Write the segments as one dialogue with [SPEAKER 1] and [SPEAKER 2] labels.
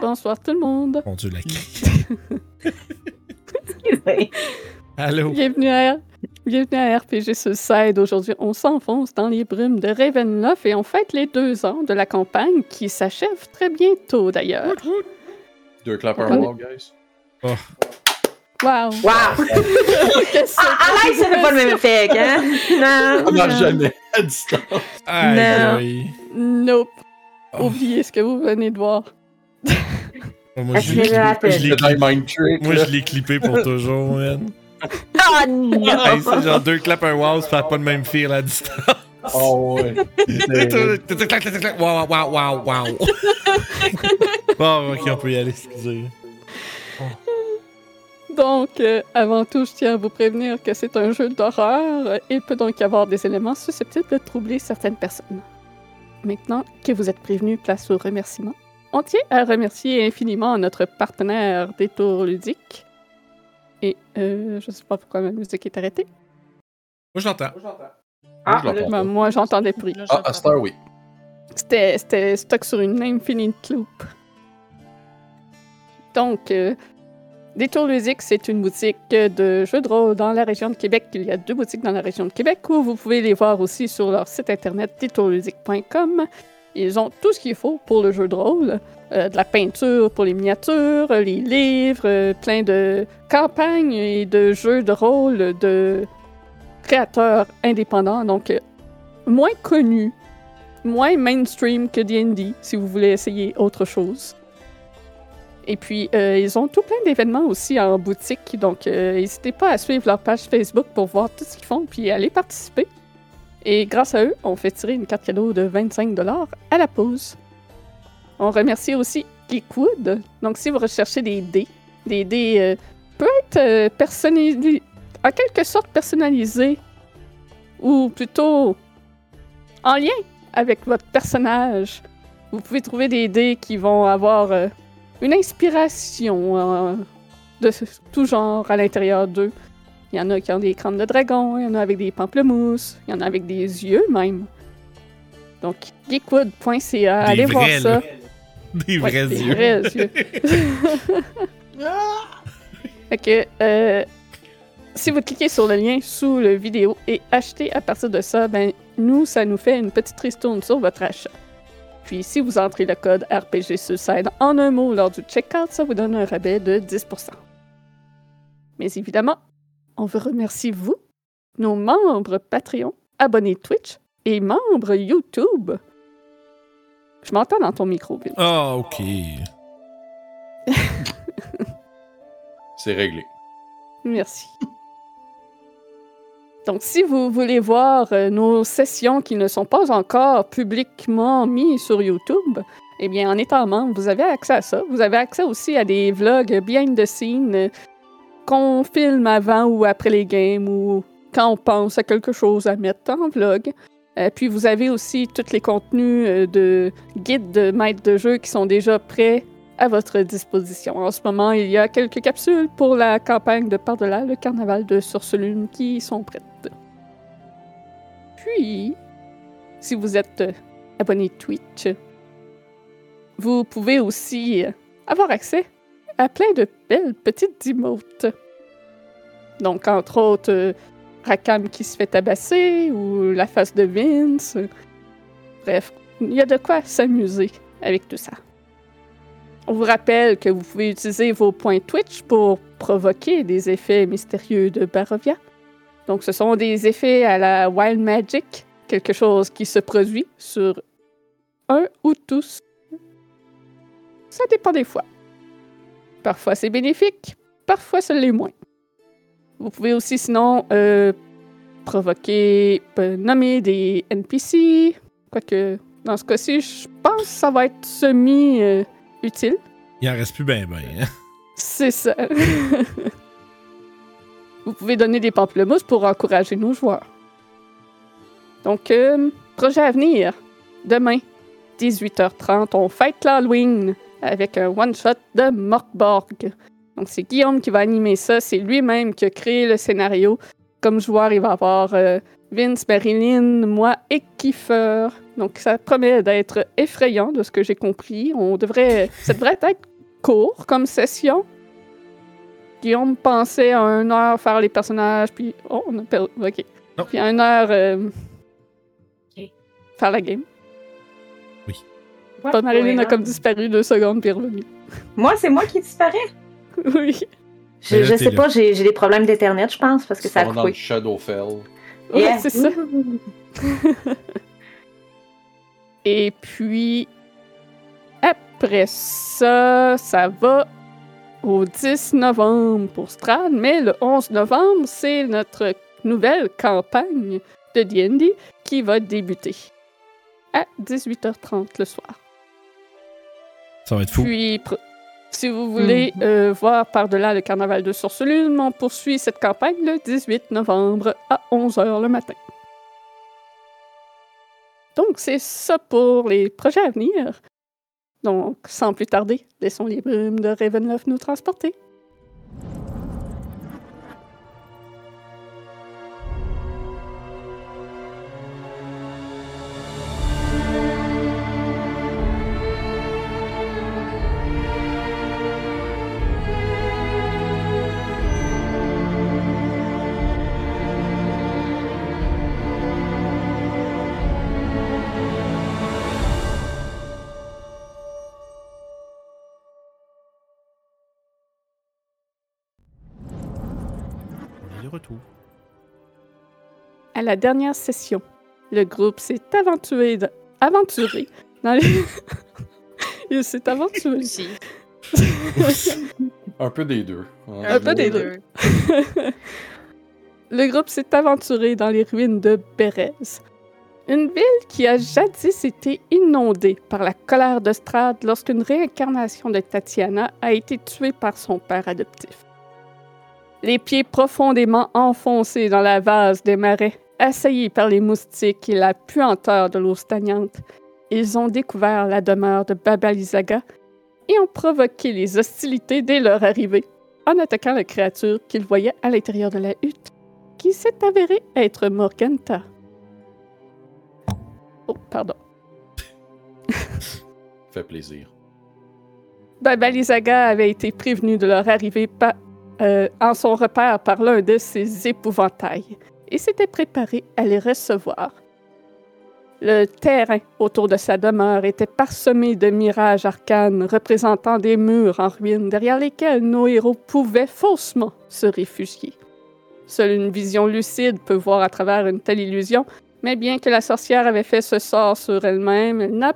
[SPEAKER 1] Bonsoir tout le monde.
[SPEAKER 2] Mon dieu, la cri.
[SPEAKER 3] Excusez.
[SPEAKER 2] Allô?
[SPEAKER 1] Bienvenue à, Bienvenue à RPG Suicide. Aujourd'hui, on s'enfonce dans les brumes de Ravenloft et on fête les deux ans de la campagne qui s'achève très bientôt d'ailleurs.
[SPEAKER 4] Deux clappers
[SPEAKER 1] Ouais.
[SPEAKER 4] en wow, guys.
[SPEAKER 1] Wow!
[SPEAKER 3] Wow!
[SPEAKER 1] Qu'est-ce
[SPEAKER 3] Ah, à l'aise, c'était pas le même effet, hein? Non.
[SPEAKER 4] On marche jamais à distance.
[SPEAKER 2] Aïe,
[SPEAKER 3] Non.
[SPEAKER 2] aïe.
[SPEAKER 1] Nope.
[SPEAKER 2] Oh.
[SPEAKER 1] Oubliez ce que vous venez de voir.
[SPEAKER 2] Oh, Moi, je
[SPEAKER 3] Est-ce
[SPEAKER 2] l'ai
[SPEAKER 3] que je
[SPEAKER 2] clippé-
[SPEAKER 3] l'appelle?
[SPEAKER 2] je l'ai
[SPEAKER 4] Le
[SPEAKER 2] clippé-
[SPEAKER 4] time mind trick.
[SPEAKER 2] moi,
[SPEAKER 4] là.
[SPEAKER 2] je l'ai clippé pour toujours, man.
[SPEAKER 3] Ah, non!
[SPEAKER 2] Hey, c'est genre deux claps, un wow, ça fait pas le même feel à distance.
[SPEAKER 4] Oh, ouais.
[SPEAKER 2] Clac,
[SPEAKER 4] C'est-
[SPEAKER 2] clac, clac, clac, clac. Wow, wow, wow, wow. Bon, ok, on peut y aller, excusez.
[SPEAKER 1] Donc, euh, avant tout, je tiens à vous prévenir que c'est un jeu d'horreur. euh, Il peut donc y avoir des éléments susceptibles de troubler certaines personnes. Maintenant que vous êtes prévenus, place aux remerciements. On tient à remercier infiniment notre partenaire Détour Ludique. Et euh, je sais pas pourquoi ma musique est arrêtée.
[SPEAKER 2] Moi, j'entends.
[SPEAKER 3] Ah,
[SPEAKER 4] Je l'entends.
[SPEAKER 1] Ben, moi, j'entendais plus.
[SPEAKER 4] Ah, à cette heure, oui.
[SPEAKER 1] C'était, c'était stock sur une infinite loop. Donc, euh, Détour Ludique, c'est une boutique de jeux de rôle dans la région de Québec. Il y a deux boutiques dans la région de Québec où vous pouvez les voir aussi sur leur site internet détourludique.com. Ils ont tout ce qu'il faut pour le jeu de rôle. Euh, de la peinture pour les miniatures, les livres, euh, plein de campagnes et de jeux de rôle de créateurs indépendants, donc euh, moins connus moins mainstream que D&D si vous voulez essayer autre chose. Et puis euh, ils ont tout plein d'événements aussi en boutique, donc euh, n'hésitez pas à suivre leur page Facebook pour voir tout ce qu'ils font puis aller participer. Et grâce à eux, on fait tirer une carte cadeau de 25 dollars à la pause. On remercie aussi Geekwood. Donc si vous recherchez des dés, des dés euh, peut être euh, personnali- en quelque sorte personnalisés ou plutôt en lien avec votre personnage. Vous pouvez trouver des dés qui vont avoir euh, une inspiration euh, de ce- tout genre à l'intérieur d'eux. Il y en a qui ont des crânes de dragon, il y en a avec des pamplemousses, il y en a avec des yeux même. Donc, geekwood.ca,
[SPEAKER 2] Des
[SPEAKER 1] allez voir
[SPEAKER 2] vrais,
[SPEAKER 1] ça.
[SPEAKER 2] là. Des
[SPEAKER 1] Ouais,
[SPEAKER 2] vrais
[SPEAKER 1] des
[SPEAKER 2] yeux.
[SPEAKER 1] vrais yeux. Fait que, euh, si vous cliquez sur le lien sous le vidéo et achetez à partir de ça, ben nous, ça nous fait une petite ristourne sur votre achat. Puis si vous entrez le code RPG Suicide en un mot lors du checkout, ça vous donne un rabais de 10%. Mais évidemment, on vous remercie vous, nos membres Patreon, abonnés Twitch et membres YouTube. Je m'entends dans ton micro, Bill.
[SPEAKER 2] Ah, ok.
[SPEAKER 4] C'est réglé.
[SPEAKER 1] Merci. Donc, si vous voulez voir euh, nos sessions qui ne sont pas encore publiquement mises sur YouTube, eh bien, en étant membre, vous avez accès à ça. Vous avez accès aussi à des vlogs behind the scene euh, qu'on filme avant ou après les games ou quand on pense à quelque chose à mettre en vlog. Euh, puis, vous avez aussi tous les contenus euh, de guides de maîtres de jeu qui sont déjà prêts à votre disposition. En ce moment, il y a quelques capsules pour la campagne de Par-delà le carnaval de Sorcelune qui sont prêtes. Puis, si vous êtes euh, abonné Twitch, vous pouvez aussi euh, avoir accès à plein de belles petites emotes. Donc, entre autres, euh, Rakam qui se fait tabasser ou la face de Vince. Bref, il y a de quoi s'amuser avec tout ça. On vous rappelle que vous pouvez utiliser vos points Twitch pour provoquer des effets mystérieux de Barovia. Donc, ce sont des effets à la Wild Magic, quelque chose qui se produit sur un ou tous. Ça dépend des fois. Parfois c'est bénéfique, parfois ça l'est moins. Vous pouvez aussi sinon euh, provoquer, euh, nommer des NPC, quoique dans ce cas-ci, je pense que ça va être euh, semi-utile.
[SPEAKER 2] Il en reste plus ben ben. hein.
[SPEAKER 1] C'est ça. Vous pouvez donner des pamplemousses pour encourager nos joueurs. Donc, euh, projet à venir. Demain, 18h30, on fête l'Halloween avec un one-shot de Morkborg. Donc, c'est Guillaume qui va animer ça. C'est lui-même qui a créé le scénario. Comme joueur, il va avoir euh, Vince, Marilyn, moi et Kiefer. Donc, ça promet d'être effrayant de ce que j'ai compris. On devrait, ça devrait être court comme session. Guillaume pensait à une heure faire les personnages, puis oh, on a perdu. Ok.
[SPEAKER 2] Non.
[SPEAKER 1] Puis à une heure euh,
[SPEAKER 3] Ok.
[SPEAKER 1] faire la game.
[SPEAKER 3] What
[SPEAKER 1] Pas Marilyn
[SPEAKER 3] going
[SPEAKER 1] a
[SPEAKER 3] on?
[SPEAKER 1] comme disparu deux secondes puis est revenue.
[SPEAKER 3] Moi, c'est moi qui disparais.
[SPEAKER 1] oui.
[SPEAKER 2] Mais
[SPEAKER 3] Je,
[SPEAKER 2] là,
[SPEAKER 3] je
[SPEAKER 2] t'es
[SPEAKER 3] sais
[SPEAKER 2] là.
[SPEAKER 3] pas, j'ai j'ai des problèmes d'internet, je pense, parce que ça a
[SPEAKER 4] Ils sont dans le
[SPEAKER 3] coupé.
[SPEAKER 4] Shadowfell.
[SPEAKER 1] Ouais,
[SPEAKER 3] Yeah.
[SPEAKER 1] c'est ça. Et puis, après ça, ça va au 10 novembre pour Strad, mais le 11 novembre, c'est notre nouvelle campagne de D&D qui va débuter à 18h30 le soir.
[SPEAKER 2] Ça va être fou.
[SPEAKER 1] Puis, pr- si vous voulez euh, voir par-delà le carnaval de Sorcelune, on poursuit cette campagne le 18 novembre à 11h le matin. Donc, c'est ça pour les projets à venir. Donc, sans plus tarder, laissons les brumes de Ravenloft nous transporter.
[SPEAKER 2] On est de retour.
[SPEAKER 1] À la dernière session, le groupe s'est aventuré, de- aventuré dans les... Il s'est aventuré
[SPEAKER 5] Aussi.
[SPEAKER 4] Un peu des deux. hein.
[SPEAKER 1] Un peu des deux. le groupe s'est aventuré dans les ruines de Bérez, une ville qui a jadis été inondée par la colère de Strad lorsqu'une réincarnation de Tatiana a été tuée par son père adoptif. Les pieds profondément enfoncés dans la vase des marais, assaillis par les moustiques et la puanteur de l'eau stagnante, ils ont découvert la demeure de Babalizaga et ont provoqué les hostilités dès leur arrivée en attaquant la créature qu'il voyait à l'intérieur de la hutte, qui s'est avérée être Morganta. Oh, pardon.
[SPEAKER 4] Fait plaisir.
[SPEAKER 1] Babalizaga avait été prévenu de leur arrivée pa- euh, en son repère par l'un de ses épouvantails et s'était préparé à les recevoir. Le terrain autour de sa demeure était parsemé de mirages arcanes représentant des murs en ruine derrière lesquels nos héros pouvaient faussement se réfugier. Seule une vision lucide peut voir à travers une telle illusion, mais bien que la sorcière avait fait ce sort sur elle-même, elle n'a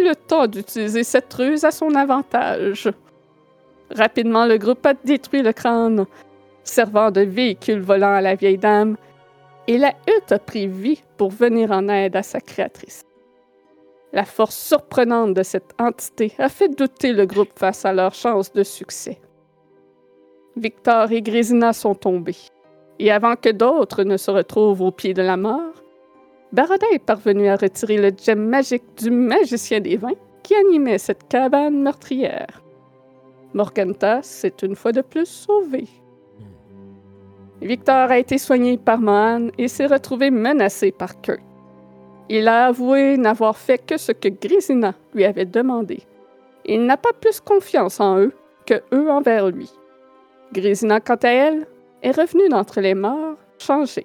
[SPEAKER 1] eu le temps d'utiliser cette ruse à son avantage. Rapidement, le groupe a détruit le crâne, servant de véhicule volant à la vieille dame, et la hutte a pris vie pour venir en aide à sa créatrice. La force surprenante de cette entité a fait douter le groupe face à leurs chances de succès. Victor et Grésina sont tombés, et avant que d'autres ne se retrouvent au pied de la mort, Barodin est parvenu à retirer le gem magique du magicien des vins qui animait cette cabane meurtrière. Morganta s'est une fois de plus sauvée. Victor a été soigné par Mohan et s'est retrouvé menacé par Kurt. Il a avoué n'avoir fait que ce que Grisina lui avait demandé. Il n'a pas plus confiance en eux que eux envers lui. Grisina, quant à elle, est revenue d'entre les morts, changée.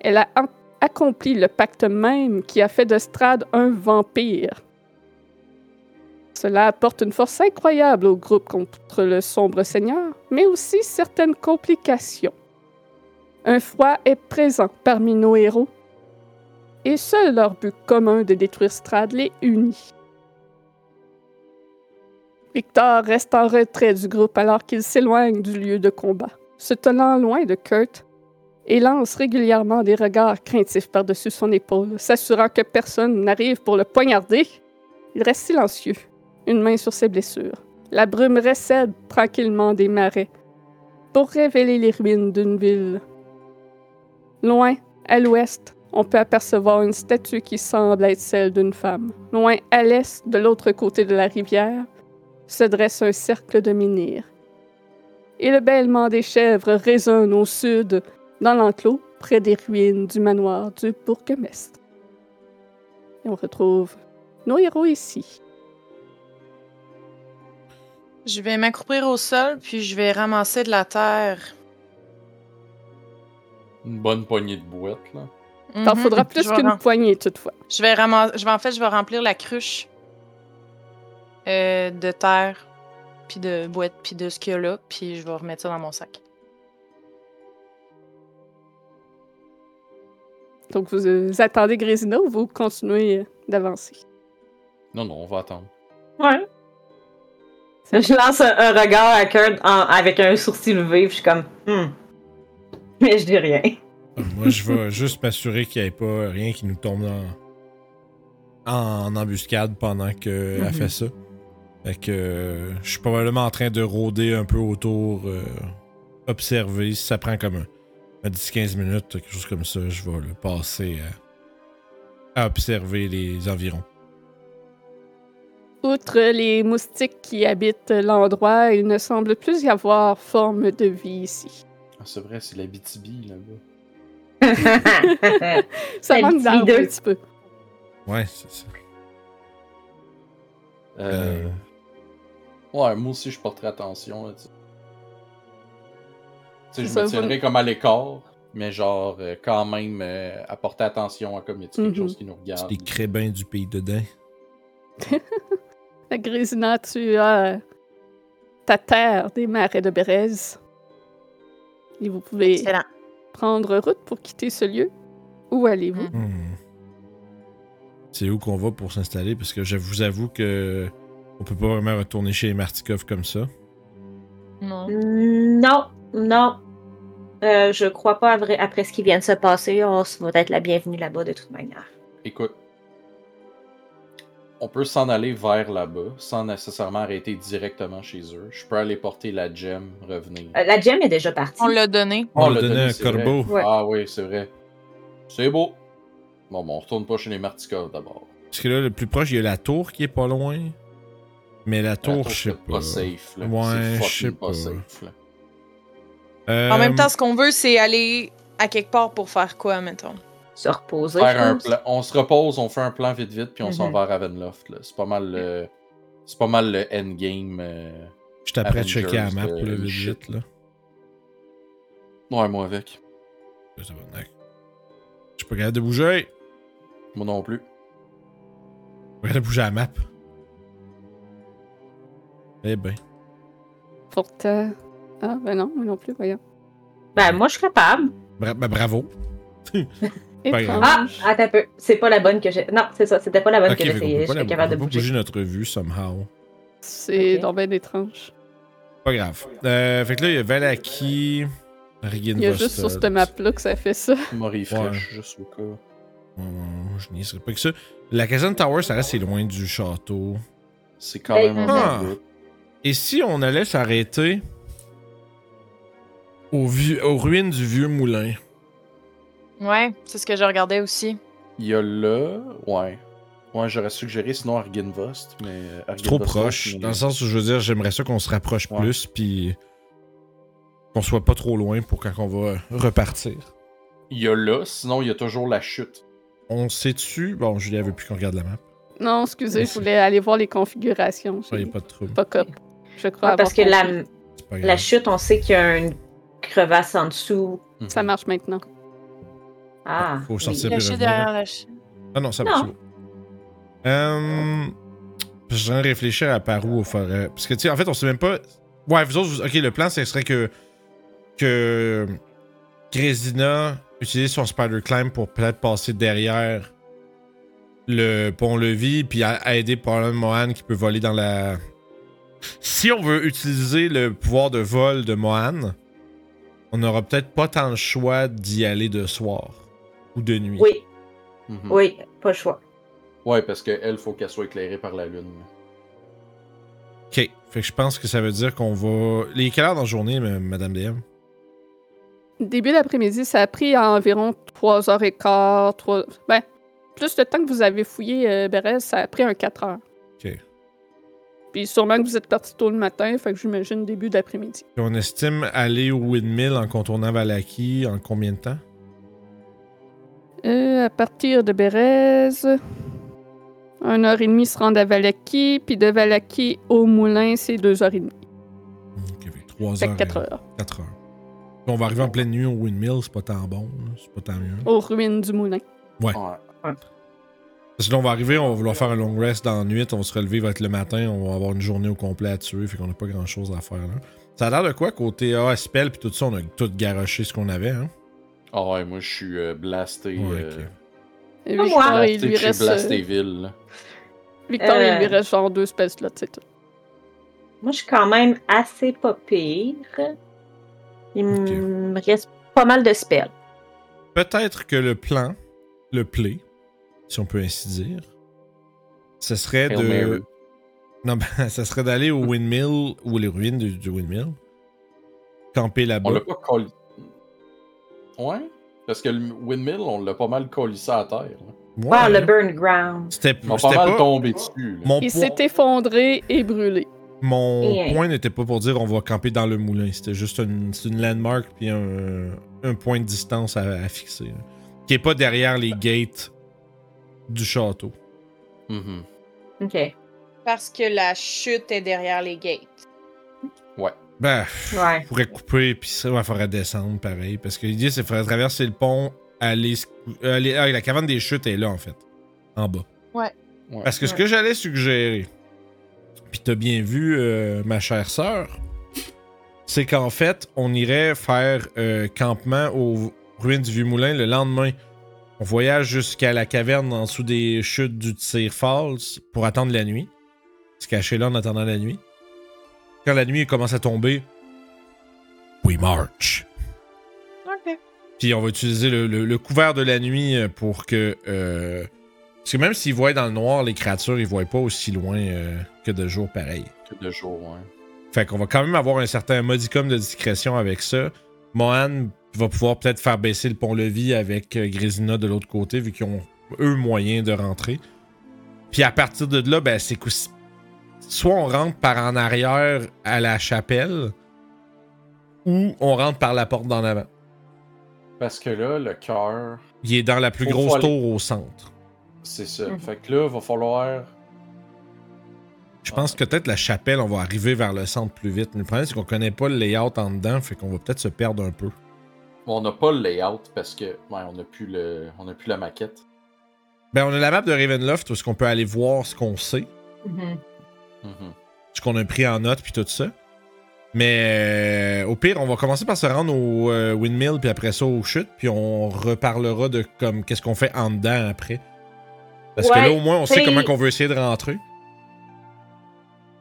[SPEAKER 1] Elle a en- accompli le pacte même qui a fait de Strad un vampire. Cela apporte une force incroyable au groupe contre le sombre seigneur, mais aussi certaines complications. Un froid est présent parmi nos héros, et seul leur but commun de détruire Strad les unit. Victor reste en retrait du groupe alors qu'il s'éloigne du lieu de combat, se tenant loin de Kurt et lance régulièrement des regards craintifs par-dessus son épaule, s'assurant que personne n'arrive pour le poignarder. Il reste silencieux, une main sur ses blessures. La brume recède tranquillement des marais pour révéler les ruines d'une ville. Loin, à l'ouest, on peut apercevoir une statue qui semble être celle d'une femme. Loin à l'est, de l'autre côté de la rivière, se dresse un cercle de menhirs. Et le bêlement des chèvres résonne au sud, dans l'enclos, près des ruines du manoir du bourgmestre. Et on retrouve nos héros ici.
[SPEAKER 5] Je vais m'accroupir au sol, puis je vais ramasser de la terre.
[SPEAKER 4] Une bonne poignée de boîtes, là.
[SPEAKER 1] T'en
[SPEAKER 5] Mhm.
[SPEAKER 1] faudra plus
[SPEAKER 5] Je vais
[SPEAKER 1] qu'une
[SPEAKER 5] ram-
[SPEAKER 1] poignée toutefois.
[SPEAKER 5] Je vais ramasser. Je vais en fait, je vais remplir la cruche euh, de terre, puis de boîte, puis de ce qu'il y a là, puis je vais remettre ça dans mon sac.
[SPEAKER 1] Donc vous, euh, vous attendez Grésina ou vous continuez euh, d'avancer?
[SPEAKER 4] Non, non, on va attendre.
[SPEAKER 3] Ouais. Je lance un, un regard à Kurt en- avec un sourcil levé, puis je suis comme, hmm. Mais je dis rien.
[SPEAKER 2] Moi, je vais juste m'assurer qu'il n'y ait pas rien qui nous tombe dans... en embuscade pendant qu'elle
[SPEAKER 1] Mhm.
[SPEAKER 2] fait ça. Fait que euh, je suis probablement en train de rôder un peu autour, euh, observer. Si ça prend comme un, un 10-15 minutes, quelque chose comme ça, je vais le passer à, à observer les environs.
[SPEAKER 1] Outre les moustiques qui habitent l'endroit, il ne semble plus y avoir forme de vie ici.
[SPEAKER 4] Ah, c'est vrai, c'est la BTB, là-bas.
[SPEAKER 1] Ça
[SPEAKER 3] Elle
[SPEAKER 1] manque
[SPEAKER 3] dit
[SPEAKER 1] d'arbres un
[SPEAKER 3] deux.
[SPEAKER 1] petit peu.
[SPEAKER 2] Ouais, c'est ça.
[SPEAKER 4] Euh... Ouais, moi aussi, je porterai attention, là, tu sais.
[SPEAKER 1] C'est
[SPEAKER 4] Tu sais, je
[SPEAKER 1] ça,
[SPEAKER 4] me
[SPEAKER 1] vous-
[SPEAKER 4] tiendrai comme à l'écart, mais genre, euh, quand même, euh, apporter attention à comme il y a quelque
[SPEAKER 1] Mhm.
[SPEAKER 4] chose qui nous
[SPEAKER 2] C'est
[SPEAKER 4] regarde.
[SPEAKER 2] des crébins du pays dedans.
[SPEAKER 1] La Grésina, tu as ta terre des marais de Bérez. Et vous pouvez
[SPEAKER 5] Excellent.
[SPEAKER 1] prendre route pour quitter ce lieu. Où allez-vous?
[SPEAKER 5] Mm.
[SPEAKER 2] Hmm. C'est où qu'on va pour s'installer parce que je vous avoue que on peut pas vraiment retourner chez les Martikov comme ça.
[SPEAKER 4] Ah,
[SPEAKER 5] Non.
[SPEAKER 3] non, non. Euh, je crois pas, à vrai- après ce qui vient de se passer, on se- va être la bienvenue là-bas de toute manière.
[SPEAKER 4] Écoute, on peut s'en aller vers là-bas sans nécessairement arrêter directement chez eux. Je peux aller porter la gemme, revenir.
[SPEAKER 3] Euh, la gemme est déjà partie.
[SPEAKER 5] On l'a donné.
[SPEAKER 2] On,
[SPEAKER 4] On
[SPEAKER 2] l'a
[SPEAKER 4] l'a
[SPEAKER 2] donné
[SPEAKER 4] donné,
[SPEAKER 2] un
[SPEAKER 4] c'est vrai.
[SPEAKER 2] corbeau.
[SPEAKER 3] Ouais.
[SPEAKER 4] Ah oui, c'est vrai. C'est beau. Bon, bon, on retourne pas chez les Martikov d'abord.
[SPEAKER 2] Parce que là, le plus proche, il y a la tour qui est pas loin. Mais la
[SPEAKER 4] La
[SPEAKER 2] tour,
[SPEAKER 4] tour,
[SPEAKER 2] je sais
[SPEAKER 4] c'est
[SPEAKER 2] pas.
[SPEAKER 4] safe, là.
[SPEAKER 2] Ouais,
[SPEAKER 4] C'est
[SPEAKER 2] je sais
[SPEAKER 4] fucking pas
[SPEAKER 2] pas.
[SPEAKER 4] safe, là.
[SPEAKER 2] Euh,
[SPEAKER 5] En même temps, ce qu'on veut, c'est aller à quelque part pour faire quoi, mettons.
[SPEAKER 3] Se reposer.
[SPEAKER 4] Faire
[SPEAKER 3] je
[SPEAKER 4] un
[SPEAKER 3] pense.
[SPEAKER 4] plan- On se repose, on fait un plan vite vite, puis on s'en
[SPEAKER 3] Mhm.
[SPEAKER 4] va à Ravenloft. là. C'est pas mal le. C'est pas mal le endgame. euh,
[SPEAKER 2] je t'apprête à checker la
[SPEAKER 4] Avengers,
[SPEAKER 2] map,
[SPEAKER 4] euh,
[SPEAKER 2] là, vite,
[SPEAKER 4] shit.
[SPEAKER 2] vite, là.
[SPEAKER 4] Ouais, moi avec.
[SPEAKER 2] Je suis pas capable de bouger.
[SPEAKER 4] Moi non
[SPEAKER 2] Je
[SPEAKER 4] plus.
[SPEAKER 2] suis pas capable de bouger la map. Eh ben.
[SPEAKER 3] Hmm.
[SPEAKER 1] Pourtant... Ah, ben non, moi non plus, voyons.
[SPEAKER 3] Ben, moi, je suis capable.
[SPEAKER 2] Bra- ben, bravo. Pas grave.
[SPEAKER 3] Ah,
[SPEAKER 1] Étrange.
[SPEAKER 3] attends un peu. C'est pas la bonne que j'ai. Non, c'est ça, c'était pas la bonne
[SPEAKER 2] ok,
[SPEAKER 3] que
[SPEAKER 2] fait qu'on peut
[SPEAKER 3] j'essayais.
[SPEAKER 2] pas la-
[SPEAKER 3] J'étais
[SPEAKER 2] on
[SPEAKER 3] capable de
[SPEAKER 2] peut pas
[SPEAKER 3] bouger.
[SPEAKER 2] bouger notre vue, somehow.
[SPEAKER 1] C'est
[SPEAKER 3] Ok.
[SPEAKER 1] donc ben étrange.
[SPEAKER 2] Pas grave. Euh, fait que là, il y a Valaki, Regan
[SPEAKER 1] Il y a juste sur
[SPEAKER 2] euh,
[SPEAKER 1] cette map-là que ça fait ça.
[SPEAKER 4] Marie
[SPEAKER 2] Ouais.
[SPEAKER 4] fraîche, juste au cas.
[SPEAKER 2] je n'y serais pas que ça. La Kazan Tower, ça reste c'est loin du château.
[SPEAKER 4] C'est quand
[SPEAKER 3] Hey.
[SPEAKER 4] même un
[SPEAKER 2] Ah.
[SPEAKER 4] bon bout.
[SPEAKER 2] Et si on allait s'arrêter au vieux- aux ruines du vieux moulin?
[SPEAKER 5] Ouais, c'est ce que je regardais aussi.
[SPEAKER 4] Il y a là. Ouais. Ouais, j'aurais suggéré sinon Argenvost, mais. euh,
[SPEAKER 2] C'est trop
[SPEAKER 4] Argenvost,
[SPEAKER 2] proche.
[SPEAKER 4] mais-
[SPEAKER 2] Dans le sens où je veux dire, j'aimerais ça qu'on se rapproche
[SPEAKER 4] Ouais.
[SPEAKER 2] plus, puis qu'on soit pas trop loin pour quand on va repartir.
[SPEAKER 4] Il y a là, sinon il y a toujours la chute.
[SPEAKER 2] On sait-tu? Bon, Julia veut plus qu'on regarde la map.
[SPEAKER 1] Non, excusez, je voulais aller voir les configurations.
[SPEAKER 2] Ça, y a
[SPEAKER 1] J'ai
[SPEAKER 2] pas de trouble.
[SPEAKER 1] pas cop. Je crois
[SPEAKER 3] Ah, parce que
[SPEAKER 1] avoir
[SPEAKER 3] la,
[SPEAKER 1] compris.
[SPEAKER 2] C'est pas
[SPEAKER 3] la
[SPEAKER 2] grave.
[SPEAKER 3] chute, on sait qu'il y a une crevasse en dessous.
[SPEAKER 4] Mhm.
[SPEAKER 1] Ça marche maintenant.
[SPEAKER 3] Ah.
[SPEAKER 2] Faut
[SPEAKER 3] oui.
[SPEAKER 2] sortir.
[SPEAKER 5] Caché
[SPEAKER 2] revenir.
[SPEAKER 5] derrière la ch-
[SPEAKER 2] Ah non, ça
[SPEAKER 3] Non.
[SPEAKER 2] marche. c'est bon. Euh, je suis en train de réfléchir à par où on ferait. Parce que, tu sais, en fait, on sait même pas. Ouais, vous autres, vous- ok, le plan, ce serait que. Que. Grésina utilise son spider climb pour peut-être passer derrière le pont-levis, puis à- à aider Paulin Mohan qui peut voler dans la. Si on veut utiliser le pouvoir de vol de Mohan, on n'aura peut-être pas tant le choix d'y aller de soir ou de nuit.
[SPEAKER 3] Oui,
[SPEAKER 4] Mhm.
[SPEAKER 3] oui, pas le choix.
[SPEAKER 4] Ouais, parce qu'elle, faut qu'elle soit éclairée par la lune.
[SPEAKER 2] Ok. Fait que je pense que ça veut dire qu'on va. Les quelle heure dans la journée, ma- Madame DM
[SPEAKER 1] Début d'après-midi, ça a pris environ 3h15, 3... Ben, plus le temps que vous avez fouillé euh, Bérez, ça a pris un 4 heures.
[SPEAKER 2] Ok.
[SPEAKER 1] Puis sûrement que vous êtes parti tôt le matin, fait que j'imagine début d'après-midi.
[SPEAKER 2] Puis on estime aller au Windmill en contournant Valaki en combien de temps
[SPEAKER 1] Euh, à partir de Bérez, Une heure et demie se rendre à Valaki, puis de Valaki au moulin, c'est deux heures et demie.
[SPEAKER 2] Ok, fait que trois
[SPEAKER 1] Fait que
[SPEAKER 2] heures.
[SPEAKER 1] quatre
[SPEAKER 2] et-
[SPEAKER 1] heures.
[SPEAKER 2] quatre heures. Puis on va arriver en pleine nuit au windmill, c'est pas tant bon, là, c'est pas tant mieux.
[SPEAKER 1] Aux ruines du moulin.
[SPEAKER 4] Ouais.
[SPEAKER 2] Parce que là, on va arriver, on va vouloir faire un long rest dans la nuit, on va se relever, il va être le matin, on va avoir une journée au complet à tuer, fait qu'on n'a pas grand chose à faire là. Ça a l'air de quoi côté ah, spell puis tout ça, on a tout garoché ce qu'on avait, hein?
[SPEAKER 4] Ah ouais, moi je suis euh, blasté.
[SPEAKER 2] Ouais,
[SPEAKER 4] euh,
[SPEAKER 2] ok.
[SPEAKER 1] Et
[SPEAKER 3] Comme
[SPEAKER 1] Victor,
[SPEAKER 3] Ah, moi.
[SPEAKER 1] Ah, il lui
[SPEAKER 4] blasté, je
[SPEAKER 1] reste,
[SPEAKER 4] suis blasté ville. là.
[SPEAKER 1] euh, Victor, il lui
[SPEAKER 3] Euh.
[SPEAKER 1] reste genre deux spells là, c'est tout.
[SPEAKER 3] Moi, je suis quand même assez pas pire. Il
[SPEAKER 2] Ok.
[SPEAKER 3] me reste pas mal de spells.
[SPEAKER 2] Peut-être que le plan, le play, si on peut ainsi dire, ce serait
[SPEAKER 4] Hail Mary.
[SPEAKER 2] de. Non, ben, ça serait d'aller au windmill ou les ruines du, du windmill. Camper
[SPEAKER 4] On l'a
[SPEAKER 2] là-bas.
[SPEAKER 4] pas collé. Ouais? Parce que le windmill, on l'a pas mal collissé à terre. là.
[SPEAKER 2] Ouais.
[SPEAKER 3] Wow, Ah, le burn ground.
[SPEAKER 2] C'était
[SPEAKER 4] Ils m'ont
[SPEAKER 2] c'était
[SPEAKER 4] pas mal
[SPEAKER 2] pas-
[SPEAKER 4] tombé dessus. là.
[SPEAKER 2] Mon,
[SPEAKER 1] Il
[SPEAKER 2] point-
[SPEAKER 1] s'est effondré et brûlé.
[SPEAKER 2] mon
[SPEAKER 3] Yeah.
[SPEAKER 2] point n'était pas pour dire on va camper dans le moulin. C'était juste une, c'est une landmark puis un, un point de distance à, à fixer. là. Qui est pas derrière les gates du château.
[SPEAKER 4] Mhm.
[SPEAKER 3] Ok.
[SPEAKER 5] Parce que la chute est derrière les gates.
[SPEAKER 2] Ben,
[SPEAKER 3] Ouais.
[SPEAKER 2] pourrait couper, puis ça, il faudrait descendre pareil. Parce que l'idée, c'est qu'il faudrait traverser le pont, aller. sc- euh, aller- ah, la caverne des chutes est là, en fait. En bas.
[SPEAKER 5] Ouais.
[SPEAKER 4] Ouais.
[SPEAKER 2] Parce que ce que j'allais suggérer, puis t'as bien vu, euh, ma chère sœur, c'est qu'en fait, on irait faire euh, campement aux ruines du Vieux Moulin le lendemain. On voyage jusqu'à la caverne en dessous des chutes du Tir Falls pour attendre la nuit. Se cacher là en attendant la nuit. Quand la nuit commence à tomber, we march.
[SPEAKER 5] Ok.
[SPEAKER 2] Puis on va utiliser le, le- le couvert de la nuit euh, pour que. euh, Parce que même s'ils voient dans le noir, les créatures, ils voient pas aussi loin euh, que de jour pareil.
[SPEAKER 4] Que de jour, ouais.
[SPEAKER 2] Fait qu'on va quand même avoir un certain modicum de discrétion avec ça. Mohan va pouvoir peut-être faire baisser le pont-levis avec euh, Grésina de l'autre côté, vu qu'ils ont eux moyen de rentrer. Puis à partir de là, ben c'est que soit on rentre par en arrière à la chapelle, ou on rentre par la porte d'en avant.
[SPEAKER 4] Parce que là, le cœur,
[SPEAKER 2] Il est dans la plus
[SPEAKER 4] Faut
[SPEAKER 2] grosse
[SPEAKER 4] aller-
[SPEAKER 2] tour au centre.
[SPEAKER 4] c'est ça.
[SPEAKER 3] Mhm.
[SPEAKER 4] Fait que là, va falloir.
[SPEAKER 2] Je pense que peut-être la chapelle, on va arriver vers le centre plus vite. Mais le problème, c'est qu'on connaît pas le layout en dedans, fait qu'on va peut-être se perdre un peu.
[SPEAKER 4] Bon, on n'a pas le layout parce que ouais, on n'a plus le, on a plus la maquette.
[SPEAKER 2] Ben, on a la map de Ravenloft où est-ce qu'on peut aller voir ce qu'on sait,
[SPEAKER 3] Mhm.
[SPEAKER 4] Mhm.
[SPEAKER 2] ce qu'on a pris en note, puis tout ça. Mais euh, au pire, on va commencer par se rendre au euh, windmill, puis après ça aux chutes, puis on reparlera de comme qu'est-ce qu'on fait en dedans après. Parce que
[SPEAKER 3] Ouais,
[SPEAKER 2] là, au moins, on sait
[SPEAKER 3] puis-
[SPEAKER 2] comment qu'on veut essayer de rentrer.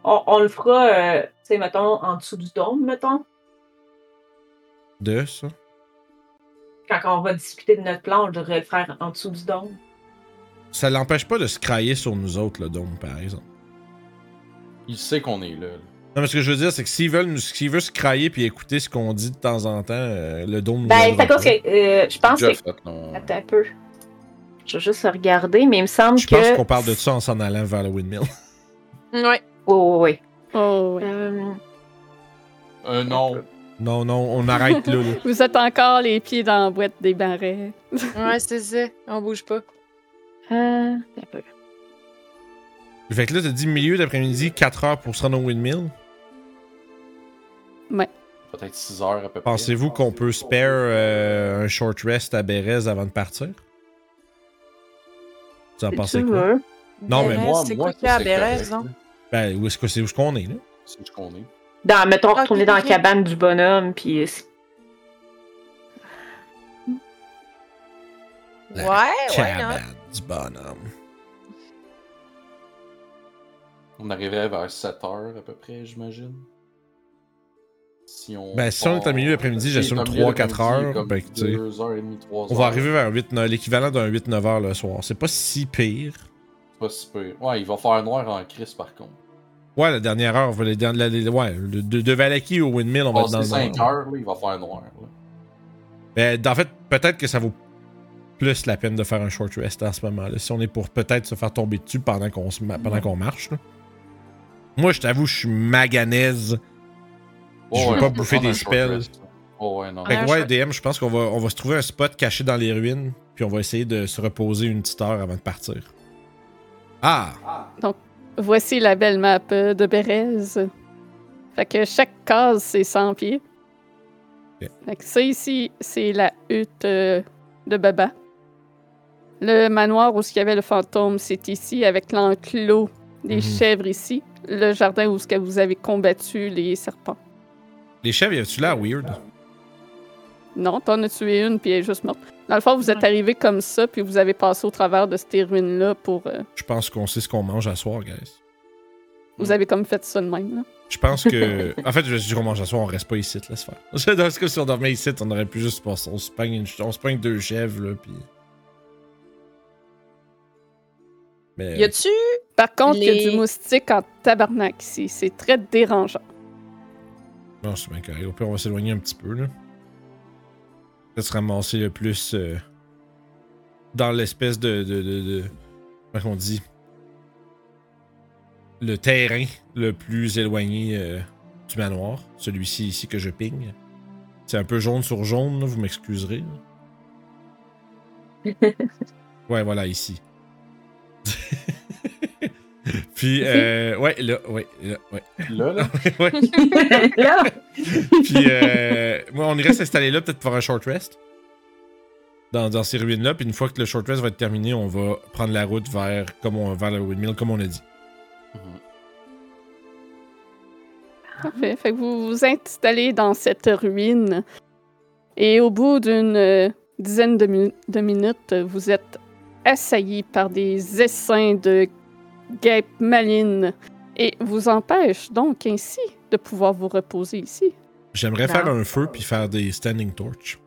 [SPEAKER 3] On, on le fera, euh, tu sais, mettons, en dessous du dôme, mettons.
[SPEAKER 2] De ça.
[SPEAKER 3] Quand on va discuter de notre plan, on devrait le faire en dessous du dôme.
[SPEAKER 2] Ça l'empêche pas de se crailler sur nous autres, le dôme, par exemple.
[SPEAKER 4] Il sait qu'on est là. là.
[SPEAKER 2] Non, mais ce que je veux dire, c'est que s'ils veulent, nous- s'ils veulent se crailler puis écouter ce qu'on dit de temps en temps, euh, le dôme. nous
[SPEAKER 3] Ben,
[SPEAKER 2] aidera
[SPEAKER 3] c'est à cause
[SPEAKER 2] pas.
[SPEAKER 3] que euh, je pense que.
[SPEAKER 4] Déjà fait, non. Euh,
[SPEAKER 3] Attends un peu. Je vais juste regarder, mais il me semble
[SPEAKER 2] Je
[SPEAKER 3] que.
[SPEAKER 2] pense qu'on parle de ça en s'en allant vers le windmill.
[SPEAKER 5] Ouais.
[SPEAKER 3] Oui, oui,
[SPEAKER 1] Oh,
[SPEAKER 3] oui.
[SPEAKER 1] ouais.
[SPEAKER 3] Euh,
[SPEAKER 4] Euh, non.
[SPEAKER 2] Non, non, on arrête là. là.
[SPEAKER 1] Vous êtes encore les pieds dans la boîte des barrets.
[SPEAKER 5] Ouais, c'est ça. On bouge pas.
[SPEAKER 3] euh, un peu.
[SPEAKER 2] Fait que là, t'as dit milieu d'après-midi, 4 heures pour se rendre au windmill.
[SPEAKER 4] Peut-être 6 heures à peu près.
[SPEAKER 2] Pensez-vous qu'on peut spare euh, un short rest à Bérez avant de partir? Vous en pensez
[SPEAKER 3] Tu
[SPEAKER 2] quoi?
[SPEAKER 3] veux?
[SPEAKER 2] Non, mais
[SPEAKER 5] Bérez,
[SPEAKER 4] moi,
[SPEAKER 5] c'est
[SPEAKER 4] moi,
[SPEAKER 5] quoi qu'il y a à
[SPEAKER 4] c'est
[SPEAKER 5] Bérez,
[SPEAKER 4] correct,
[SPEAKER 5] non?
[SPEAKER 4] là.
[SPEAKER 2] Ben, où est-ce que c'est où est-ce qu'on est là?
[SPEAKER 3] Eh
[SPEAKER 4] C'est ce qu'on est.
[SPEAKER 3] Dans, mettons,
[SPEAKER 5] Ok,
[SPEAKER 3] retourner dans
[SPEAKER 5] ok.
[SPEAKER 3] la cabane du bonhomme, puis. euh,
[SPEAKER 5] Ouais,
[SPEAKER 2] La
[SPEAKER 5] ouais, non.
[SPEAKER 3] hein.
[SPEAKER 2] Cabane du bonhomme.
[SPEAKER 4] On arriverait vers 7 heures à peu près, j'imagine. Si on.
[SPEAKER 2] Ben, si on est en milieu d'après-midi, j'assume 3-4 heures, ben, tu sais.
[SPEAKER 4] 2 heures et demie, 3 heures.
[SPEAKER 2] On va arriver vers 8, neuf- l'équivalent d'un 8-9 heures le soir. C'est pas si pire.
[SPEAKER 4] C'est Pas si peu. Ouais, il va faire noir en crise par contre.
[SPEAKER 2] Ouais, la dernière heure, on va les derni- la- les- ouais, de, de, de Valaki au windmill, on va être dans
[SPEAKER 4] Passer
[SPEAKER 2] le noir.
[SPEAKER 4] 5 Oh, heures, là, il va faire noir. là.
[SPEAKER 2] Ben, en fait, peut-être que ça vaut plus la peine de faire un short rest à ce moment-là. Si on est pour peut-être se faire tomber dessus pendant qu'on se ma- pendant qu'on marche. là. Moi, je t'avoue, je suis maganaise. Je veux pas
[SPEAKER 4] on peut
[SPEAKER 2] bouffer
[SPEAKER 4] prendre
[SPEAKER 2] des
[SPEAKER 4] un short
[SPEAKER 2] spells.
[SPEAKER 4] rest, là. Oh, ouais, non.
[SPEAKER 5] Ouais,
[SPEAKER 2] Fait que
[SPEAKER 5] un
[SPEAKER 2] ouais,
[SPEAKER 5] short-
[SPEAKER 2] DM, je pense qu'on va, on va se trouver un spot caché dans les ruines, puis on va essayer de se reposer une petite heure avant de partir. Ah!
[SPEAKER 1] Voici la belle map euh, de Bérez. Fait que chaque case, c'est 100 pieds.
[SPEAKER 2] Ok.
[SPEAKER 1] Fait que ça ici, c'est la hutte euh, de Baba. Le manoir où il y avait le fantôme, c'est ici, avec l'enclos des
[SPEAKER 2] Mhm.
[SPEAKER 1] chèvres ici. Le jardin où ce que vous avez combattu les serpents.
[SPEAKER 2] Les chèvres, y avait-tu l'air weird?
[SPEAKER 1] Non, t'en as tué une, puis elle est juste morte. Dans le fond, vous êtes
[SPEAKER 5] Ouais.
[SPEAKER 1] arrivé comme ça, puis vous avez passé au travers de ces ruines-là pour... euh,
[SPEAKER 2] Je pense qu'on sait ce qu'on mange à soir, guys. Mhm.
[SPEAKER 1] vous avez comme fait ça de même, là.
[SPEAKER 2] Je pense que. en fait, je me suis dit qu'on mange à soir, on reste pas ici, laisse faire. Parce que si on dormait ici, on aurait pu juste passer. On se pogne, une... on se pogne deux chèvres, là, puis. Mais.
[SPEAKER 5] Y a-tu.
[SPEAKER 1] Par contre, il y a
[SPEAKER 5] Les-
[SPEAKER 1] du moustique en tabarnak ici. C'est très dérangeant.
[SPEAKER 2] Non, c'est bien correct. Au pire, on va s'éloigner un petit peu, là. Peut-être se ramasser le plus euh, dans l'espèce de, de, de, de- Comment on dit Le terrain le plus éloigné euh, du manoir. Celui-ci ici que je pigne. C'est un peu jaune sur jaune, là, vous m'excuserez. là. ouais, voilà, ici. Puis, euh, ouais, là, ouais, là, ouais.
[SPEAKER 4] Là, là.
[SPEAKER 2] ouais.
[SPEAKER 3] Là,
[SPEAKER 2] Puis, euh, moi, on irait s'installer là, peut-être pour faire un short rest. Dans, dans ces ruines-là. Puis, une fois que le short rest va être terminé, on va prendre la route vers, comme on, vers le windmill, comme on a dit.
[SPEAKER 4] Mhm.
[SPEAKER 3] Ah.
[SPEAKER 1] Parfait. Fait que vous vous installez dans cette ruine. Et au bout d'une euh, dizaine de, minu- de minutes, vous êtes assailli par des essaims de guêpes malines et vous empêche donc ainsi de pouvoir vous reposer ici.
[SPEAKER 2] J'aimerais
[SPEAKER 5] Non.
[SPEAKER 2] faire un feu puis faire des standing torches.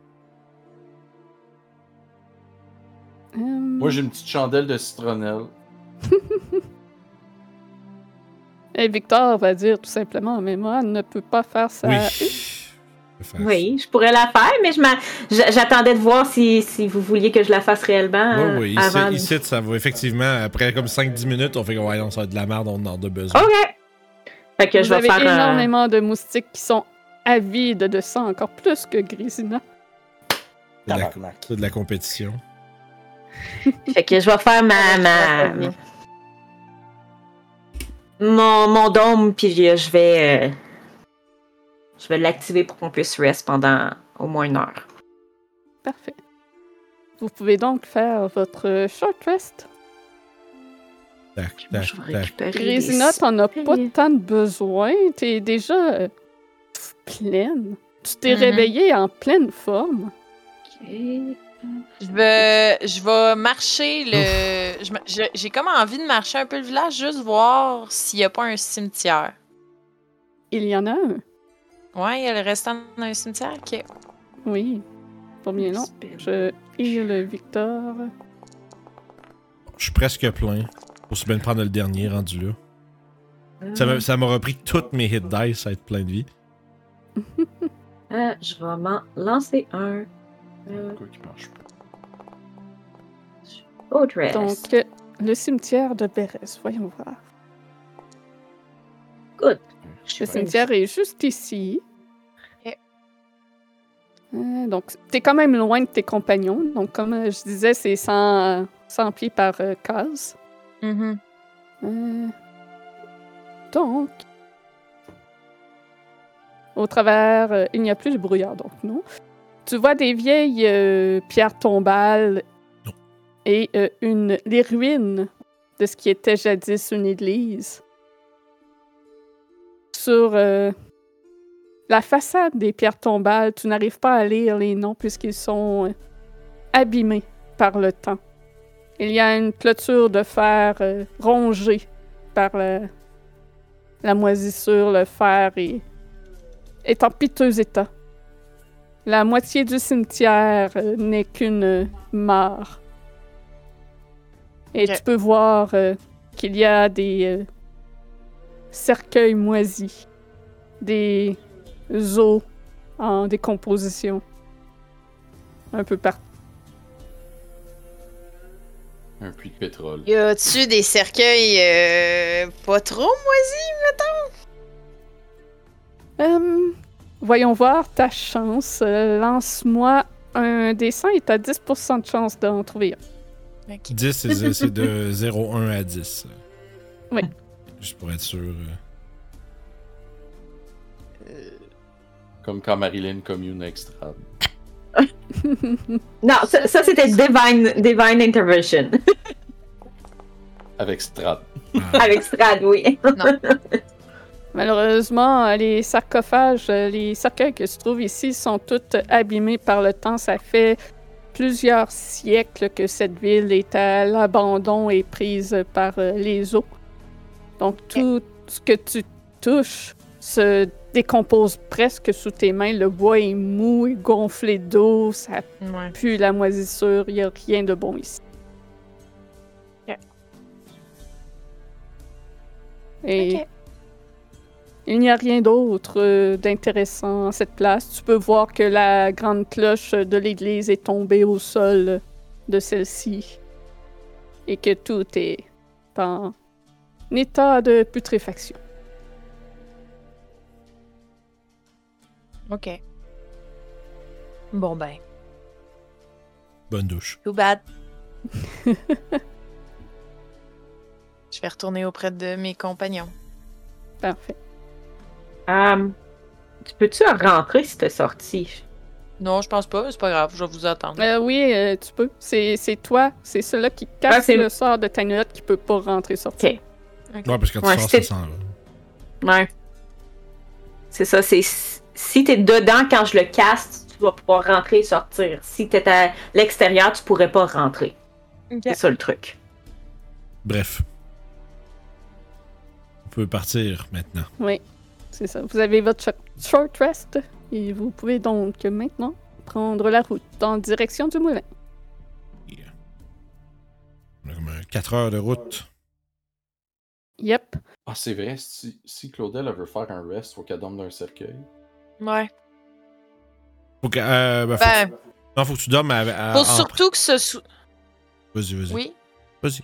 [SPEAKER 1] Euh,
[SPEAKER 4] Moi, j'ai une petite chandelle de citronnelle.
[SPEAKER 1] et Victor va dire tout simplement, mais moi, ne peut pas faire ça.
[SPEAKER 2] Oui. Je vais faire
[SPEAKER 3] oui, je pourrais la faire, mais je m'en- j'a- j'attendais de voir si, si vous vouliez que je la fasse réellement.
[SPEAKER 2] ça.
[SPEAKER 3] hein,
[SPEAKER 2] Ouais, ouais, ici,
[SPEAKER 3] avant de-
[SPEAKER 2] ici, ça va effectivement, après comme 5-10 minutes, on fait que, ouais, non, ça va être de la merde, on en a besoin.
[SPEAKER 3] Ok. Fait que
[SPEAKER 1] Vous
[SPEAKER 3] je vais
[SPEAKER 1] avez
[SPEAKER 3] faire euh, un-
[SPEAKER 1] énormément de moustiques qui sont avides de sang, encore plus que Grisina.
[SPEAKER 2] C'est de la-
[SPEAKER 4] Tabarnak.
[SPEAKER 2] c'est de la compétition.
[SPEAKER 3] Fait que je vais faire
[SPEAKER 5] euh,
[SPEAKER 3] ma. ma- mon, mon dôme, puis euh, je vais. euh, je vais l'activer pour qu'on puisse rest pendant au moins une heure.
[SPEAKER 1] Parfait. Vous pouvez donc faire votre euh, short rest.
[SPEAKER 2] Tac,
[SPEAKER 3] Moi,
[SPEAKER 2] tac,
[SPEAKER 3] je vais
[SPEAKER 2] tac.
[SPEAKER 3] récupérer. des-
[SPEAKER 1] Grésina, t'en as pas
[SPEAKER 3] Hey.
[SPEAKER 1] tant de besoin. T'es déjà euh, pff, pleine. Tu t'es
[SPEAKER 5] Mhm.
[SPEAKER 1] réveillée en pleine forme.
[SPEAKER 5] Je vais, je vais marcher le. je me- je- J'ai comme envie de marcher un peu le village, juste voir s'il n'y a pas un cimetière.
[SPEAKER 1] Il y en a un.
[SPEAKER 5] Ouais, il y a le restant d'un cimetière. Ok.
[SPEAKER 1] Oui. Pas bien long. Je heal Victor.
[SPEAKER 2] Je suis presque plein. Faut se bien prendre le dernier rendu là. Ça
[SPEAKER 3] Mm.
[SPEAKER 2] m'a- Ça m'a repris toutes mes hit dice à être plein de vie.
[SPEAKER 3] Euh, je vais m'en lancer un. Euh,
[SPEAKER 4] Pourquoi qu'il marche pas?
[SPEAKER 3] au dress.
[SPEAKER 1] Donc, euh, le cimetière de Bérez. Voyons voir. Le cimetière est juste ici.
[SPEAKER 5] Ok.
[SPEAKER 1] Euh, donc, t'es quand même loin de tes compagnons. Donc, comme euh, je disais, c'est 100, euh, 100 pieds par euh, case.
[SPEAKER 5] Mhm.
[SPEAKER 1] Euh, donc, au travers, euh, il n'y a plus de brouillard, donc non. Tu vois des vieilles euh, pierres tombales
[SPEAKER 2] Non.
[SPEAKER 1] et euh, une, les ruines de ce qui était jadis une église. Sur euh, la façade des pierres tombales, tu n'arrives pas à lire les noms puisqu'ils sont euh, abîmés par le temps. Il y a une clôture de fer euh, rongée par la, la moisissure, le fer et est en piteux état. La moitié du cimetière euh, n'est qu'une euh, mare. Et
[SPEAKER 5] Ok.
[SPEAKER 1] tu peux voir euh, qu'il y a des euh, cercueils moisis, des os en décomposition un peu partout.
[SPEAKER 4] Un puits de pétrole.
[SPEAKER 5] Y a-tu des cercueils euh, pas trop moisis?
[SPEAKER 1] Hum, voyons voir ta chance. Euh, Lance-moi un dessin et t'as 10% de chance d'en trouver un.
[SPEAKER 5] Ok.
[SPEAKER 2] 10, c'est c'est de 0,1 à 10.
[SPEAKER 1] Oui.
[SPEAKER 2] Juste pour être sûr. euh.
[SPEAKER 4] Comme quand Marilyn commune extra.
[SPEAKER 3] Non, ça, ça, c'était Divine, Divine Intervention.
[SPEAKER 4] Avec Strat.
[SPEAKER 2] Ah.
[SPEAKER 3] Avec Strad, oui.
[SPEAKER 1] Malheureusement, euh, les sarcophages, euh, les cercueils qui se trouvent ici sont tous abîmés par le temps. Ça fait plusieurs siècles que cette ville est à l'abandon et prise par euh, les eaux. Donc tout ce que tu touches se décompose presque sous tes mains. Le bois est mou, est gonflé d'eau, ça
[SPEAKER 5] Ouais.
[SPEAKER 1] pue la moisissure, il n'y a rien de bon ici.
[SPEAKER 5] Ok.
[SPEAKER 1] Et
[SPEAKER 5] Ok.
[SPEAKER 1] il n'y a rien d'autre euh, d'intéressant à cette place. Tu peux voir que la grande cloche de l'église est tombée au sol de celle-ci et que tout est en état de putréfaction.
[SPEAKER 5] Ok. Bon ben.
[SPEAKER 2] Bonne douche.
[SPEAKER 5] Too bad. Je vais retourner auprès de mes compagnons.
[SPEAKER 1] Parfait.
[SPEAKER 3] Euh, tu peux-tu rentrer si t'es sorti?
[SPEAKER 5] Non, je pense pas. C'est pas grave. Je vais vous attendre.
[SPEAKER 1] Euh, oui, euh, tu peux. C'est c'est toi, c'est celui qui casse
[SPEAKER 3] c'est-
[SPEAKER 1] le sort de ta note qui peut pas rentrer sortir.
[SPEAKER 3] Ok.
[SPEAKER 2] Ouais, parce que quand
[SPEAKER 3] Ouais,
[SPEAKER 2] tu sors, ça
[SPEAKER 3] c'était-
[SPEAKER 2] s'en va.
[SPEAKER 3] Ouais. C'est ça, c'est si t'es dedans quand je le casse, tu vas pouvoir rentrer et sortir. Si t'es à l'extérieur, tu pourrais pas rentrer. C'est ça le truc.
[SPEAKER 2] Bref. On peut partir maintenant.
[SPEAKER 1] C'est ça. Vous avez votre short- short rest et vous pouvez donc maintenant prendre la route en direction du moulin.
[SPEAKER 2] On a comme 4 heures de route.
[SPEAKER 1] Yep.
[SPEAKER 4] Ah, c'est vrai, si, si Claudel elle veut faire un rest, faut qu'elle dorme d'un cercueil.
[SPEAKER 5] Ouais.
[SPEAKER 2] Faut que, euh, ben, faut
[SPEAKER 5] Ben,
[SPEAKER 2] que- non, faut que tu Ah, dormes à. à-
[SPEAKER 5] faut
[SPEAKER 2] en-
[SPEAKER 5] surtout que ce soit.
[SPEAKER 2] Vas-y, vas-y.
[SPEAKER 5] Oui.
[SPEAKER 2] Vas-y.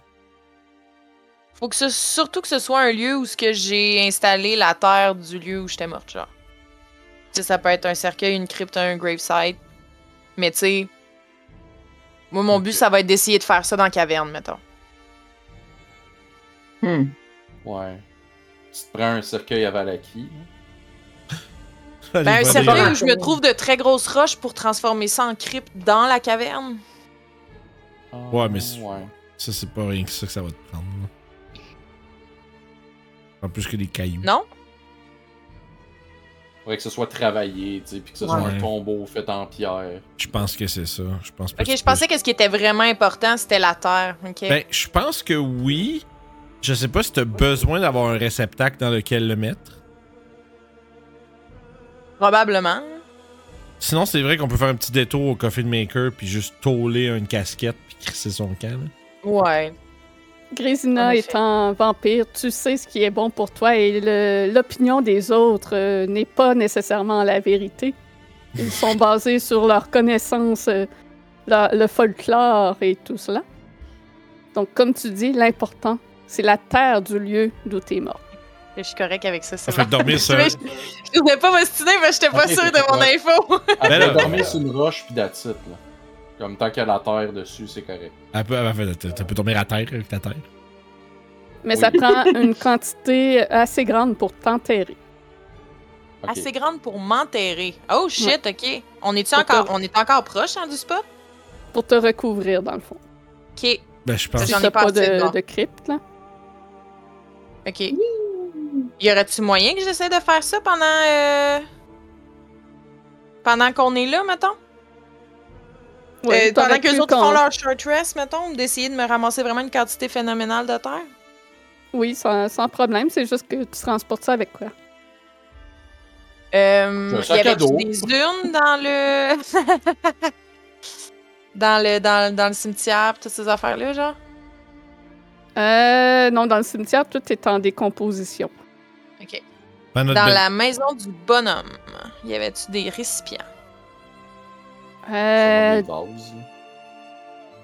[SPEAKER 5] Faut que ce... surtout que ce soit un lieu où ce que j'ai installé la terre du lieu où j'étais morte, genre. Tu sais, ça peut être un cercueil, une crypte, un gravesite. Mais tu sais, moi mon but
[SPEAKER 4] Ok.
[SPEAKER 5] ça va être d'essayer de faire ça dans la caverne, mettons.
[SPEAKER 3] Hmm.
[SPEAKER 4] Ouais. Tu te prends un cercueil à Valaki. hein? là.
[SPEAKER 2] Allez,
[SPEAKER 5] Ben, un
[SPEAKER 2] vas-y.
[SPEAKER 5] cercueil
[SPEAKER 3] voir.
[SPEAKER 5] où je me trouve de très grosses roches pour transformer ça en crypte dans la caverne.
[SPEAKER 4] Ah,
[SPEAKER 2] Ouais, mais c'est-
[SPEAKER 4] Ouais.
[SPEAKER 2] Ça, c'est pas rien que ça que ça va te prendre. là. En plus que des cailloux.
[SPEAKER 5] Non?
[SPEAKER 4] Faudrait que ce soit travaillé, tu sais, puis que ce soit
[SPEAKER 2] Ouais. Ben
[SPEAKER 4] un tombeau fait en pierre.
[SPEAKER 2] Je pense que c'est ça. Je pense pas que
[SPEAKER 5] Ok,
[SPEAKER 2] tu
[SPEAKER 5] je
[SPEAKER 2] peux-
[SPEAKER 5] pensais que ce qui était vraiment important c'était la terre. Ok.
[SPEAKER 2] Ben, je pense que oui. Je sais pas si t'as besoin d'avoir un réceptacle dans lequel le mettre.
[SPEAKER 5] Probablement.
[SPEAKER 2] Sinon, c'est vrai qu'on peut faire un petit détour au Coffin Maker puis juste tôler une casquette puis crisser son camp. là.
[SPEAKER 5] Ouais. En
[SPEAKER 1] Grésina
[SPEAKER 5] effet.
[SPEAKER 1] étant vampire, tu sais ce qui est bon pour toi et le- l'opinion des autres euh, n'est pas nécessairement la vérité. Ils sont basés sur leur connaissance, euh, la- le folklore et tout cela. Donc, comme tu dis, l'important, c'est la terre du lieu d'où tu es mort.
[SPEAKER 5] Je suis correct avec ça.
[SPEAKER 2] Ça
[SPEAKER 5] c'est
[SPEAKER 2] fait
[SPEAKER 5] bon.
[SPEAKER 2] que dormir sur...
[SPEAKER 5] Mais je- Je voulais pas m'ostiner parce que j'étais pas
[SPEAKER 4] Ok,
[SPEAKER 5] sûre de mon
[SPEAKER 4] ouais.
[SPEAKER 5] info.
[SPEAKER 4] Elle
[SPEAKER 2] Ben
[SPEAKER 4] va
[SPEAKER 2] là-
[SPEAKER 4] dormir sur une roche, puis that's it, là. Comme tant qu'il y a la terre dessus, c'est correct.
[SPEAKER 2] Elle peut, elle peut- elle peut dormir à terre avec ta terre.
[SPEAKER 1] Mais
[SPEAKER 4] Oui.
[SPEAKER 1] ça prend une quantité assez grande pour t'enterrer.
[SPEAKER 4] Ok.
[SPEAKER 5] Assez grande pour m'enterrer. Oh shit, ok. On est-tu
[SPEAKER 1] Pour
[SPEAKER 5] encore,
[SPEAKER 1] te-
[SPEAKER 5] on est encore proche hein, du spot?
[SPEAKER 1] Pour te recouvrir, dans le fond.
[SPEAKER 5] Ok,
[SPEAKER 2] Ben, je pense...
[SPEAKER 5] J'en ai
[SPEAKER 1] T'as
[SPEAKER 5] pas
[SPEAKER 1] pas
[SPEAKER 5] assez dedans.
[SPEAKER 1] de, de crypte, là.
[SPEAKER 5] ok. Y aurait-tu moyen que j'essaie de faire ça pendant. euh, Pendant qu'on est là, mettons?
[SPEAKER 1] Ouais,
[SPEAKER 5] Euh, pendant
[SPEAKER 1] t'aurais
[SPEAKER 5] que les
[SPEAKER 1] pu
[SPEAKER 5] autres font
[SPEAKER 1] qu'on-
[SPEAKER 5] leur short rest, mettons, ou d'essayer de me ramasser vraiment une quantité phénoménale de terre?
[SPEAKER 1] Oui, sans, sans problème. C'est juste que tu transportes ça avec quoi?
[SPEAKER 4] C'est
[SPEAKER 5] Euh,
[SPEAKER 4] un
[SPEAKER 5] y
[SPEAKER 4] sac à
[SPEAKER 5] avait
[SPEAKER 4] dos.
[SPEAKER 5] des urnes dans le. dans le dans, dans le cimetière, pis toutes ces affaires-là, genre?
[SPEAKER 1] Euh, non, dans le cimetière, tout est en décomposition.
[SPEAKER 5] Ok.
[SPEAKER 2] Ben, notre
[SPEAKER 5] Dans
[SPEAKER 2] belle-
[SPEAKER 5] la maison du bonhomme, y avait-tu des récipients?
[SPEAKER 1] Euh,
[SPEAKER 4] Ça va, les bases, là.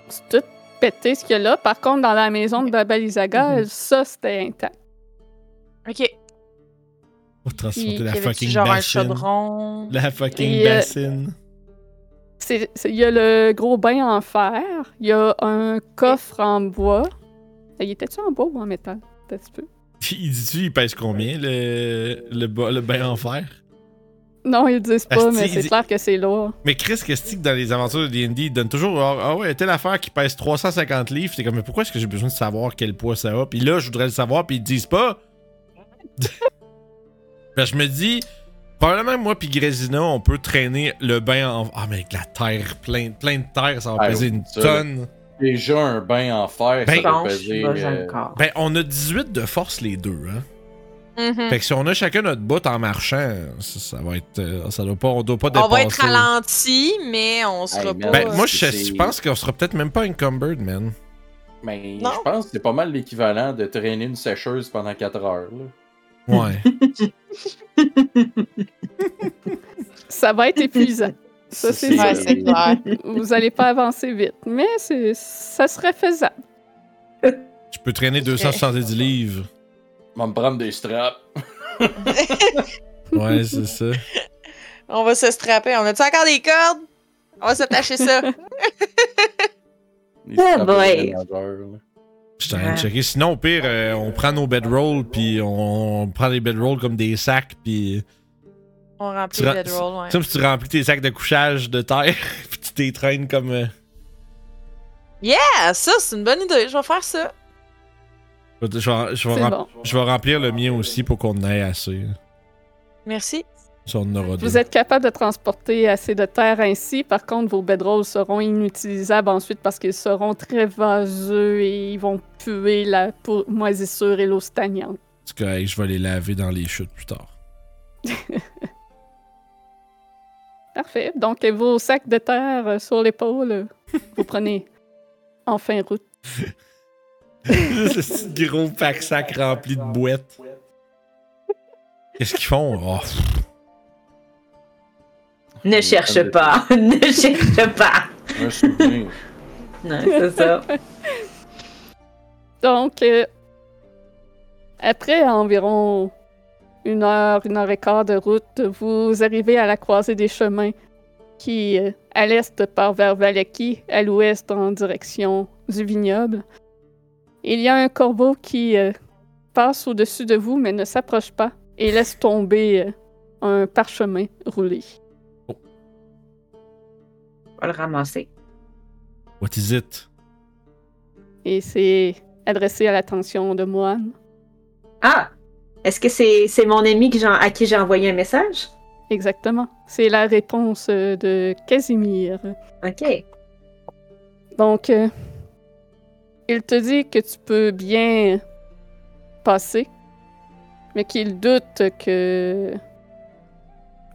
[SPEAKER 1] c'est tout pété ce qu'il y a là. Par contre, dans la maison de Babalizaga,
[SPEAKER 5] Mhm.
[SPEAKER 1] ça, c'était intact.
[SPEAKER 5] Ok.
[SPEAKER 2] Pour transporter
[SPEAKER 5] Puis,
[SPEAKER 2] Oh, la
[SPEAKER 5] y avait-tu
[SPEAKER 2] fucking
[SPEAKER 5] genre un
[SPEAKER 2] bassine.
[SPEAKER 5] chaudron.
[SPEAKER 2] La fucking
[SPEAKER 1] Et, euh,
[SPEAKER 2] bassine.
[SPEAKER 1] c'est- c'est- il y a le gros bain en fer, il y a un coffre en bois. Euh, Il était-tu en bois ou en métal? Un petit peu.
[SPEAKER 2] Il dit-tu, il pèse combien le, le, ba- le bain en fer?
[SPEAKER 1] Non, ils le disent pas,
[SPEAKER 2] Asti,
[SPEAKER 1] mais
[SPEAKER 2] il
[SPEAKER 1] c'est
[SPEAKER 2] dit-
[SPEAKER 1] clair que c'est lourd.
[SPEAKER 2] Mais Chris, qu'est-ce que dans les aventures de D&D, il donne toujours Ah ah ouais, telle affaire qui pèse 350 livres. C'est comme, mais pourquoi est-ce que j'ai besoin de savoir quel poids ça a? Puis là, je voudrais le savoir, puis ils disent pas. ben, je me dis, probablement que moi, puis Grésina, on peut traîner le bain en. Ah, mais avec la terre, plein, plein de terre, ça va
[SPEAKER 4] Ah,
[SPEAKER 2] peser
[SPEAKER 4] oui,
[SPEAKER 2] une
[SPEAKER 4] ça, là.
[SPEAKER 2] tonne.
[SPEAKER 4] Déjà un bain en fer,
[SPEAKER 2] Ben-
[SPEAKER 4] ça doit
[SPEAKER 3] Tranche,
[SPEAKER 4] peser.
[SPEAKER 3] bas,
[SPEAKER 4] euh,
[SPEAKER 3] encore.
[SPEAKER 2] Ben, on a 18 de force, les deux, hein.
[SPEAKER 5] Mhm.
[SPEAKER 2] Fait que si on a chacun notre bout en marchant, ça, ça va être. euh, Ça doit pas, on doit pas
[SPEAKER 5] On
[SPEAKER 2] dépasser.
[SPEAKER 5] va être ralenti, mais on sera
[SPEAKER 4] Hey,
[SPEAKER 5] pas.
[SPEAKER 4] man.
[SPEAKER 2] Ben, moi, je,
[SPEAKER 4] C'est-
[SPEAKER 2] je pense qu'on sera peut-être même pas encumbered, man.
[SPEAKER 4] Mais
[SPEAKER 5] Non.
[SPEAKER 4] je pense que c'est pas mal l'équivalent de traîner une sécheuse pendant 4 heures. là.
[SPEAKER 5] Hmm.
[SPEAKER 2] Ouais.
[SPEAKER 1] Ça va être épuisant. Ça, c'est
[SPEAKER 5] Ouais,
[SPEAKER 1] sûr.
[SPEAKER 5] c'est clair.
[SPEAKER 1] Vous allez pas avancer vite, mais c'est- ça serait faisable.
[SPEAKER 2] Je peux traîner 270 livres.
[SPEAKER 4] On va me prendre des straps.
[SPEAKER 2] Ouais, c'est ça.
[SPEAKER 5] On va se strapper. On a-tu encore des cordes? On va s'attacher ça.
[SPEAKER 4] Des
[SPEAKER 3] Ah,
[SPEAKER 4] straps
[SPEAKER 3] boy.
[SPEAKER 4] de nageur, là.
[SPEAKER 2] J'étais en train de checker. Sinon, au pire, euh, on prend nos bedrolls, puis on, on prend les bedrolls comme des sacs, puis.
[SPEAKER 5] On remplit
[SPEAKER 2] Tu ra-
[SPEAKER 5] le bedroll, ouais.
[SPEAKER 2] Tu sais, si tu remplis tes sacs de couchage de terre, puis tu t'es traînes comme. euh,
[SPEAKER 5] Ah, ça, c'est une bonne idée. Je vais faire ça.
[SPEAKER 2] Je vais, je vais- je vais
[SPEAKER 1] C'est
[SPEAKER 2] rem-
[SPEAKER 1] bon.
[SPEAKER 2] je vais remplir le mien aussi pour qu'on en ait assez.
[SPEAKER 5] Merci.
[SPEAKER 2] Si on en aura deux.
[SPEAKER 1] Vous êtes capable de transporter assez de terre ainsi. Par contre, vos bedrolls seront inutilisables ensuite parce qu'ils seront très vaseux et ils vont puer la pou- moisissure et l'eau stagnante.
[SPEAKER 2] Parce que hey, je vais les laver dans les chutes plus tard.
[SPEAKER 1] Parfait. Donc, vos sacs de terre euh, sur l'épaule, euh, vous prenez enfin route.
[SPEAKER 2] ce petit gros pack sac rempli de boîtes. Qu'est-ce qu'ils font? Oh, pff,
[SPEAKER 3] Ne cherche pas. ne cherche pas.
[SPEAKER 4] Un souvenir.
[SPEAKER 3] Ouais, c'est ça.
[SPEAKER 1] Donc, euh, après environ une heure, une heure et quart de route, vous arrivez à la croisée des chemins qui, euh, à l'est, part vers Valaki, à l'ouest, en direction du vignoble. Il y a un corbeau qui euh, passe au-dessus de vous, mais ne s'approche pas et laisse tomber euh, un parchemin roulé.
[SPEAKER 3] On va le ramasser.
[SPEAKER 2] what is it?
[SPEAKER 1] Et c'est adressé à l'attention de Moine.
[SPEAKER 3] Ah! Est-ce que c'est c'est mon ami que j'en- à qui j'ai envoyé un message?
[SPEAKER 1] Exactement. C'est la réponse euh, de Casimir.
[SPEAKER 3] Ok.
[SPEAKER 1] Donc, euh, il te dit que tu peux bien passer, mais qu'il doute que...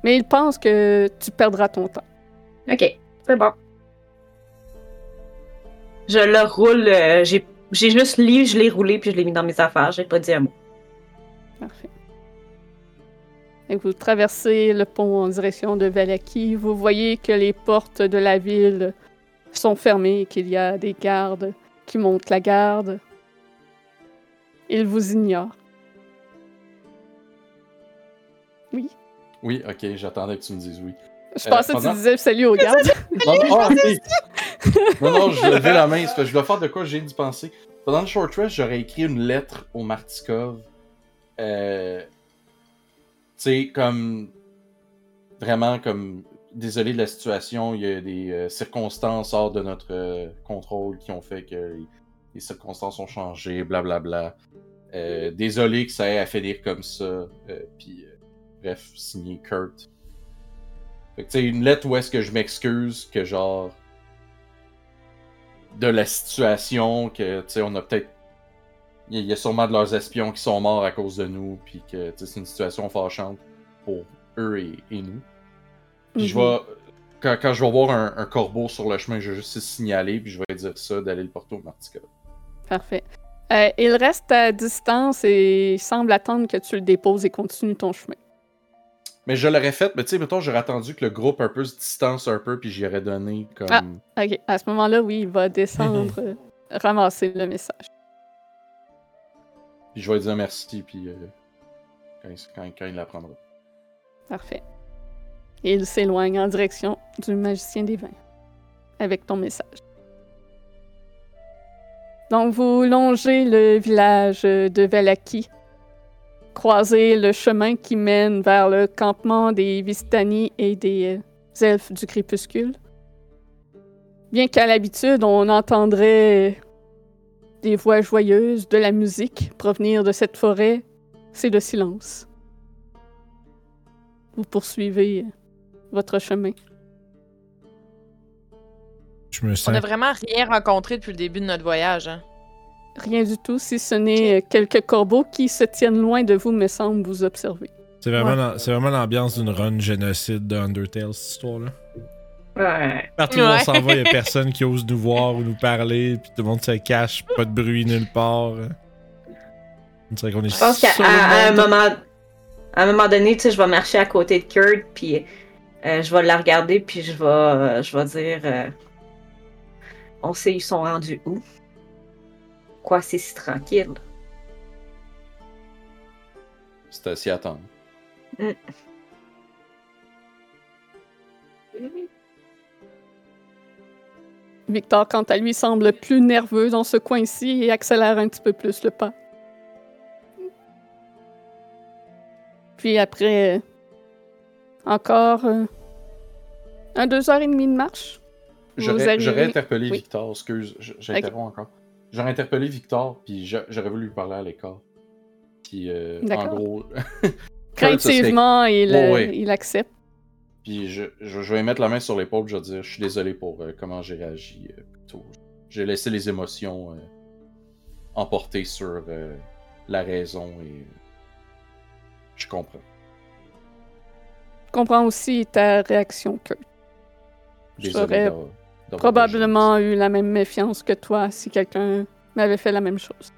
[SPEAKER 1] Mais il pense que tu perdras ton temps.
[SPEAKER 3] Ok. C'est bon. Je le roule. euh, j'ai j'ai juste lu, je l'ai roulé, puis je l'ai mis dans mes affaires. J'ai pas dit un mot.
[SPEAKER 1] Parfait. Et vous traversez le pont en direction de Valaki. Vous voyez que les portes de la ville sont fermées et qu'il y a des gardes qui montent la garde. Ils vous ignorent. Oui.
[SPEAKER 4] Oui, ok, j'attendais que tu me dises oui.
[SPEAKER 1] Je
[SPEAKER 4] Euh,
[SPEAKER 1] pensais que
[SPEAKER 4] pendant-
[SPEAKER 1] tu disais salut aux gardes.
[SPEAKER 4] Non, non, ah, ok. non, non, je levais la main. c'est parce que je dois faire de quoi j'ai dû penser. Pendant le short rest, j'aurais écrit une lettre au Martikov. Euh, tu sais, comme. Vraiment, comme. Désolé de la situation, il y a des euh, circonstances hors de notre euh, contrôle qui ont fait que les, les circonstances ont changé, blablabla. Euh, désolé que ça ait à finir comme ça. euh, Puis, euh, bref, signé Kurt. Fait que tu sais, une lettre où est-ce que je m'excuse que genre de la situation que tu sais on a peut-être il y a- il y a sûrement de leurs espions qui sont morts à cause de nous puis que tu sais, c'est une situation fâchante pour eux et, et nous. Puis je vais quand, quand je vais voir un, un corbeau sur le chemin, je vais juste le signaler puis je vais dire ça d'aller le porter au Martica.
[SPEAKER 1] Parfait. Euh, il reste à distance et semble attendre que tu le déposes et continue ton chemin.
[SPEAKER 4] Mais je l'aurais fait, mais tu sais mettons j'aurais attendu que le groupe un peu se distance un peu puis j'y aurais donné comme
[SPEAKER 1] Ah. Ok, à ce moment-là, oui, il va descendre, euh, ramasser le message.
[SPEAKER 4] puis je vais dire merci puis euh, quand, il- quand- quand il l'apprendra.
[SPEAKER 1] Parfait. Et il s'éloigne en direction du magicien des vins. avec ton message. Donc, vous longez le village de Valaki, croisez le chemin qui mène vers le campement des Vistani et des euh, elfes du crépuscule. Bien qu'à l'habitude, on entendrait des voix joyeuses, de la musique provenir de cette forêt, c'est le silence. Vous poursuivez votre chemin.
[SPEAKER 2] Je me
[SPEAKER 5] On
[SPEAKER 2] sens.
[SPEAKER 5] n'a vraiment rien rencontré depuis le début de notre voyage. Hein.
[SPEAKER 1] Rien du tout, si ce n'est euh, quelques corbeaux qui se tiennent loin de vous, me semble vous observer.
[SPEAKER 2] C'est vraiment,
[SPEAKER 5] Ouais.
[SPEAKER 2] l'am- c'est vraiment l'ambiance d'une run génocide de Undertale, cette histoire-là.
[SPEAKER 3] Ouais.
[SPEAKER 2] Partout où on
[SPEAKER 5] Ouais.
[SPEAKER 2] s'en va, il a personne qui ose nous voir ou nous parler, puis tout le monde se cache, pas de bruit nulle part. On dirait qu'on est
[SPEAKER 3] Je pense qu'à
[SPEAKER 2] sur
[SPEAKER 3] à- à
[SPEAKER 2] le
[SPEAKER 3] un
[SPEAKER 2] monde.
[SPEAKER 3] moment, à un moment donné, tu sais, je vais marcher à côté de Kurt, puis euh, je vais la regarder, puis je vais, euh, je vais dire, euh, on sait ils sont rendus où. Quoi, c'est si tranquille.
[SPEAKER 4] C'est à s'y attendre.
[SPEAKER 1] Victor, quant à lui, semble plus nerveux dans ce coin-ci et accélère un petit peu plus le pas. Puis après, euh, encore euh, un deux heures et demie de marche. Vous
[SPEAKER 4] J'aurais
[SPEAKER 1] arrivez-
[SPEAKER 4] j'aurais interpellé
[SPEAKER 1] oui.
[SPEAKER 4] Victor, excuse, j- j'interromps encore. J'aurais interpellé Victor, puis j'a- j'aurais voulu lui parler à l'écart. Puis euh, en
[SPEAKER 1] D'accord.
[SPEAKER 4] gros, Kurt se
[SPEAKER 1] Craintivement, il, euh,
[SPEAKER 4] Oh, oui.
[SPEAKER 1] il accepte.
[SPEAKER 4] puis je, je, je vais mettre la main sur l'épaule, je vais dire, je suis désolé pour euh, comment j'ai réagi euh, plus tôt. J'ai laissé les émotions euh, emporter sur euh, la raison et euh, je comprends.
[SPEAKER 1] Je comprends aussi ta réaction, Kurt. J'aurais
[SPEAKER 4] Désolé. d'avoir- d'avoir
[SPEAKER 1] Probablement eu la même méfiance que toi si quelqu'un m'avait fait la même chose.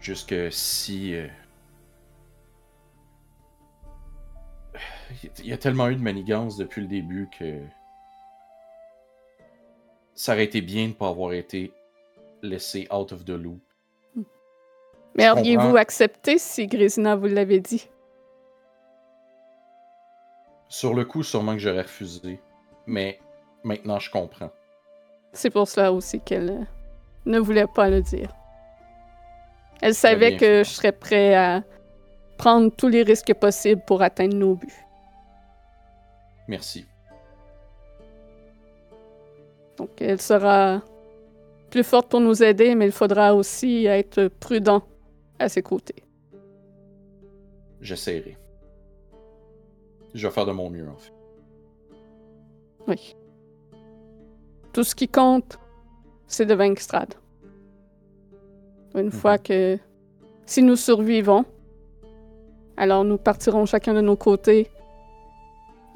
[SPEAKER 4] Jusque si. euh, Il y a tellement eu de manigances depuis le début que. Ça aurait été bien de ne pas avoir été laissé out of the loop.
[SPEAKER 1] Mais
[SPEAKER 4] Je comprends.
[SPEAKER 1] auriez-vous accepté si Grésina vous l'avait dit?
[SPEAKER 4] Sur le coup, sûrement que j'aurais refusé. Mais maintenant, je comprends.
[SPEAKER 1] C'est pour cela aussi qu'elle euh, ne voulait pas le dire. Elle savait
[SPEAKER 4] bien
[SPEAKER 1] que je serais prêt à prendre tous les risques possibles pour atteindre nos buts.
[SPEAKER 4] Merci.
[SPEAKER 1] Donc elle sera plus forte pour nous aider, mais il faudra aussi être prudent à ses côtés.
[SPEAKER 4] J'essaierai. Je vais faire de mon mieux, en fait.
[SPEAKER 1] Oui. Tout ce qui compte, c'est de vaincre Strad. Une fois que si nous survivons, alors nous partirons chacun de nos côtés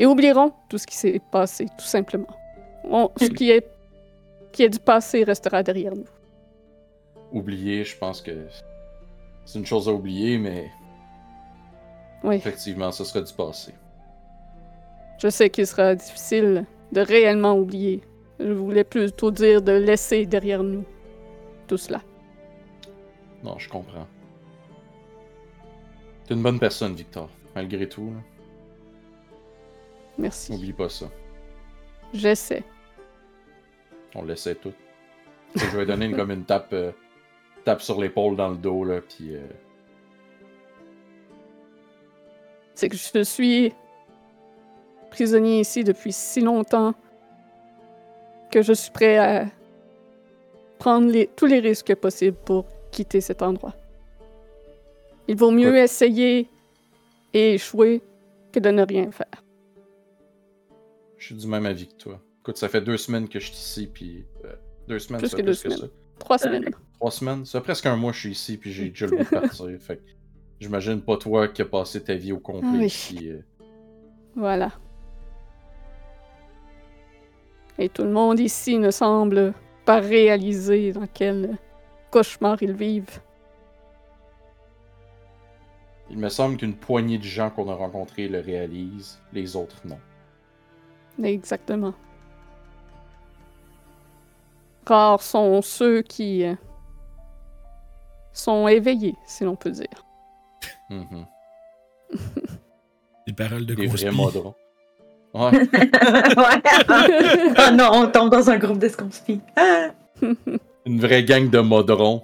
[SPEAKER 1] et oublierons tout ce qui s'est passé, tout simplement. On- ce qui est qui est du passé restera derrière nous.
[SPEAKER 4] Oublier, je pense que c'est une chose à oublier, mais
[SPEAKER 1] Oui,
[SPEAKER 4] effectivement, ce sera du passé.
[SPEAKER 1] je sais qu'il sera difficile de réellement oublier. Je voulais plutôt dire de laisser derrière nous tout cela.
[SPEAKER 4] Non, je comprends. T'es une bonne personne, Victor. Malgré tout, là.
[SPEAKER 1] Merci.
[SPEAKER 4] oublie pas ça.
[SPEAKER 1] J'essaie.
[SPEAKER 4] On le laissait tout. Je vais donner une- comme une tape, euh, tape sur l'épaule dans le dos, là, puis euh,
[SPEAKER 1] C'est que je suis prisonnier ici depuis si longtemps que je suis prêt à prendre les- tous les risques possibles pour quitter cet endroit. Il vaut mieux
[SPEAKER 4] Ouais.
[SPEAKER 1] essayer et échouer que de ne rien faire.
[SPEAKER 4] je suis du même avis que toi. Écoute, ça fait deux semaines que je suis ici, puis euh, deux semaines,
[SPEAKER 1] Plus
[SPEAKER 4] ça,
[SPEAKER 1] que deux semaines. Trois semaines.
[SPEAKER 4] Trois semaines, ça fait presque un mois que je suis ici, puis j'ai déjà le goût de partir. Fait que j'imagine pas toi qui as passé ta vie au complet
[SPEAKER 1] Ah oui.
[SPEAKER 4] ici. euh.
[SPEAKER 1] Voilà. Et tout le monde ici ne semble pas réaliser dans quel cauchemar ils vivent.
[SPEAKER 4] Il me semble qu'une poignée de gens qu'on a rencontrés le réalisent, les autres non.
[SPEAKER 1] Exactement. Rares sont ceux qui euh, sont éveillés, si l'on peut dire.
[SPEAKER 4] Mhm.
[SPEAKER 2] Des paroles de
[SPEAKER 4] Des
[SPEAKER 2] conspi.
[SPEAKER 4] vrais modrons. Ouais.
[SPEAKER 3] Ouais. Ah non, on tombe dans un groupe de sconfi. Ah.
[SPEAKER 4] Une vraie gang de modrons.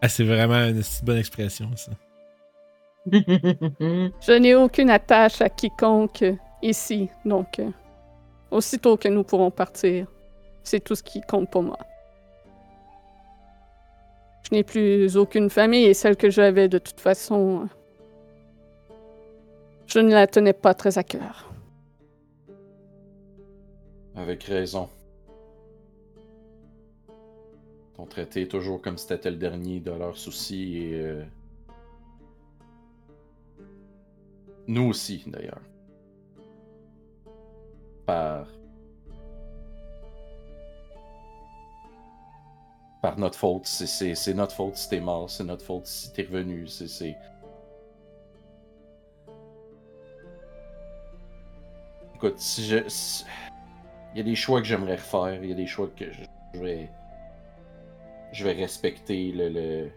[SPEAKER 2] Ah, c'est vraiment une si bonne expression, ça.
[SPEAKER 1] Je n'ai aucune attache à quiconque ici, donc euh, aussitôt que nous pourrons partir, c'est tout ce qui compte pour moi. Je n'ai plus aucune famille et celle que j'avais de toute façon, euh, je ne la tenais pas très à cœur.
[SPEAKER 4] Avec raison. Ils t'ont traité toujours comme si t'étais le dernier de leurs soucis et. euh, Nous aussi, d'ailleurs. Par. Par notre faute. C'est- C'est c'est notre faute si t'es mort, c'est notre faute si t'es revenu, c'est- c'est. Écoute, si je. si- Il y a des choix que j'aimerais refaire, il y a des choix que je, je vais. Je vais respecter le, le-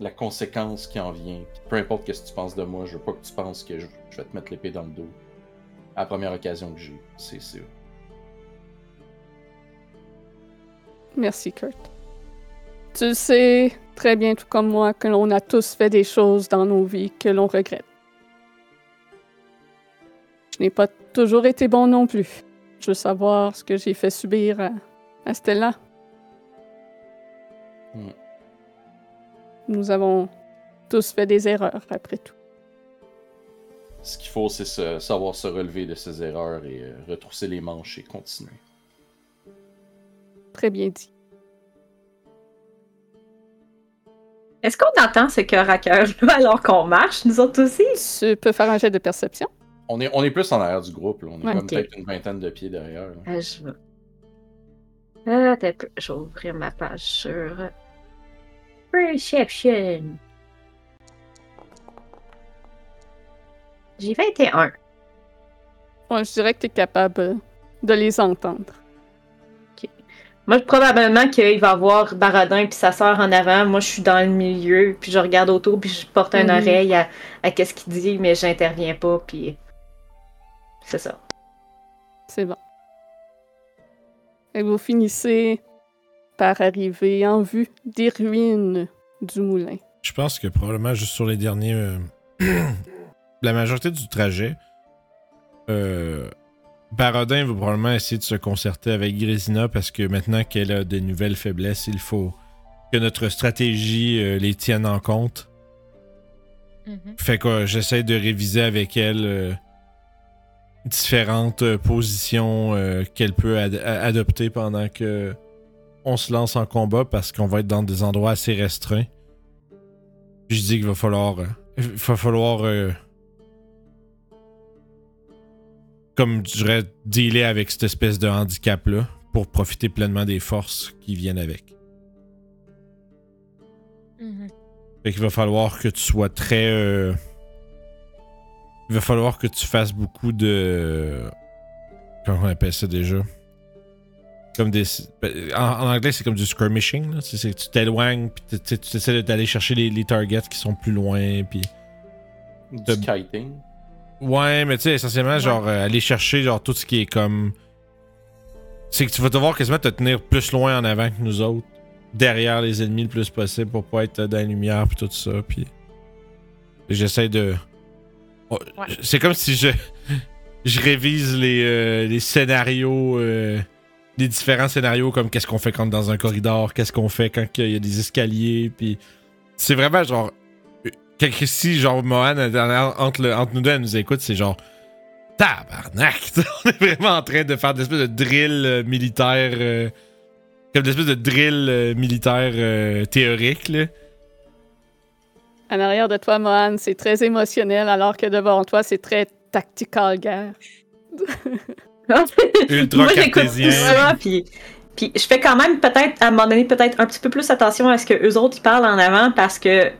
[SPEAKER 4] la conséquence qui en vient. Puis Peu importe ce que tu penses de moi, je veux pas que tu penses que je, je vais te mettre l'épée dans le dos. À la première occasion que j'ai, c'est sûr.
[SPEAKER 1] Merci, Kurt. Tu sais très bien, tout comme moi, que l'on a tous fait des choses dans nos vies que l'on regrette. Je n'ai pas toujours été bon non plus. Je veux savoir ce que j'ai fait subir à, à Stella.
[SPEAKER 4] Hmm.
[SPEAKER 1] Nous avons tous fait des erreurs, après tout.
[SPEAKER 4] Ce qu'il faut, c'est se- savoir se relever de ses erreurs et euh, retrousser les manches et continuer.
[SPEAKER 1] Très bien dit.
[SPEAKER 3] Est-ce qu'on entend ce cœur à cœur là alors qu'on marche, nous autres aussi?
[SPEAKER 1] Tu peux faire un jet de perception.
[SPEAKER 4] On est, on est plus en arrière du groupe, là. on est
[SPEAKER 1] Ouais,
[SPEAKER 4] comme
[SPEAKER 1] ok.
[SPEAKER 4] peut-être une vingtaine de pieds derrière. là.
[SPEAKER 3] Ah, je vais. Ah, attends un peu. Je vais ouvrir ma page sur. Perception. J'ai 21.
[SPEAKER 1] Ouais, je dirais que tu es capable de les entendre.
[SPEAKER 3] Moi, probablement qu'il va y avoir Baradin puis sa sœur en avant. Moi, je suis dans le milieu, puis je regarde autour, puis je porte une
[SPEAKER 1] Mhm.
[SPEAKER 3] oreille à, à qu'est-ce qu'il dit, mais j'interviens pas, puis c'est ça.
[SPEAKER 1] C'est bon. Et vous finissez par arriver en vue des ruines du moulin.
[SPEAKER 2] Je pense que probablement juste sur les derniers. euh, la majorité du trajet, euh, Barodin va probablement essayer de se concerter avec Grésina parce que maintenant qu'elle a des nouvelles faiblesses, il faut que notre stratégie euh, les tienne en compte. Fait que euh, j'essaie de réviser avec elle euh, différentes euh, positions euh, qu'elle peut ad- a- adopter pendant que on se lance en combat parce qu'on va être dans des endroits assez restreints. Puis je dis qu'il va falloir euh, il va falloir euh, comme je dirais dealer avec cette espèce de handicap là pour profiter pleinement des forces qui viennent avec.
[SPEAKER 5] Mm-hmm.
[SPEAKER 2] Fait qu'il va falloir que tu sois très. euh, Il va falloir que tu fasses beaucoup de. Comment on appelle ça déjà Comme des. ben, En, en anglais, c'est comme du skirmishing. Là. C'est, c'est- tu t'éloignes, puis tu- tu tu essaies d'aller chercher les, les targets qui sont plus loin, puis.
[SPEAKER 4] Du
[SPEAKER 2] De-
[SPEAKER 4] kiting.
[SPEAKER 2] Ouais, mais tu sais, essentiellement, genre, euh, aller chercher, genre, tout ce qui est comme. C'est que tu vas devoir quasiment te tenir plus loin en avant que nous autres, derrière les ennemis le plus possible pour pas être euh, dans la lumière, puis tout ça, puis. J'essaie de. Oh,
[SPEAKER 5] Ouais.
[SPEAKER 2] C'est comme si je. Je révise les, euh, les scénarios. euh, les différents scénarios, comme qu'est-ce qu'on fait quand on est dans un corridor, qu'est-ce qu'on fait quand il y a des escaliers, puis. C'est vraiment genre quelque si genre Mohan la dernière- entre, le- entre nous deux elle nous écoute c'est genre tabarnak on est vraiment en train de faire des espèces de drill euh, militaire euh, comme des espèces de drill euh, militaire euh, théorique là.
[SPEAKER 1] En arrière de toi, Mohan, c'est très émotionnel, alors que devant toi, c'est très tactical guerre.
[SPEAKER 2] ultra
[SPEAKER 3] Moi, j'écoute tout
[SPEAKER 2] cartésien
[SPEAKER 3] ça, puis, puis je fais quand même peut-être, à un moment donné, peut-être un petit peu plus attention à ce que eux autres ils parlent en avant parce que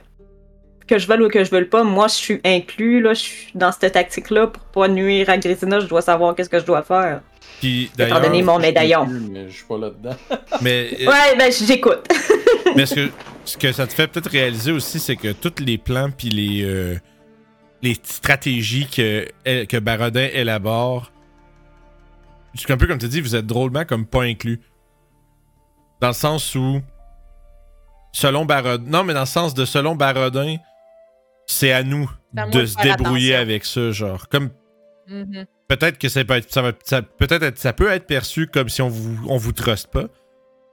[SPEAKER 3] que je veuille ou que je veuille pas, moi je suis inclus, là, je suis dans cette tactique-là pour pas nuire à Grisina, je dois savoir qu'est-ce que je dois faire.
[SPEAKER 2] puis
[SPEAKER 3] Étant donné
[SPEAKER 2] d'ailleurs
[SPEAKER 3] mon médaillon.
[SPEAKER 4] Je l'ai plus, mais je suis pas là-dedans.
[SPEAKER 2] mais euh,
[SPEAKER 3] Ouais, ben j'écoute.
[SPEAKER 2] Mais ce que, ce que ça te fait peut-être réaliser aussi, c'est que tous les plans puis les, euh, les stratégies que, elle- que Barodin élabore. C'est un peu comme tu dis, vous êtes drôlement comme pas inclus. Dans le sens où, selon Barodin, non, mais dans le sens de selon Barodin, c'est à nous
[SPEAKER 5] C'est à moi
[SPEAKER 2] de
[SPEAKER 5] de
[SPEAKER 2] se
[SPEAKER 5] faire
[SPEAKER 2] débrouiller
[SPEAKER 5] attention.
[SPEAKER 2] avec ça, genre. Comme
[SPEAKER 5] Mhm.
[SPEAKER 2] peut-être que ça peut être, ça va- ça- peut-être être- ça peut être perçu comme si on vous, on vous truste pas,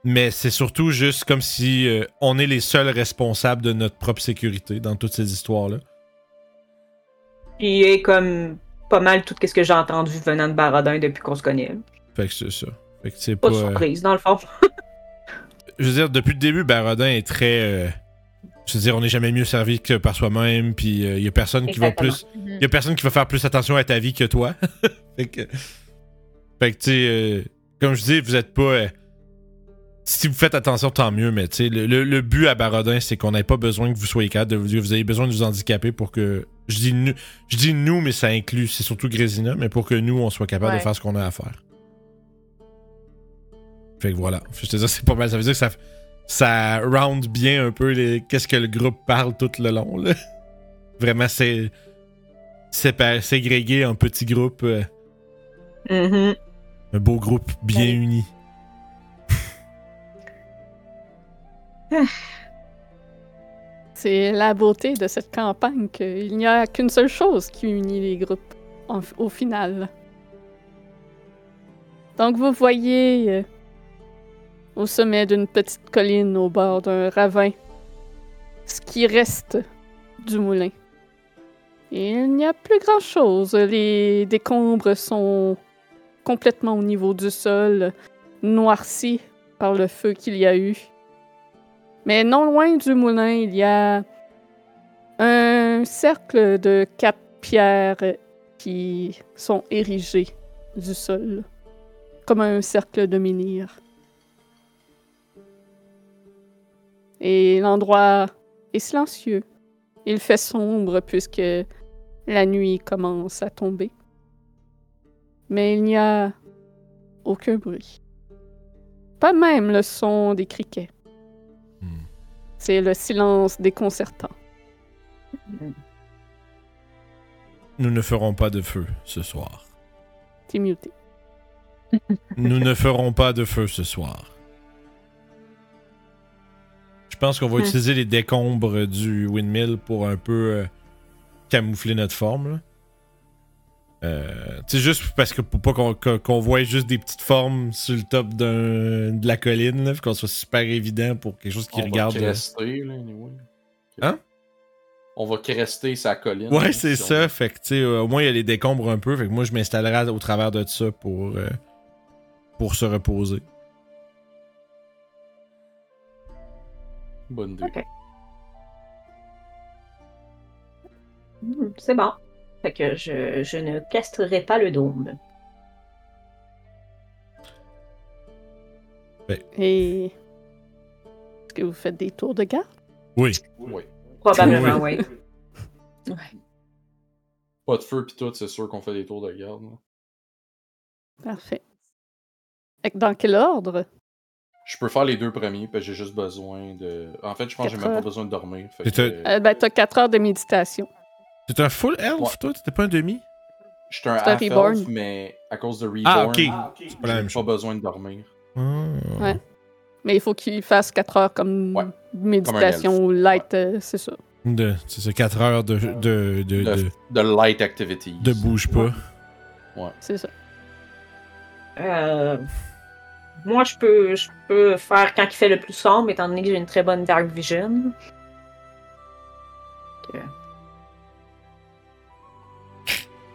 [SPEAKER 2] mais c'est surtout juste comme si euh, on est les seuls responsables de notre propre sécurité dans toutes ces histoires-là.
[SPEAKER 3] Qui est comme pas mal tout ce que j'ai entendu venant de Baradin depuis qu'on se connaît.
[SPEAKER 2] Fait que c'est ça. Fait que c'est
[SPEAKER 3] Pas
[SPEAKER 2] pas.
[SPEAKER 3] de
[SPEAKER 2] euh,
[SPEAKER 3] surprise, dans le fond.
[SPEAKER 2] je veux dire, depuis le début, Barodin est très. euh, je veux dire, on n'est jamais mieux servi que par soi-même, puis il y a personne qui va
[SPEAKER 3] Exactement.
[SPEAKER 2] plus. Il y a personne qui va faire plus attention à ta vie que toi. fait que, fait que, tu sais, euh, comme je dis, vous êtes pas. euh, si vous faites attention, tant mieux, mais tu sais, le, le- le but à Barodin, c'est qu'on n'ait pas besoin que vous soyez cadre, de vous dire, vous avez besoin de vous handicaper pour que. Je dis, nous, je dis nous, mais ça inclut, c'est surtout Grésina, mais pour que nous, on soit capable de
[SPEAKER 5] Ouais.
[SPEAKER 2] faire ce qu'on a à faire. Fait que voilà. Je te dis, c'est pas mal. Ça veut dire que ça, ça round bien un peu les, qu'est-ce que le groupe parle tout le long, là. Vraiment, c'est sépa- ségrégué en petits groupes, euh,
[SPEAKER 3] Mhm.
[SPEAKER 2] un beau groupe bien
[SPEAKER 3] Ouais.
[SPEAKER 2] uni.
[SPEAKER 1] C'est la beauté de cette campagne qu'il n'y a qu'une seule chose qui unit les groupes en- au final. Donc vous voyez euh, au sommet d'une petite colline au bord d'un ravin ce qui reste du moulin. Il n'y a plus grand-chose. Les décombres sont complètement au niveau du sol, noircis par le feu qu'il y a eu. Mais non loin du moulin, il y a un cercle de quatre pierres qui sont érigées du sol, comme un cercle de menhir. Et l'endroit est silencieux. Il fait sombre puisque la nuit commence à tomber. Mais il n'y a aucun bruit. Pas même le son des criquets. C'est le silence déconcertant.
[SPEAKER 2] Nous ne ferons pas de feu ce soir.
[SPEAKER 1] T'es muté.
[SPEAKER 2] Nous ne ferons pas de feu ce soir. Je pense qu'on va
[SPEAKER 3] Hmm.
[SPEAKER 2] utiliser les décombres du windmill pour un peu euh, camoufler notre forme. là. Euh, tu sais, juste parce que pour pas qu'on qu'on- qu'on voit juste des petites formes sur le top d'un- de la colline, là, faut qu'on soit super évident pour quelque chose qui
[SPEAKER 4] On va
[SPEAKER 2] regarde. euh,
[SPEAKER 4] crester, là, anyway.
[SPEAKER 2] Hein?
[SPEAKER 4] On va crester sa colline.
[SPEAKER 2] Ouais,
[SPEAKER 4] là,
[SPEAKER 2] c'est
[SPEAKER 4] si on-
[SPEAKER 2] ça. Fait que, tu sais, euh, au moins, il y a les décombres un peu. Fait que moi, je m'installerai au travers de ça pour, euh, pour se reposer.
[SPEAKER 4] Bonne idée.
[SPEAKER 3] Ok. Hmm, C'est bon. Fait que je, je ne castrerai pas le dôme.
[SPEAKER 1] Et. Est-ce que vous faites des tours de garde?
[SPEAKER 2] Oui.
[SPEAKER 4] Oui.
[SPEAKER 3] Probablement, oui.
[SPEAKER 4] Pas de feu pis tout, c'est sûr qu'on fait des tours de garde. là.
[SPEAKER 1] Parfait. Fait que Dans quel ordre?
[SPEAKER 4] Je peux faire les deux premiers, parce que j'ai juste besoin de. En fait, je pense que j'ai
[SPEAKER 1] Quatre
[SPEAKER 4] même pas
[SPEAKER 1] heures.
[SPEAKER 4] besoin de dormir. fait
[SPEAKER 2] Et
[SPEAKER 4] que,
[SPEAKER 2] t'as-
[SPEAKER 1] Euh, ben, t'as 4 heures de méditation.
[SPEAKER 2] T'es un full elf,
[SPEAKER 4] Ouais.
[SPEAKER 2] toi? T'étais pas un demi?
[SPEAKER 4] Je suis un
[SPEAKER 1] c'est un
[SPEAKER 4] half
[SPEAKER 1] reborn.
[SPEAKER 4] elf, mais à cause de Reborn,
[SPEAKER 2] Ah, ok.
[SPEAKER 4] j'ai
[SPEAKER 2] pas la même chose.
[SPEAKER 4] pas besoin de dormir.
[SPEAKER 2] Ah.
[SPEAKER 1] Ouais. Mais il faut qu'il fasse 4 heures comme
[SPEAKER 4] Ouais.
[SPEAKER 1] méditation
[SPEAKER 4] Comme un elfe.
[SPEAKER 1] ou light, euh, c'est ça.
[SPEAKER 2] De- C'est ça, 4 heures de, de, de,
[SPEAKER 4] De,
[SPEAKER 2] de,
[SPEAKER 4] de light activity.
[SPEAKER 2] de bouge pas.
[SPEAKER 1] C'est ça.
[SPEAKER 3] Euh, moi, je peux, je peux faire quand il fait le plus sombre, étant donné que j'ai une très bonne Dark Vision.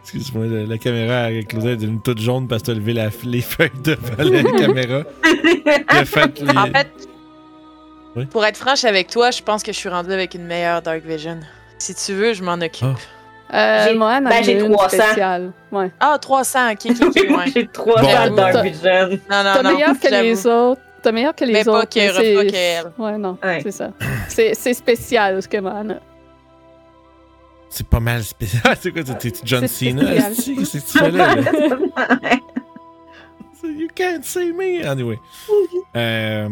[SPEAKER 2] Excuse-moi, la, la caméra avec Claudette est une toute jaune parce que t'as levé la, les feuilles devant la caméra. Le fait, les-
[SPEAKER 5] En fait,
[SPEAKER 2] euh, Oui.
[SPEAKER 5] pour être franche avec toi, je pense que je suis rendue avec une meilleure Dark Vision. Si tu veux, je m'en occupe.
[SPEAKER 1] Euh,
[SPEAKER 3] J'ai-
[SPEAKER 1] Mohan a
[SPEAKER 3] ben, j'ai
[SPEAKER 1] une
[SPEAKER 3] 300.
[SPEAKER 1] spéciale. Ouais.
[SPEAKER 5] Ah, 300, ok, ok, ok, ouais.
[SPEAKER 3] j'ai trois
[SPEAKER 2] Bon.
[SPEAKER 3] Dark Vision.
[SPEAKER 5] Non, non,
[SPEAKER 1] T'as
[SPEAKER 5] Ah non.
[SPEAKER 1] meilleur que
[SPEAKER 5] j'avoue.
[SPEAKER 1] les autres. T'as meilleur que les
[SPEAKER 5] Mais pas
[SPEAKER 1] autres.
[SPEAKER 5] qu'elle,
[SPEAKER 1] c'est-
[SPEAKER 5] pas qu'elle.
[SPEAKER 1] Ouais, non,
[SPEAKER 3] Ouais.
[SPEAKER 1] c'est ça. C'est c'est spécial ce que Mohan a.
[SPEAKER 2] C'est pas mal spécial. c'est quoi, t'es- t'es John
[SPEAKER 1] C'est
[SPEAKER 2] Cena?
[SPEAKER 1] spécial.
[SPEAKER 2] C'est que tu fais là? là? So You can't see me. Anyway. Euh,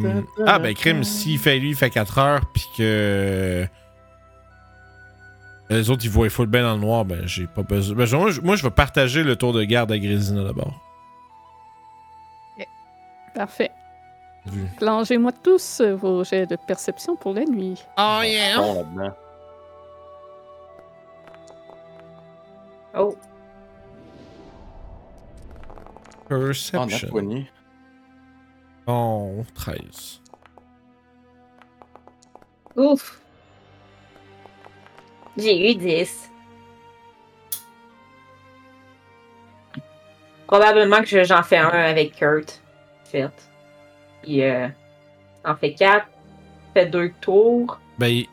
[SPEAKER 2] ah, ben, crime, s'il fait lui, il fait 4 heures, puis que. Les autres, ils voient full bien dans le noir, ben j'ai pas besoin. Ben, moi, je- moi, je vais partager le tour de garde à Grésina d'abord.
[SPEAKER 1] Parfait.
[SPEAKER 2] Vu.
[SPEAKER 1] Plongez-moi tous vos jets de perception pour la nuit.
[SPEAKER 6] Oh yeah!
[SPEAKER 4] Bon, là-dedans.
[SPEAKER 3] Oh,
[SPEAKER 4] Ah, notre
[SPEAKER 2] Perception.
[SPEAKER 4] poignée.
[SPEAKER 2] Oh, 13.
[SPEAKER 3] ouf. J'ai eu 10. Probablement que je- j'en fais un avec Kurt. Fait. Puis, euh, t'en fais 4. Fais deux tours.
[SPEAKER 2] Ben, il,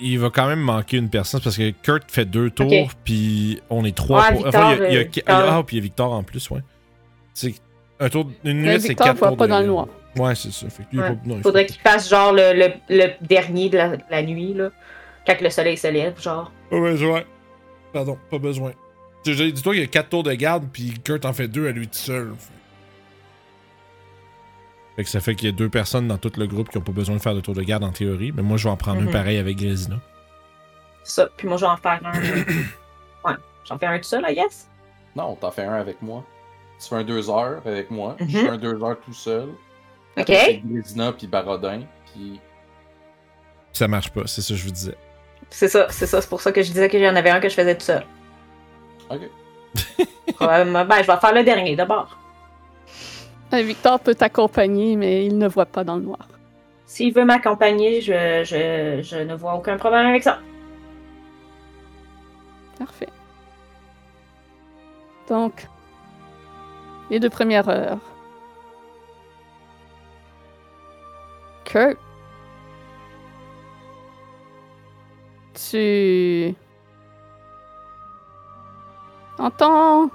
[SPEAKER 2] il va quand même manquer une personne parce que Kurt fait deux tours,
[SPEAKER 3] Ok.
[SPEAKER 2] puis on est trois.
[SPEAKER 3] Ouais,
[SPEAKER 2] pour-
[SPEAKER 3] Victor,
[SPEAKER 2] il y a- il y a,
[SPEAKER 3] euh,
[SPEAKER 2] qui-
[SPEAKER 3] Victor.
[SPEAKER 2] ah, puis il y a Victor en plus, ouais. C'est un tour, une
[SPEAKER 1] Mais
[SPEAKER 2] nuit, c'est
[SPEAKER 1] Victor
[SPEAKER 2] quatre
[SPEAKER 1] voit
[SPEAKER 2] tours.
[SPEAKER 1] pas
[SPEAKER 2] de-
[SPEAKER 1] dans le noir.
[SPEAKER 2] Ouais, c'est ça. Fait que lui, il
[SPEAKER 3] Ouais.
[SPEAKER 2] va- non, il faut
[SPEAKER 3] Faudrait qu'il fasse genre le, le, le dernier de la, de la nuit, là. Quand que le soleil se lève, genre.
[SPEAKER 2] Pas besoin. Pardon, pas besoin. Je- je- Dis-toi qu'il y a 4 tours de garde, puis Kurt en fait 2 à lui tout seul. Fait que ça fait qu'il y a deux personnes dans tout le groupe qui ont pas besoin de faire de tour de garde en théorie, mais moi je vais en prendre
[SPEAKER 3] Mhm.
[SPEAKER 2] un pareil avec Grésina.
[SPEAKER 3] Ça. Puis moi, je vais en faire un. euh, ouais. J'en fais un tout seul, I guess.
[SPEAKER 4] Non, t'en fais un avec moi. Tu fais un deux heures avec moi.
[SPEAKER 3] Mhm.
[SPEAKER 4] Je fais un deux heures tout seul.
[SPEAKER 3] OK.
[SPEAKER 4] Avec Grisina puis Barodin. Puis
[SPEAKER 2] Ça marche pas, c'est ça que je vous disais.
[SPEAKER 3] C'est ça, c'est ça. C'est pour ça que je disais que j'en avais un que je faisais tout seul.
[SPEAKER 4] Ok.
[SPEAKER 3] Probablement. Ben, je vais faire le dernier d'abord.
[SPEAKER 1] Euh, Victor peut t'accompagner, mais il ne voit pas dans le noir.
[SPEAKER 3] S'il veut m'accompagner, je, je, je ne vois aucun problème avec ça.
[SPEAKER 1] Parfait. Donc, les deux premières heures. Kurt. Tu entends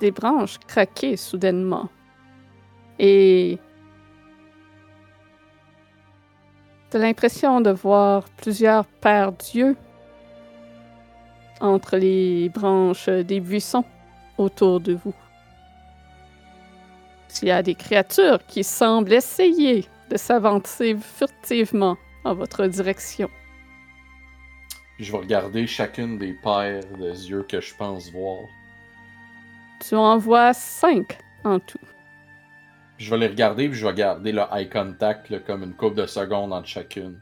[SPEAKER 1] des branches craquer soudainement. Et t'as l'impression de voir plusieurs paires d'yeux entre les branches des buissons autour de vous. Il y a des créatures qui semblent essayer de s'avancer furtivement en votre direction.
[SPEAKER 4] je vais regarder chacune des paires de yeux que je pense voir.
[SPEAKER 1] Tu en vois cinq en tout.
[SPEAKER 4] Puis je vais les regarder, puis je vais garder le eye contact là, comme une coupe de secondes entre chacune.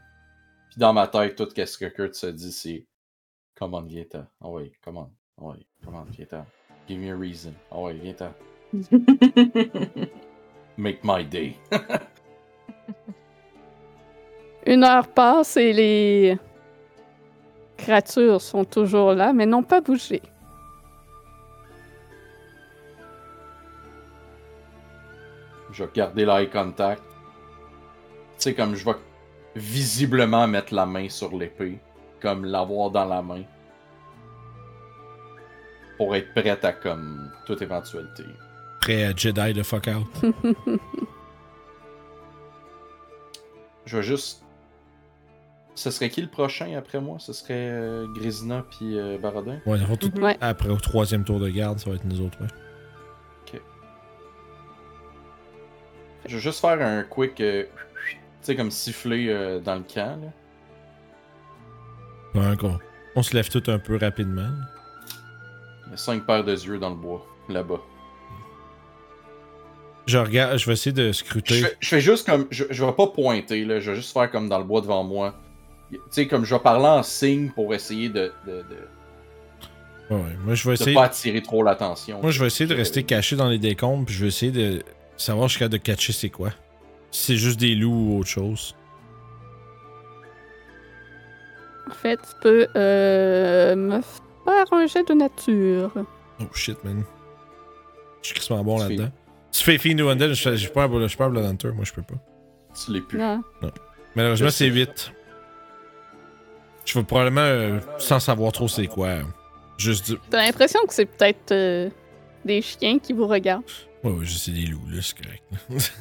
[SPEAKER 4] Puis dans ma tête, tout ce que Kurt se dit, c'est Come on, viens-t'en. Oh oui, come on. Oh oui, come on, viens-t'en. Give me a reason. Oh oui, viens-t'en. Make my day.
[SPEAKER 1] Une heure passe et les créatures sont toujours là, mais n'ont pas bougé.
[SPEAKER 4] Je vais garder l'eye contact. Tu sais, comme je vais visiblement mettre la main sur l'épée, comme l'avoir dans la main. Pour être prête à comme toute éventualité.
[SPEAKER 2] Prêt à euh, Jedi de fuck out.
[SPEAKER 4] Je vais juste. Ce serait qui le prochain après moi Ce serait euh, Grisina puis euh, Baradin
[SPEAKER 2] Ouais, dans le fond, tout-
[SPEAKER 1] Ouais.
[SPEAKER 2] après au troisième tour de garde, ça va être nous autres, ouais.
[SPEAKER 4] Je vais juste faire un quick. euh, tu sais, comme siffler euh, dans le camp. Là.
[SPEAKER 2] Ouais, encore. On se lève tout un peu rapidement.
[SPEAKER 4] Il y a cinq paires de yeux dans le bois, là-bas.
[SPEAKER 2] Je regarde, je vais essayer de
[SPEAKER 4] Je
[SPEAKER 2] scruter.
[SPEAKER 4] fais, je fais juste comme. Je, je vais pas pointer, là. Je vais juste faire comme dans le bois devant moi. Tu sais, comme je vais parler en signe pour essayer de. de, de,
[SPEAKER 2] Ouais, ouais. moi je vais
[SPEAKER 4] de
[SPEAKER 2] essayer.
[SPEAKER 4] pas attirer trop l'attention.
[SPEAKER 2] Moi, je vais essayer de rester caché dans les décombres, puis je vais essayer de savoir jusqu'à de catcher c'est quoi. Si c'est juste des loups ou autre chose.
[SPEAKER 1] En fait, tu peux euh, me faire un jet de nature.
[SPEAKER 2] Oh shit, man. Je suis crissement bon
[SPEAKER 4] Tu fais-
[SPEAKER 2] là-dedans. Tu fais Fiend ou Undead, je fais- je suis pas un Blood- je suis pas un Blood Hunter, moi je peux pas.
[SPEAKER 4] Tu l'es plus.
[SPEAKER 1] Non.
[SPEAKER 2] Malheureusement,
[SPEAKER 4] Je sais.
[SPEAKER 2] c'est 8. Je vais probablement, euh, sans savoir trop c'est quoi, euh, juste dire.
[SPEAKER 1] T'as l'impression que c'est peut-être euh, des chiens qui vous regardent.
[SPEAKER 2] Ouais, ouais, je sais des loups, là, c'est correct.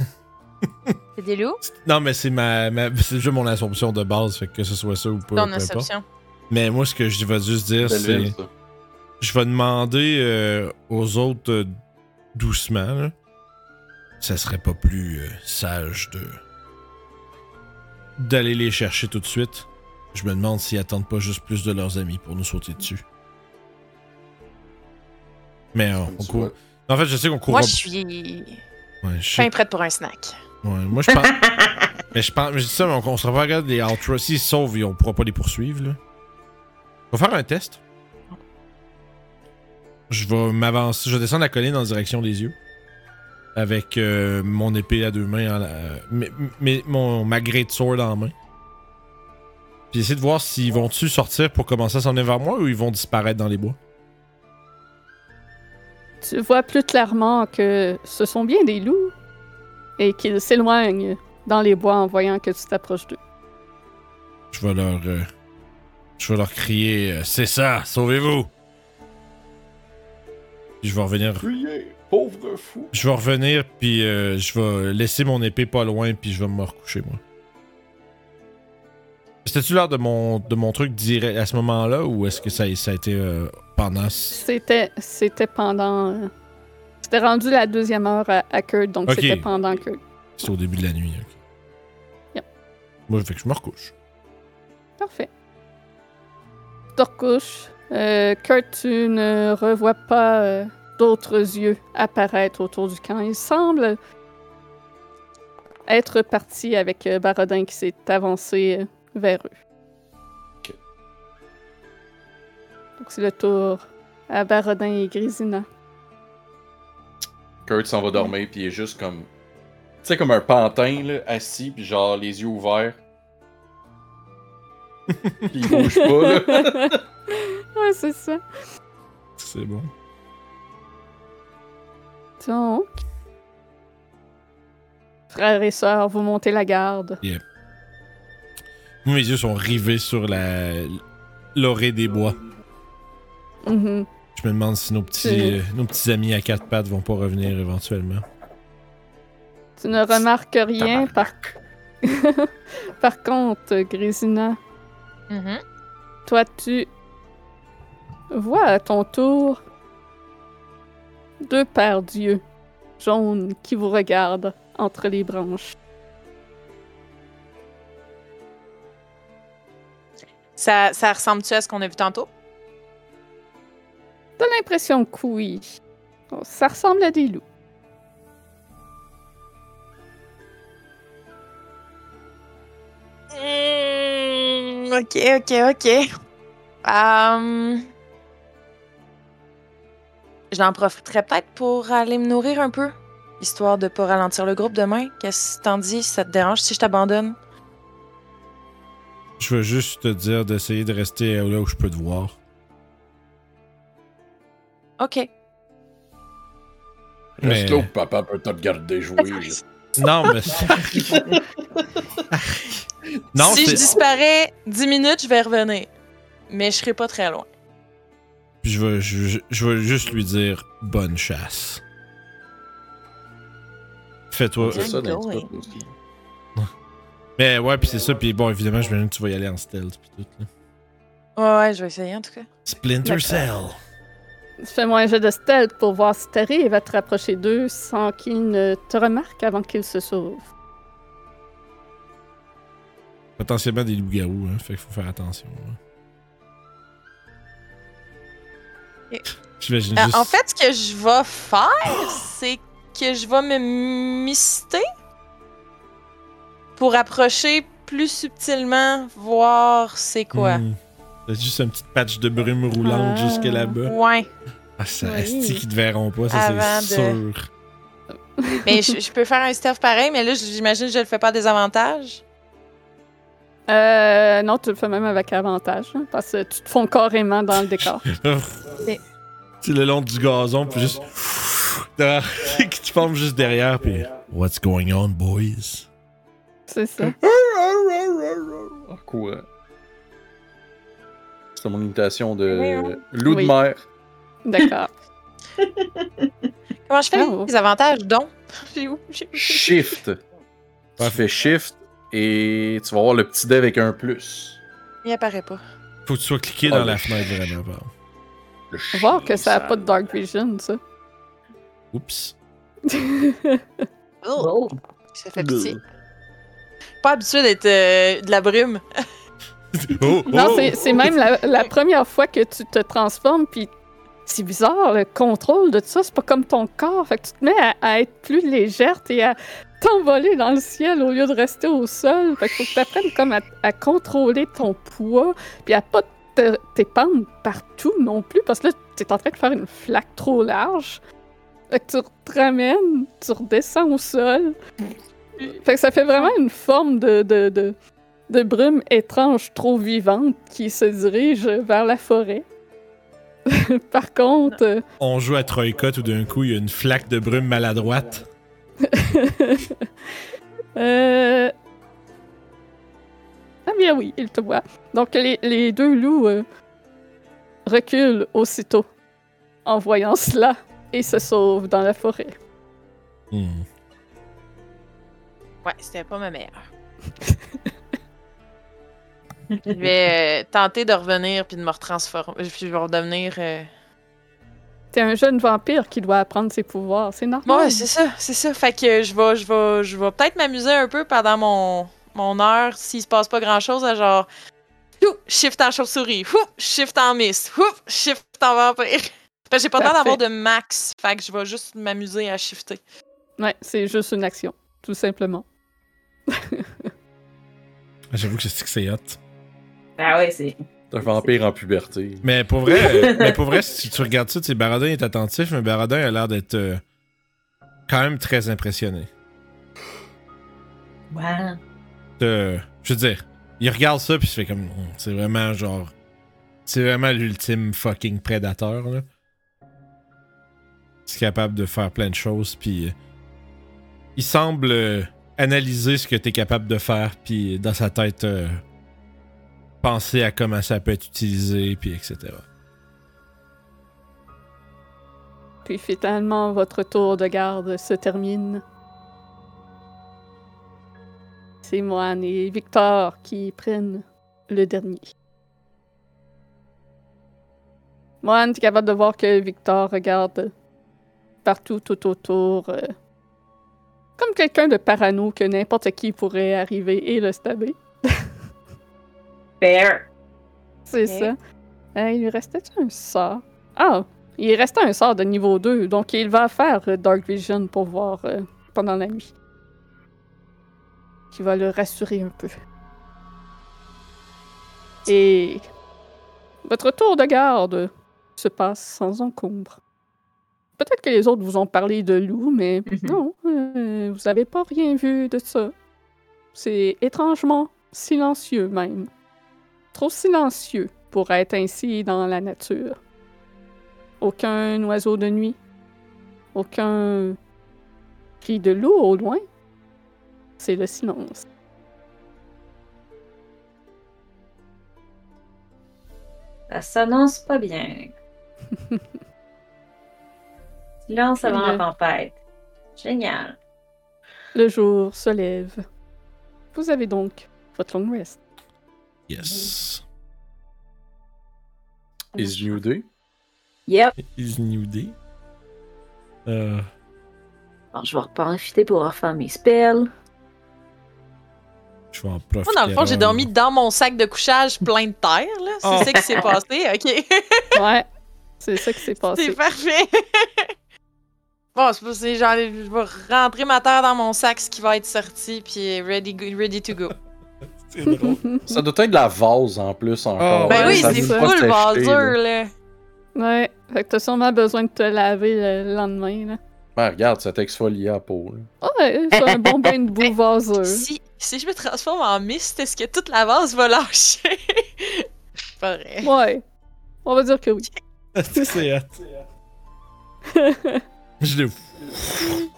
[SPEAKER 5] C'est des loups?
[SPEAKER 2] non, mais c'est ma, ma- c'est déjà mon assumption de base, fait que ce soit ça ou pas.
[SPEAKER 5] Ton
[SPEAKER 2] peu importe.
[SPEAKER 5] inception.
[SPEAKER 2] Mais moi, ce que je vais juste dire,
[SPEAKER 4] C'est
[SPEAKER 2] c'est.
[SPEAKER 4] l'île, ça.
[SPEAKER 2] Je vais demander euh, aux autres euh, doucement. là. Ça serait pas plus euh, sage de d'aller les chercher tout de suite. Je me demande s'ils attendent pas juste plus de leurs amis pour nous sauter dessus. Mais euh, on
[SPEAKER 4] Tu
[SPEAKER 2] court.
[SPEAKER 4] vois.
[SPEAKER 2] En fait, je sais qu'on court.
[SPEAKER 5] Moi, je Ben, suis
[SPEAKER 2] Ouais, je sais-
[SPEAKER 5] fin prête pour un snack.
[SPEAKER 2] ouais, moi, je pense. mais je pense. mais Je dis ça, mais on, on sera pas regarde les Outros. S'ils se sauvent, ils- on pourra pas les poursuivre. Là. On va faire un test. Je vais m'avancer. Je vais descendre la colline en direction des yeux. Avec euh, mon épée à deux mains. en la- euh, mais- mais- mon, ma great sword en main. Puis essayer de voir s'ils vont-tu sortir pour commencer à s'en venir vers moi ou ils vont disparaître dans les bois.
[SPEAKER 1] Tu vois plus clairement que ce sont bien des loups et qu'ils s'éloignent dans les bois en voyant que tu t'approches d'eux.
[SPEAKER 2] Je vais leur. euh, je vais leur crier euh, C'est ça, sauvez-vous! Puis je vais revenir.
[SPEAKER 4] Fuyez, pauvre fou.
[SPEAKER 2] Je vais revenir, puis euh, je vais laisser mon épée pas loin, puis je vais me recoucher, moi. C'était-tu l'heure de mon, de mon truc direct à ce moment-là, ou est-ce que ça, a- ça a été euh, pendant. ce-
[SPEAKER 1] C'était, c'était pendant. euh, C'était rendu la deuxième heure à, à Kurt, donc
[SPEAKER 2] Ok.
[SPEAKER 1] c'était pendant que.
[SPEAKER 2] C'était au début de la nuit, ok.
[SPEAKER 1] Yep.
[SPEAKER 2] Moi, fait que je me recouche.
[SPEAKER 1] Parfait. Tu te recouches. Euh, Kurt, tu ne revois pas euh, d'autres yeux apparaître autour du camp. Il semble être parti avec euh, Barodin qui s'est avancé euh, vers eux.
[SPEAKER 4] Ok.
[SPEAKER 1] Donc c'est le tour à Barodin et Grisina.
[SPEAKER 4] Kurt s'en va dormir, puis il est juste comme. Tu sais, comme un pantin, là, assis, puis genre les yeux ouverts. Puis il bouge pas, là.
[SPEAKER 1] ouais, c'est ça.
[SPEAKER 2] C'est bon.
[SPEAKER 1] Donc, frères et sœurs, vous montez la garde.
[SPEAKER 2] Mes yeux sont rivés sur la. l'orée des bois.
[SPEAKER 1] Mhm.
[SPEAKER 2] Je me demande si nos petits,
[SPEAKER 1] C'est-
[SPEAKER 2] euh, nos petits amis à quatre pattes vont pas revenir éventuellement.
[SPEAKER 1] Tu ne remarques rien. Par... par contre, Grésina,
[SPEAKER 5] Mhm.
[SPEAKER 1] toi, tu vois à ton tour deux paires d'yeux jaunes qui vous regardent entre les branches.
[SPEAKER 5] Ça, ça ressemble-tu à ce qu'on a vu tantôt?
[SPEAKER 1] T'as l'impression que oui. Oh, Ça ressemble à des loups.
[SPEAKER 5] Mm, ok, ok, ok. Hum, J'en profiterai peut-être pour aller me nourrir un peu, histoire de pas ralentir le groupe demain. Qu'est-ce que t'en dis? Ça te dérange si je t'abandonne?
[SPEAKER 2] Je veux juste te dire d'essayer de rester là où je peux te voir.
[SPEAKER 5] Ok.
[SPEAKER 2] Mais-
[SPEAKER 4] Reste là où papa peut te regarder jouer. là.
[SPEAKER 2] Non, mais. c'est- non,
[SPEAKER 5] si je
[SPEAKER 2] c'est-
[SPEAKER 5] disparais 10 minutes, je vais revenir. Mais je serai pas très loin.
[SPEAKER 2] Puis je veux, je, je- je veux juste lui dire bonne chasse. Fais-toi.
[SPEAKER 4] C'est ça, dans
[SPEAKER 5] Good
[SPEAKER 4] le
[SPEAKER 5] going.
[SPEAKER 4] spot aussi.
[SPEAKER 2] Mais ouais, puis c'est ça. Puis bon, évidemment, je me que tu vas y aller en stealth. Puis tout, là.
[SPEAKER 5] Ouais, ouais, je vais essayer en tout cas.
[SPEAKER 2] Splinter
[SPEAKER 1] D'accord.
[SPEAKER 2] Cell.
[SPEAKER 1] Fais-moi un jeu de stealth pour voir si t'arrives à te rapprocher d'eux sans qu'ils ne te remarquent avant qu'ils se sauvent.
[SPEAKER 2] Potentiellement des loups-garous, hein. Fait qu'il faut faire attention. hein.
[SPEAKER 5] Ok.
[SPEAKER 2] J'imagine
[SPEAKER 5] Euh,
[SPEAKER 2] juste.
[SPEAKER 5] En fait, ce que je vais faire, c'est que je vais me mister pour approcher plus subtilement, voir c'est quoi.
[SPEAKER 2] Hmm. T'as juste un petit patch de brume roulante
[SPEAKER 1] Ah.
[SPEAKER 2] jusque là-bas.
[SPEAKER 5] Ouais,
[SPEAKER 2] Ah, ça,
[SPEAKER 1] Oui.
[SPEAKER 2] esti qu'ils te verront pas, ça, c'est
[SPEAKER 5] Avant
[SPEAKER 2] sûr.
[SPEAKER 5] mais je, je peux faire un stuff pareil, mais là, j'imagine que je le fais pas à désavantage.
[SPEAKER 1] Euh, non, tu le fais même avec avantage, hein, parce que tu te fonds carrément dans le décor.
[SPEAKER 2] C'est le long du gazon, puis juste. Ah, qui te forme juste derrière, puis. What's going on, boys?
[SPEAKER 1] C'est ça.
[SPEAKER 4] Ah, quoi? C'était mon imitation de loup de
[SPEAKER 1] Oui.
[SPEAKER 4] mer.
[SPEAKER 1] D'accord.
[SPEAKER 5] Comment je fais
[SPEAKER 1] Bravo.
[SPEAKER 5] les avantages, donc? Oh. J'ai où- j'ai-
[SPEAKER 4] Shift. tu fais shift et tu vas avoir le petit dé avec un plus.
[SPEAKER 5] Il apparaît pas.
[SPEAKER 2] Faut que tu sois cliqué
[SPEAKER 4] Ah,
[SPEAKER 2] dans la
[SPEAKER 4] le
[SPEAKER 2] fenêtre, vraiment, par contre.
[SPEAKER 4] Le
[SPEAKER 1] Voir que ça n'a
[SPEAKER 4] chien
[SPEAKER 1] pas de dark vision, ça.
[SPEAKER 2] Oups.
[SPEAKER 5] Oh,
[SPEAKER 3] Oh.
[SPEAKER 5] ça fait pitié. Pas habitué d'être euh, de la brume.
[SPEAKER 2] Oh,
[SPEAKER 1] Non,
[SPEAKER 2] oh!
[SPEAKER 1] c'est c'est même la, la première fois que tu te transformes, puis c'est bizarre, le contrôle de tout ça, c'est pas comme ton corps. Fait que tu te mets à, à être plus légère et à t'envoler dans le ciel au lieu de rester au sol. Fait que faut que tu apprennes comme à, à contrôler ton poids, puis à pas te- t'épandre partout non plus, parce que là, t'es en train de faire une flaque trop large. Fait que tu te ramènes, tu redescends au sol. Fait que ça fait vraiment une forme de- de- de de brume étrange trop vivante qui se dirige vers la forêt. Par contre, euh,
[SPEAKER 2] On joue à Troika, tout d'un coup, il y a une flaque de brume maladroite.
[SPEAKER 1] euh, ah bien oui, il te voit. Donc les, les deux loups euh, reculent aussitôt en voyant cela et se sauvent dans la forêt.
[SPEAKER 2] Hmm.
[SPEAKER 5] Ouais, c'était pas ma meilleure. je vais euh, tenter de revenir puis de me retransformer. Puis je vais redevenir. euh,
[SPEAKER 1] T'es un jeune vampire qui doit apprendre ses pouvoirs, c'est normal.
[SPEAKER 5] Ouais, c'est ça, c'est ça. Fait que je vais, je vais, je vais peut-être m'amuser un peu pendant mon, mon heure s'il se passe pas grand chose à genre. Ouh, shift en chauve-souris, ouh, shift en mist, ouh, shift en vampire. Fait que j'ai pas le temps
[SPEAKER 1] Parfait.
[SPEAKER 5] d'avoir de max, fait que je vais juste m'amuser à shifter.
[SPEAKER 1] Ouais, c'est juste une action, tout simplement.
[SPEAKER 2] J'avoue que je sais que c'est hot.
[SPEAKER 3] Ah ouais, c'est.
[SPEAKER 4] Un vampire en puberté.
[SPEAKER 2] Mais pour vrai, euh, mais pour vrai si tu regardes ça, tu sais, Baradin est attentif, mais Baradin a l'air d'être euh, quand même très impressionné.
[SPEAKER 3] Wow.
[SPEAKER 2] Euh, je veux dire, il regarde ça puis il se fait comme. hmm, C'est vraiment genre. C'est vraiment l'ultime fucking prédateur, là. C'est capable de faire plein de choses, puis. euh, il semble euh, analyser ce que t'es capable de faire, puis dans sa tête, euh, penser à comment ça peut être utilisé, puis etc.
[SPEAKER 1] Puis finalement, votre tour de garde se termine. C'est Moine et Victor qui prennent le dernier. Moine, t'es capable de voir que Victor regarde partout, tout autour, euh, comme quelqu'un de parano que n'importe qui pourrait arriver et le stabber.
[SPEAKER 3] Fair.
[SPEAKER 1] C'est
[SPEAKER 3] Ok.
[SPEAKER 1] ça. Euh, il lui restait un sort? Ah! Il restait un sort de niveau 2, donc il va faire euh, Dark Vision pour voir euh, pendant la nuit. Qui va le rassurer un peu. Et votre tour de garde se passe sans encombre. Peut-être que les autres vous ont parlé de loup, mais
[SPEAKER 3] Mhm.
[SPEAKER 1] non, euh, vous n'avez pas rien vu de ça. C'est étrangement silencieux même trop silencieux pour être ainsi dans la nature. Aucun oiseau de nuit, aucun cri de loup au loin. C'est le silence.
[SPEAKER 3] Ça s'annonce pas bien. Silence avant la
[SPEAKER 1] Le-
[SPEAKER 3] tempête. Génial.
[SPEAKER 1] Le jour se lève. Vous avez donc votre long rest.
[SPEAKER 2] Yes.
[SPEAKER 4] Is New Day.
[SPEAKER 3] Yep.
[SPEAKER 2] Is New Day. Euh,
[SPEAKER 3] Bon, je vais en profiter pour refaire mes spells.
[SPEAKER 2] je vais en profiter.
[SPEAKER 5] Moi, dans le fond, j'ai
[SPEAKER 2] alors.
[SPEAKER 5] dormi dans mon sac de couchage plein de terre, là. C'est
[SPEAKER 2] Oh.
[SPEAKER 5] ça qui s'est passé, ok.
[SPEAKER 1] Ouais, c'est ça qui s'est
[SPEAKER 5] C'est
[SPEAKER 1] passé.
[SPEAKER 5] parfait. bon, c'est pas c'est genre, je vais rentrer ma terre dans mon sac, ce qui va être sorti, puis ready, go- ready to go.
[SPEAKER 2] C'est drôle.
[SPEAKER 4] Ça doit être de la vase en plus encore.
[SPEAKER 2] Oh,
[SPEAKER 5] ben
[SPEAKER 2] ouais,
[SPEAKER 5] oui,
[SPEAKER 2] ça
[SPEAKER 5] c'est
[SPEAKER 2] peut
[SPEAKER 5] full vaseur,
[SPEAKER 4] le
[SPEAKER 5] là.
[SPEAKER 1] ouais, fait que t'as sûrement besoin de te laver le lendemain. Là.
[SPEAKER 4] Ben regarde, ça t'exfolie à peau. là.
[SPEAKER 1] Ouais, c'est un bon bain de boue vaseux.
[SPEAKER 5] Si, si je me transforme en mist, est-ce que toute la vase va lâcher? C'est pas vrai.
[SPEAKER 1] Ouais, on va dire que oui.
[SPEAKER 2] c'est hot. Je l'ai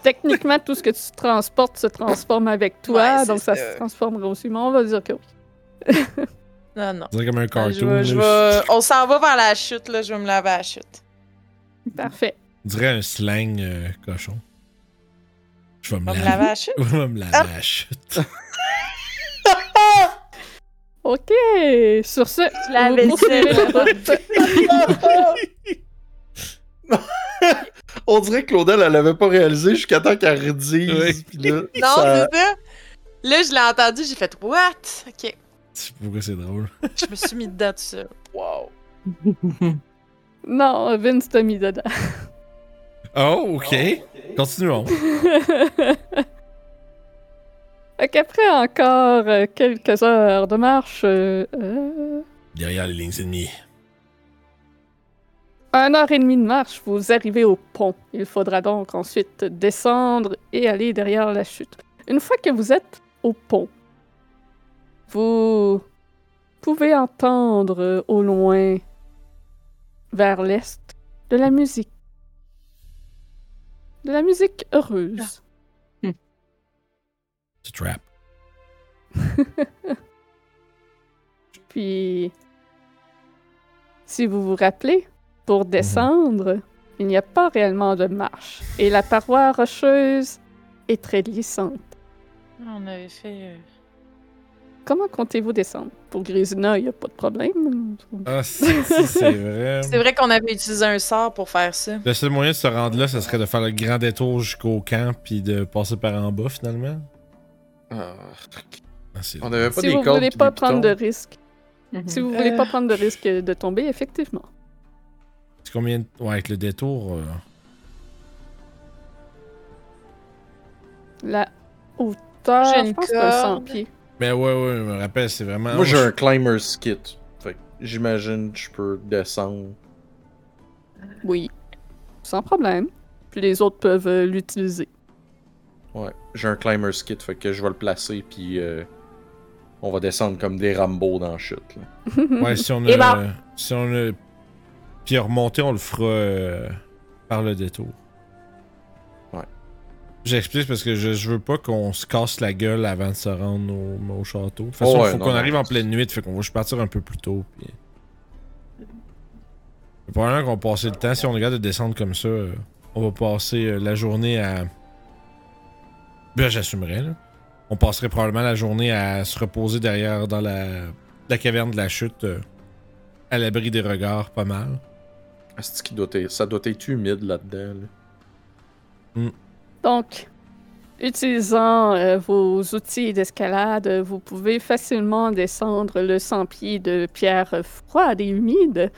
[SPEAKER 1] techniquement, tout ce que tu transportes se transforme avec toi,
[SPEAKER 5] Ouais, c'est
[SPEAKER 1] donc ça,
[SPEAKER 5] ça.
[SPEAKER 1] se transformera aussi. Mais on va dire que oui.
[SPEAKER 5] Non, non.
[SPEAKER 2] C'est comme un cartoon.
[SPEAKER 5] Ah, Je vais- je
[SPEAKER 2] là.
[SPEAKER 5] vais- On s'en va vers la chute, là. Je vais me laver à la chute.
[SPEAKER 1] Parfait.
[SPEAKER 2] On dirait un slang euh, cochon. Je vais me
[SPEAKER 5] On va me
[SPEAKER 2] laver.
[SPEAKER 5] laver à la chute?
[SPEAKER 2] Je vais me laver à
[SPEAKER 5] Ah!
[SPEAKER 2] la chute.
[SPEAKER 1] OK. Sur ce,
[SPEAKER 5] Tu l'avais
[SPEAKER 1] vous poursuivez
[SPEAKER 5] dit.
[SPEAKER 1] la route.
[SPEAKER 4] On dirait que Claudel, elle l'avait pas réalisé jusqu'à temps qu'elle redise.
[SPEAKER 2] Oui.
[SPEAKER 4] puis là,
[SPEAKER 5] Non,
[SPEAKER 4] ça-
[SPEAKER 5] c'est ça. Là, je l'ai entendu, j'ai fait What? Ok.
[SPEAKER 2] C'est pourquoi c'est drôle.
[SPEAKER 5] Je me suis mis dedans tout seul.
[SPEAKER 4] Wow.
[SPEAKER 1] Non, Vince t'a mis dedans.
[SPEAKER 2] Oh, ok. Continuons.
[SPEAKER 1] Fait qu'après encore euh, quelques heures de marche, euh, euh,
[SPEAKER 2] Derrière les lignes ennemies.
[SPEAKER 1] un heure et demie de marche, vous arrivez au pont. Il faudra donc ensuite descendre et aller derrière la chute. Une fois que vous êtes au pont, vous pouvez entendre euh, au loin, vers l'est, de la musique. De la musique heureuse.
[SPEAKER 2] C'est trap.
[SPEAKER 1] Puis, si vous vous rappelez, pour
[SPEAKER 4] Mhm.
[SPEAKER 1] descendre, il n'y a pas réellement de marche et la paroi rocheuse est très glissante.
[SPEAKER 5] On avait fait. euh,
[SPEAKER 1] Comment comptez-vous descendre? Pour Grisina, il n'y a pas de
[SPEAKER 5] Hmm.
[SPEAKER 1] problème.
[SPEAKER 2] Ah, si, si, c'est vrai.
[SPEAKER 5] C'est vrai qu'on avait utilisé un sort pour faire ça.
[SPEAKER 2] Le seul moyen de se rendre là, ce serait de faire le grand détour jusqu'au camp puis de passer par en bas finalement.
[SPEAKER 4] Ah,
[SPEAKER 2] Ah, c'est-
[SPEAKER 4] on avait pas
[SPEAKER 1] si
[SPEAKER 4] des
[SPEAKER 1] vous ne
[SPEAKER 4] cordes
[SPEAKER 1] voulez
[SPEAKER 4] pis
[SPEAKER 1] pas
[SPEAKER 4] des
[SPEAKER 1] prendre de
[SPEAKER 4] pitons.
[SPEAKER 1] risque.
[SPEAKER 3] Mhm.
[SPEAKER 1] Si vous
[SPEAKER 5] Euh.
[SPEAKER 1] voulez pas prendre de risque de tomber, effectivement.
[SPEAKER 2] C'est combien de... Ouais, avec le détour. euh,
[SPEAKER 1] La hauteur,
[SPEAKER 5] J'ai une
[SPEAKER 1] je pense que c'est un 100
[SPEAKER 5] corde.
[SPEAKER 1] pieds.
[SPEAKER 2] Mais ouais, ouais, je me rappelle, c'est vraiment.
[SPEAKER 4] Moi j'ai un climber's kit. Fait que j'imagine que je peux descendre.
[SPEAKER 1] Oui, sans problème. Puis les autres peuvent euh, l'utiliser.
[SPEAKER 4] Ouais, j'ai un climber's kit, fait que je vais le placer puis euh, on va descendre comme des Rambo dans la chute. là.
[SPEAKER 2] Ouais, si on a.
[SPEAKER 3] Et ben.
[SPEAKER 2] Si on a. Puis remonter, on le fera euh, par le détour.
[SPEAKER 4] Ouais.
[SPEAKER 2] J'explique parce que je, je veux pas qu'on se casse la gueule avant de se rendre au, au château. De toute façon,
[SPEAKER 4] Oh ouais,
[SPEAKER 2] faut
[SPEAKER 4] non,
[SPEAKER 2] qu'on
[SPEAKER 4] non,
[SPEAKER 2] arrive en
[SPEAKER 4] c'est-
[SPEAKER 2] pleine nuit, fait qu'on va juste partir un peu plus tôt. Puis... Le problème qu'on va passer le temps, si on regarde de descendre comme ça, euh, on va passer euh, la journée à. Ben, j'assumerais, là. On passerait probablement la journée à se reposer derrière dans la, la caverne de la chute, euh, à l'abri des regards, pas mal.
[SPEAKER 4] Asti qu'il doit être- Ça doit être humide là-dedans. là.
[SPEAKER 1] Donc, utilisant euh, vos outils d'escalade, vous pouvez facilement descendre le 100 pieds de pierre froide et humide,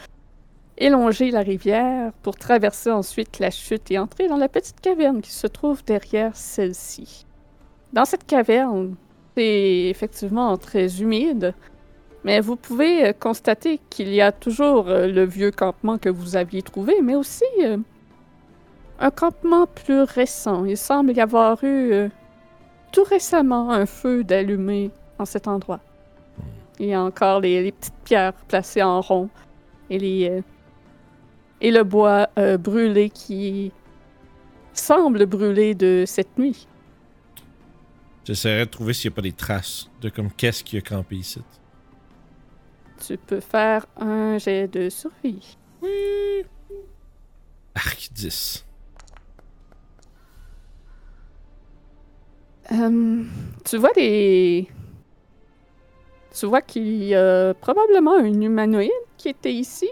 [SPEAKER 1] élonger la rivière pour traverser ensuite la chute et entrer dans la petite caverne qui se trouve derrière celle-ci. Dans cette caverne, c'est effectivement très humide, mais vous pouvez euh, constater qu'il y a toujours euh, le vieux campement que vous aviez trouvé, mais aussi euh, un campement plus récent. Il semble y avoir eu euh, tout récemment un feu d'allumé en cet endroit. Il y a encore les, les petites pierres placées en rond et, les, euh, et le bois euh, brûlé qui semble brûler de cette nuit.
[SPEAKER 2] J'essaierai de trouver s'il n'y a pas des traces de comme qu'est-ce qui a campé ici.
[SPEAKER 1] Tu peux faire un jet de survie.
[SPEAKER 2] Arc 10.
[SPEAKER 1] Hum, tu vois des... Tu vois qu'il y a probablement un humanoïde qui était ici,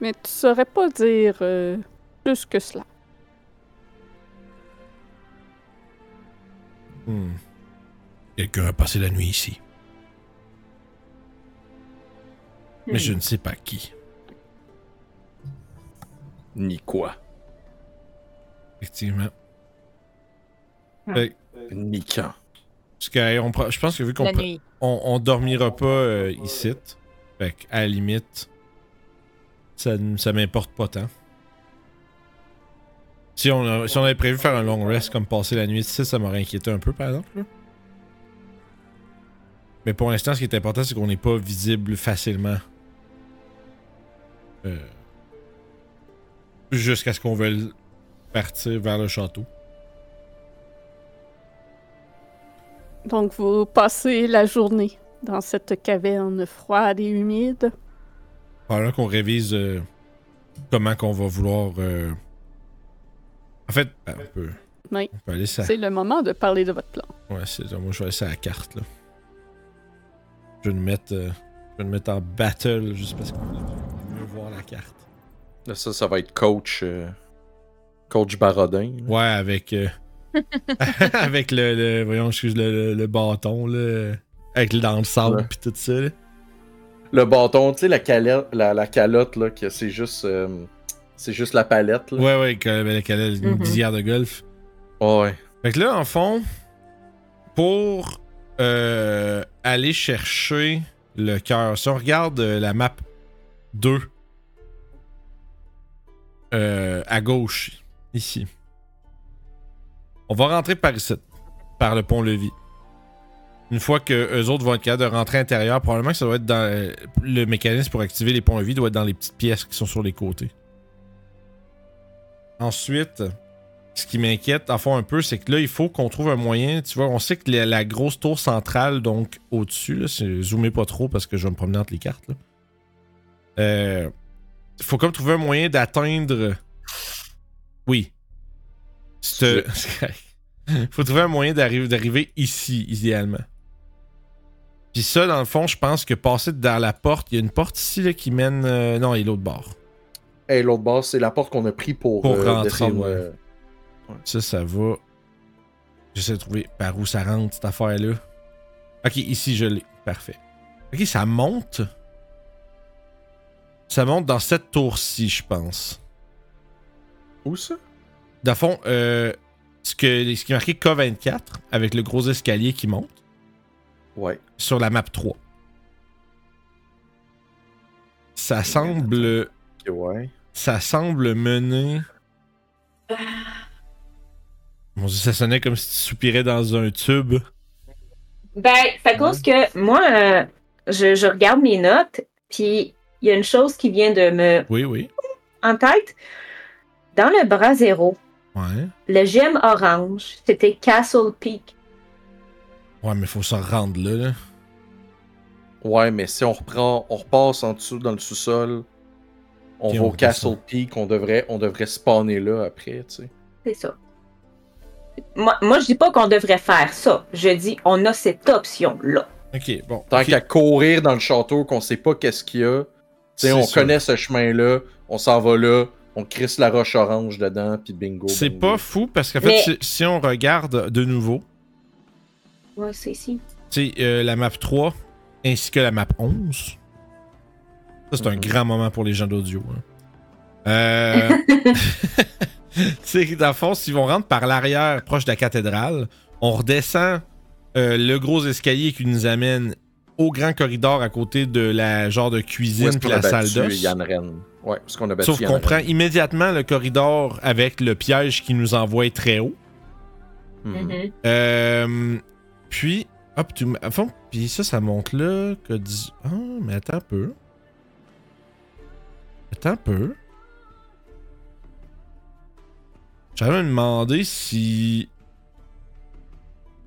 [SPEAKER 1] mais tu saurais pas dire euh, plus que cela.
[SPEAKER 2] Hmm. Quelqu'un a passé la nuit ici. Mais je ne sais pas qui.
[SPEAKER 4] Ni quoi.
[SPEAKER 2] Effectivement.
[SPEAKER 4] Ni quand.
[SPEAKER 2] Parce que, hey, on prend- je pense que vu qu'on
[SPEAKER 5] La
[SPEAKER 2] pre-
[SPEAKER 5] nuit.
[SPEAKER 2] on, on dormira pas euh, ici, fait que, à la limite, ça, n- ça m'importe pas tant. Si on, a- si on avait prévu faire un long rest comme passer la nuit ici, ça m'aurait inquiété un peu par exemple. là. Mais pour l'instant, ce qui est important, c'est qu'on n'est pas visible facilement. Euh, Jusqu'à ce qu'on veuille partir vers le château.
[SPEAKER 1] Donc, vous passez la journée dans cette caverne froide et humide.
[SPEAKER 2] Falloir qu'on révise euh, comment qu'on va vouloir. euh, En fait, ben, on peut.
[SPEAKER 1] Oui.
[SPEAKER 2] On peut aller ça.
[SPEAKER 1] C'est le moment de parler de votre plan.
[SPEAKER 2] Ouais, c'est Moi, je vais aller ça à la carte, là. Je vais nous mettre, euh, je vais nous mettre en battle juste parce qu'on veut mieux voir la carte.
[SPEAKER 4] Là, ça, ça va être coach. euh, Coach Barodin. là.
[SPEAKER 2] Ouais, avec. euh, avec le, le- Voyons, excuse le, le- le bâton, là. avec le- dans le sable
[SPEAKER 4] Ouais.
[SPEAKER 2] puis tout ça. là.
[SPEAKER 4] Le bâton, tu sais, la, cala- la, la calotte, là, que c'est juste, euh, c'est juste la palette. Là.
[SPEAKER 2] Ouais, ouais, avec euh, avec la- une
[SPEAKER 3] Mhm.
[SPEAKER 2] visière de golf.
[SPEAKER 4] Ouais.
[SPEAKER 2] Fait que là, en fond, pour euh, aller chercher le cœur, si on regarde euh, la map 2 euh, à gauche, ici, on va rentrer par ici, par le pont-levis. Une fois que eux autres vont être capables de rentrer à l'intérieur, probablement que ça doit être dans euh, le mécanisme pour activer les ponts-levis doit être dans les petites pièces qui sont sur les côtés. Ensuite, ce qui m'inquiète, en fond, un peu, c'est que là, il faut qu'on trouve un moyen. Tu vois, on sait que la, la grosse tour centrale, donc au-dessus, là, c'est- zoomez pas trop parce que je vais me promener entre les cartes. là. Euh, Il faut comme trouver un moyen d'atteindre. Oui. Il faut trouver un moyen d'arriver, d'arriver ici, idéalement. Puis ça, dans le fond, je pense que passer dans la porte, il y a une porte ici là, qui mène. euh, non, il est l'autre bord.
[SPEAKER 4] Et l'autre bord, c'est la porte qu'on a pris pour,
[SPEAKER 2] Pour rentrer,
[SPEAKER 4] descendre,
[SPEAKER 2] ouais.
[SPEAKER 4] euh,
[SPEAKER 2] Ça, ça va. J'essaie de trouver par où ça rentre, cette affaire-là. Ok, ici, je l'ai. Parfait. Ok, ça monte. Ça monte dans cette tour-ci, je pense.
[SPEAKER 4] Où ça?
[SPEAKER 2] Dans le fond, euh, ce, que, ce qui est marqué K24, avec le gros escalier qui monte,
[SPEAKER 4] Ouais.
[SPEAKER 2] sur la map 3. Ça semble.
[SPEAKER 4] Ok, ouais.
[SPEAKER 2] ça semble mener. Mon Dieu, ça sonnait comme si tu soupirais dans un tube.
[SPEAKER 3] Ben, c'est à cause que moi, euh, je, je regarde mes notes, puis il y a une chose qui vient de me.
[SPEAKER 2] Oui, oui.
[SPEAKER 3] en tête. Dans le bras zéro,
[SPEAKER 2] Ouais.
[SPEAKER 3] le gemme orange, c'était Castle Peak.
[SPEAKER 2] Ouais, mais faut s'en rendre là. là.
[SPEAKER 4] Ouais, mais si on reprend, on repasse en dessous dans le sous-sol, on
[SPEAKER 2] Ok,
[SPEAKER 4] va
[SPEAKER 2] on
[SPEAKER 4] au Castle
[SPEAKER 2] redescend.
[SPEAKER 4] Peak, on devrait, on devrait spawner là après, tu sais.
[SPEAKER 3] C'est ça. Moi, moi, je dis pas qu'on devrait faire ça. Je dis, on a cette option-là.
[SPEAKER 2] Ok, bon.
[SPEAKER 4] Tant
[SPEAKER 2] ok,
[SPEAKER 4] qu'à courir dans le château qu'on sait pas qu'est-ce qu'il y a, tu sais,
[SPEAKER 2] c'est
[SPEAKER 4] on
[SPEAKER 2] ça.
[SPEAKER 4] connaît ce chemin-là, on s'en va là, on crisse la roche orange dedans, puis bingo.
[SPEAKER 2] C'est
[SPEAKER 4] bingo.
[SPEAKER 2] pas fou parce qu'en fait,
[SPEAKER 3] Mais-
[SPEAKER 2] si, si on regarde de nouveau,
[SPEAKER 3] Ouais, c'est ici.
[SPEAKER 2] tu sais, euh, la map 3 ainsi que la map 11. Ça, c'est un
[SPEAKER 4] Mhm.
[SPEAKER 2] grand moment pour les gens d'audio. hein. Euh... tu sais, dans le fond, si on rentre par l'arrière proche de la cathédrale, on redescend euh, le gros escalier qui nous amène au grand corridor à côté de la genre de
[SPEAKER 4] Où est-ce
[SPEAKER 2] cuisine puis
[SPEAKER 4] qu'on a
[SPEAKER 2] la salle
[SPEAKER 4] battu
[SPEAKER 2] d'os.
[SPEAKER 4] Yann Ren? Ouais, parce qu'on a battu
[SPEAKER 2] Sauf
[SPEAKER 4] Yann
[SPEAKER 2] qu'on
[SPEAKER 4] Ren.
[SPEAKER 2] prend immédiatement le corridor avec le piège qui nous envoie très haut.
[SPEAKER 4] Mhm.
[SPEAKER 2] Euh, puis, hop, tu m- à fond, puis ça, ça monte là. Que dis- Ah, mais attends un peu. Attends un peu. J'allais me demander si.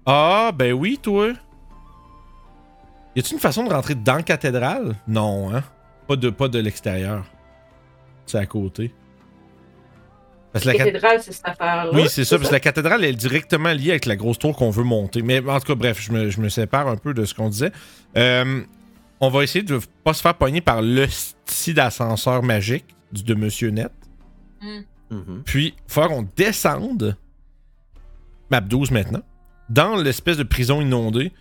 [SPEAKER 2] Ah, ben oui, toi. Y a-t-il une façon de rentrer dans la cathédrale Non, hein. Pas de, pas de l'extérieur. C'est à côté. Parce que la, cath-
[SPEAKER 3] Cathédrale, c'est cette affaire-là.
[SPEAKER 2] oui, c'est ça, parce que la cathédrale elle est directement liée avec la grosse tour qu'on veut monter. Mais en tout cas, bref, je me, je me sépare un peu de ce qu'on disait. Euh, on va essayer de pas se faire pogner par le style d'ascenseur magique du- de Monsieur Net.
[SPEAKER 4] Mhm.
[SPEAKER 2] Puis, il faudra qu'on descende, map 12 maintenant, dans l'espèce de prison inondée,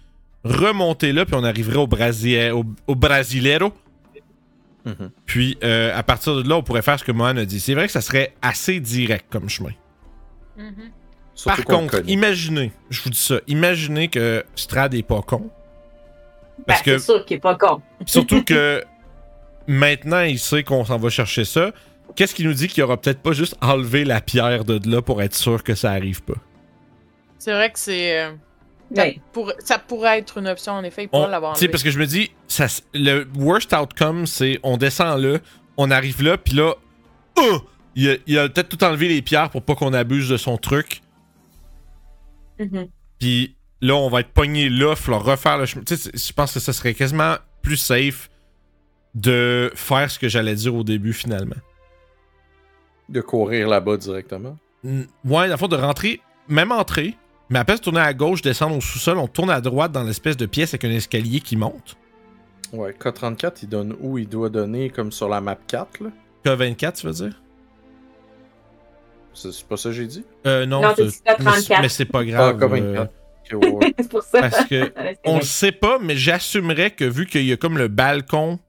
[SPEAKER 2] remonter là, puis on arriverait au, Brasi- au, au Brasilero.
[SPEAKER 4] Mhm.
[SPEAKER 2] Puis, euh, à partir de là, on pourrait faire ce que Mohan a dit. C'est vrai que ça serait assez direct comme chemin.
[SPEAKER 5] Mhm.
[SPEAKER 4] Surtout
[SPEAKER 2] Par
[SPEAKER 4] qu'on
[SPEAKER 2] contre,
[SPEAKER 4] connaît.
[SPEAKER 2] imaginez, je vous dis ça, imaginez que Strad est pas con. Parce
[SPEAKER 3] Ben,
[SPEAKER 2] que,
[SPEAKER 3] C'est sûr qu'il est pas con.
[SPEAKER 2] surtout que maintenant, il sait qu'on s'en va chercher ça. Qu'est-ce qui nous dit qu'il aura peut-être pas juste enlevé la pierre de là pour être sûr que ça arrive pas?
[SPEAKER 5] C'est vrai que c'est. euh,
[SPEAKER 3] Ben,
[SPEAKER 5] pour- ça pourrait être une option, en effet,
[SPEAKER 2] On-
[SPEAKER 5] pour l'avoir
[SPEAKER 2] Tu sais,
[SPEAKER 5] enlevé.
[SPEAKER 2] parce que je me dis, ça, s- le worst outcome, c'est on descend là, on arrive là, puis là, oh! il a, il a peut-être tout enlevé les pierres pour pas qu'on abuse de son truc.
[SPEAKER 5] Mm-hmm.
[SPEAKER 3] mhm.
[SPEAKER 2] Puis là, on va être pogné là, il refaire le chemin. Tu sais, c'est- je pense que ça serait quasiment plus safe de faire ce que j'allais dire au début, finalement.
[SPEAKER 4] De courir là-bas directement.
[SPEAKER 2] Mm, Ouais, dans le fond, de rentrer, même entrée, mais après se tourner à gauche, descendre au sous-sol, on tourne à droite dans l'espèce de pièce avec un escalier qui monte.
[SPEAKER 4] Ouais, K34, il donne où il doit donner, comme sur la map 4, là.
[SPEAKER 2] K24, tu veux dire?
[SPEAKER 4] C'est c'est pas ça que j'ai dit?
[SPEAKER 2] Euh, non,
[SPEAKER 3] Non,
[SPEAKER 2] c'est-
[SPEAKER 3] t'as dit K34.
[SPEAKER 2] mais c'est- mais c'est pas grave.
[SPEAKER 4] Ah, K24.
[SPEAKER 2] euh,
[SPEAKER 4] Ok, ouais, ouais.
[SPEAKER 3] C'est pour ça.
[SPEAKER 2] Parce que
[SPEAKER 3] Ouais, c'est
[SPEAKER 2] on
[SPEAKER 3] vrai.
[SPEAKER 2] le sait pas, mais j'assumerais que vu qu'il y a comme le balcon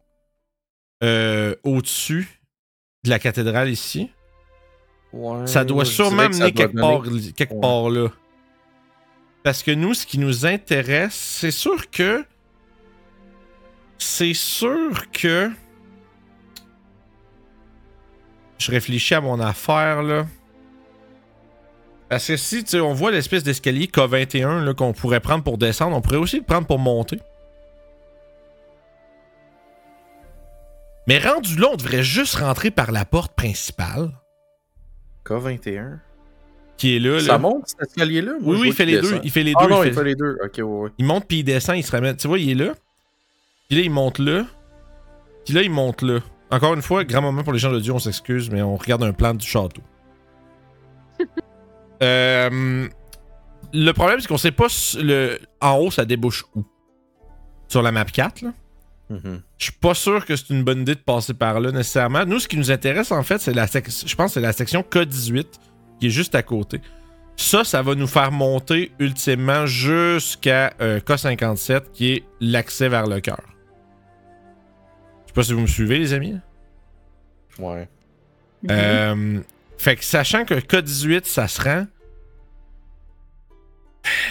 [SPEAKER 2] euh, au-dessus de la cathédrale ici,
[SPEAKER 4] Ouais,
[SPEAKER 2] ça doit
[SPEAKER 4] je
[SPEAKER 2] sûrement
[SPEAKER 4] dirais que ça
[SPEAKER 2] mener
[SPEAKER 4] doit
[SPEAKER 2] quelque,
[SPEAKER 4] donner-
[SPEAKER 2] part, li- quelque
[SPEAKER 4] Ouais.
[SPEAKER 2] part là. Parce que nous, ce qui nous intéresse, c'est sûr que. C'est sûr que. Je réfléchis à mon affaire, là. Parce que si, tu sais, on voit l'espèce d'escalier K21 là, qu'on pourrait prendre pour descendre, on pourrait aussi le prendre pour monter. Mais rendu là, on devrait juste rentrer par la porte principale
[SPEAKER 4] K21.
[SPEAKER 2] qui est là. là.
[SPEAKER 4] Ça monte cet escalier-là? Moi,
[SPEAKER 2] Oui,
[SPEAKER 4] je
[SPEAKER 2] oui,
[SPEAKER 4] vois
[SPEAKER 2] il fait
[SPEAKER 4] qu'il
[SPEAKER 2] les deux.
[SPEAKER 4] descend.
[SPEAKER 2] Il fait les
[SPEAKER 4] Ah
[SPEAKER 2] deux.
[SPEAKER 4] non,
[SPEAKER 2] il,
[SPEAKER 4] il
[SPEAKER 2] fait-
[SPEAKER 4] fait les deux. Ok, ouais, ouais.
[SPEAKER 2] il monte puis il descend, il se ramène. Tu vois, il est là. Puis là, il monte là. Puis là, il monte là. Encore une fois, grand moment pour les gens de Dieu, on s'excuse, mais on regarde un plan du château. Euh, le problème, c'est qu'on sait pas s- le... en haut, ça débouche où. Sur la map 4, là.
[SPEAKER 4] Mhm.
[SPEAKER 2] Je suis pas sûr que c'est une bonne idée de passer par là nécessairement. Nous, ce qui nous intéresse en fait, c'est la section. Je pense que c'est la section K18 qui est juste à côté. Ça, ça va nous faire monter ultimement jusqu'à euh, K57 qui est l'accès vers le cœur. Je sais pas si vous me suivez, les amis.
[SPEAKER 4] Ouais.
[SPEAKER 3] Mm-hmm.
[SPEAKER 2] Euh, fait que sachant que K18, ça se rend,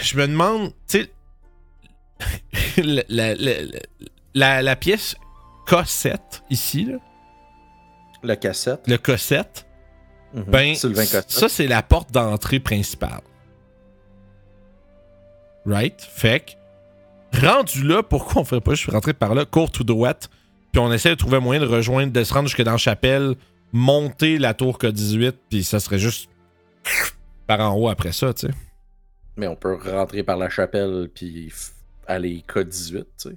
[SPEAKER 2] je me demande, tu sais, la, la- la- la- la pièce K7 ici, là,
[SPEAKER 4] La cassette.
[SPEAKER 2] le K7,
[SPEAKER 4] Mhm.
[SPEAKER 2] ben,
[SPEAKER 4] Sylvain Cossette.
[SPEAKER 2] ça, c'est la porte d'entrée principale. Right? Fait que, rendu là, pourquoi on ferait pas juste rentrer par là, court tout droite, puis on essaie de trouver un moyen de rejoindre, de se rendre jusque dans la chapelle, monter la tour K18, puis ça serait juste par en haut après ça, tu sais.
[SPEAKER 4] Mais on peut rentrer par la chapelle puis f- aller K18, tu sais.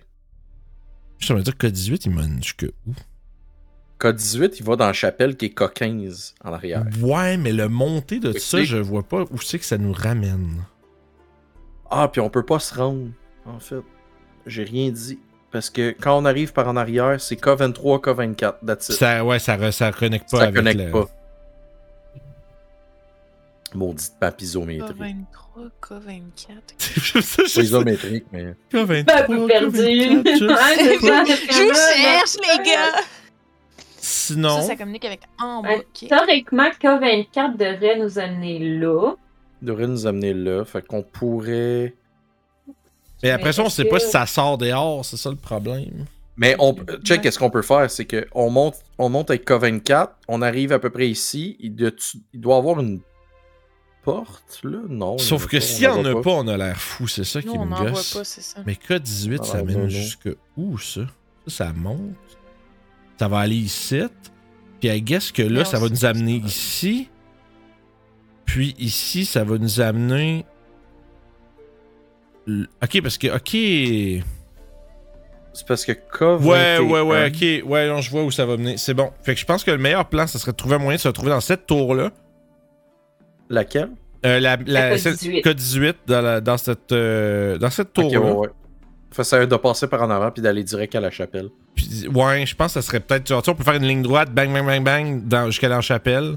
[SPEAKER 2] Ça veut dire que K18, il mène jusque où?
[SPEAKER 4] K18, il va dans la chapelle qui est K15 en arrière.
[SPEAKER 2] Ouais, mais le monter de
[SPEAKER 4] Fait que
[SPEAKER 2] ça,
[SPEAKER 4] les-
[SPEAKER 2] je vois pas où c'est que ça nous ramène.
[SPEAKER 4] Ah, puis on peut pas se rendre, en fait. J'ai rien dit. Parce que quand on arrive par en arrière, c'est K23, K24. That's it.
[SPEAKER 2] Ça, ouais, ça, re- ça connecte pas
[SPEAKER 4] Ça
[SPEAKER 2] avec
[SPEAKER 4] connecte
[SPEAKER 2] le-
[SPEAKER 4] pas. Maudite map
[SPEAKER 5] Ah,
[SPEAKER 4] isométrique.
[SPEAKER 5] ben, K23, K24.
[SPEAKER 2] Je sais, je
[SPEAKER 4] Pas
[SPEAKER 2] sais.
[SPEAKER 4] isométrique, mais.
[SPEAKER 2] K23,
[SPEAKER 3] Un peu perdu.
[SPEAKER 2] K24, je
[SPEAKER 3] Ouais,
[SPEAKER 2] Ah, sais pas.
[SPEAKER 3] Ah, c'est ça,
[SPEAKER 5] Je vous cherche, les gars!
[SPEAKER 2] Sinon,
[SPEAKER 5] Ça, ça communique avec Ambre.
[SPEAKER 3] Ouais.
[SPEAKER 5] ok.
[SPEAKER 3] Théoriquement, K24 devrait nous amener là.
[SPEAKER 4] Il devrait nous amener là. Fait qu'on pourrait.
[SPEAKER 2] mais après ça, on
[SPEAKER 3] est-ce
[SPEAKER 2] sait pas
[SPEAKER 3] que-
[SPEAKER 2] si ça sort dehors, c'est ça le problème.
[SPEAKER 4] Mais on check, qu'est-ce qu'on peut faire, c'est que on monte, on monte avec K24, on arrive à peu près ici, il, de- tu- il doit avoir une porte là, non. il y en
[SPEAKER 2] Sauf
[SPEAKER 4] a
[SPEAKER 2] que
[SPEAKER 4] pas,
[SPEAKER 2] s'il y
[SPEAKER 4] en
[SPEAKER 2] en
[SPEAKER 4] voit
[SPEAKER 2] a pas, on a l'air fou, c'est ça qui
[SPEAKER 5] Nous, on
[SPEAKER 2] me
[SPEAKER 5] n'en voit
[SPEAKER 2] gosse.
[SPEAKER 5] pas, c'est ça.
[SPEAKER 2] Mais K18,
[SPEAKER 4] Ah,
[SPEAKER 2] ça
[SPEAKER 4] non,
[SPEAKER 2] mène
[SPEAKER 4] non, non.
[SPEAKER 2] jusque où ça? Ça, ça monte. Ça va aller ici. Puis I guess que là,
[SPEAKER 5] Mais on
[SPEAKER 2] ça va
[SPEAKER 5] sait
[SPEAKER 2] nous
[SPEAKER 5] pas
[SPEAKER 2] amener
[SPEAKER 5] ça.
[SPEAKER 2] ici. Puis ici, ça va nous amener. L- Ok, parce que. Ok.
[SPEAKER 4] C'est parce que hein? K21.
[SPEAKER 2] Ouais, ouais, ouais, ok. Ouais, non, je vois où ça va mener. C'est bon. Fait que je pense que le meilleur plan, ça serait de trouver un moyen de se retrouver dans cette tour-là.
[SPEAKER 4] Laquelle
[SPEAKER 2] Euh, la, la,
[SPEAKER 3] La
[SPEAKER 2] celle-
[SPEAKER 3] K18.
[SPEAKER 2] K18 dans, la- dans cette, euh, dans cette tour
[SPEAKER 4] Ok, ouais, ouais. Fait ça de passer par en avant puis d'aller direct à la chapelle.
[SPEAKER 2] Puis, ouais, je pense que ça serait peut-être. genre, tu sais, on peut faire une ligne droite, bang, bang, bang, bang, dans- jusqu'à la chapelle.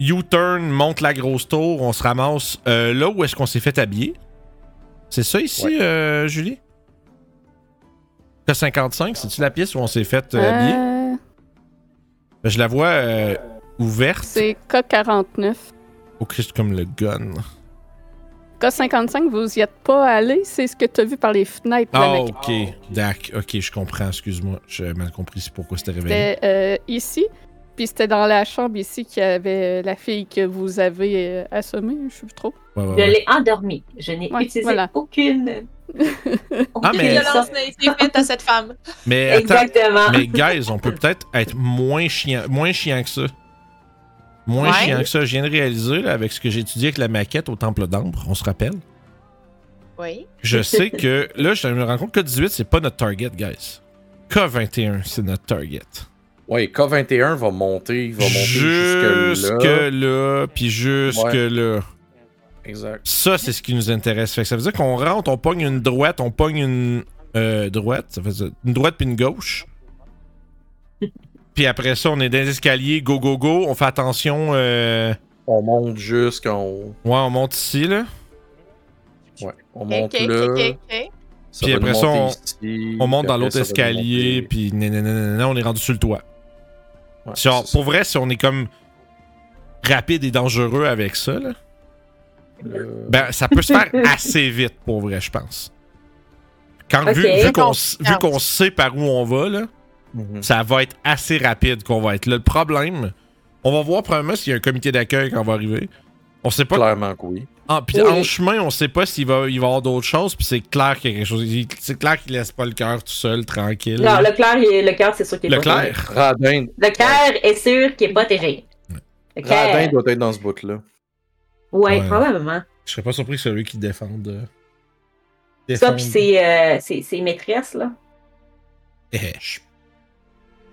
[SPEAKER 2] U-turn, monte la grosse tour, on se ramasse euh, là où est-ce qu'on s'est fait habiller. C'est ça ici,
[SPEAKER 4] Ouais.
[SPEAKER 2] euh, Julie K55, c'est-tu la pièce où on s'est fait euh, habiller
[SPEAKER 1] Euh,
[SPEAKER 2] Ben, Je la vois euh, ouverte.
[SPEAKER 1] c'est K49.
[SPEAKER 2] Oh, Christ, comme le gun.
[SPEAKER 1] K55, vous y êtes pas allé, c'est ce que tu as vu par les fenêtres. la
[SPEAKER 2] Ah,
[SPEAKER 1] mec.
[SPEAKER 2] ok. Dac, ok, je comprends, excuse-moi. J'ai mal compris c'est pourquoi c'était réveillé.
[SPEAKER 1] C'était euh, ici, puis c'était dans la chambre ici qu'il y avait euh, la fille que vous avez euh, assommée, je sais plus trop.
[SPEAKER 2] Ouais, ouais,
[SPEAKER 3] Je
[SPEAKER 2] ouais.
[SPEAKER 3] l'ai endormie. Je n'ai
[SPEAKER 1] Ouais,
[SPEAKER 3] utilisé
[SPEAKER 1] voilà.
[SPEAKER 3] aucune.
[SPEAKER 2] Ah,
[SPEAKER 3] aucune
[SPEAKER 5] Quelle
[SPEAKER 2] mais-
[SPEAKER 3] sorte.
[SPEAKER 5] violence n'a été faite à cette femme?
[SPEAKER 2] Mais attends,
[SPEAKER 3] Exactement.
[SPEAKER 2] Mais guys, on peut peut-être être moins chiant, moins chiant que ça. Moins
[SPEAKER 5] Ouais.
[SPEAKER 2] chiant que ça. Je viens de réaliser, là, avec ce que j'ai étudié avec la maquette au Temple d'Ambre, on se rappelle.
[SPEAKER 5] Oui.
[SPEAKER 2] Je sais que là, je me rends compte que 18, c'est pas notre target, guys. K21, c'est notre target.
[SPEAKER 4] Ouais, K21 va monter, il va monter jusque
[SPEAKER 2] Jusque
[SPEAKER 4] là.
[SPEAKER 2] là, puis jusque
[SPEAKER 4] Ouais.
[SPEAKER 2] là.
[SPEAKER 4] Exact.
[SPEAKER 2] Ça, c'est ce qui nous intéresse. Fait que ça veut dire qu'on rentre, on pogne une droite, on pogne une euh, droite, ça fait ça, une droite puis une gauche. Puis après ça, on est dans les escaliers, go go go, on fait attention. euh,
[SPEAKER 4] On monte jusqu'en haut.
[SPEAKER 2] Ouais, on monte ici là.
[SPEAKER 4] Ouais. On
[SPEAKER 5] Ok,
[SPEAKER 4] monte
[SPEAKER 5] ok,
[SPEAKER 4] là.
[SPEAKER 5] ok, ok.
[SPEAKER 4] ça
[SPEAKER 2] Puis
[SPEAKER 4] va
[SPEAKER 2] après
[SPEAKER 4] nous
[SPEAKER 2] ça,
[SPEAKER 4] monter
[SPEAKER 2] on-
[SPEAKER 4] ici,
[SPEAKER 2] On monte
[SPEAKER 4] puis
[SPEAKER 2] dans
[SPEAKER 4] après,
[SPEAKER 2] l'autre
[SPEAKER 4] ça va nous
[SPEAKER 2] escalier,
[SPEAKER 4] monter-
[SPEAKER 2] puis nananana, on est rendu sur le toit.
[SPEAKER 4] Ouais,
[SPEAKER 2] Si on-
[SPEAKER 4] c'est ça.
[SPEAKER 2] pour vrai, si on est comme rapide et dangereux avec ça, là,
[SPEAKER 4] Le-
[SPEAKER 2] ben, ça peut se faire assez vite, pour vrai, je pense. Quand, vu-
[SPEAKER 3] Ok.
[SPEAKER 2] vu, qu'on, s- vu qu'on sait par où on va, là,
[SPEAKER 4] Mhm.
[SPEAKER 2] ça va être assez rapide qu'on va être là. Le problème, on va voir probablement s'il y a un comité d'accueil quand on va arriver. On sait pas.
[SPEAKER 4] Clairement que oui.
[SPEAKER 2] En, puis
[SPEAKER 5] Oui.
[SPEAKER 2] en chemin, on sait pas s'il va, il va y avoir d'autres choses, puis c'est clair qu'il y a quelque chose. il- C'est clair qu'il laisse pas le cœur tout seul, tranquille.
[SPEAKER 3] Non, le clair, il est- le cœur, c'est sûr qu'il est
[SPEAKER 2] Le
[SPEAKER 3] pas
[SPEAKER 2] clair.
[SPEAKER 4] Radin,
[SPEAKER 3] terrible. Le cœur est sûr qu'il est pas terrible. Le
[SPEAKER 4] Radin
[SPEAKER 3] cœur.
[SPEAKER 4] doit être dans ce bout-là.
[SPEAKER 3] Ouais,
[SPEAKER 2] Ouais.
[SPEAKER 3] probablement.
[SPEAKER 2] Je serais pas surpris que celui qui défende. euh,
[SPEAKER 3] Ça,
[SPEAKER 2] défende.
[SPEAKER 3] puis ses, euh, ses- ses maîtresses, là.
[SPEAKER 2] Eh,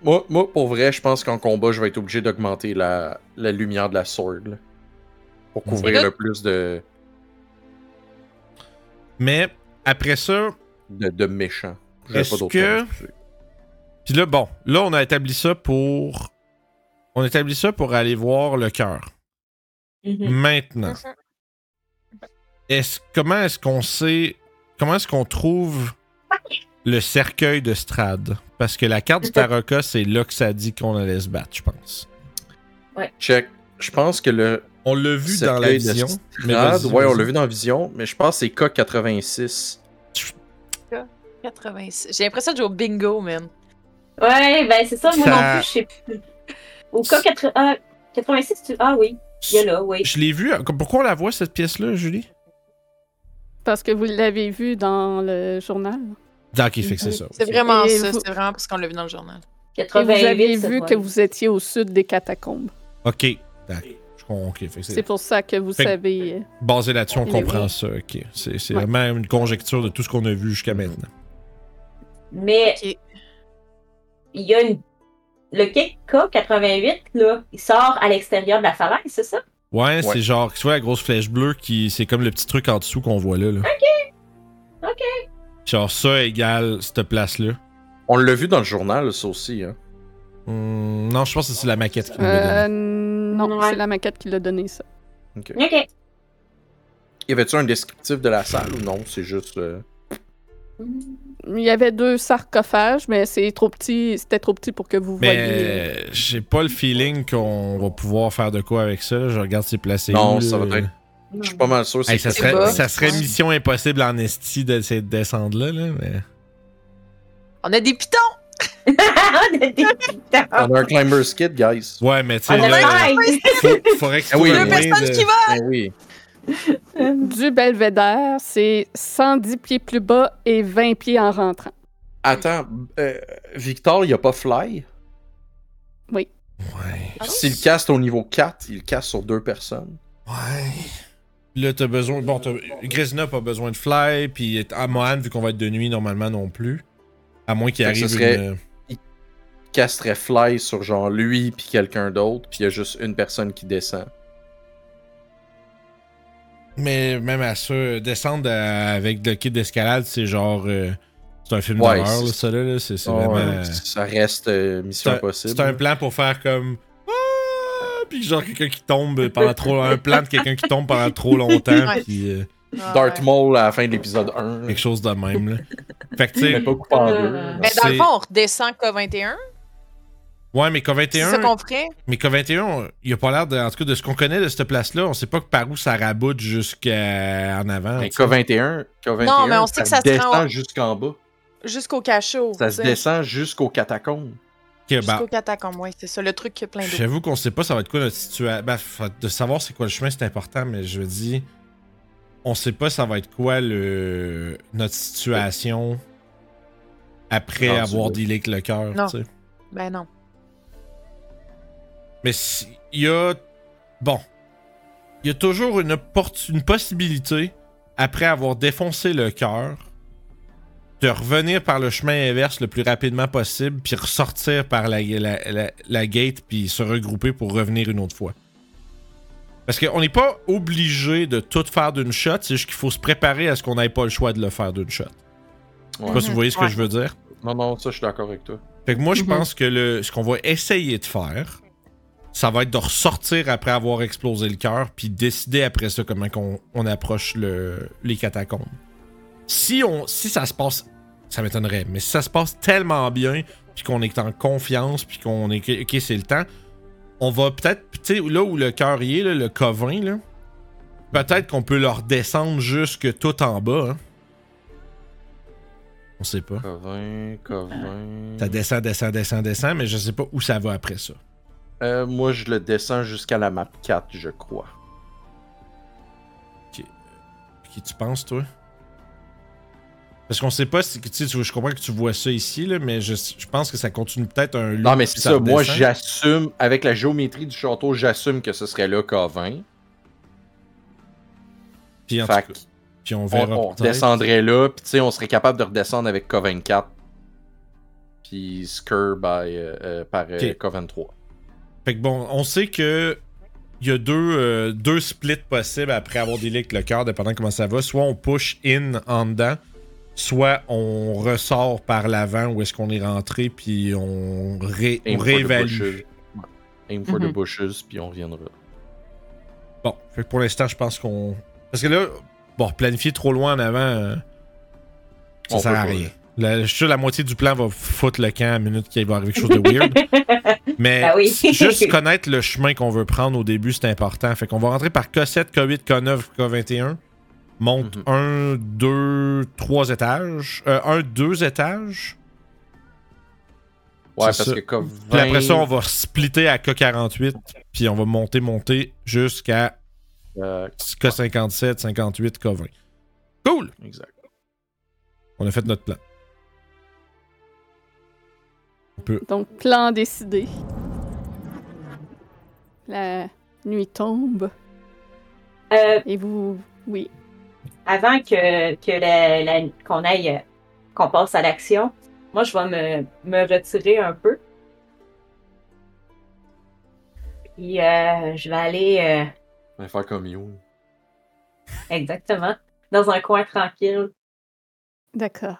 [SPEAKER 4] Moi, moi, pour vrai, je pense qu'en combat, je vais être obligé d'augmenter la, la lumière de la sword. là, pour couvrir
[SPEAKER 5] Et là-
[SPEAKER 4] le plus de,
[SPEAKER 2] Mais après ça,
[SPEAKER 4] de, de méchants. J'ai
[SPEAKER 2] Est-ce
[SPEAKER 4] pas d'autre
[SPEAKER 2] que-
[SPEAKER 4] terme, excusez.
[SPEAKER 2] puis là, bon, là, on a établi ça pour. On établit ça pour aller voir le cœur.
[SPEAKER 3] Mhm.
[SPEAKER 2] Maintenant, est-ce, comment est-ce qu'on sait. Comment est-ce qu'on trouve le cercueil de Strad Parce que la carte du Taraka, c'est là que ça dit qu'on allait se battre, je pense.
[SPEAKER 4] Check. Je pense que le
[SPEAKER 2] On l'a vu dans la
[SPEAKER 4] cercueil de
[SPEAKER 2] vision. mais
[SPEAKER 4] Strad-
[SPEAKER 2] vas-y,
[SPEAKER 4] ouais, on
[SPEAKER 2] vas-y.
[SPEAKER 4] l'a vu dans la vision, mais je pense que c'est K86.
[SPEAKER 5] 86. J'ai l'impression de jouer au bingo, man.
[SPEAKER 3] Ouais, ben c'est ça, moi
[SPEAKER 2] Ça-
[SPEAKER 3] non plus, je sais plus. Au cas 80 ah, 86, tu... Ah oui, il y a là, oui.
[SPEAKER 2] Je l'ai vu. euh, Pourquoi on la voit, cette pièce-là, Julie
[SPEAKER 1] Parce que vous l'avez vu dans le journal.
[SPEAKER 2] Ah, Ok, fait que c'est ça.
[SPEAKER 5] C'est vraiment
[SPEAKER 1] Et
[SPEAKER 5] ça.
[SPEAKER 1] vous-
[SPEAKER 5] C'est vraiment parce qu'on l'a vu dans le journal.
[SPEAKER 1] Et vous
[SPEAKER 3] 88,
[SPEAKER 1] aviez
[SPEAKER 3] ça
[SPEAKER 1] vu
[SPEAKER 3] doit
[SPEAKER 1] que
[SPEAKER 3] être.
[SPEAKER 1] vous étiez au sud des catacombes.
[SPEAKER 2] Ok. D'accord. Je comprends. Ok, fait que
[SPEAKER 1] C'est
[SPEAKER 2] c'est
[SPEAKER 1] pour ça que vous
[SPEAKER 2] Fait que-
[SPEAKER 1] savez. euh,
[SPEAKER 2] basé là-dessus, on
[SPEAKER 1] Mais
[SPEAKER 2] comprend
[SPEAKER 1] oui.
[SPEAKER 2] ça. Ok. C'est c'est
[SPEAKER 1] Ouais.
[SPEAKER 2] vraiment une conjecture de tout ce qu'on a vu
[SPEAKER 4] Mm-hmm.
[SPEAKER 2] jusqu'à maintenant.
[SPEAKER 3] Mais
[SPEAKER 5] Ok.
[SPEAKER 3] il y a une... Le K88, là, il sort à l'extérieur de la falaise, c'est ça?
[SPEAKER 2] Ouais,
[SPEAKER 4] Ouais.
[SPEAKER 2] c'est genre, tu vois la grosse flèche bleue qui, c'est comme le petit truc en dessous qu'on voit là. là.
[SPEAKER 3] Ok.
[SPEAKER 2] Genre ça égale cette place là.
[SPEAKER 4] On l'a vu dans le journal, ça aussi. Hein.
[SPEAKER 2] Hmm, non, je pense que c'est la maquette qui nous l'a donné.
[SPEAKER 1] euh, non,
[SPEAKER 3] Ouais.
[SPEAKER 1] c'est la maquette qui l'a donné, ça.
[SPEAKER 3] OK.
[SPEAKER 4] Y avait-tu un descriptif de la salle ou non C'est juste. euh,
[SPEAKER 1] Il y avait deux sarcophages, mais c'est trop petit. C'était trop petit pour que vous
[SPEAKER 2] Mais
[SPEAKER 1] voyiez.
[SPEAKER 2] euh, j'ai pas le feeling qu'on va pouvoir faire de quoi avec ça. là. Je regarde c'est placé.
[SPEAKER 4] Non,
[SPEAKER 2] où,
[SPEAKER 4] ça
[SPEAKER 2] là.
[SPEAKER 4] va être- Je suis pas mal sûr.
[SPEAKER 2] Hey, ça
[SPEAKER 4] c'est que-
[SPEAKER 2] serait,
[SPEAKER 5] bas.
[SPEAKER 2] ça serait
[SPEAKER 5] Ouais.
[SPEAKER 2] mission impossible en esti d'essayer de descendre là, là mais...
[SPEAKER 5] On a des pitons!
[SPEAKER 3] On a des pitons.
[SPEAKER 4] On a un climber's kit, guys.
[SPEAKER 2] Ouais, mais tu sais,
[SPEAKER 3] On a
[SPEAKER 2] là,
[SPEAKER 3] faim.
[SPEAKER 2] faut- faudrait que tu
[SPEAKER 4] Ah oui,
[SPEAKER 2] trouves
[SPEAKER 4] deux
[SPEAKER 2] un moyen
[SPEAKER 5] personnes
[SPEAKER 2] de-
[SPEAKER 5] qui vont!
[SPEAKER 4] Ben oui.
[SPEAKER 1] Du belvédère, c'est 110 pieds plus bas et 20 pieds en rentrant.
[SPEAKER 4] Attends, euh, Victor, il a pas fly.
[SPEAKER 2] Ouais.
[SPEAKER 5] Ah
[SPEAKER 4] S'il caste au niveau 4, il caste sur deux personnes.
[SPEAKER 2] Ouais. Là, t'as besoin. Bon, t'as... Grisna pas besoin de fly, puis à Mohan, vu qu'on va être de nuit normalement non plus. À moins qu'il
[SPEAKER 4] Fait que
[SPEAKER 2] arrive
[SPEAKER 4] ce serait-
[SPEAKER 2] une.
[SPEAKER 4] Il casterait fly sur genre lui puis quelqu'un d'autre, puis il y a juste une personne qui descend.
[SPEAKER 2] Mais même à ça, euh, descendre à- avec le kit d'escalade, c'est genre. euh, C'est un film
[SPEAKER 4] Ouais,
[SPEAKER 2] d'horreur,
[SPEAKER 4] c'est-
[SPEAKER 2] là, ça là. là. C'est, c'est
[SPEAKER 4] Oh,
[SPEAKER 2] vraiment.
[SPEAKER 4] ouais,
[SPEAKER 2] euh,
[SPEAKER 4] Ça reste euh, mission
[SPEAKER 2] c'est, un,
[SPEAKER 4] impossible.
[SPEAKER 2] c'est un plan pour faire comme. Ah! Puis genre quelqu'un qui tombe pendant trop. Un plan de quelqu'un qui tombe pendant trop longtemps,
[SPEAKER 5] Ouais.
[SPEAKER 2] puis euh,
[SPEAKER 5] Ah,
[SPEAKER 4] Darth
[SPEAKER 5] ouais.
[SPEAKER 4] Maul à la fin de l'épisode 1. là.
[SPEAKER 2] quelque chose de même, là. Fait que tu
[SPEAKER 4] Mais
[SPEAKER 2] sais.
[SPEAKER 4] pas coupé en
[SPEAKER 3] Euh,
[SPEAKER 4] deux.
[SPEAKER 3] Mais
[SPEAKER 4] là.
[SPEAKER 5] Mais Ben, dans le
[SPEAKER 2] c'est-
[SPEAKER 5] fond, on redescend K21.
[SPEAKER 2] Ouais, mais
[SPEAKER 5] C'est
[SPEAKER 2] K21.
[SPEAKER 5] ça qu'on ferait.
[SPEAKER 2] Mais K21, on- il a pas l'air de. En tout cas, de ce qu'on connaît de cette place-là, on sait pas que par où ça raboute jusqu'à en avant.
[SPEAKER 4] Mais
[SPEAKER 2] tu sais.
[SPEAKER 4] K21, K21,
[SPEAKER 5] Non, mais on sait que ça se
[SPEAKER 4] descend
[SPEAKER 5] rend-
[SPEAKER 4] jusqu'en bas.
[SPEAKER 5] Jusqu'au cachot.
[SPEAKER 4] Ça se
[SPEAKER 5] tu sais.
[SPEAKER 4] descend jusqu'aux catacombes.
[SPEAKER 2] Ok, bah,
[SPEAKER 5] Jusqu'au catacombe, ouais, c'est ça, le truc qui a plein d'eau.
[SPEAKER 2] J'avoue qu'on sait pas ça va être quoi notre situation. de savoir c'est quoi le chemin, c'est important, mais je dis. On sait pas ça va être quoi le notre situation après
[SPEAKER 4] Non, c'est
[SPEAKER 2] avoir
[SPEAKER 4] vrai.
[SPEAKER 2] dealé avec le cœur.
[SPEAKER 5] Non.
[SPEAKER 2] tu sais.
[SPEAKER 5] Ben non.
[SPEAKER 2] Mais si- il y a. Bon. Il y a toujours une, opportu- une possibilité, après avoir défoncé le cœur, de revenir par le chemin inverse le plus rapidement possible, puis ressortir par la, la- la- la gate, puis se regrouper pour revenir une autre fois. Parce qu'on n'est pas obligé de tout faire d'une shot, c'est juste qu'il faut se préparer à ce qu'on n'ait pas le choix de le faire d'une shot. Je sais
[SPEAKER 4] Ouais.
[SPEAKER 2] pas si vous voyez ce que
[SPEAKER 5] Ouais.
[SPEAKER 2] je veux dire.
[SPEAKER 4] Non, non, ça, je suis d'accord avec toi.
[SPEAKER 2] Fait que moi, je
[SPEAKER 1] Mhm.
[SPEAKER 2] pense que le, ce qu'on va essayer de faire, ça va être de ressortir après avoir explosé le cœur, puis décider après ça comment qu'on- on, approche le, les catacombes. Si, on, si ça se passe, ça m'étonnerait, mais si ça se passe tellement bien, puis qu'on est en confiance, puis qu'on est, que- ok, c'est le temps, on va peut-être, tu sais, là où le cœur y est, là, le covin, là, peut-être qu'on peut leur descendre jusque tout en bas. hein. On sait pas.
[SPEAKER 6] Covin, Covin.
[SPEAKER 2] Ça descend, descend, descend, descend, mais je sais pas où ça va après ça.
[SPEAKER 6] Euh, moi, je le descends jusqu'à la map 4, je crois.
[SPEAKER 2] Qui tu penses, toi? Parce qu'on sait pas si. Tu sais, tu- je comprends que tu vois ça ici, là, mais je, je pense que ça continue peut-être un loop,
[SPEAKER 6] Non, mais c'est
[SPEAKER 2] puis
[SPEAKER 6] ça. Moi,
[SPEAKER 2] redescend.
[SPEAKER 6] j'assume, avec la géométrie du château, j'assume que ce serait là Covin.
[SPEAKER 2] Puis, en tout
[SPEAKER 6] Fait
[SPEAKER 2] cas, puis on
[SPEAKER 6] qu'on
[SPEAKER 2] verra.
[SPEAKER 6] on
[SPEAKER 2] peut-être.
[SPEAKER 6] descendrait là, puis tu sais, on serait capable de redescendre avec Covin 4. Puis Skur by, euh, euh, par euh,
[SPEAKER 2] Ok.
[SPEAKER 6] Covin 3.
[SPEAKER 2] Fait que bon, on sait que. Il y a deux, euh, deux splits possibles après avoir délé avec le cœur, dépendant comment ça va. Soit on push in en dedans, soit on ressort par l'avant où est-ce qu'on est rentré, puis on, ré, on
[SPEAKER 6] Aim for the
[SPEAKER 2] réévalue.
[SPEAKER 6] bushes. Ouais. Aim for
[SPEAKER 5] Mhm.
[SPEAKER 6] the bushes, puis on reviendra.
[SPEAKER 2] Bon, fait que pour l'instant, je pense qu'on. Parce que là, bon, planifier trop loin en avant, euh, ça
[SPEAKER 6] On
[SPEAKER 2] sert
[SPEAKER 6] peut
[SPEAKER 2] à
[SPEAKER 6] pas,
[SPEAKER 2] rien. La, je suis sûr la moitié du plan va foutre le camp à la minute qu'il va arriver quelque chose de weird. Mais
[SPEAKER 3] Ben oui.
[SPEAKER 2] juste connaître le chemin qu'on veut prendre au début, c'est important. Fait qu'on va rentrer par K7, K8, K9, K21. Monte
[SPEAKER 6] Mhm.
[SPEAKER 2] un, deux, trois étages. Euh, un, deux étages.
[SPEAKER 6] Ouais,
[SPEAKER 2] C'est
[SPEAKER 6] parce
[SPEAKER 2] ça.
[SPEAKER 6] que Covin.
[SPEAKER 2] Puis après ça, on va splitter à K48. Puis on va monter, monter jusqu'à
[SPEAKER 6] euh,
[SPEAKER 2] K57, 58, K20. Cool!
[SPEAKER 6] exact.
[SPEAKER 2] On a fait notre plan. On peut.
[SPEAKER 1] Donc, plan décidé. La nuit tombe
[SPEAKER 3] Euh,
[SPEAKER 1] et vous. Oui.
[SPEAKER 3] avant que, que la- la- qu'on aille, euh, qu'on passe à l'action, moi, je vais me, me retirer un peu. Puis, euh, je vais aller euh,
[SPEAKER 6] On va faire comme You.
[SPEAKER 3] exactement dans un coin tranquille.
[SPEAKER 1] D'accord.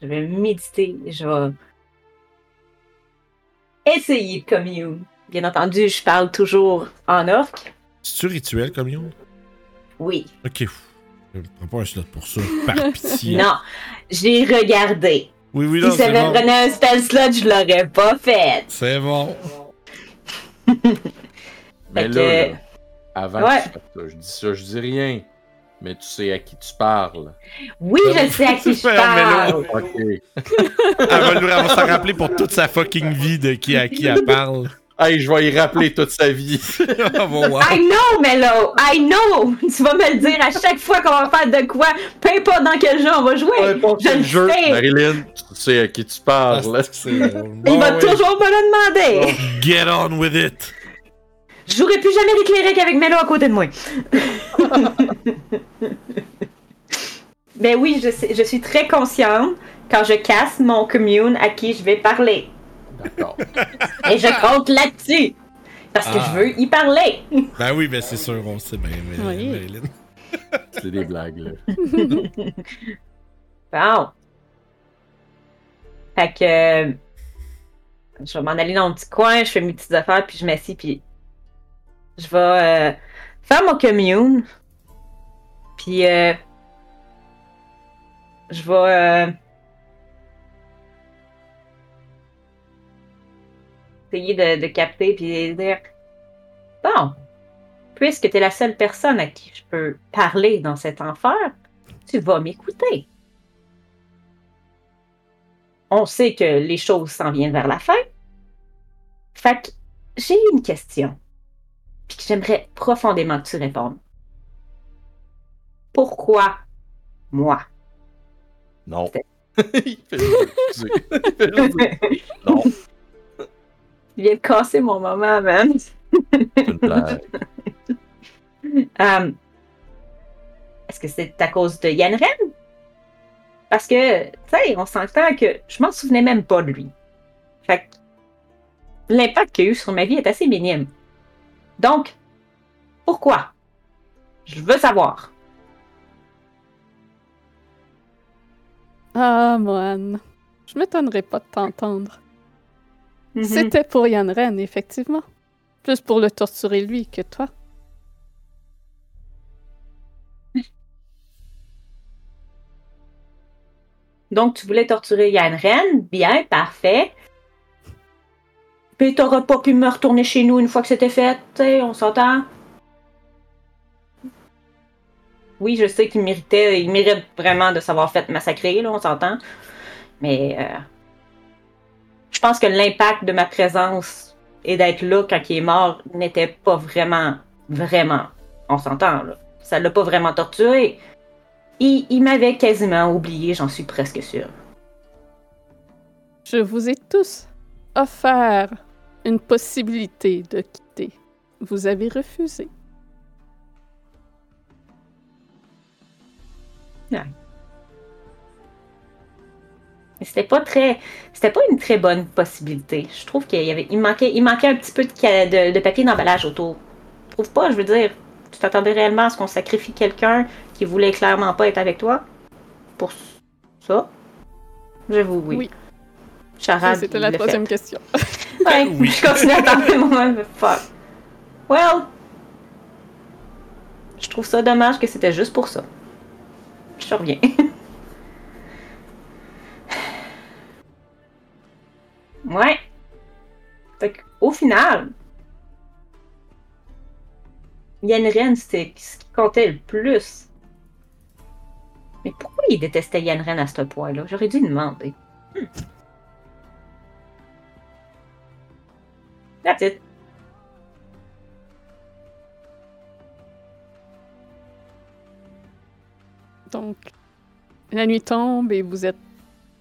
[SPEAKER 3] Je vais méditer. Je vais essayer de commune. Bien entendu, je parle toujours en orque.
[SPEAKER 2] C'est-tu rituel comme Yon?
[SPEAKER 3] Oui.
[SPEAKER 2] Ok. pff. Je me prends pas un slot pour ça. Par pitié.
[SPEAKER 3] Non, j'ai regardé.
[SPEAKER 2] Oui, oui,
[SPEAKER 3] Si
[SPEAKER 2] non,
[SPEAKER 3] ça
[SPEAKER 2] c'est
[SPEAKER 3] me
[SPEAKER 2] bon.
[SPEAKER 3] prenait un spell slot, je l'aurais pas fait.
[SPEAKER 2] C'est bon.
[SPEAKER 6] Mais là,
[SPEAKER 3] Fait que-
[SPEAKER 6] là, avant
[SPEAKER 3] Ouais.
[SPEAKER 6] que tu fasses ça, je dis ça, je dis rien. Mais tu sais à qui tu parles.
[SPEAKER 3] Oui, je sais à qui je
[SPEAKER 2] Super, mais là-
[SPEAKER 3] parle.
[SPEAKER 6] Ok.
[SPEAKER 2] Elle va, nous- elle va s'en rappeler pour toute sa fucking vie de qui à qui elle parle.
[SPEAKER 6] Hey, je vais y rappeler toute sa vie.
[SPEAKER 2] Ah, bon, wow.
[SPEAKER 3] I know, Mello! I know! Tu vas me le dire à chaque fois qu'on va faire de quoi, peu importe dans quel jeu on va jouer. je le sais!
[SPEAKER 6] Marilyn, tu sais à qui tu
[SPEAKER 2] Ah,
[SPEAKER 6] parles.
[SPEAKER 2] c'est que c'est
[SPEAKER 6] euh,
[SPEAKER 2] drôle.
[SPEAKER 3] Il
[SPEAKER 2] Bon,
[SPEAKER 3] va
[SPEAKER 2] ouais.
[SPEAKER 3] toujours me le demander!
[SPEAKER 2] Get on with it.
[SPEAKER 3] Je jouerai plus jamais les clérics avec Melo à côté de moi. Mais Ben oui, je, sais- je suis très consciente quand je casse mon commune à qui je vais parler.
[SPEAKER 6] D'accord.
[SPEAKER 3] Et je compte là-dessus. Parce que
[SPEAKER 2] Ah.
[SPEAKER 3] je veux y parler.
[SPEAKER 2] Ben oui, ben c'est sûr, on sait bien, mais-
[SPEAKER 1] Oui.
[SPEAKER 2] Marilyn.
[SPEAKER 6] C'est des blagues, là.
[SPEAKER 3] Bon. Fait que. euh, Je vais m'en aller dans mon petit coin, je fais mes petites affaires, puis je m'assis, puis. Je vais euh, faire mon commune. Puis. euh, je vais. euh, essayer de, de capter, puis dire. Bon. Puisque tu es la seule personne à qui je peux parler dans cet enfer, tu vas m'écouter on sait que les choses s'en viennent vers la fin. Fait que j'ai une question, puis que j'aimerais profondément que tu répondes. Pourquoi moi?
[SPEAKER 6] Non. Il fait juste- il fait juste- non,
[SPEAKER 3] Tu viens de casser mon moment, man.
[SPEAKER 6] c'est une blague.
[SPEAKER 3] Euh, Est-ce que c'est à cause de Yann Ren? Parce que, tu sais, on s'entend que je m'en souvenais même pas de lui. Fait que l'impact qu'il a eu sur ma vie est assez minime. Donc, pourquoi? Je veux savoir.
[SPEAKER 1] Ah, Mohan.
[SPEAKER 3] Mhm.
[SPEAKER 1] Je m'étonnerais pas de t'entendre. C'était pour Yann Ren, effectivement. Plus pour le torturer lui que toi.
[SPEAKER 3] Donc, tu voulais torturer Yann Ren. Bien, parfait. Puis, t'auras pas pu me retourner chez nous une fois que c'était fait. tu sais, on s'entend. Oui, je sais qu'il méritait, il mérite vraiment de s'avoir fait massacrer, là, on s'entend. Mais euh, je pense que l'impact de ma présence et d'être là quand il est mort n'était pas vraiment, vraiment, on s'entend, là. Ça l'a pas vraiment torturé. Il, il m'avait quasiment oublié, j'en suis presque sûre.
[SPEAKER 1] Je vous ai tous offert une possibilité de quitter. Vous avez refusé.
[SPEAKER 3] Mais c'était pas très, c'était pas une très bonne possibilité. Je trouve qu'il y avait, il manquait, il manquait un petit peu de, ca- de- de papier d'emballage autour. Je trouve pas, je veux dire, tu t'attendais réellement à ce qu'on sacrifie quelqu'un qui voulait clairement pas être avec toi pour ça. J'avoue, oui.
[SPEAKER 1] Oui.
[SPEAKER 3] Charade,
[SPEAKER 1] C'était
[SPEAKER 3] il
[SPEAKER 1] la
[SPEAKER 3] l'a
[SPEAKER 1] troisième question.
[SPEAKER 3] fait. Ouais, je continue à tenter moi. Fuck. Well, je trouve ça dommage que c'était juste pour ça. Je reviens. Ouais. Fait au final, Yann Ren, c'était ce qui comptait le plus. Mais pourquoi il détestait Yann Ren à ce point-là? J'aurais dû lui demander. Hmm. That's it.
[SPEAKER 1] Donc, la nuit tombe et vous êtes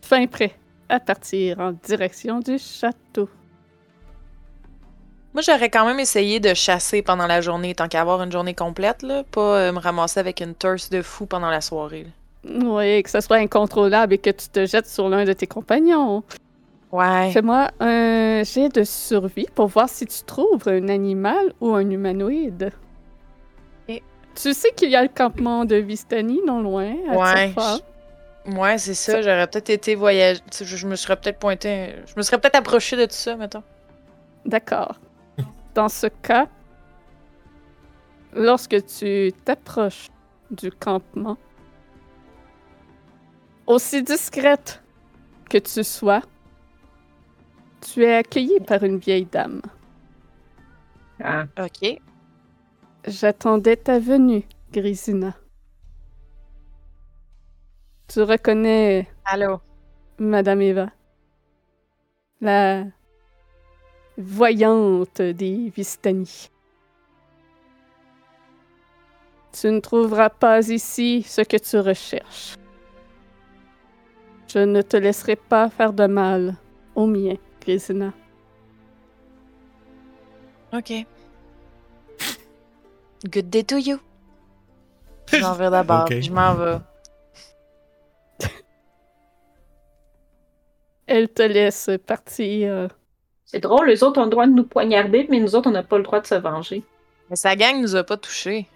[SPEAKER 1] fin prêt à partir en direction du château.
[SPEAKER 5] Moi, j'aurais quand même essayé de chasser pendant la journée, tant qu'à avoir une journée complète, là, pas euh, me ramasser avec une torse de fou pendant la soirée. là.
[SPEAKER 1] Oui, que ce soit incontrôlable et que tu te jettes sur l'un de tes compagnons.
[SPEAKER 5] Ouais.
[SPEAKER 1] Fais-moi un jet de survie pour voir si tu trouves un animal ou un humanoïde.
[SPEAKER 5] Et-
[SPEAKER 1] Tu sais qu'il y a le campement de Vistani non loin. à
[SPEAKER 5] Ouais,
[SPEAKER 1] Tirfa.
[SPEAKER 5] Ouais, c'est ça. J'aurais peut-être été voyage. tu sais, Je, je me serais peut-être pointé. Je me serais peut-être approché de tout ça, mettons.
[SPEAKER 1] D'accord. Dans ce cas, lorsque tu t'approches du campement, aussi discrète que tu sois, tu es accueillie par une vieille dame.
[SPEAKER 3] Ah.
[SPEAKER 5] OK.
[SPEAKER 1] J'attendais ta venue, Grisina. Tu reconnais
[SPEAKER 5] Allô.
[SPEAKER 1] Madame Eva, la voyante des Vistani. Tu ne trouveras pas ici ce que tu recherches. Je ne te laisserai pas faire de mal au mien, Grisina.
[SPEAKER 5] OK. Good day to you. Je m'en vais d'abord.
[SPEAKER 2] Ok.
[SPEAKER 5] Je m'en vais.
[SPEAKER 1] Elle te laisse partir.
[SPEAKER 3] C'est drôle, les autres ont le droit de nous poignarder, mais nous autres, on n'a pas le droit de se venger.
[SPEAKER 5] Mais sa gang nous a pas touchés.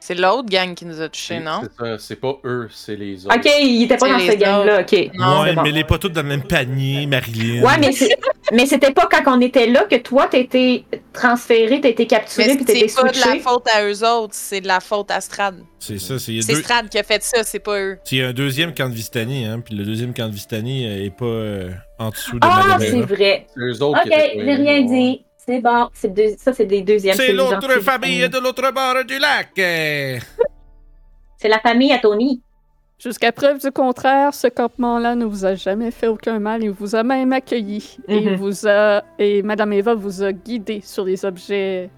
[SPEAKER 5] C'est l'autre gang qui nous a touchés,
[SPEAKER 4] C'est-
[SPEAKER 5] non?
[SPEAKER 4] c'est ça, C'est pas eux, c'est les autres.
[SPEAKER 3] Ok, il était pas
[SPEAKER 5] C'est
[SPEAKER 3] dans
[SPEAKER 5] les
[SPEAKER 3] cette gang-là, ok.
[SPEAKER 5] Non,
[SPEAKER 2] ouais,
[SPEAKER 3] c'est bon.
[SPEAKER 2] mais les pas toutes dans le même panier, Marilyn.
[SPEAKER 3] Ouais, mais c'est- mais c'était pas quand on était là que toi, t'as été transféré, t'as été capturé,
[SPEAKER 5] Mais
[SPEAKER 3] puis t'as été
[SPEAKER 5] c'est pas de la
[SPEAKER 3] switché.
[SPEAKER 5] faute à eux autres, c'est de la faute à Strad.
[SPEAKER 2] C'est ça, c'est il y a
[SPEAKER 5] C'est
[SPEAKER 2] deux-
[SPEAKER 5] Strad qui a fait ça, c'est pas eux.
[SPEAKER 2] c'est- il y a un deuxième camp de Vistani, hein, puis le deuxième camp de Vistani euh, est pas euh, en dessous de
[SPEAKER 3] Ah,
[SPEAKER 2] Madame
[SPEAKER 3] c'est
[SPEAKER 2] Eva.
[SPEAKER 3] vrai.
[SPEAKER 4] C'est eux autres
[SPEAKER 3] Ok,
[SPEAKER 4] qui étaient pas
[SPEAKER 3] j'ai
[SPEAKER 4] aimés,
[SPEAKER 3] rien
[SPEAKER 4] ouais.
[SPEAKER 3] dit. C'est bon. C'est deux- Ça, c'est des deuxièmes.
[SPEAKER 2] C'est
[SPEAKER 3] les
[SPEAKER 2] l'autre
[SPEAKER 3] gentils.
[SPEAKER 2] famille de l'autre bord du lac. euh.
[SPEAKER 3] C'est la famille à Tony.
[SPEAKER 1] Jusqu'à preuve du contraire, ce campement-là ne vous a jamais fait aucun mal. Il vous a même accueilli. Et il
[SPEAKER 3] Mhm.
[SPEAKER 1] vous a et Madame Eva vous a guidé sur les objets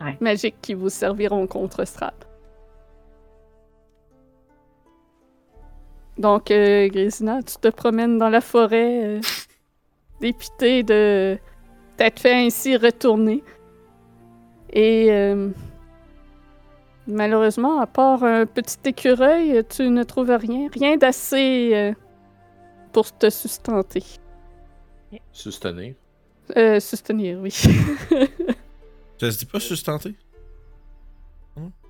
[SPEAKER 3] Ouais.
[SPEAKER 1] magiques qui vous serviront contre Strad. Donc, euh, Grisina, tu te promènes dans la forêt, euh, dépité de t'être fait ainsi retourner. Et euh, Malheureusement, à part un petit écureuil, tu ne trouves rien, rien d'assez euh, pour te sustenter.
[SPEAKER 6] Sustenir.
[SPEAKER 1] Euh, soutenir, oui.
[SPEAKER 2] Ça se dit pas sustenté?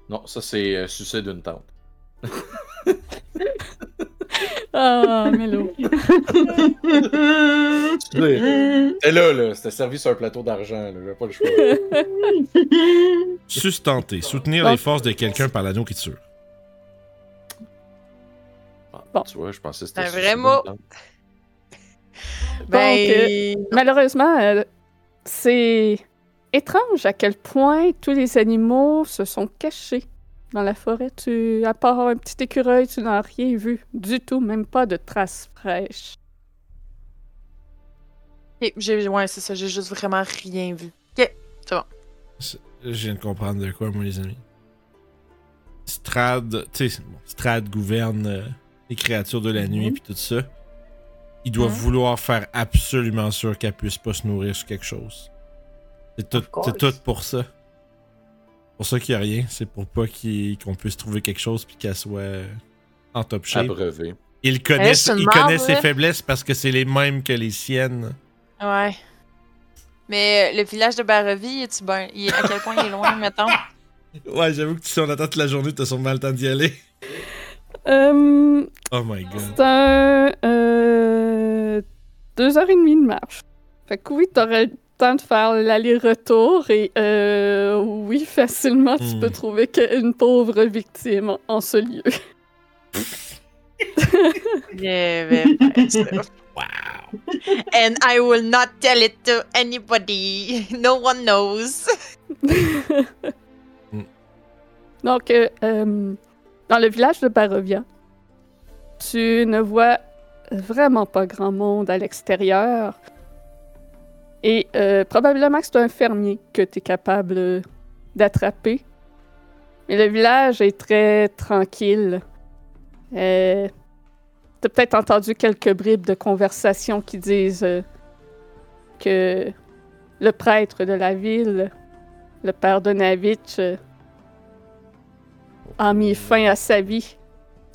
[SPEAKER 4] Non, ça c'est euh, suicide d'une tente.
[SPEAKER 1] Ah, Mélo.
[SPEAKER 4] C'était là, là. C'était servi sur un plateau d'argent, là. J'avais pas le choix.
[SPEAKER 2] Sustenter, soutenir
[SPEAKER 1] Bon.
[SPEAKER 2] les forces de quelqu'un par la nourriture.
[SPEAKER 6] Ah,
[SPEAKER 1] Bon.
[SPEAKER 6] Tu vois, je pensais que c'était
[SPEAKER 5] Un
[SPEAKER 6] sur-
[SPEAKER 5] vrai
[SPEAKER 6] sur-
[SPEAKER 5] mot.
[SPEAKER 1] euh,
[SPEAKER 5] Ben,
[SPEAKER 1] Malheureusement, euh, c'est étrange à quel point tous les animaux se sont cachés dans la forêt. Tu, à part un petit écureuil, tu n'as rien vu du tout, même pas de traces fraîches.
[SPEAKER 5] ok, j'ai- ouais, c'est ça, j'ai juste vraiment rien vu.
[SPEAKER 2] Je viens de comprendre de quoi, moi, les amis. Strad, tu sais, bon, Strad gouverne euh, les créatures de la
[SPEAKER 3] Mhm.
[SPEAKER 2] nuit puis tout ça. Il doit
[SPEAKER 5] Mhm.
[SPEAKER 2] vouloir faire absolument sûr qu'elle puisse pas se nourrir sur quelque chose. C'est tout,
[SPEAKER 3] Of course.
[SPEAKER 2] c'est tout pour ça. Pour ça qu'il y a rien, c'est pour pas qu'il- qu'on puisse trouver quelque chose puis qu'elle soit euh, en
[SPEAKER 4] Ah,
[SPEAKER 2] top shape.
[SPEAKER 6] Abreuvé.
[SPEAKER 2] Il connaît,
[SPEAKER 5] Eh, c'est une hein?
[SPEAKER 2] il
[SPEAKER 5] marde,
[SPEAKER 2] connaît ses
[SPEAKER 5] là.
[SPEAKER 2] faiblesses parce que c'est les mêmes que les siennes.
[SPEAKER 5] Ouais. Mais euh, le village de Barovie, est ben, il est- à quel point il est loin, mettons?
[SPEAKER 2] Ouais, j'avoue que si on attend toute la journée, t'as sûrement le temps d'y aller.
[SPEAKER 1] Euh,
[SPEAKER 2] Oh my god.
[SPEAKER 1] c'est un. euh, deux heures et demie de marche. Fait que oui, t'aurais le temps de faire l'aller-retour et euh, oui, facilement, tu
[SPEAKER 2] Hmm.
[SPEAKER 1] peux trouver qu'une pauvre victime en- en ce lieu.
[SPEAKER 5] Yeah, very nice. And I will not tell it to anybody. No one knows.
[SPEAKER 1] Donc, euh, euh, dans le village de Barovia, tu ne vois vraiment pas grand monde à l'extérieur. Et euh, probablement que c'est un fermier que tu es capable euh, d'attraper. Mais le village est très tranquille. Euh, tu as peut-être entendu quelques bribes de conversations qui disent euh, que le prêtre de la ville, le père de Navitch, euh, a mis fin à sa vie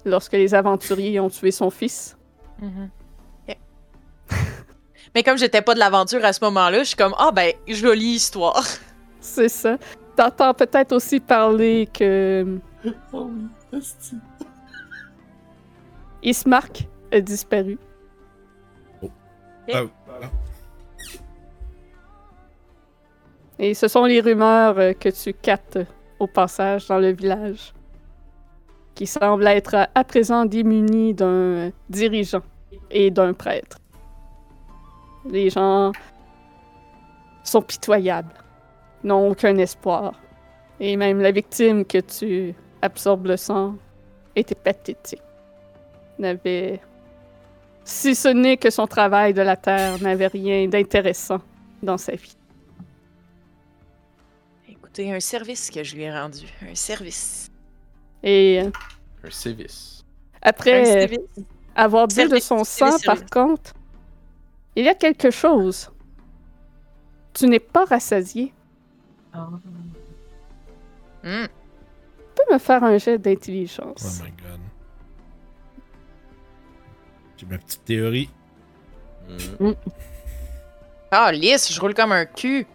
[SPEAKER 1] lorsque les aventuriers ont tué son fils.
[SPEAKER 5] Mm-hmm. Yeah. Mais comme j'étais pas de l'aventure à ce moment-là, je suis comme, ah ben, jolie histoire.
[SPEAKER 1] C'est ça. T'entends peut-être aussi parler que
[SPEAKER 4] oh oui, esti.
[SPEAKER 1] Ismark a disparu. Et ce sont les rumeurs euh, que tu captes au passage dans le village, qui semble être euh, à- à présent démunis d'un euh, dirigeant et d'un prêtre. Les gens sont pitoyables, n'ont aucun espoir. Et même la victime que tu absorbes le sang était pathétique. N'avait. Si ce n'est que son travail de la terre n'avait rien d'intéressant dans sa vie.
[SPEAKER 5] Écoutez, un service que je lui ai rendu. Un service.
[SPEAKER 1] Et euh,
[SPEAKER 6] Un sévice.
[SPEAKER 5] Un
[SPEAKER 1] après euh,
[SPEAKER 5] service.
[SPEAKER 1] avoir bu de
[SPEAKER 5] Service,
[SPEAKER 1] son sang,
[SPEAKER 5] service,
[SPEAKER 1] par
[SPEAKER 5] service.
[SPEAKER 1] contre, il y a quelque chose. Tu n'es pas rassasié.
[SPEAKER 5] Hmm.
[SPEAKER 1] Tu peux me faire un jet
[SPEAKER 2] Oh
[SPEAKER 1] d'intelligence.
[SPEAKER 2] my god. J'ai ma petite théorie.
[SPEAKER 6] Mm.
[SPEAKER 5] Ah, lisse, je roule comme un cul.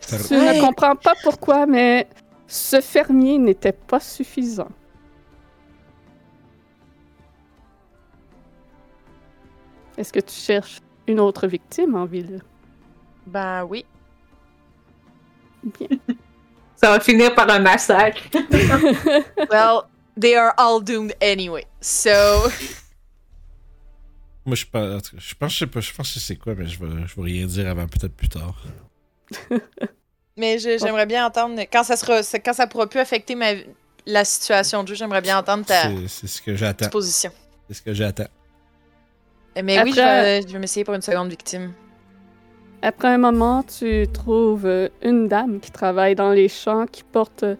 [SPEAKER 2] Ça-
[SPEAKER 1] Tu ne comprends pas pourquoi, mais ce fermier n'était pas suffisant. Est-ce que tu cherches une autre victime en ville?
[SPEAKER 5] Ben oui.
[SPEAKER 3] Ça va finir par un massacre.
[SPEAKER 5] Well, they are all doomed anyway. So.
[SPEAKER 2] Moi, je pense, en tout cas, je pense, je sais pas, je pense que c'est quoi, mais je vais, je vais rien dire avant, peut-être plus tard.
[SPEAKER 5] Mais je- j'aimerais bien entendre. Quand ça sera, c'est- quand ça pourra plus affecter ma, la situation de jeu, j'aimerais bien entendre ta
[SPEAKER 2] C'est c'est ce que j'attends.
[SPEAKER 5] position.
[SPEAKER 2] C'est ce que j'attends.
[SPEAKER 5] Eh, Mais oui, je
[SPEAKER 1] Après-
[SPEAKER 5] vais, je vais m'essayer pour une seconde victime.
[SPEAKER 1] Après un moment, tu trouves euh, une dame qui travaille dans les champs, qui porte euh,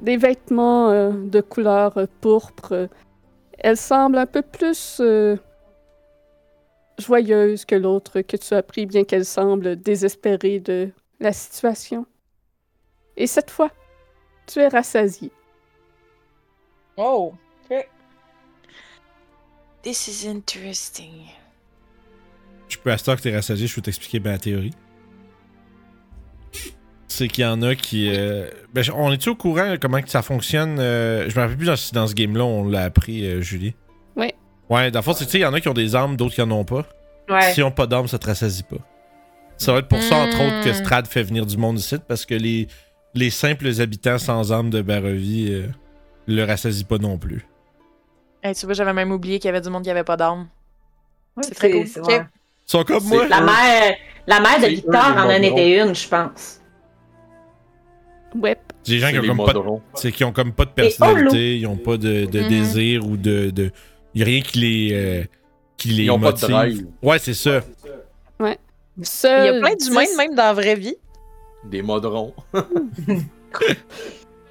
[SPEAKER 1] des vêtements euh, de couleur euh, pourpre. Elle semble un peu plus euh, joyeuse que l'autre que tu as pris, bien qu'elle semble désespérée de la situation. Et cette fois, tu es rassasié.
[SPEAKER 5] Oh, ok. This is interesting.
[SPEAKER 2] Je peux, à ce temps que t'es rassasié, je peux t'expliquer ma théorie. c'est qu'il y en a qui. euh, ben, je- on est-tu au courant euh, comment que ça fonctionne Euh, Je me rappelle plus dans, si dans ce game-là, on l'a appris, euh, Julie.
[SPEAKER 1] Ouais.
[SPEAKER 2] Ouais, dans le fond, c'est que, tu sais, il y en a qui ont des armes, d'autres qui en ont pas.
[SPEAKER 3] Ouais.
[SPEAKER 2] Si on pas d'armes, ça te rassasie pas. Ça va être pour ça, entre
[SPEAKER 5] Mm.
[SPEAKER 2] autres, que Strad fait venir du monde ici, parce que les, les simples habitants sans armes de Barovie euh, le rassasie pas non plus.
[SPEAKER 5] Hey, tu vois, j'avais même oublié qu'il y avait du monde qui avait pas d'armes.
[SPEAKER 3] Ouais,
[SPEAKER 5] C'est très cool.
[SPEAKER 3] c'est- ouais.
[SPEAKER 2] Ils sont comme
[SPEAKER 4] C'est-
[SPEAKER 2] moi.
[SPEAKER 3] La mère, la mère de
[SPEAKER 4] C'est eux,
[SPEAKER 3] Victor
[SPEAKER 4] les
[SPEAKER 3] en en
[SPEAKER 4] Monroe.
[SPEAKER 3] était une, je pense.
[SPEAKER 1] Ouais.
[SPEAKER 2] C'est Des gens qui
[SPEAKER 4] C'est
[SPEAKER 2] ont
[SPEAKER 4] les
[SPEAKER 2] comme pas de
[SPEAKER 4] Modrons.
[SPEAKER 2] C'est qu'ils ont comme pas de
[SPEAKER 3] Et oh,
[SPEAKER 2] personnalité, ils ont pas de, de
[SPEAKER 5] Mhm.
[SPEAKER 2] désir ou de. de... Il y a rien qui les. euh, qui les
[SPEAKER 4] Ils ont pas de
[SPEAKER 2] motive.
[SPEAKER 4] drive.
[SPEAKER 2] Ouais, c'est ça.
[SPEAKER 5] Il y a
[SPEAKER 1] Seuls
[SPEAKER 5] plein d'humains,
[SPEAKER 1] 10
[SPEAKER 5] même dans la vraie vie.
[SPEAKER 4] Des modrons.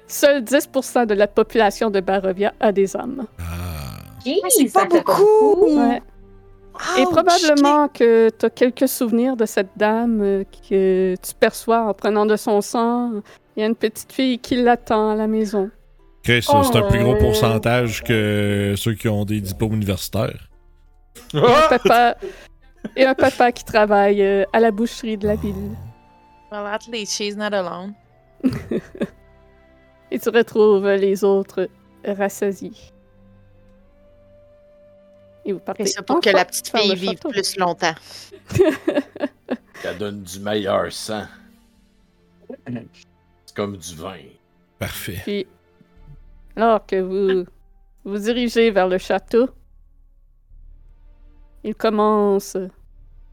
[SPEAKER 1] Seuls 10% de la population de Barovia a des armes.
[SPEAKER 2] Ah.
[SPEAKER 3] C'est
[SPEAKER 5] pas beaucoup.
[SPEAKER 1] Ouais. Et probablement que tu as quelques souvenirs de cette dame euh, que tu perçois en prenant de son sang. Il y a une petite fille qui l'attend à la maison.
[SPEAKER 2] Ok, ça, c'est un plus gros
[SPEAKER 3] Oh.
[SPEAKER 2] pourcentage que ceux qui ont des diplômes universitaires.
[SPEAKER 1] Et
[SPEAKER 7] Ah!
[SPEAKER 4] Ah!
[SPEAKER 1] un papa, et un papa qui travaille euh, à la boucherie
[SPEAKER 7] Ah!
[SPEAKER 1] de la ville.
[SPEAKER 5] Well, at least she's not alone.
[SPEAKER 1] Et tu retrouves les autres rassasiés. Et vous partez
[SPEAKER 7] Fais ça pour
[SPEAKER 1] en
[SPEAKER 7] que la
[SPEAKER 1] quête
[SPEAKER 7] petite
[SPEAKER 1] vers le
[SPEAKER 7] fille vive
[SPEAKER 1] château.
[SPEAKER 7] plus longtemps.
[SPEAKER 4] Ça donne du meilleur sang. C'est comme du vin.
[SPEAKER 2] Parfait.
[SPEAKER 1] Puis, alors que vous vous dirigez vers le château, il commence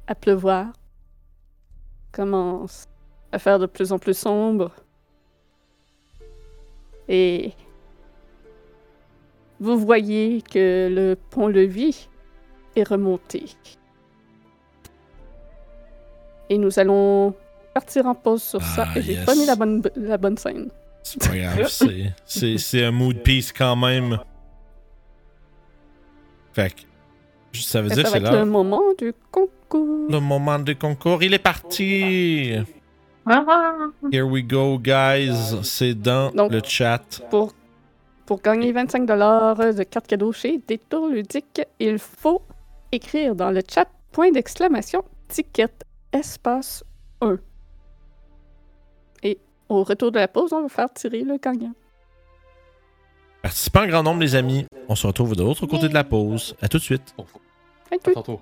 [SPEAKER 1] à pleuvoir, commence à faire de plus en plus sombre, et vous voyez que le pont-levis est remonté. Et nous allons partir en pause sur ça.
[SPEAKER 2] Ah,
[SPEAKER 1] et J'ai
[SPEAKER 2] yes.
[SPEAKER 1] pas mis la bonne, la bonne scène.
[SPEAKER 2] C'est pas grave, c'est- c'est c'est un mood piece quand même. Fait que. Ça veut
[SPEAKER 1] Ça,
[SPEAKER 2] dire que
[SPEAKER 1] va
[SPEAKER 2] c'est
[SPEAKER 1] être le
[SPEAKER 2] là.
[SPEAKER 1] moment du concours.
[SPEAKER 2] Le moment du concours, il est parti!
[SPEAKER 3] Ah,
[SPEAKER 2] Here we go, guys. C'est dans
[SPEAKER 1] Donc-
[SPEAKER 2] le chat.
[SPEAKER 1] Pour, pour gagner 25 de cartes cadeaux chez Détour Ludique, il faut écrire dans le chat point d'exclamation ticket espace 1. Et au retour de la pause, on va faire tirer le gagnant.
[SPEAKER 2] Participez en grand nombre, les amis. On se retrouve de l'autre côté de la pause. À tout de suite.
[SPEAKER 1] Thank
[SPEAKER 4] À
[SPEAKER 1] you.
[SPEAKER 4] tantôt.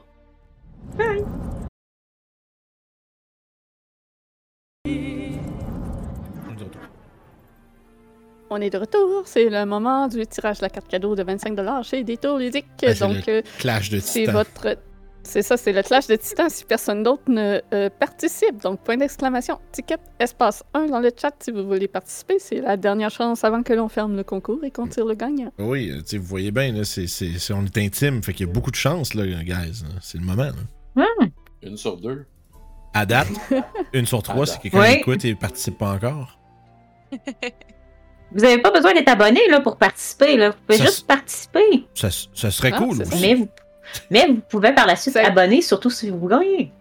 [SPEAKER 1] On est de retour. C'est le moment du tirage de la carte cadeau de 25 chez Détour Ludique.
[SPEAKER 2] Ah, c'est
[SPEAKER 1] Donc,
[SPEAKER 2] le-
[SPEAKER 1] euh,
[SPEAKER 2] Clash de
[SPEAKER 1] C'est
[SPEAKER 2] titans.
[SPEAKER 1] votre. C'est ça, c'est le clash de titans si personne d'autre ne euh, participe. Donc, point d'exclamation, ticket, espace 1 dans le chat si vous voulez participer. C'est la dernière chance avant que l'on ferme le concours et qu'on tire le gagnant.
[SPEAKER 2] Oui, euh, tu sais, vous voyez bien, là, c'est, c'est- c'est- on est intime, fait qu'il y a beaucoup de chance, là, guys. là. C'est le moment. là.
[SPEAKER 4] Une sur deux.
[SPEAKER 2] À date, une sur trois,
[SPEAKER 4] À
[SPEAKER 2] c'est
[SPEAKER 4] date.
[SPEAKER 2] quelqu'un
[SPEAKER 3] Oui.
[SPEAKER 2] qui écoute et participe pas encore.
[SPEAKER 3] Vous n'avez pas besoin d'être abonné là, pour participer. Là. Vous pouvez
[SPEAKER 2] Ça
[SPEAKER 3] juste
[SPEAKER 2] se-
[SPEAKER 3] participer.
[SPEAKER 2] Ça, s- ça serait
[SPEAKER 1] Ah,
[SPEAKER 2] cool
[SPEAKER 1] c'est
[SPEAKER 2] aussi.
[SPEAKER 3] Mais vous, mais vous pouvez par la suite
[SPEAKER 1] C'est-
[SPEAKER 3] abonner, surtout si vous gagnez.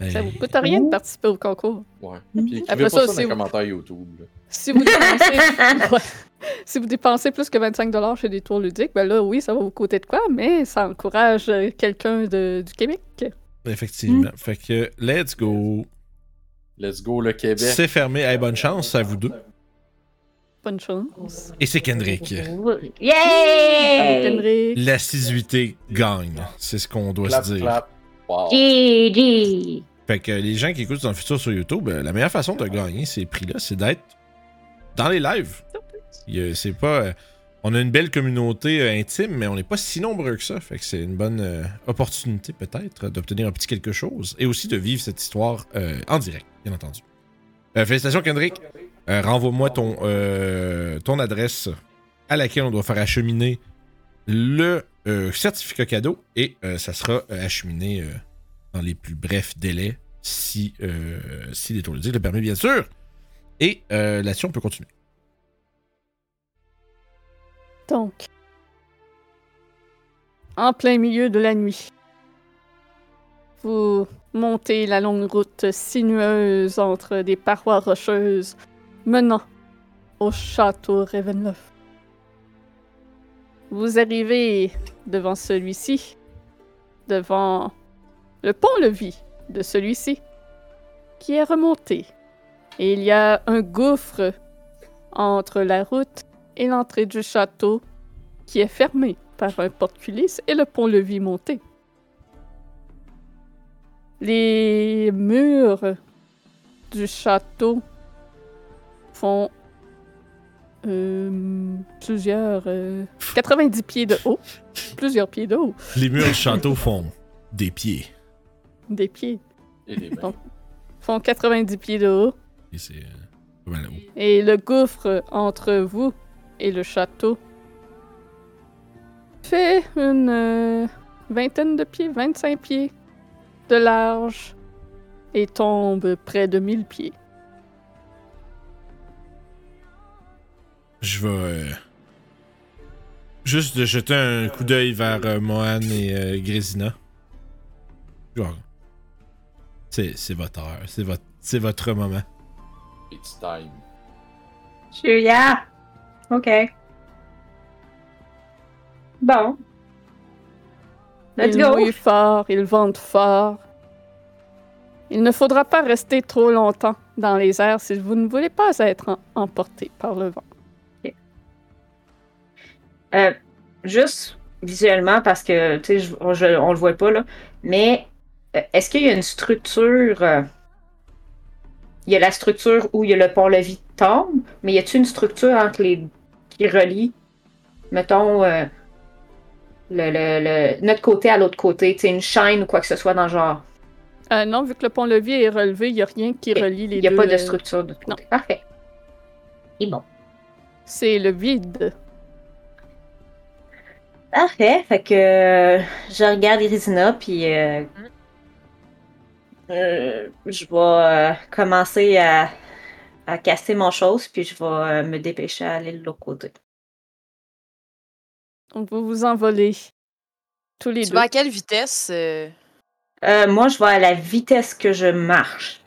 [SPEAKER 2] Hey,
[SPEAKER 1] Ça vous coûte rien de participer au concours.
[SPEAKER 4] Ouais. Puis écrivez
[SPEAKER 1] Mhm. Après
[SPEAKER 4] pas
[SPEAKER 1] ça,
[SPEAKER 4] ça, dans
[SPEAKER 1] c'est-
[SPEAKER 4] les commentaires YouTube. là.
[SPEAKER 1] Si vous dépensez, Ouais. si vous dépensez plus que 25 chez des tours ludiques, ben là, oui, ça va vous coûter de quoi, mais ça encourage euh, quelqu'un de- du Québec.
[SPEAKER 2] Effectivement. Fait que, let's go.
[SPEAKER 4] Let's go le Québec.
[SPEAKER 2] C'est fermé. Hey, bonne chance à vous deux.
[SPEAKER 1] Bonne chance.
[SPEAKER 2] Et c'est Kendrick.
[SPEAKER 3] Yay!
[SPEAKER 1] Henrik.
[SPEAKER 2] L'assiduité gagne. C'est ce qu'on doit
[SPEAKER 4] Clap,
[SPEAKER 2] se dire.
[SPEAKER 4] clap. Wow.
[SPEAKER 3] GG!
[SPEAKER 2] Fait que les gens qui écoutent dans le futur sur YouTube, euh, la meilleure façon de gagner ces prix-là, c'est d'être dans les lives. Il y a- C'est pas. euh, on a une belle communauté euh, intime, mais on n'est pas si nombreux que ça. Fait que c'est une bonne euh, opportunité, peut-être, d'obtenir un petit quelque chose et aussi de vivre cette histoire euh, en direct, bien entendu. Euh, félicitations, Kendrick. Euh, Renvoie-moi ton, euh, ton adresse à laquelle on doit faire acheminer le euh, certificat cadeau et euh, ça sera euh, acheminé. euh, dans les plus brefs délais, si, euh, si les tours ludiques le permet, bien sûr. Et euh, là-dessus, on peut continuer.
[SPEAKER 1] Donc, en plein milieu de la nuit, vous montez la longue route sinueuse entre des parois rocheuses menant au château Ravenloft. Vous arrivez devant celui-ci, devant le pont-levis de celui-ci, qui est remonté Et il y a un gouffre entre la route et l'entrée du château qui est fermé par un porte-culisse et le pont-levis monté. Les murs du château font euh, plusieurs... euh, 90 pieds de haut. Plusieurs pieds de haut.
[SPEAKER 2] Les murs du château font des pieds.
[SPEAKER 1] Des pieds.
[SPEAKER 4] Et des mains.
[SPEAKER 1] Font 90 pieds de haut.
[SPEAKER 2] Et c'est euh, pas mal haut.
[SPEAKER 1] Et le gouffre entre vous et le château fait une euh, vingtaine de pieds, 25 pieds de large et tombe près de 1000 pieds.
[SPEAKER 2] Je vais. euh, juste de jeter un coup d'œil vers euh, Mohan et euh, Grésina. Genre. C'est c'est votre heure. C'est votre, c'est votre moment.
[SPEAKER 4] It's time.
[SPEAKER 3] Julia! OK. Bon. Let's
[SPEAKER 1] il
[SPEAKER 3] go!
[SPEAKER 1] mouille fort, il vente fort. Il ne faudra pas rester trop longtemps dans les airs si vous ne voulez pas être en- emporté par le vent.
[SPEAKER 3] Euh, juste visuellement, parce que tu sais, je- on, je- on le voit pas là, mais euh, est-ce qu'il y a une structure euh, Il y a la structure où il y a le pont-levis qui tombe, mais y a-t-il une structure entre les qui relie, mettons, euh, le, le- le- notre côté à l'autre côté, tu sais, une chaîne ou quoi que ce soit dans le genre
[SPEAKER 1] Euh, non, vu que le pont-levis est relevé, il n'y a rien qui
[SPEAKER 3] Ok,
[SPEAKER 1] relie les
[SPEAKER 3] Eh, Il n'y a
[SPEAKER 1] deux,
[SPEAKER 3] pas de
[SPEAKER 1] euh,
[SPEAKER 3] structure de l'autre
[SPEAKER 1] non.
[SPEAKER 3] côté. Parfait. Et bon.
[SPEAKER 1] C'est le vide.
[SPEAKER 3] Parfait, fait que euh, je regarde Irisina, puis euh, euh, je vais euh, commencer à, à casser mon chose, puis je vais euh, me dépêcher à aller de l'autre côté.
[SPEAKER 1] Donc vous vous envolez. Tous les
[SPEAKER 5] Tu
[SPEAKER 1] deux.
[SPEAKER 5] vas à quelle vitesse? euh?
[SPEAKER 3] Euh, moi, je vais à la vitesse que je marche.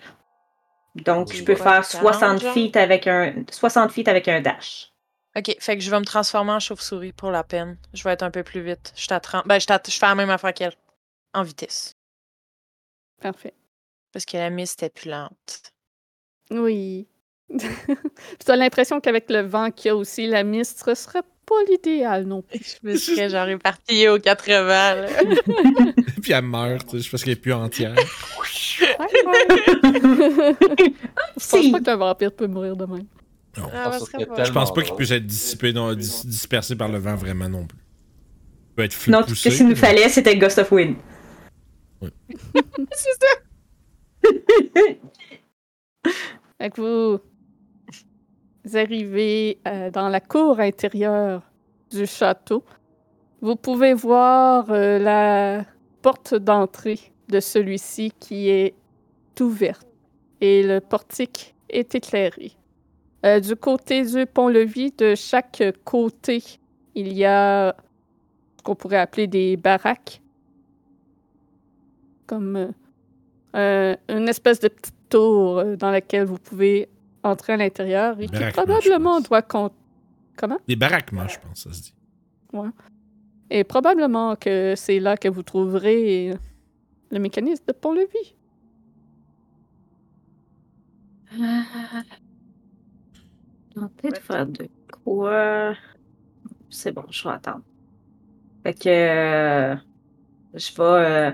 [SPEAKER 3] Donc, je peux
[SPEAKER 5] Ouais,
[SPEAKER 3] faire
[SPEAKER 5] 40,
[SPEAKER 3] 60
[SPEAKER 5] genre.
[SPEAKER 3] feet avec un 60 feet avec un dash.
[SPEAKER 5] Ok, fait que je vais me transformer en chauve-souris pour la peine. Je vais être un peu plus vite. Je t'attends. Ben, je, t'att- je fais la même affaire qu'elle. En vitesse.
[SPEAKER 1] Parfait.
[SPEAKER 5] Parce que la mise était plus lente.
[SPEAKER 1] Oui. tu as l'impression qu'avec le vent qu'il y a aussi, la mist ne serait pas l'idéal non plus.
[SPEAKER 5] Je me serais genre répartie aux 80. Là.
[SPEAKER 2] Puis elle meurt, tu sais, parce qu'elle est plus entière.
[SPEAKER 1] Je hein? pense pas qu'un vampire peut mourir de même.
[SPEAKER 2] Non.
[SPEAKER 5] Ah,
[SPEAKER 4] ça serait
[SPEAKER 5] ça serait pas-
[SPEAKER 4] tellement
[SPEAKER 2] Je pense pas
[SPEAKER 4] drôle.
[SPEAKER 2] qu'il puisse être dissipé, non, dis- dispersé par le vent vraiment non plus. Il peut être fou-
[SPEAKER 3] Non, tout ce
[SPEAKER 2] poussé.
[SPEAKER 3] que s'il nous
[SPEAKER 2] mais-
[SPEAKER 3] fallait, c'était Ghost of Wind.
[SPEAKER 1] Fait que vous, vous arrivez euh, dans la cour intérieure du château. Vous pouvez voir euh, la porte d'entrée de celui-ci qui est ouverte et le portique est éclairé. Euh, du côté du pont-levis, de chaque côté, il y a ce qu'on pourrait appeler des baraques, comme euh, euh, une espèce de petite tour euh, dans laquelle vous pouvez entrer à l'intérieur et qui
[SPEAKER 2] Baraque, moi, je
[SPEAKER 1] probablement
[SPEAKER 2] pense.
[SPEAKER 1] doit compter. Comment?
[SPEAKER 2] Des baraquements, je pense, ça se dit.
[SPEAKER 1] Et probablement que c'est là que vous trouverez euh, le mécanisme de pont-levis.
[SPEAKER 3] Tenter de faire de quoi? C'est bon, je vais attendre. Fait que euh, je vais. euh,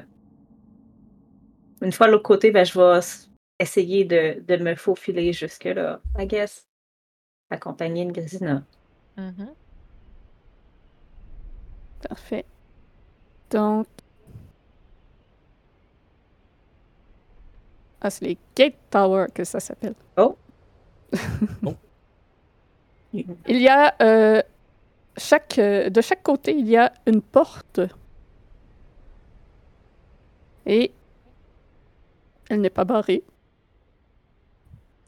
[SPEAKER 3] une fois de l'autre côté, ben, je vais s- essayer de, de me faufiler jusque-là, I guess. Accompagné de Grisina.
[SPEAKER 5] Mhm.
[SPEAKER 1] Parfait. Donc. Ah, c'est les Gate Tower que ça s'appelle.
[SPEAKER 3] Oh.
[SPEAKER 2] Oh.
[SPEAKER 1] Il y a. euh, chaque, euh, de chaque côté, il y a une porte. Et. Elle n'est pas barrée.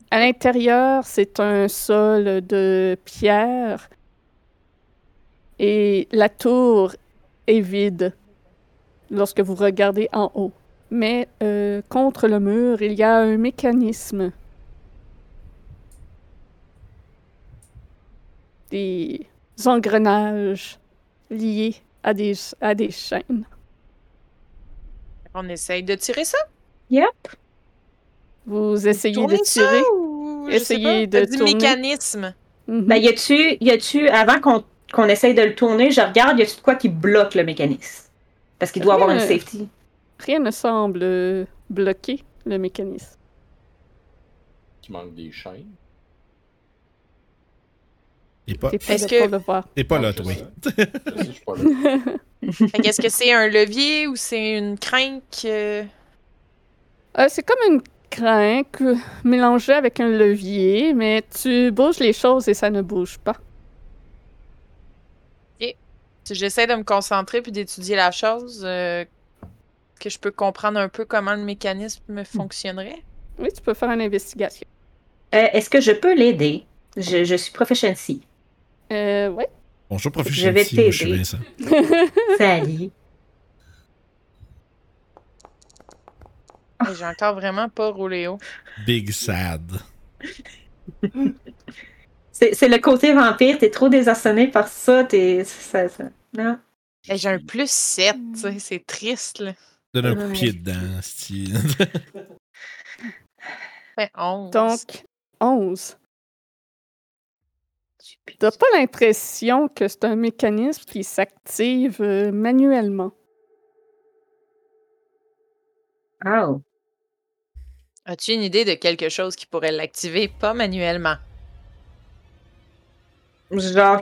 [SPEAKER 1] À l'intérieur, c'est un sol de pierre. Et la tour est vide lorsque vous regardez en haut. Mais euh, contre le mur, il y a un mécanisme. Des engrenages liés à des, à des chaînes.
[SPEAKER 5] On essaye de tirer ça.
[SPEAKER 1] Vous essayez de
[SPEAKER 5] Tourner ça
[SPEAKER 1] tirer
[SPEAKER 5] ou je sais
[SPEAKER 1] Essayez
[SPEAKER 5] pas.
[SPEAKER 1] de
[SPEAKER 5] T'as dit
[SPEAKER 1] tourner.
[SPEAKER 5] mécanisme.
[SPEAKER 1] Mhm.
[SPEAKER 3] Ben, y a-tu, y a-tu, avant qu'on, qu'on essaye de le tourner, je regarde, y a-tu de quoi qui bloque le mécanisme? Parce qu'il doit avoir une
[SPEAKER 1] Rien.
[SPEAKER 3] safety.
[SPEAKER 1] Rien ne semble euh, bloquer le mécanisme.
[SPEAKER 4] Qui manque des chaînes.
[SPEAKER 2] T'es pas,
[SPEAKER 1] T'es pas
[SPEAKER 5] Est-ce
[SPEAKER 1] là
[SPEAKER 5] que-
[SPEAKER 1] pour le voir.
[SPEAKER 2] t'es pas
[SPEAKER 4] Ah,
[SPEAKER 2] là,
[SPEAKER 4] je
[SPEAKER 2] toi.
[SPEAKER 4] sais. Je sais, je suis pas là.
[SPEAKER 5] Fait que Est-ce que c'est un levier ou c'est une crank? euh?
[SPEAKER 1] Euh, c'est comme une crainte mélangée avec un levier, mais tu bouges les choses et ça ne bouge pas.
[SPEAKER 5] Si j'essaie de me concentrer puis d'étudier la chose, euh, que je peux comprendre un peu comment le mécanisme fonctionnerait.
[SPEAKER 1] Oui, tu peux faire une investigation.
[SPEAKER 3] Euh, est-ce que je peux l'aider? Je, je suis proficiency.
[SPEAKER 1] Euh, oui.
[SPEAKER 2] Bonjour,
[SPEAKER 3] Je vais
[SPEAKER 2] proficiency, moi, je suis
[SPEAKER 3] t'aider.
[SPEAKER 2] Vincent.
[SPEAKER 3] Salut.
[SPEAKER 5] Mais J'ai encore vraiment pas roulé haut.
[SPEAKER 2] Big sad.
[SPEAKER 3] C'est, c'est le côté vampire, t'es trop désarçonné par ça, t'es. Ça, ça- Non.
[SPEAKER 5] Mais J'ai un plus 7, c'est triste. Là.
[SPEAKER 2] Donne un coup de
[SPEAKER 3] Ouais.
[SPEAKER 2] pied dedans, style.
[SPEAKER 5] Fait 11.
[SPEAKER 1] Donc, 11. T'as pas l'impression que c'est un mécanisme qui s'active euh, manuellement.
[SPEAKER 3] Oh.
[SPEAKER 5] As-tu une idée de quelque chose qui pourrait l'activer pas manuellement?
[SPEAKER 3] Genre,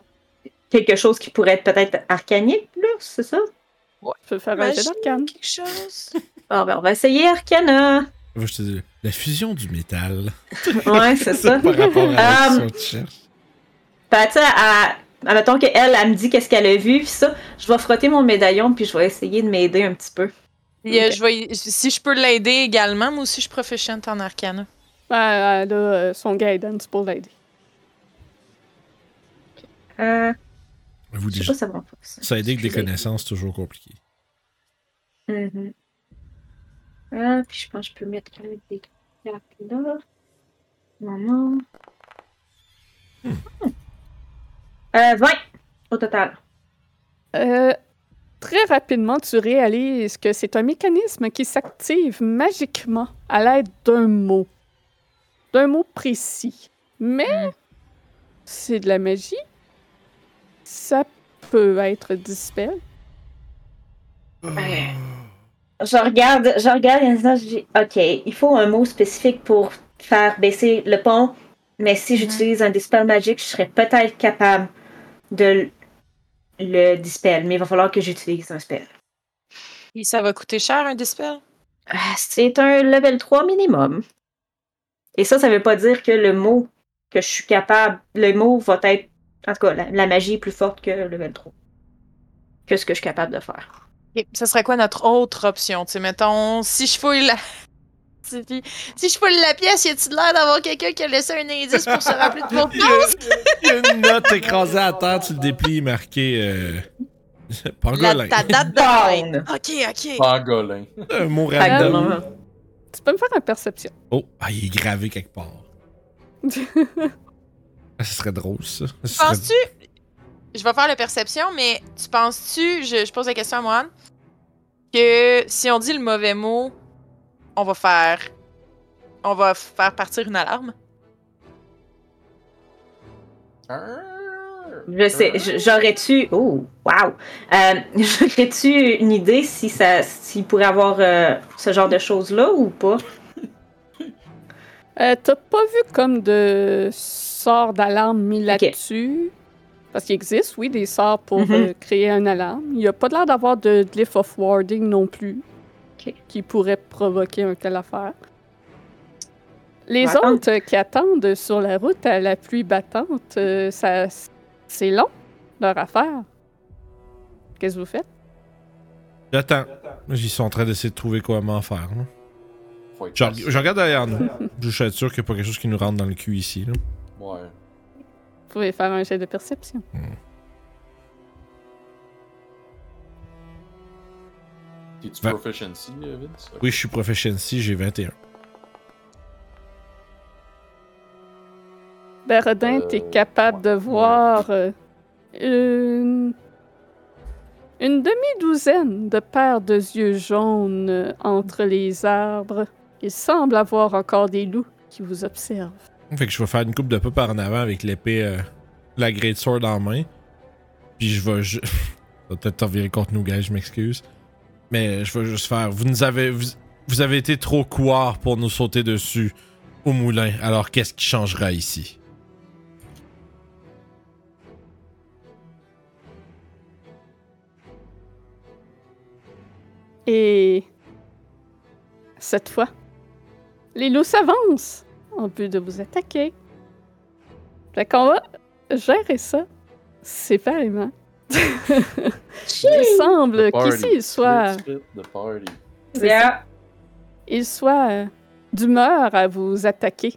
[SPEAKER 3] quelque chose qui pourrait être peut-être arcanique, là, c'est ça?
[SPEAKER 1] Tu peux faire un jet
[SPEAKER 5] Imagine
[SPEAKER 1] d'arcane.
[SPEAKER 5] Quelque chose?
[SPEAKER 3] Ah, ben, on va essayer arcana.
[SPEAKER 2] Moi, je te dis, la fusion du métal.
[SPEAKER 3] Ouais, c'est ça.
[SPEAKER 2] Par rapport à
[SPEAKER 3] Um,
[SPEAKER 2] ce que tu cherches.
[SPEAKER 3] Ben, tu sais, à. Admettons qu'elle, elle me dit qu'est-ce qu'elle a vu, puis ça, je vais frotter mon médaillon, puis je vais essayer de m'aider un petit peu.
[SPEAKER 5] Puis, euh,
[SPEAKER 3] Ok.
[SPEAKER 5] je vais y- si je peux l'aider également, moi aussi je suis proficient en arcana.
[SPEAKER 1] Ah, elle a euh, son guidance pour l'aider.
[SPEAKER 3] Euh,
[SPEAKER 2] Vous,
[SPEAKER 3] je sais
[SPEAKER 2] déjà,
[SPEAKER 3] pas si ça va. ça.
[SPEAKER 2] ça aide que des connaissances, toujours compliqué.
[SPEAKER 3] Mhm. Ah, puis je pense que je peux mettre un des cartes là. Non, non. Euh, 20 au total.
[SPEAKER 1] Euh, très rapidement, tu réalises que c'est un mécanisme qui s'active magiquement à l'aide d'un mot. D'un mot précis. Mais c'est de la magie. Ça peut être dispel.
[SPEAKER 3] Euh. Je regarde, je regarde et là, je dis OK, il faut un mot spécifique pour faire baisser le pont, mais si j'utilise un dispel magique, je serais peut-être capable de l- le dispel, mais il va falloir que j'utilise un spell.
[SPEAKER 5] Et ça va coûter cher un dispel?
[SPEAKER 3] Ah, C'est un level 3 minimum. Et ça, ça veut pas dire que le mot que je suis capable, le mot va être, en tout cas, la, la magie est plus forte que le level 3. Que ce que je suis capable de faire.
[SPEAKER 5] Et ça serait quoi notre autre option? Tu sais, mettons, si je fouille la. si si je fouille la pièce, y a-t-il l'air d'avoir quelqu'un qui a laissé un indice pour se rappeler
[SPEAKER 3] Ah,
[SPEAKER 5] de mon
[SPEAKER 2] Il y a- il y a une note écrasée à terre, tu le déplies, marqué. Euh...
[SPEAKER 5] La,
[SPEAKER 2] Pangolin.
[SPEAKER 5] ta date de
[SPEAKER 3] Down!
[SPEAKER 5] Ok, ok.
[SPEAKER 4] Pangolin.
[SPEAKER 2] Un mot
[SPEAKER 1] Pangolin.
[SPEAKER 3] Ah,
[SPEAKER 2] random.
[SPEAKER 1] Tu peux me faire un perception.
[SPEAKER 2] Oh, ah, il est gravé quelque part. Ah, ça serait drôle, ça. Ça serait-
[SPEAKER 5] Penses-tu. Je vais faire la perception, mais tu penses-tu. Je, je pose la question à Mohan. Que si on dit le mauvais mot, on va faire. On va faire partir une alarme.
[SPEAKER 3] Je sais, je- j'aurais-tu. Oh, wow! Euh, j'aurais-tu une idée si ça, s'il pourrait avoir euh, ce genre de choses-là ou pas?
[SPEAKER 1] Euh, T'as pas vu comme de sort d'alarme mis là-dessus? Parce qu'il existe, oui, des sorts pour
[SPEAKER 3] Mhm.
[SPEAKER 1] euh, créer un alarme. Il n'y a pas l'air d'avoir de glyph of warding non plus
[SPEAKER 3] Ok.
[SPEAKER 1] qui pourrait provoquer un telle affaire. Les
[SPEAKER 3] Ouais. Ah.
[SPEAKER 1] autres euh, qui attendent sur la route à la pluie battante, euh, ça, c'est long, leur affaire. Qu'est-ce que vous faites?
[SPEAKER 2] J'attends. Ils sont en train d'essayer de trouver comment faire. là.
[SPEAKER 4] Faut être
[SPEAKER 2] Je,
[SPEAKER 4] patient.
[SPEAKER 2] je regarde derrière nous. Je suis sûr qu'il n'y a pas quelque chose qui nous rentre dans le cul ici. là.
[SPEAKER 4] Ouais.
[SPEAKER 1] Vous pouvez faire un jet de perception.
[SPEAKER 4] T'es-tu
[SPEAKER 2] Ben-
[SPEAKER 4] proficiency, euh, Vince?
[SPEAKER 2] Oui, je suis proficiency, j'ai 21.
[SPEAKER 1] Berdin,
[SPEAKER 4] Euh,
[SPEAKER 1] t'es capable de
[SPEAKER 4] ouais.
[SPEAKER 1] voir euh, une, une demi-douzaine de paires de yeux jaunes euh, entre les arbres. Il semble avoir encore des loups qui vous observent.
[SPEAKER 2] Fait que je vais faire une coupe de pas par en avant avec l'épée, euh, la Great Sword en main. Puis je vais. ju- Ça va peut-être t'en virer contre nous, gars, je m'excuse. Mais je vais juste faire. Vous nous avez. Vous, vous avez été trop couard pour nous sauter dessus au moulin. Alors qu'est-ce qui changera ici?
[SPEAKER 1] Et cette fois, les loups s'avancent en but de vous attaquer. Fait qu'on va gérer ça séparément. Il semble
[SPEAKER 6] The party.
[SPEAKER 1] qu'ici, il soit,
[SPEAKER 4] Split, split, the party.
[SPEAKER 3] Yeah.
[SPEAKER 1] il soit euh, d'humeur à vous attaquer.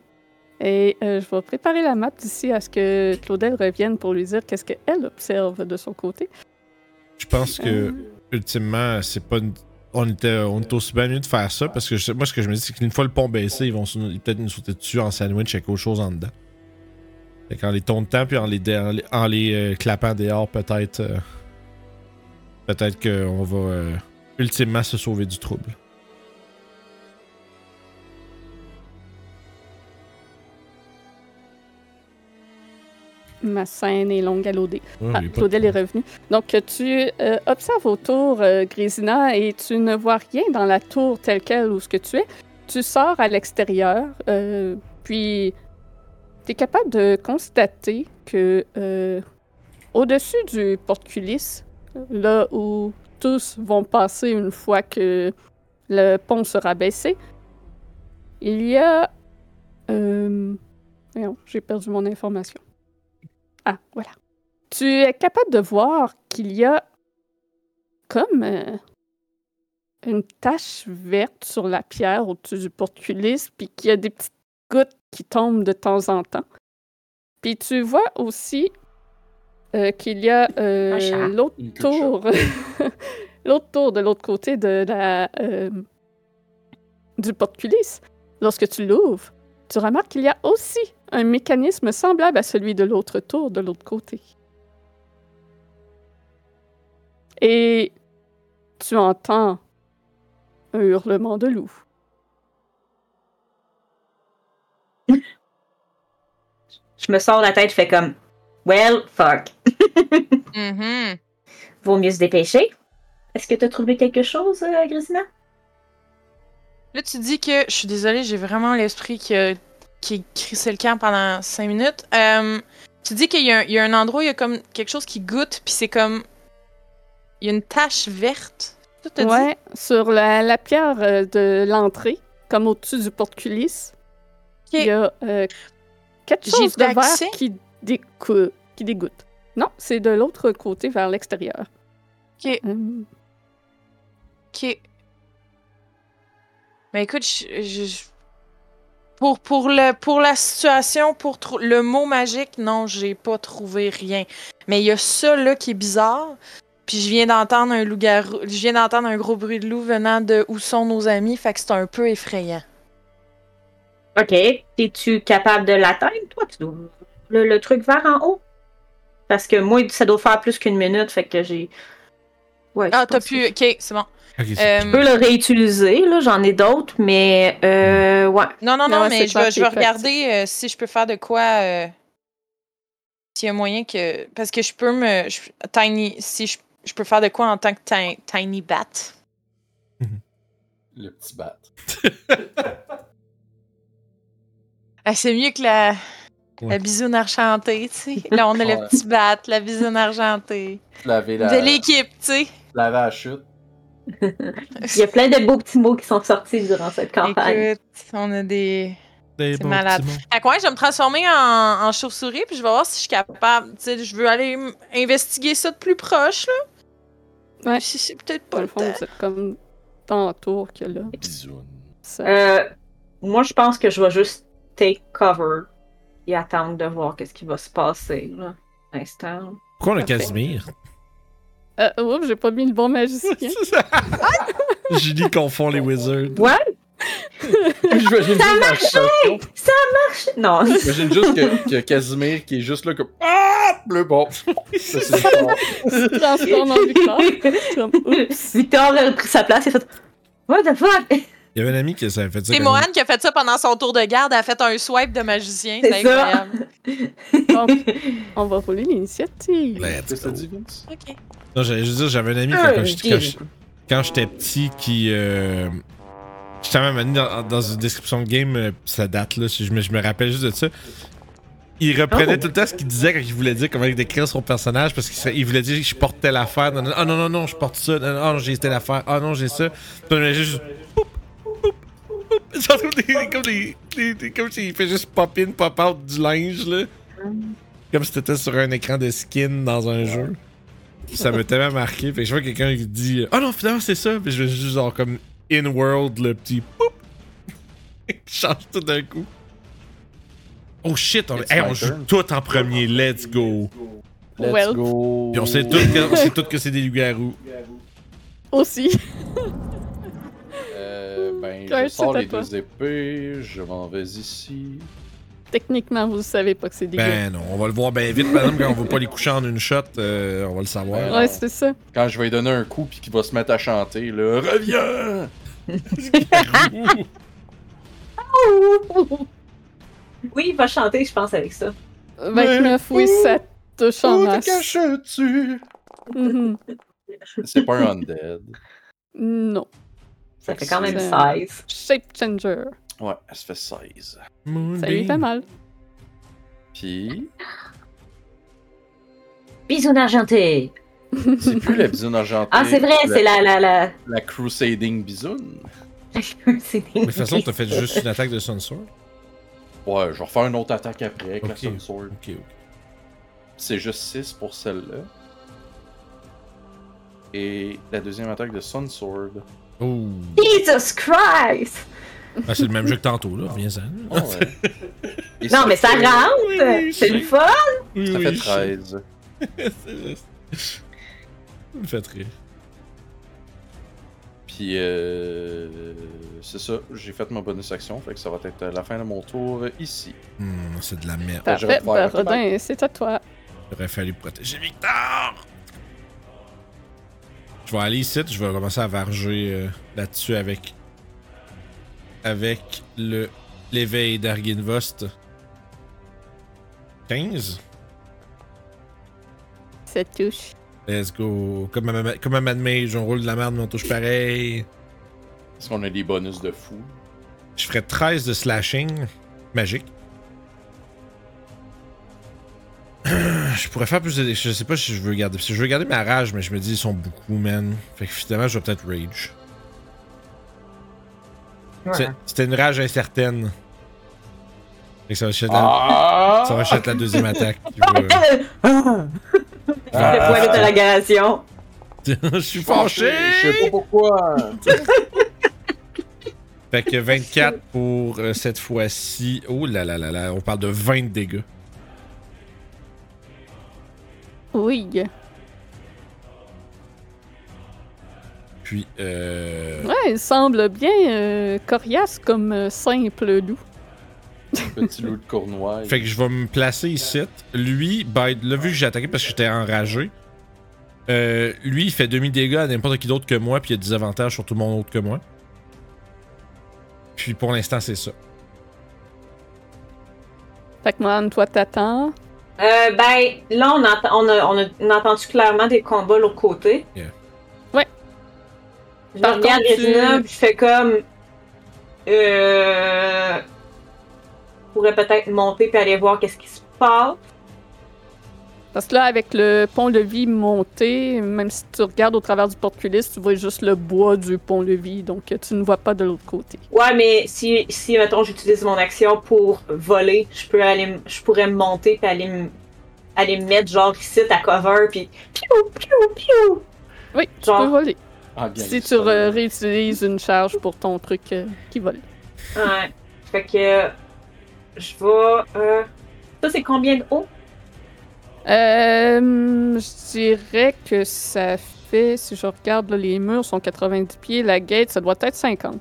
[SPEAKER 1] Et euh, je vais préparer la map d'ici à ce que Claudel revienne pour lui dire qu'est-ce qu'elle observe de son côté.
[SPEAKER 2] Je pense que
[SPEAKER 5] Euh.
[SPEAKER 2] ultimement, c'est pas une- on était on était aussi bien mieux de faire ça parce que je- moi ce que je me dis c'est qu'une fois le pont baissé, ils vont sou- ils peut-être nous sauter dessus en sandwich avec autre chose en dedans. Fait qu'en les temps puis en les dé- en les, en les, euh, clapant dehors peut-être euh, peut-être qu'on va euh, ultimement se sauver du trouble.
[SPEAKER 1] Ma scène est longue à loader.
[SPEAKER 2] Ouais,
[SPEAKER 1] Ah,
[SPEAKER 2] il y a pas de
[SPEAKER 1] Claudel est
[SPEAKER 2] trouble.
[SPEAKER 1] revenue. Donc, tu euh, observes autour, euh, Grésina, et tu ne vois rien dans la tour telle qu'elle ou ce que tu es. Tu sors à l'extérieur, euh, puis tu es capable de constater que euh, au-dessus du porte-culisse, là où tous vont passer une fois que le pont sera baissé, il y a... Euh, voyons, j'ai perdu mon information. Ah, voilà tu es capable de voir qu'il y a comme euh, une tache verte sur la pierre au-dessus du porte-culisse, puis qu'il y a des petites gouttes qui tombent de temps en temps. Puis tu vois aussi euh, qu'il y a euh,
[SPEAKER 3] Un chat.
[SPEAKER 1] l'autre
[SPEAKER 4] Une queue de chat.
[SPEAKER 1] tour, l'autre tour de l'autre côté de la euh, du porte-culisse. Lorsque tu l'ouvres, tu remarques qu'il y a aussi un mécanisme semblable à celui de l'autre tour de l'autre côté. Et tu entends un hurlement de loup.
[SPEAKER 3] Je me sors la tête, je fais comme Well, fuck.
[SPEAKER 5] Mhm.
[SPEAKER 3] Vaut mieux se dépêcher. Est-ce que t'as trouvé quelque chose, euh, Grisina?
[SPEAKER 5] Là, tu dis que. Je suis désolée, j'ai vraiment l'esprit qui, a- qui crissait le camp pendant 5 minutes. Euh, tu dis qu'il y, a un- il y a un endroit où il y a comme quelque chose qui goûte, puis c'est comme. Il y a une tache verte. Ça, t'as dit?
[SPEAKER 1] Ouais, sur la, la pierre euh, de l'entrée, comme au-dessus du porte-culisse,
[SPEAKER 5] Ok.
[SPEAKER 1] il y a euh, quelque
[SPEAKER 5] J'ai
[SPEAKER 1] chose de
[SPEAKER 5] pas accès?
[SPEAKER 1] vert qui, décou- qui dégoûte. Non, c'est de l'autre côté, vers l'extérieur.
[SPEAKER 5] Ok.
[SPEAKER 1] Hum,
[SPEAKER 5] Ok. Mais écoute, je, je- je- pour, pour, le, pour la situation, pour trou- le mot magique, non, j'ai pas trouvé rien. Mais il y a ça là qui est bizarre. Puis je viens d'entendre un loup-garou, je viens d'entendre un gros bruit de loup venant de où sont nos amis, fait que c'est un peu effrayant.
[SPEAKER 3] OK. Es-tu capable de l'atteindre, toi? Tu dois- Le, le truc vert en haut? Parce que moi, ça doit faire plus qu'une minute, fait que j'ai. Ouais, je
[SPEAKER 5] Ah, t'as
[SPEAKER 3] pense que
[SPEAKER 5] pu. Ok, c'est bon.
[SPEAKER 2] Ok, c'est-
[SPEAKER 5] Euh,
[SPEAKER 3] Je peux le réutiliser, là, j'en ai d'autres, mais euh, ouais.
[SPEAKER 5] non, non,
[SPEAKER 1] Non,
[SPEAKER 5] non,
[SPEAKER 1] ouais,
[SPEAKER 5] mais
[SPEAKER 1] c'est
[SPEAKER 5] je
[SPEAKER 1] clair,
[SPEAKER 5] vais, je vais
[SPEAKER 1] t'es fatigué.
[SPEAKER 5] regarder euh, si je peux faire de quoi. euh, S'il y a moyen que. Parce que je peux me. je- tiny. Si je, je peux faire de quoi en tant que ti- Tiny Bat.
[SPEAKER 4] Le petit bat.
[SPEAKER 5] Ah, c'est mieux que la. La
[SPEAKER 2] Ouais.
[SPEAKER 5] bisoune argentée, tu sais. Là, on a le
[SPEAKER 4] Ouais.
[SPEAKER 5] petit bat, la bisoune argentée.
[SPEAKER 4] Laver la,
[SPEAKER 5] De l'équipe, tu sais.
[SPEAKER 4] laver la chute.
[SPEAKER 3] Il y a plein de beaux petits mots qui sont sortis durant cette campagne.
[SPEAKER 5] Écoute, on a des.
[SPEAKER 2] Des
[SPEAKER 5] c'est
[SPEAKER 2] bons
[SPEAKER 5] malade.
[SPEAKER 2] petits mots.
[SPEAKER 5] Fait que ouais, je vais me transformer en, en chauve-souris, puis je vais voir si je suis capable. Tu sais, je veux aller m- investiguer ça de plus proche, là.
[SPEAKER 1] Ouais.
[SPEAKER 5] Si c'est peut-être
[SPEAKER 1] dans
[SPEAKER 5] pas
[SPEAKER 1] le
[SPEAKER 5] le
[SPEAKER 1] fond,
[SPEAKER 5] temps.
[SPEAKER 1] c'est comme dans la tour que là.
[SPEAKER 6] Bisoun.
[SPEAKER 1] ça-
[SPEAKER 3] Euh, moi, je pense que je vais juste take cover et attendre de voir qu'est-ce qui va se passer, là. Instant.
[SPEAKER 2] Pourquoi on a
[SPEAKER 1] Parfait.
[SPEAKER 2] Casimir
[SPEAKER 1] Euh, oups, j'ai pas mis le bon magicien.
[SPEAKER 2] Julie confond les wizards.
[SPEAKER 3] Ouais,
[SPEAKER 6] J'imagine juste la chanson.
[SPEAKER 5] Ah,
[SPEAKER 3] non.
[SPEAKER 6] J'imagine juste que, que Casimir qui est juste là comme Ah! Le bon. Ça, c'est fort.
[SPEAKER 1] Transforme en Victor. Comme, oups.
[SPEAKER 3] euh, Victor a pris sa place et fait What the fuck?
[SPEAKER 2] Il y avait un ami qui s'avait fait ça.
[SPEAKER 5] C'est
[SPEAKER 2] quand
[SPEAKER 5] Mohan qui a fait ça pendant son tour de garde. Elle a fait un swipe de magicien.
[SPEAKER 3] C'est
[SPEAKER 5] C'est incroyable.
[SPEAKER 1] Donc, on va rouler l'initiative.
[SPEAKER 2] même. Let's
[SPEAKER 4] Qu'est-ce que
[SPEAKER 2] go.
[SPEAKER 4] t'as dit, Vince?
[SPEAKER 5] OK.
[SPEAKER 2] Non, j'allais juste dire, j'avais un ami
[SPEAKER 3] Ah,
[SPEAKER 5] Euh,
[SPEAKER 2] quand, quand j'étais- quand
[SPEAKER 3] Jim.
[SPEAKER 2] j'étais- quand j'étais petit qui. Euh, j'étais même amené dans, dans une description de game, euh, ça date là, si je, me- je me rappelle juste de ça. Il reprenait
[SPEAKER 3] Oh.
[SPEAKER 2] tout le temps ce qu'il disait quand il voulait dire comment il décrire son personnage parce qu'il serait- il voulait dire je porte telle affaire. non, non, Ah non, non, non, je porte ça. non, non, Ah non, j'ai telle affaire. Ah non, j'ai ça. Puis on imaginait juste. Poup, poup, poup. Genre comme des. Comme des. des- des- comme s'il fait juste pop-in, pop-out du linge là. Comme si t'étais sur un écran de skin dans un jeu. Puis ça m'a tellement marqué. Fait que je vois quelqu'un qui dit Ah non, finalement, c'est ça. Puis je vais juste genre comme in-world, le petit poup. qui change tout d'un coup. Oh shit, on,
[SPEAKER 6] It's
[SPEAKER 2] hey,
[SPEAKER 6] my
[SPEAKER 2] on joue
[SPEAKER 6] turn.
[SPEAKER 2] tout en premier. Let's go.
[SPEAKER 6] Let's
[SPEAKER 1] Well.
[SPEAKER 6] go.
[SPEAKER 2] Puis on sait tout que, on sait tout que c'est des loups-garous.
[SPEAKER 1] Aussi.
[SPEAKER 4] Euh, ben,
[SPEAKER 1] Ouais,
[SPEAKER 4] je sors
[SPEAKER 1] c'est à
[SPEAKER 4] les
[SPEAKER 1] toi.
[SPEAKER 4] deux épées, je m'en vais ici.
[SPEAKER 1] Techniquement, vous ne savez pas que c'est des gars.
[SPEAKER 2] Ben non, on va le voir bien vite, madame, quand on va pas les coucher en une shot. euh, on va le savoir.
[SPEAKER 4] Ben,
[SPEAKER 1] Ouais, c'est ça.
[SPEAKER 4] Quand je vais lui donner un coup puis qu'il va se mettre à chanter, là, reviens!
[SPEAKER 3] Oui, il va chanter, je pense, avec ça.
[SPEAKER 1] 29, oui, ça touche en
[SPEAKER 4] Où te
[SPEAKER 1] masse.
[SPEAKER 4] caches-tu?
[SPEAKER 1] Mhm.
[SPEAKER 4] C'est pas un undead.
[SPEAKER 1] Non.
[SPEAKER 3] Ça fait quand même
[SPEAKER 1] C'est-
[SPEAKER 3] 16.
[SPEAKER 1] Shape changer.
[SPEAKER 4] Ouais, elle se fait 16.
[SPEAKER 1] Ça lui fait mal.
[SPEAKER 4] Puis,
[SPEAKER 3] Bisous argenté!
[SPEAKER 4] c'est plus la bisoune argentée.
[SPEAKER 3] Ah, c'est vrai, c'est la. la, la...
[SPEAKER 4] La crusading bisoune.
[SPEAKER 3] c'est des-
[SPEAKER 2] Mais de toute façon, t'as fait juste une attaque de Sun Sword.
[SPEAKER 4] Ouais, je vais refaire une autre attaque après avec la
[SPEAKER 2] Ok.
[SPEAKER 4] Sun Sword.
[SPEAKER 2] Ok, ok.
[SPEAKER 4] C'est juste 6 pour celle-là. Et la deuxième attaque de Sun Sword.
[SPEAKER 2] Oh.
[SPEAKER 3] Jesus Christ!
[SPEAKER 2] Ah, c'est le même jeu que tantôt, là. Reviens-en.
[SPEAKER 4] Ah ouais. Et
[SPEAKER 3] Non, mais ça
[SPEAKER 4] fait-
[SPEAKER 3] rentre!
[SPEAKER 2] Oui,
[SPEAKER 3] C'est le fun!
[SPEAKER 4] Ça fait 13.
[SPEAKER 2] C'est juste- Ça me fait rire.
[SPEAKER 4] Puis, euh, c'est ça, j'ai fait mon bonus action, fait que ça va être la fin de mon tour ici.
[SPEAKER 2] Hmm, c'est de la merde.
[SPEAKER 4] Ah, je vais
[SPEAKER 1] Parfait,
[SPEAKER 4] refaire.
[SPEAKER 1] Barodin, c'est à toi.
[SPEAKER 2] Il aurait fallu protéger Victor! Je vais aller ici, je vais commencer à varger euh, là-dessus avec. Avec le l'éveil d'Arginvost. 15?
[SPEAKER 1] Ça touche.
[SPEAKER 2] Let's go. Comme à, ma- comme à Mad Mage, on roule de la merde, mais on touche pareil.
[SPEAKER 4] Parce qu'on a des bonus de fou.
[SPEAKER 2] Je ferais 13 de slashing. Magique. Je pourrais faire plus de. Je sais pas si je veux garder. Si je veux garder ma rage, mais je me dis ils sont beaucoup, man. Fait que finalement, je vais peut-être rage. C'est- C'était une rage incertaine. Fait que ça va chier la...
[SPEAKER 4] Ah!
[SPEAKER 2] ça va chier la deuxième attaque. qui va-
[SPEAKER 3] Le
[SPEAKER 2] Ah,
[SPEAKER 3] point d'interrogation.
[SPEAKER 2] je suis fâché!
[SPEAKER 4] Je sais pas pourquoi!
[SPEAKER 2] Fait que 24 pour euh, cette fois-ci. Oh là là là là, on parle de 20 de dégâts.
[SPEAKER 1] Oui.
[SPEAKER 2] Puis euh.
[SPEAKER 1] Ouais, il semble bien euh, coriace comme euh, simple loup.
[SPEAKER 4] Petit loup de Cournois.
[SPEAKER 2] Fait que je vais me placer ici. Lui, ben, là, vu que j'ai attaqué parce que j'étais enragé, euh, lui, il fait demi-dégâts à n'importe qui d'autre que moi, puis il y a des avantages sur tout le monde autre que moi. Puis pour l'instant, c'est ça.
[SPEAKER 1] Fait que Mohan, toi, t'attends.
[SPEAKER 3] Euh, ben, là, on, entend, on, a, on a- on a entendu clairement des combats l'autre côté.
[SPEAKER 2] Yeah.
[SPEAKER 1] Ouais.
[SPEAKER 3] Je
[SPEAKER 1] Par
[SPEAKER 3] regarde
[SPEAKER 1] contre, tu-
[SPEAKER 3] Regina, puis je fais comme. Euh. je pourrais peut-être monter puis aller voir qu'est-ce qui se passe.
[SPEAKER 1] Parce que là, avec le pont-levis monté, même si tu regardes au travers du porte-culisse, tu vois juste le bois du pont-levis, donc euh, tu ne vois pas de l'autre côté.
[SPEAKER 3] Ouais, mais si, si mettons, j'utilise mon action pour voler, je peux aller, m- je pourrais me monter puis aller me, aller me mettre genre ici à cover puis piou piou piou.
[SPEAKER 1] Oui, tu
[SPEAKER 3] Genre.
[SPEAKER 1] peux voler.
[SPEAKER 4] Ah, bien,
[SPEAKER 1] Si
[SPEAKER 4] ça,
[SPEAKER 1] tu
[SPEAKER 4] là.
[SPEAKER 1] re- réutilises une charge pour ton truc euh, qui vole.
[SPEAKER 3] Ouais. Fait que je vais. euh, Ça c'est combien de haut?
[SPEAKER 1] Euh, je dirais que ça fait, si je regarde, là, les murs sont 90 pieds, la gate, ça doit être 50.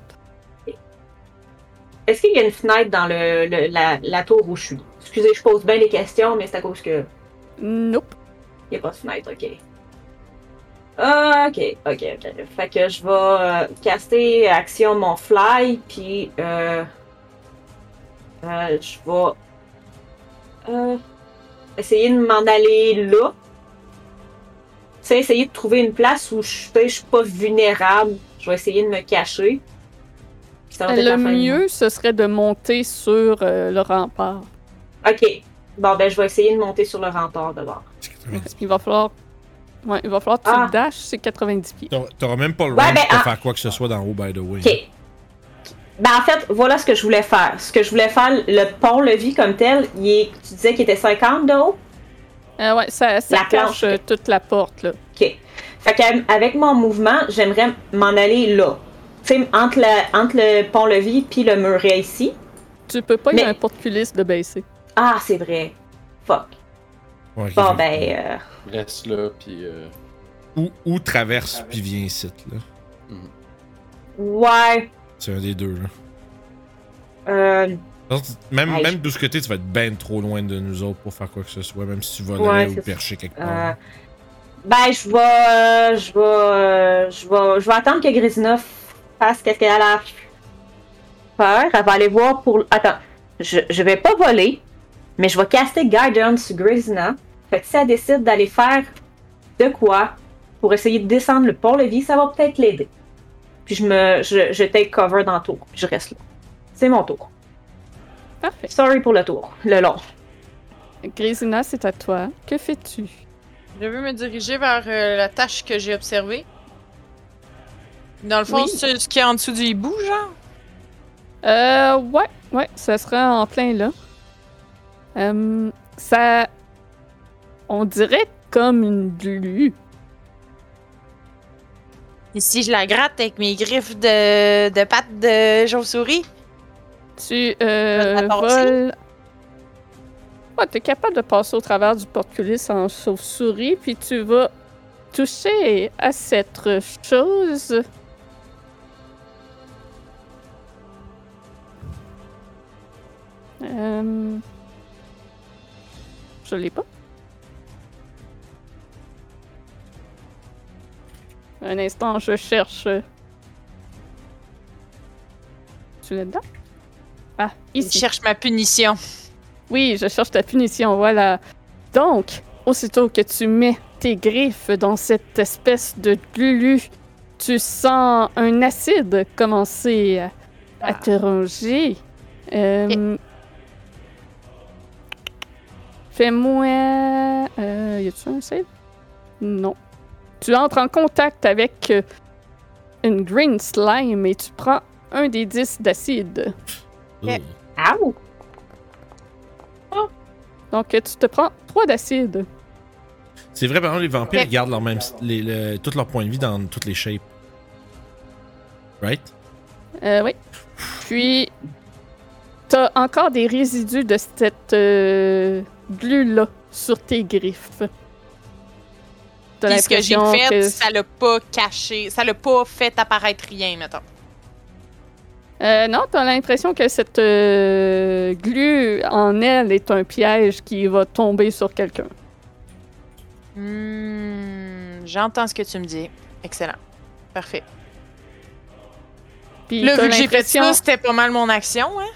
[SPEAKER 3] Est-ce qu'il y a une fenêtre dans le, le- la, la tour où je suis? Excusez, je pose bien les questions, mais c'est à cause que
[SPEAKER 1] Nope.
[SPEAKER 3] il n'y a pas de fenêtre, ok. Ah, ok, ok, ok. Fait que je vais euh, caster action mon fly, puis euh, euh, je vais euh, essayer de m'en aller là. Tu sais, essayer de trouver une place où je tu sais, je suis pas vulnérable. Je vais essayer de me cacher. Ça va Ah, peut-être
[SPEAKER 1] Euh, Le
[SPEAKER 3] la fin du
[SPEAKER 1] mieux, ce serait de monter sur euh, le rempart.
[SPEAKER 3] monde. Ok. Bon, ben, je vais essayer de monter sur le rempart d'abord.
[SPEAKER 2] C'est 90.
[SPEAKER 1] Il va falloir. Ouais, il va falloir que tu
[SPEAKER 3] Ah.
[SPEAKER 1] dashes, c'est 90 pieds.
[SPEAKER 2] T'auras- T'auras même pas le
[SPEAKER 3] Ouais,
[SPEAKER 2] range
[SPEAKER 3] ben,
[SPEAKER 2] pour
[SPEAKER 3] ah.
[SPEAKER 2] faire quoi que ce soit d'en haut, by the way.
[SPEAKER 3] OK. Ben, en fait, voilà ce que je voulais faire. Ce que je voulais faire, le pont-levis comme tel, il est- tu disais qu'il était 50 de haut?
[SPEAKER 1] Euh, ouais, ça, ça
[SPEAKER 3] La planche.
[SPEAKER 1] cache euh, toute la porte, là.
[SPEAKER 3] OK. Fait qu'avec mon mouvement, j'aimerais m'en aller là. Tu sais, entre, la- entre le pont-levis puis le muret ici.
[SPEAKER 1] Tu peux pas, il y a
[SPEAKER 3] Mais-
[SPEAKER 1] un porte-culisse de baisser.
[SPEAKER 3] Ah, c'est vrai. Fuck.
[SPEAKER 2] Ouais, ok,
[SPEAKER 3] Bon,
[SPEAKER 2] fait-
[SPEAKER 3] ben, euh,
[SPEAKER 4] Reste là, puis. euh,
[SPEAKER 2] Ou, ou traverse, puis viens ici, là.
[SPEAKER 3] euh, ouais.
[SPEAKER 2] C'est un des deux, là.
[SPEAKER 3] Euh,
[SPEAKER 2] Donc, Même,
[SPEAKER 3] Hey,
[SPEAKER 2] même d'où ce que t'es, tu vas être ben trop loin de nous autres pour faire quoi que ce soit, même si tu vas
[SPEAKER 3] Ouais,
[SPEAKER 2] aller
[SPEAKER 3] c'est
[SPEAKER 2] ou
[SPEAKER 3] ça.
[SPEAKER 2] percher quelque
[SPEAKER 3] euh,
[SPEAKER 2] part.
[SPEAKER 3] ben, je vais. Je vais. euh, Je vais. Je vais attendre que Grisina fasse qu'est-ce qu'elle a peur. Elle va aller voir pour. Attends. Je, je vais pas voler, mais je vais caster Guidance sur Grisina. Fait que si elle décide d'aller faire de quoi pour essayer de descendre le pont-levis, ça va peut-être l'aider. Puis je me. Je, je take cover dans le tour. Je reste là. C'est mon tour.
[SPEAKER 1] Parfait.
[SPEAKER 3] Sorry pour le tour. Le long.
[SPEAKER 1] Grésina, c'est à toi. Que fais-tu?
[SPEAKER 5] Je veux me diriger vers euh, la tâche que j'ai observée. Dans le fond,
[SPEAKER 1] Oui.
[SPEAKER 5] c'est ce qui est en dessous du hibou, genre.
[SPEAKER 1] Euh, ouais, ouais, ça sera en plein là. Euh, ça. On dirait comme une glu.
[SPEAKER 5] Et si je la gratte avec mes griffes de, de pattes de chauve-souris?
[SPEAKER 1] Tu euh,
[SPEAKER 5] Je vais la passer.
[SPEAKER 1] voles. Ouais, t'es capable de passer au travers du porte-culisse en chauve-souris, puis tu vas toucher à cette chose. Euh... Je l'ai pas. Un instant, je cherche. Tu l'as dedans? Ah,
[SPEAKER 5] Il
[SPEAKER 1] ici.
[SPEAKER 5] cherche ma punition.
[SPEAKER 1] Oui, je cherche ta punition, voilà. Donc, aussitôt que tu mets tes griffes dans cette espèce de glulu, tu sens un acide commencer à, à te ronger. Euh, Fais-moi... Euh, y a-tu un save? Non. Tu entres en contact avec euh, une green slime et tu prends un des 10 d'acide.
[SPEAKER 5] ok.
[SPEAKER 2] Ugh.
[SPEAKER 3] Ah
[SPEAKER 1] Donc, euh, tu te prends 3 d'acide.
[SPEAKER 2] C'est vrai, par exemple, les vampires
[SPEAKER 5] Ouais.
[SPEAKER 2] ils gardent leur même, les, le- tout leur point de vie dans toutes les shapes. Right?
[SPEAKER 1] Euh, oui. Puis, t'as encore des résidus de cette euh, glue-là sur tes griffes. T'as
[SPEAKER 5] Puis ce que j'ai
[SPEAKER 1] l'impression
[SPEAKER 5] fait,
[SPEAKER 1] que-
[SPEAKER 5] ça l'a pas caché. Ça l'a pas fait apparaître rien, mettons.
[SPEAKER 1] Euh, non, t'as l'impression que cette euh, glue en elle est un piège qui va tomber sur quelqu'un.
[SPEAKER 5] Hmm, J'entends ce que tu me dis. Excellent. Parfait.
[SPEAKER 1] Puis,
[SPEAKER 5] Là,
[SPEAKER 1] t'as
[SPEAKER 5] vu que j'ai fait
[SPEAKER 1] l'impression-
[SPEAKER 5] ça, c'était pas mal mon action, hein?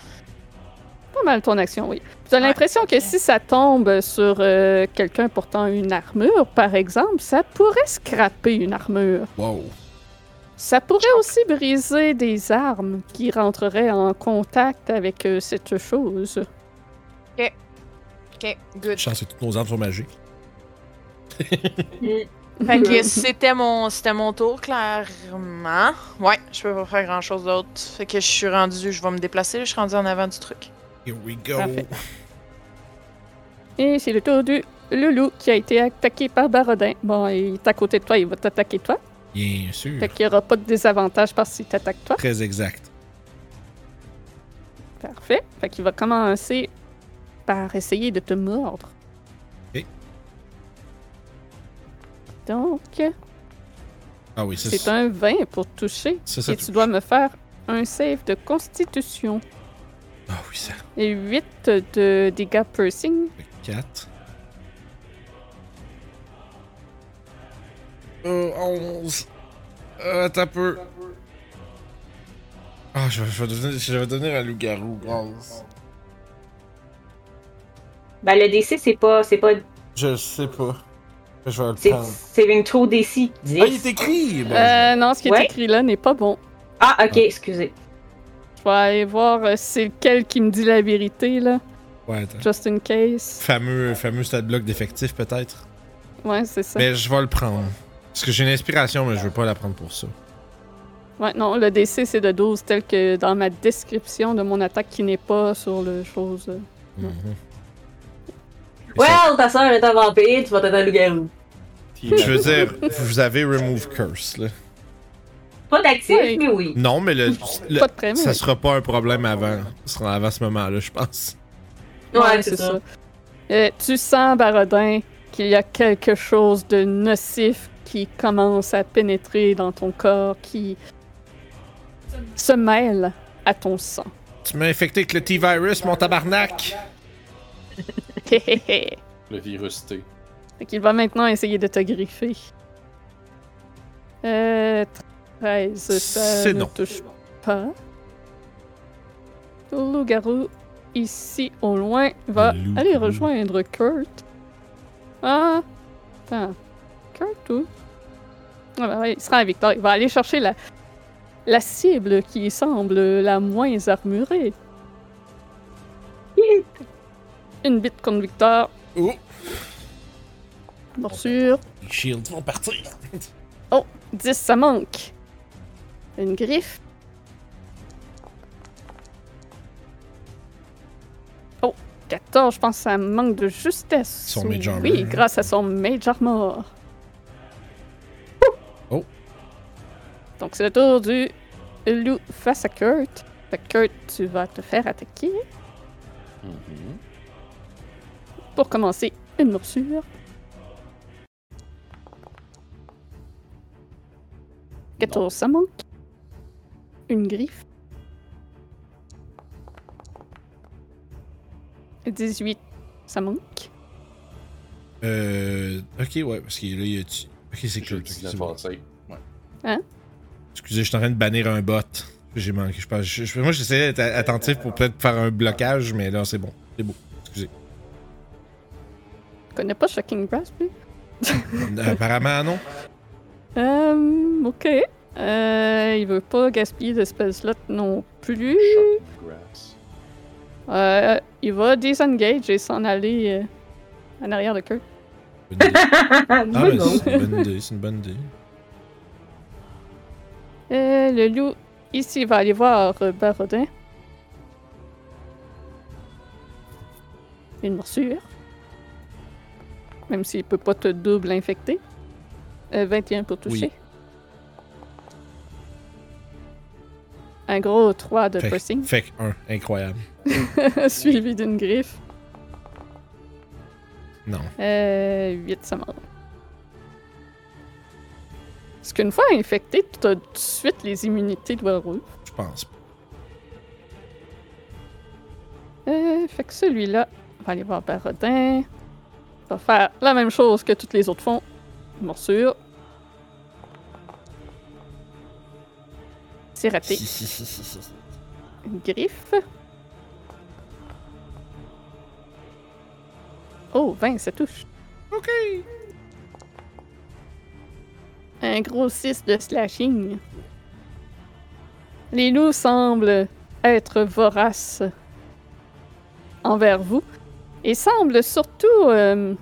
[SPEAKER 1] pas mal ton action, oui. Tu as
[SPEAKER 5] Ouais,
[SPEAKER 1] l'impression que
[SPEAKER 5] ok.
[SPEAKER 1] si ça tombe sur euh, quelqu'un portant une armure, par exemple, ça pourrait scraper une armure.
[SPEAKER 2] Wow.
[SPEAKER 1] Ça pourrait aussi briser des armes qui rentreraient en contact avec euh, cette chose.
[SPEAKER 5] Ok, good.
[SPEAKER 2] Chance que toutes nos armes sont magiques.
[SPEAKER 3] oui.
[SPEAKER 5] Fait que c'était mon, c'était mon tour, clairement. Ouais, je peux pas faire grand chose d'autre. Fait que je suis rendu, je vais me déplacer, je suis rendu en avant du truc.
[SPEAKER 2] Here we go.
[SPEAKER 1] Parfait. Et c'est le tour du loulou qui a été attaqué par Barodin. Bon, il est à côté de toi, il va t'attaquer toi.
[SPEAKER 2] Bien sûr.
[SPEAKER 1] Fait qu'il n'y aura pas de désavantage parce qu'il t'attaque toi.
[SPEAKER 2] Très exact.
[SPEAKER 1] Parfait. Fait qu'il va commencer par essayer de te mordre.
[SPEAKER 2] Ok.
[SPEAKER 1] Donc,
[SPEAKER 2] Ah oui, ça,
[SPEAKER 1] c'est
[SPEAKER 2] c'est
[SPEAKER 1] un 20 pour toucher.
[SPEAKER 2] ça. ça
[SPEAKER 1] Et tu dois me faire un save de constitution.
[SPEAKER 2] Ah oui, ça.
[SPEAKER 1] Et 8 de dégâts piercing.
[SPEAKER 2] 4. Euh, 11. Euh, t'as peu. Ah, je, vais- je vais devenir, je vais devenir un loup-garou, grâce.
[SPEAKER 3] Ben, le DC, c'est pas. C'est pas.
[SPEAKER 2] Je le sais pas. Mais Je vais le
[SPEAKER 3] C'est
[SPEAKER 2] prendre.
[SPEAKER 3] Saving Throw DC 10.
[SPEAKER 2] Ah, il est écrit! Bon,
[SPEAKER 1] Euh, non, ce qui
[SPEAKER 3] Ouais.
[SPEAKER 1] est écrit là n'est pas bon.
[SPEAKER 3] Ah, ok, excusez.
[SPEAKER 1] Je vais aller voir euh, c'est lequel qui me dit la vérité, là.
[SPEAKER 2] Ouais, attends.
[SPEAKER 1] Just in case.
[SPEAKER 2] Fameux, fameux stat bloc d'effectif, peut-être.
[SPEAKER 1] Ouais, c'est ça.
[SPEAKER 2] Mais je vais le prendre. Parce que j'ai une inspiration, mais je veux pas la prendre pour ça.
[SPEAKER 1] Ouais, non, le DC, c'est de 12, tel que dans ma description de mon attaque qui n'est pas sur le chose. euh.
[SPEAKER 2] Mhm.
[SPEAKER 3] Well, ta soeur est un vampire, tu vas t'être un loup-garou.
[SPEAKER 2] Je veux dire, vous avez Remove Curse, là.
[SPEAKER 3] Pas d'actif,
[SPEAKER 1] Ouais.
[SPEAKER 3] mais oui.
[SPEAKER 2] Non, mais le, le-
[SPEAKER 1] Pas de problème.
[SPEAKER 2] ça sera pas un problème avant, ça sera avant ce moment-là, je pense.
[SPEAKER 3] Ouais, c'est ça.
[SPEAKER 1] Euh, tu sens, Barodin, qu'il y a quelque chose de nocif qui commence à pénétrer dans ton corps, qui se mêle à ton sang.
[SPEAKER 2] Tu m'as infecté avec le T-Virus, mon tabarnak!
[SPEAKER 1] Hé, hé, hé.
[SPEAKER 4] Le virus T.
[SPEAKER 1] Fait qu'il va maintenant essayer de te griffer. Euh, 13, ça
[SPEAKER 2] C'est
[SPEAKER 1] ne
[SPEAKER 2] non.
[SPEAKER 1] touche pas. Le loup-garou, ici au loin, va
[SPEAKER 2] Loup-garou.
[SPEAKER 1] aller rejoindre Kurt. Ah! Attends. Kurt où? Ah ben ouais, il sera à Victor. Il va aller chercher la, la cible qui semble la moins armurée. Une bite contre Victor.
[SPEAKER 2] Oh!
[SPEAKER 1] Morsure.
[SPEAKER 2] Les shields vont partir!
[SPEAKER 1] 10, ça manque. Une griffe. Oh, 14, je pense que ça manque de justesse.
[SPEAKER 2] Son Mage Armor.
[SPEAKER 1] Oui, grâce à son Mage Armor.
[SPEAKER 2] Oh.
[SPEAKER 1] Donc c'est le tour du loup face à Kurt. Fait que Kurt, tu vas te faire attaquer. Pour commencer, une morsure. 14, ça manque. Une griffe. 18, ça manque.
[SPEAKER 2] Euh. Ok, ouais, parce que là, il y a. tu- Ok, c'est
[SPEAKER 4] J'ai
[SPEAKER 2] cool.
[SPEAKER 4] le petit de passer.
[SPEAKER 2] Excusez, je suis en train de bannir un bot. J'ai manqué. Je pense, je- je- moi, j'essayais d'être attentif pour peut-être faire un blocage, mais là, c'est bon. C'est beau. Excusez.
[SPEAKER 1] Tu connais pas Shocking Brass, lui?
[SPEAKER 2] Euh, Apparemment, non.
[SPEAKER 1] Euh, ok. Euh, il veut pas gaspiller d'espèces là non plus.
[SPEAKER 4] Shocking grass.
[SPEAKER 1] Euh, il va disengage et s'en aller euh, en arrière de Kurt.
[SPEAKER 2] Bonne idée. Ah,
[SPEAKER 3] Moi,
[SPEAKER 2] ben,
[SPEAKER 3] non.
[SPEAKER 2] c'est une bonne idée. C'est une bonne idée.
[SPEAKER 1] Euh, le loup, ici, va aller voir euh, Barodin. Une morsure. Même s'il peut pas te double infecter. Euh, 21 pour toucher. Un gros 3 de
[SPEAKER 2] Fait,
[SPEAKER 1] pressing,
[SPEAKER 2] fait que un. Incroyable.
[SPEAKER 1] suivi d'une griffe.
[SPEAKER 2] Non.
[SPEAKER 1] Euh, 8, ça manque. Parce qu'une fois infecté, tu as tout de suite les immunités de Warwick.
[SPEAKER 2] Je pense pas.
[SPEAKER 1] Euh, fait que celui-là, on va aller voir Barodin. On va faire la même chose que toutes les autres font. Morsure. C'est raté. Une griffe. Oh, 20, ça touche.
[SPEAKER 2] Ok.
[SPEAKER 1] Un gros 6 de slashing. Les loups semblent être voraces envers vous et semblent surtout euh,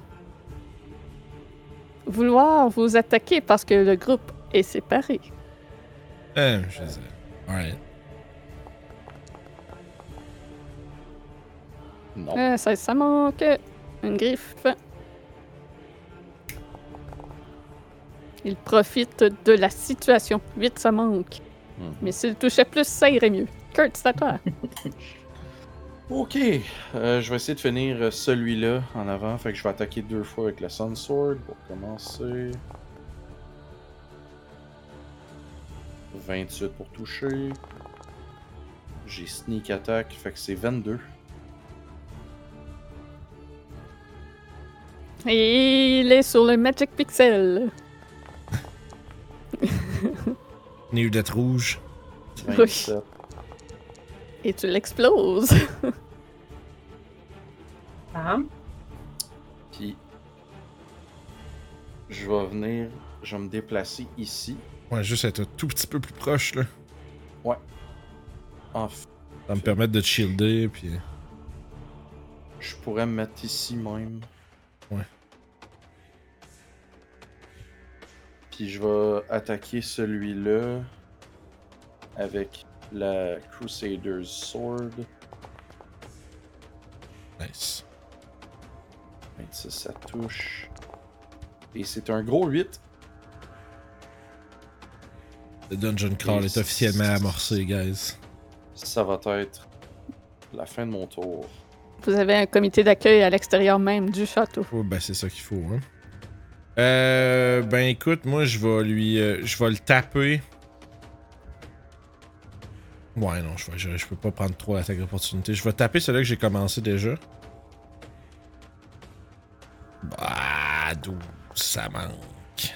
[SPEAKER 1] vouloir vous attaquer parce que le groupe est séparé.
[SPEAKER 2] Euh, je sais. Alright.
[SPEAKER 4] Non.
[SPEAKER 1] Euh, ça, ça manque. Une griffe. Il profite de la situation. Vite, ça manque.
[SPEAKER 4] Mhm.
[SPEAKER 1] Mais s'il touchait plus, ça irait mieux. Kurt, c'est à toi.
[SPEAKER 4] Ok, euh, je vais essayer de finir euh, celui-là en avant. Fait que je vais attaquer deux fois avec le Sun Sword pour commencer. 28 pour toucher. J'ai Sneak Attack, fait que c'est 22.
[SPEAKER 1] Et il est sur le Magic Pixel.
[SPEAKER 2] Tenue d'être rouge.
[SPEAKER 4] 27.
[SPEAKER 1] Et tu l'exploses.
[SPEAKER 3] Bam.
[SPEAKER 4] Puis, je vais venir, je vais me déplacer ici.
[SPEAKER 2] Ouais, juste être un tout petit peu plus proche, là.
[SPEAKER 4] En f-
[SPEAKER 2] Ça va me permettre de te shielder, puis.
[SPEAKER 4] je pourrais me mettre ici même.
[SPEAKER 2] Ouais.
[SPEAKER 4] Puis je vais attaquer celui-là avec la Crusader's Sword.
[SPEAKER 2] Nice.
[SPEAKER 4] 26, ça touche. Et c'est un gros 8.
[SPEAKER 2] Le dungeon crawl est officiellement amorcé, guys.
[SPEAKER 4] Ça va être la fin de mon tour.
[SPEAKER 1] Vous avez un comité d'accueil à l'extérieur même du château.
[SPEAKER 2] Oh, ben, c'est ça qu'il faut, hein. Euh, ben, écoute, moi, je vais lui. euh, je vais le taper. Ouais, non, je, vais- je, je peux pas prendre trop l'attaque d'opportunité. Je vais taper celui que j'ai commencé déjà. Bah, 12, ça manque.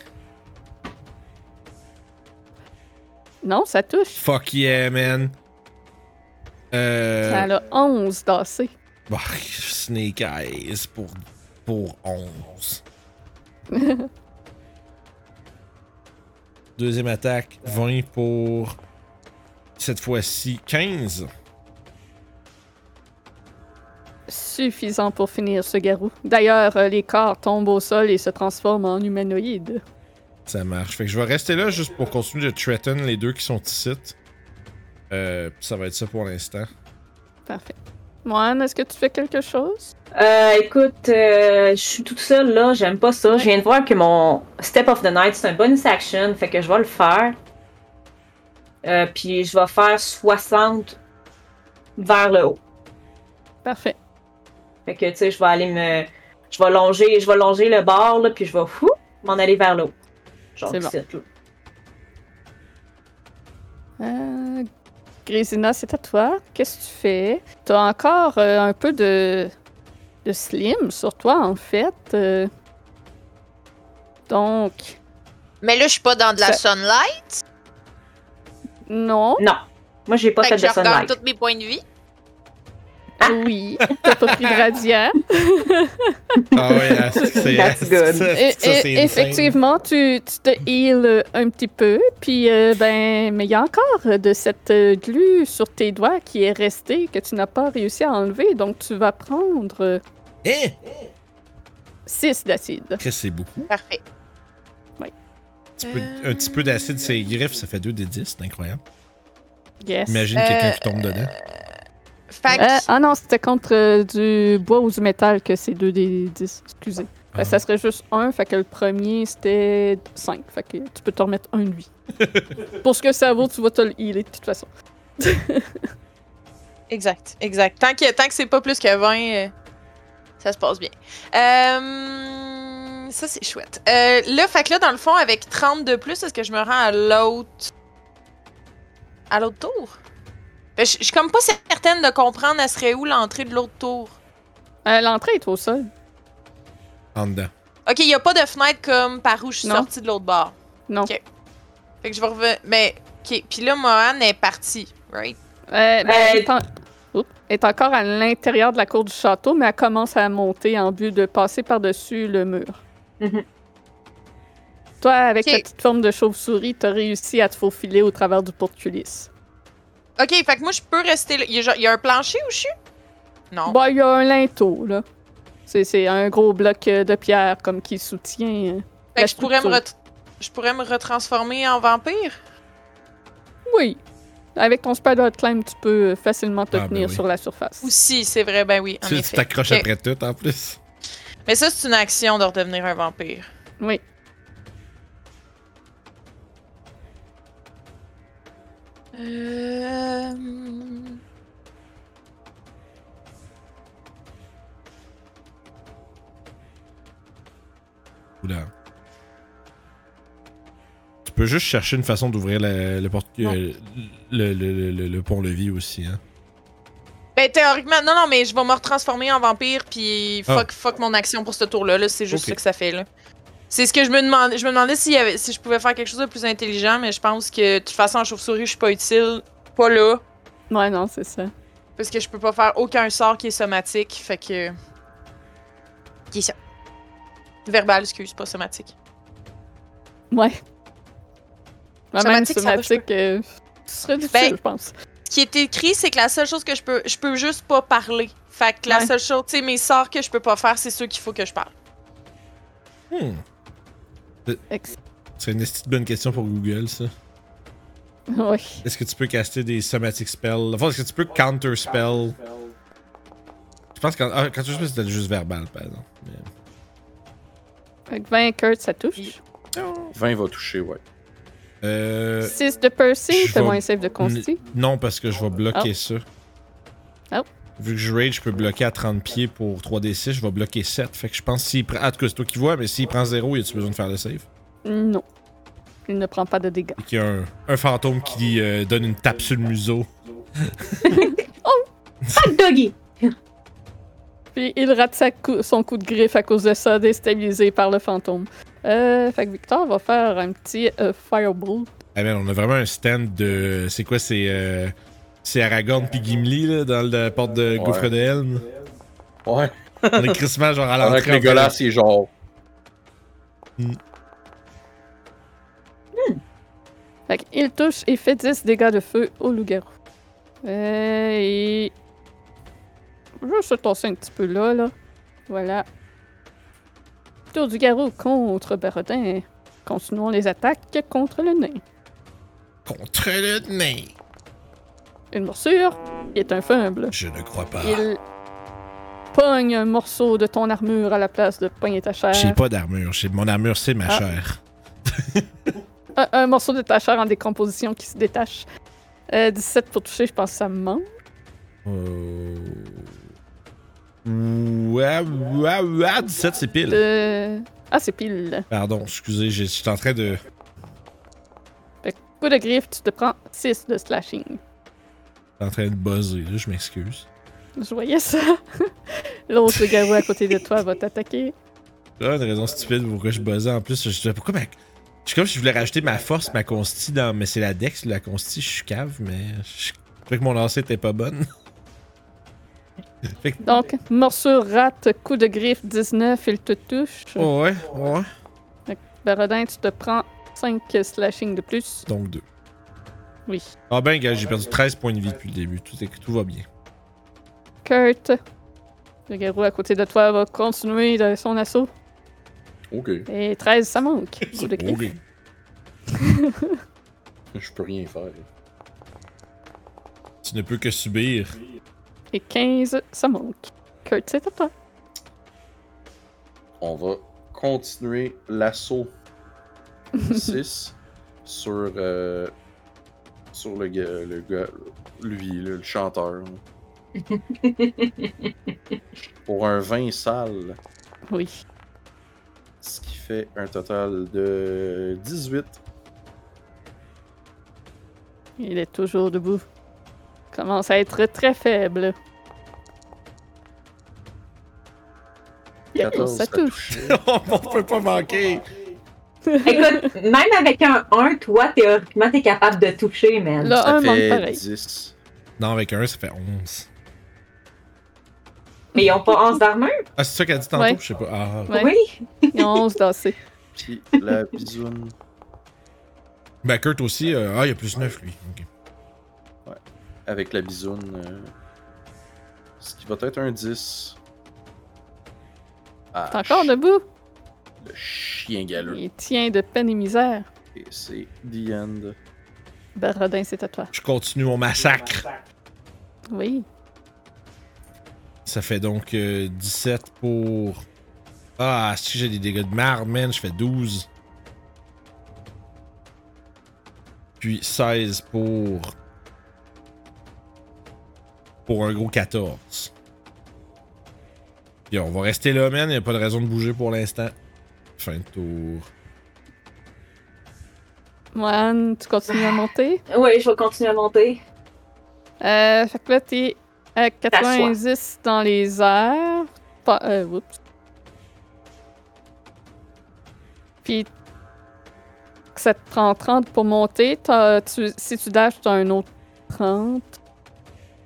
[SPEAKER 1] Non, ça touche.
[SPEAKER 2] Fuck yeah, man. Euh.
[SPEAKER 1] Ça a 11 d'AC.
[SPEAKER 2] Bah, Snake Eyes pour, pour 11. Deuxième attaque, 20 pour cette fois-ci 15.
[SPEAKER 1] Suffisant pour finir ce garou. D'ailleurs, euh, les corps tombent au sol et se transforment en humanoïdes.
[SPEAKER 2] Ça marche. Fait que je vais rester là juste pour continuer de threaten les deux qui sont ici. Euh, ça va être ça pour l'instant.
[SPEAKER 1] Parfait. Moine, est-ce que tu fais quelque chose?
[SPEAKER 3] Euh, écoute, euh, je suis toute seule là, j'aime pas ça. Je viens de voir que mon Step of the Night, c'est un bonus action, fait que je vais le faire. Euh, puis je vais faire 60 vers le haut.
[SPEAKER 1] Parfait.
[SPEAKER 3] Fait que, tu sais, je vais aller me. Je vais longer, je vais longer le bord, là, puis je vais fou, m'en aller vers le haut. Genre,
[SPEAKER 1] C'est bon.
[SPEAKER 3] d'ici, là.
[SPEAKER 1] Euh, Grésina, c'est à toi. Qu'est-ce que tu fais? T'as encore euh, un peu de... de slim sur toi, en fait. euh. Donc,
[SPEAKER 5] Mais là, je suis pas dans de la sunlight.
[SPEAKER 1] non,
[SPEAKER 3] Non. Moi, j'ai pas
[SPEAKER 5] Fait
[SPEAKER 3] fait
[SPEAKER 5] que
[SPEAKER 3] de
[SPEAKER 5] je regarde
[SPEAKER 3] sunlight.
[SPEAKER 5] tous mes points de vie.
[SPEAKER 1] oui, t'as pas pris de radiant.
[SPEAKER 2] Ah ouais, c'est
[SPEAKER 3] That's good.
[SPEAKER 1] Et- et- effectivement, tu, tu te heals un petit peu, puis euh, ben, mais il y a encore de cette euh, glu sur tes doigts qui est restée que tu n'as pas réussi à enlever, donc tu vas prendre euh,
[SPEAKER 2] Eh!
[SPEAKER 1] 6 d'acide.
[SPEAKER 2] Chris, c'est beaucoup.
[SPEAKER 5] Parfait.
[SPEAKER 2] Un petit peu- Un petit peu d'acide, c'est griffes, ça fait 2 des 10, c'est incroyable.
[SPEAKER 1] Yes.
[SPEAKER 2] Imagine
[SPEAKER 5] Euh,
[SPEAKER 2] quelqu'un qui tombe dedans.
[SPEAKER 5] Fait que-
[SPEAKER 1] Euh, ah non, c'était contre euh, du bois ou du métal que c'est 2 des 10. Excusez. Fait que Ça serait juste 1, fait que le premier c'était 5. Fait que tu peux te remettre un de vie. Pour ce que ça vaut, tu vas te le healer de toute façon.
[SPEAKER 5] Exact, exact. Tant que, tant que c'est pas plus que 20, euh, ça se passe bien. Euh, ça, c'est chouette. Euh, là, fait que là, dans le fond, avec 30 de plus, est-ce que je me rends à l'autre. à l'autre tour? Ben, Je je suis comme pas certaine de comprendre, elle serait où l'entrée de l'autre tour.
[SPEAKER 1] Euh, L'entrée est au sol.
[SPEAKER 2] En dedans.
[SPEAKER 5] Ok, il y a pas de fenêtre comme par où je suis
[SPEAKER 1] Non.
[SPEAKER 5] sortie de l'autre bord.
[SPEAKER 1] Non.
[SPEAKER 5] Ok. Fait que je vais revenir. Mais, ok. Puis là, Mohan est partie, right?
[SPEAKER 1] Euh, ben,
[SPEAKER 3] Euh,
[SPEAKER 1] elle est en- Oups. Elle est encore à l'intérieur de la cour du château, mais elle commence à monter en but de passer par-dessus le mur.
[SPEAKER 3] Mhm.
[SPEAKER 1] Toi, avec
[SPEAKER 5] Ok.
[SPEAKER 1] ta petite forme de chauve-souris, t'as réussi à te faufiler au travers du porte-culisse.
[SPEAKER 5] Ok, fait que moi, je peux rester là. Il y a, genre- il y a un plancher où je suis? Non.
[SPEAKER 1] Bon, il y a un linteau, là. C'est- C'est un gros bloc euh, de pierre comme qui soutient. euh. La
[SPEAKER 5] Fait que je pourrais, me
[SPEAKER 1] structure.
[SPEAKER 5] ret- je pourrais me retransformer en vampire?
[SPEAKER 1] Oui. Avec ton spider climb, tu peux euh, facilement te
[SPEAKER 2] Ah, ben
[SPEAKER 1] tenir
[SPEAKER 2] oui.
[SPEAKER 1] sur la surface.
[SPEAKER 5] Aussi, c'est vrai, ben oui, en
[SPEAKER 2] Tu tu
[SPEAKER 5] effet.
[SPEAKER 2] t'accroches
[SPEAKER 5] Ok.
[SPEAKER 2] après tout en plus.
[SPEAKER 5] Mais ça, c'est une action de redevenir un vampire.
[SPEAKER 1] Oui.
[SPEAKER 5] Euh...
[SPEAKER 2] Oula. Tu peux juste chercher une façon d'ouvrir la- le, porte- euh, le, le- le- le- le pont-levis aussi. Hein.
[SPEAKER 5] Ben, théoriquement, non, non, mais je vais me retransformer en vampire, puis fuck, fuck mon action pour ce tour-là. Là, c'est juste
[SPEAKER 2] Ah. Ok.
[SPEAKER 5] ça que ça fait, là. C'est ce que je me demandais. Je me demandais s'il y avait, si je pouvais faire quelque chose de plus intelligent, mais je pense que de toute façon, en chauve-souris, je suis pas utile. Pas là.
[SPEAKER 1] Ouais, non, c'est ça.
[SPEAKER 5] Parce que je peux pas faire aucun sort qui est somatique. Fait que. Qui est ça? Verbal, excuse, pas somatique.
[SPEAKER 1] Ouais. Ma même
[SPEAKER 5] Somatique, ça va, je
[SPEAKER 1] somatique, euh, ce serait difficile,
[SPEAKER 5] Ben,
[SPEAKER 1] je pense.
[SPEAKER 5] Ce qui est écrit, c'est que la seule chose que je peux. Je peux juste pas parler. Fait que la
[SPEAKER 1] Ouais.
[SPEAKER 5] seule chose. Tu sais, mes sorts que je peux pas faire, c'est ceux qu'il faut que je parle.
[SPEAKER 2] Hmm.
[SPEAKER 1] Ex-
[SPEAKER 2] C'est une esti de bonne question pour Google, ça.
[SPEAKER 1] Ouais.
[SPEAKER 2] Est-ce que tu peux caster des somatic spells? Enfin, est-ce que tu peux counter spell? Je pense que ah, counter spell, c'était juste verbal, par exemple. Mais-
[SPEAKER 1] Fait que 20 Kurt, ça touche.
[SPEAKER 6] 20 va toucher, ouais.
[SPEAKER 2] Euh,
[SPEAKER 1] 6 de Percy,
[SPEAKER 2] je
[SPEAKER 1] t'as
[SPEAKER 2] vais-
[SPEAKER 1] moins save de Consti.
[SPEAKER 2] non, parce que je vais bloquer ça.
[SPEAKER 1] Oh.
[SPEAKER 2] Vu que je rage, je peux bloquer à 30 pieds pour 3d6, je vais bloquer 7. Fait que je pense s'il prend. Ah, en tout cas, c'est toi qui vois, mais s'il prend 0, y a-tu besoin de faire le save?
[SPEAKER 1] Non. Il ne prend pas de dégâts.
[SPEAKER 2] Et qu'il y a un, un fantôme qui euh, donne une tape sur le museau.
[SPEAKER 3] Pas de doggy!
[SPEAKER 1] Puis il rate sa cou- son coup de griffe à cause de ça, déstabilisé par le fantôme. Euh, fait que Victor va faire un petit euh, fireball.
[SPEAKER 2] Ah ben, on a vraiment un stand de. C'est quoi, c'est. euh, C'est Aragorn puis Gimli, là, dans la porte de Gouffre de Helm.
[SPEAKER 6] Ouais.
[SPEAKER 2] On est crissement, genre, à
[SPEAKER 6] Alors que
[SPEAKER 2] l'entrée. en
[SPEAKER 6] Legolas, il est genre.
[SPEAKER 1] Fait qu'il touche et fait 10 dégâts de feu au loup-garou. Euh, et... Je vais se tasser un petit peu là, là. Voilà. Tour du garou contre Barodin. Continuons les attaques contre le nain.
[SPEAKER 2] Contre le nain.
[SPEAKER 1] Une morsure qui est un fumble.
[SPEAKER 2] Je ne crois pas.
[SPEAKER 1] Il pogne un morceau de ton armure à la place de pogner ta chair.
[SPEAKER 2] J'ai pas d'armure. j'ai- Mon armure, c'est ma
[SPEAKER 1] Ah.
[SPEAKER 2] chair.
[SPEAKER 1] Un, un morceau de ta chair en décomposition qui se détache. Euh, 17 pour toucher, je pense que ça me manque.
[SPEAKER 2] Euh... Ouais, ouais, ouais, 17, c'est pile.
[SPEAKER 1] Euh, Ah, c'est pile.
[SPEAKER 2] Pardon, excusez, j'ai- j'étais en train de.
[SPEAKER 1] Coup de griffe, tu te prends 6 de slashing.
[SPEAKER 2] j'étais en train de buzzer, là, je m'excuse.
[SPEAKER 1] Je voyais ça. L'autre garou à côté de toi va t'attaquer.
[SPEAKER 2] Là, une raison stupide pourquoi je buzzais en plus. Je disais, pourquoi ma. Je suis comme si je voulais rajouter ma force, ma consti dans. Mais c'est la dex, la consti, je suis cave, mais. Je je trouvais que mon lancer était pas bonne. fait que.
[SPEAKER 1] Donc, morsure rate, coup de griffe 19, il te touche.
[SPEAKER 2] Oh ouais, ouais.
[SPEAKER 1] Barodin, tu te prends 5 slashing de plus.
[SPEAKER 2] Donc 2.
[SPEAKER 1] Oui.
[SPEAKER 2] Ah ben, gars, j'ai perdu 13 points de vie depuis le début. Tout, est- tout va bien.
[SPEAKER 1] Kurt, le garou à côté de toi va continuer de son assaut.
[SPEAKER 6] Ok,
[SPEAKER 1] Et 13, ça manque. Coup de griffe.
[SPEAKER 2] Ok.
[SPEAKER 6] je peux rien faire.
[SPEAKER 2] Tu ne peux que subir.
[SPEAKER 1] Et 15, ça manque. Kurt, c'est à toi.
[SPEAKER 6] On va continuer l'assaut 6 sur, euh, sur le gars, le gars, lui, là, le chanteur. Pour un 20 sale,
[SPEAKER 1] Oui.
[SPEAKER 6] ce qui fait un total de 18.
[SPEAKER 1] Il est toujours debout. Commence à être très faible.
[SPEAKER 6] 14,
[SPEAKER 1] ça
[SPEAKER 6] ça
[SPEAKER 1] touche.
[SPEAKER 2] On peut pas manquer.
[SPEAKER 3] Écoute, même avec un 1, toi, théoriquement, t'es capable de toucher, man.
[SPEAKER 1] Là,
[SPEAKER 6] Ça
[SPEAKER 1] Ah, un manque
[SPEAKER 6] fait
[SPEAKER 1] pareil.
[SPEAKER 6] 10.
[SPEAKER 2] Non, avec un, ça fait 11.
[SPEAKER 3] Mais ils ont pas 11 d'armure?
[SPEAKER 2] Ah, c'est ça qu'elle a dit tantôt?
[SPEAKER 1] Ouais.
[SPEAKER 2] Je sais pas. Ah,
[SPEAKER 1] Ouais.
[SPEAKER 3] Oui.
[SPEAKER 1] Il y a 11 dansés.
[SPEAKER 6] Puis la bisoune.
[SPEAKER 2] Ben, Kurt aussi. euh, ah, il y a plus 9, lui. Ok.
[SPEAKER 6] avec la bisoune. euh, ce qui va être un 10. Ah,
[SPEAKER 1] T'es encore debout?
[SPEAKER 6] Le chien galeux.
[SPEAKER 1] Il tient de peine et misère.
[SPEAKER 6] Et c'est The End.
[SPEAKER 1] Barodin, c'est à toi.
[SPEAKER 2] Je continue mon massacre.
[SPEAKER 1] Oui.
[SPEAKER 2] Ça fait donc euh, 17 pour. Ah, si j'ai des dégâts de marde, man, je fais 12. Puis 16 pour. Pour un gros 14. Puis on va rester là, man, y a pas de raison de bouger pour l'instant. Fin de tour.
[SPEAKER 1] Mohan, tu continues à monter.
[SPEAKER 3] Oui, je vais continuer à monter.
[SPEAKER 1] Euh, fait que là, t'es à 90 dans les airs. Pas, euh, oups. Puis, ça te prend 30 pour monter. T'as- tu- si tu dashes, t'as un autre 30.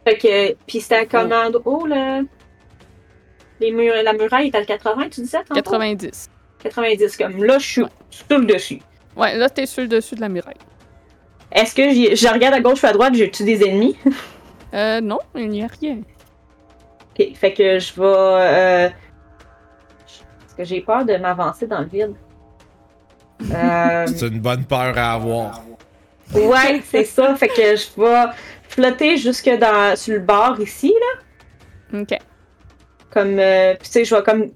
[SPEAKER 3] Fait que, puis c'était à commande. Oh, le... Les murs, la muraille est à 80, tu disais? tantôt?
[SPEAKER 1] 90.
[SPEAKER 3] 90, comme là, je suis sur le dessus.
[SPEAKER 1] Ouais, là, t'es sur le dessus de la muraille.
[SPEAKER 3] Est-ce que j'y- je regarde à gauche ou à droite, j'ai-tu des ennemis?
[SPEAKER 1] Euh, non, il n'y a rien.
[SPEAKER 3] Ok, fait que je vais. euh, Parce que j'ai peur de m'avancer dans le vide. Euh,
[SPEAKER 2] C'est une bonne peur à avoir.
[SPEAKER 3] ouais, c'est ça. Fait que je vais flotter jusque dans, sur le bord ici, là.
[SPEAKER 1] Ok.
[SPEAKER 3] Comme, euh, puis tu sais, je vais comme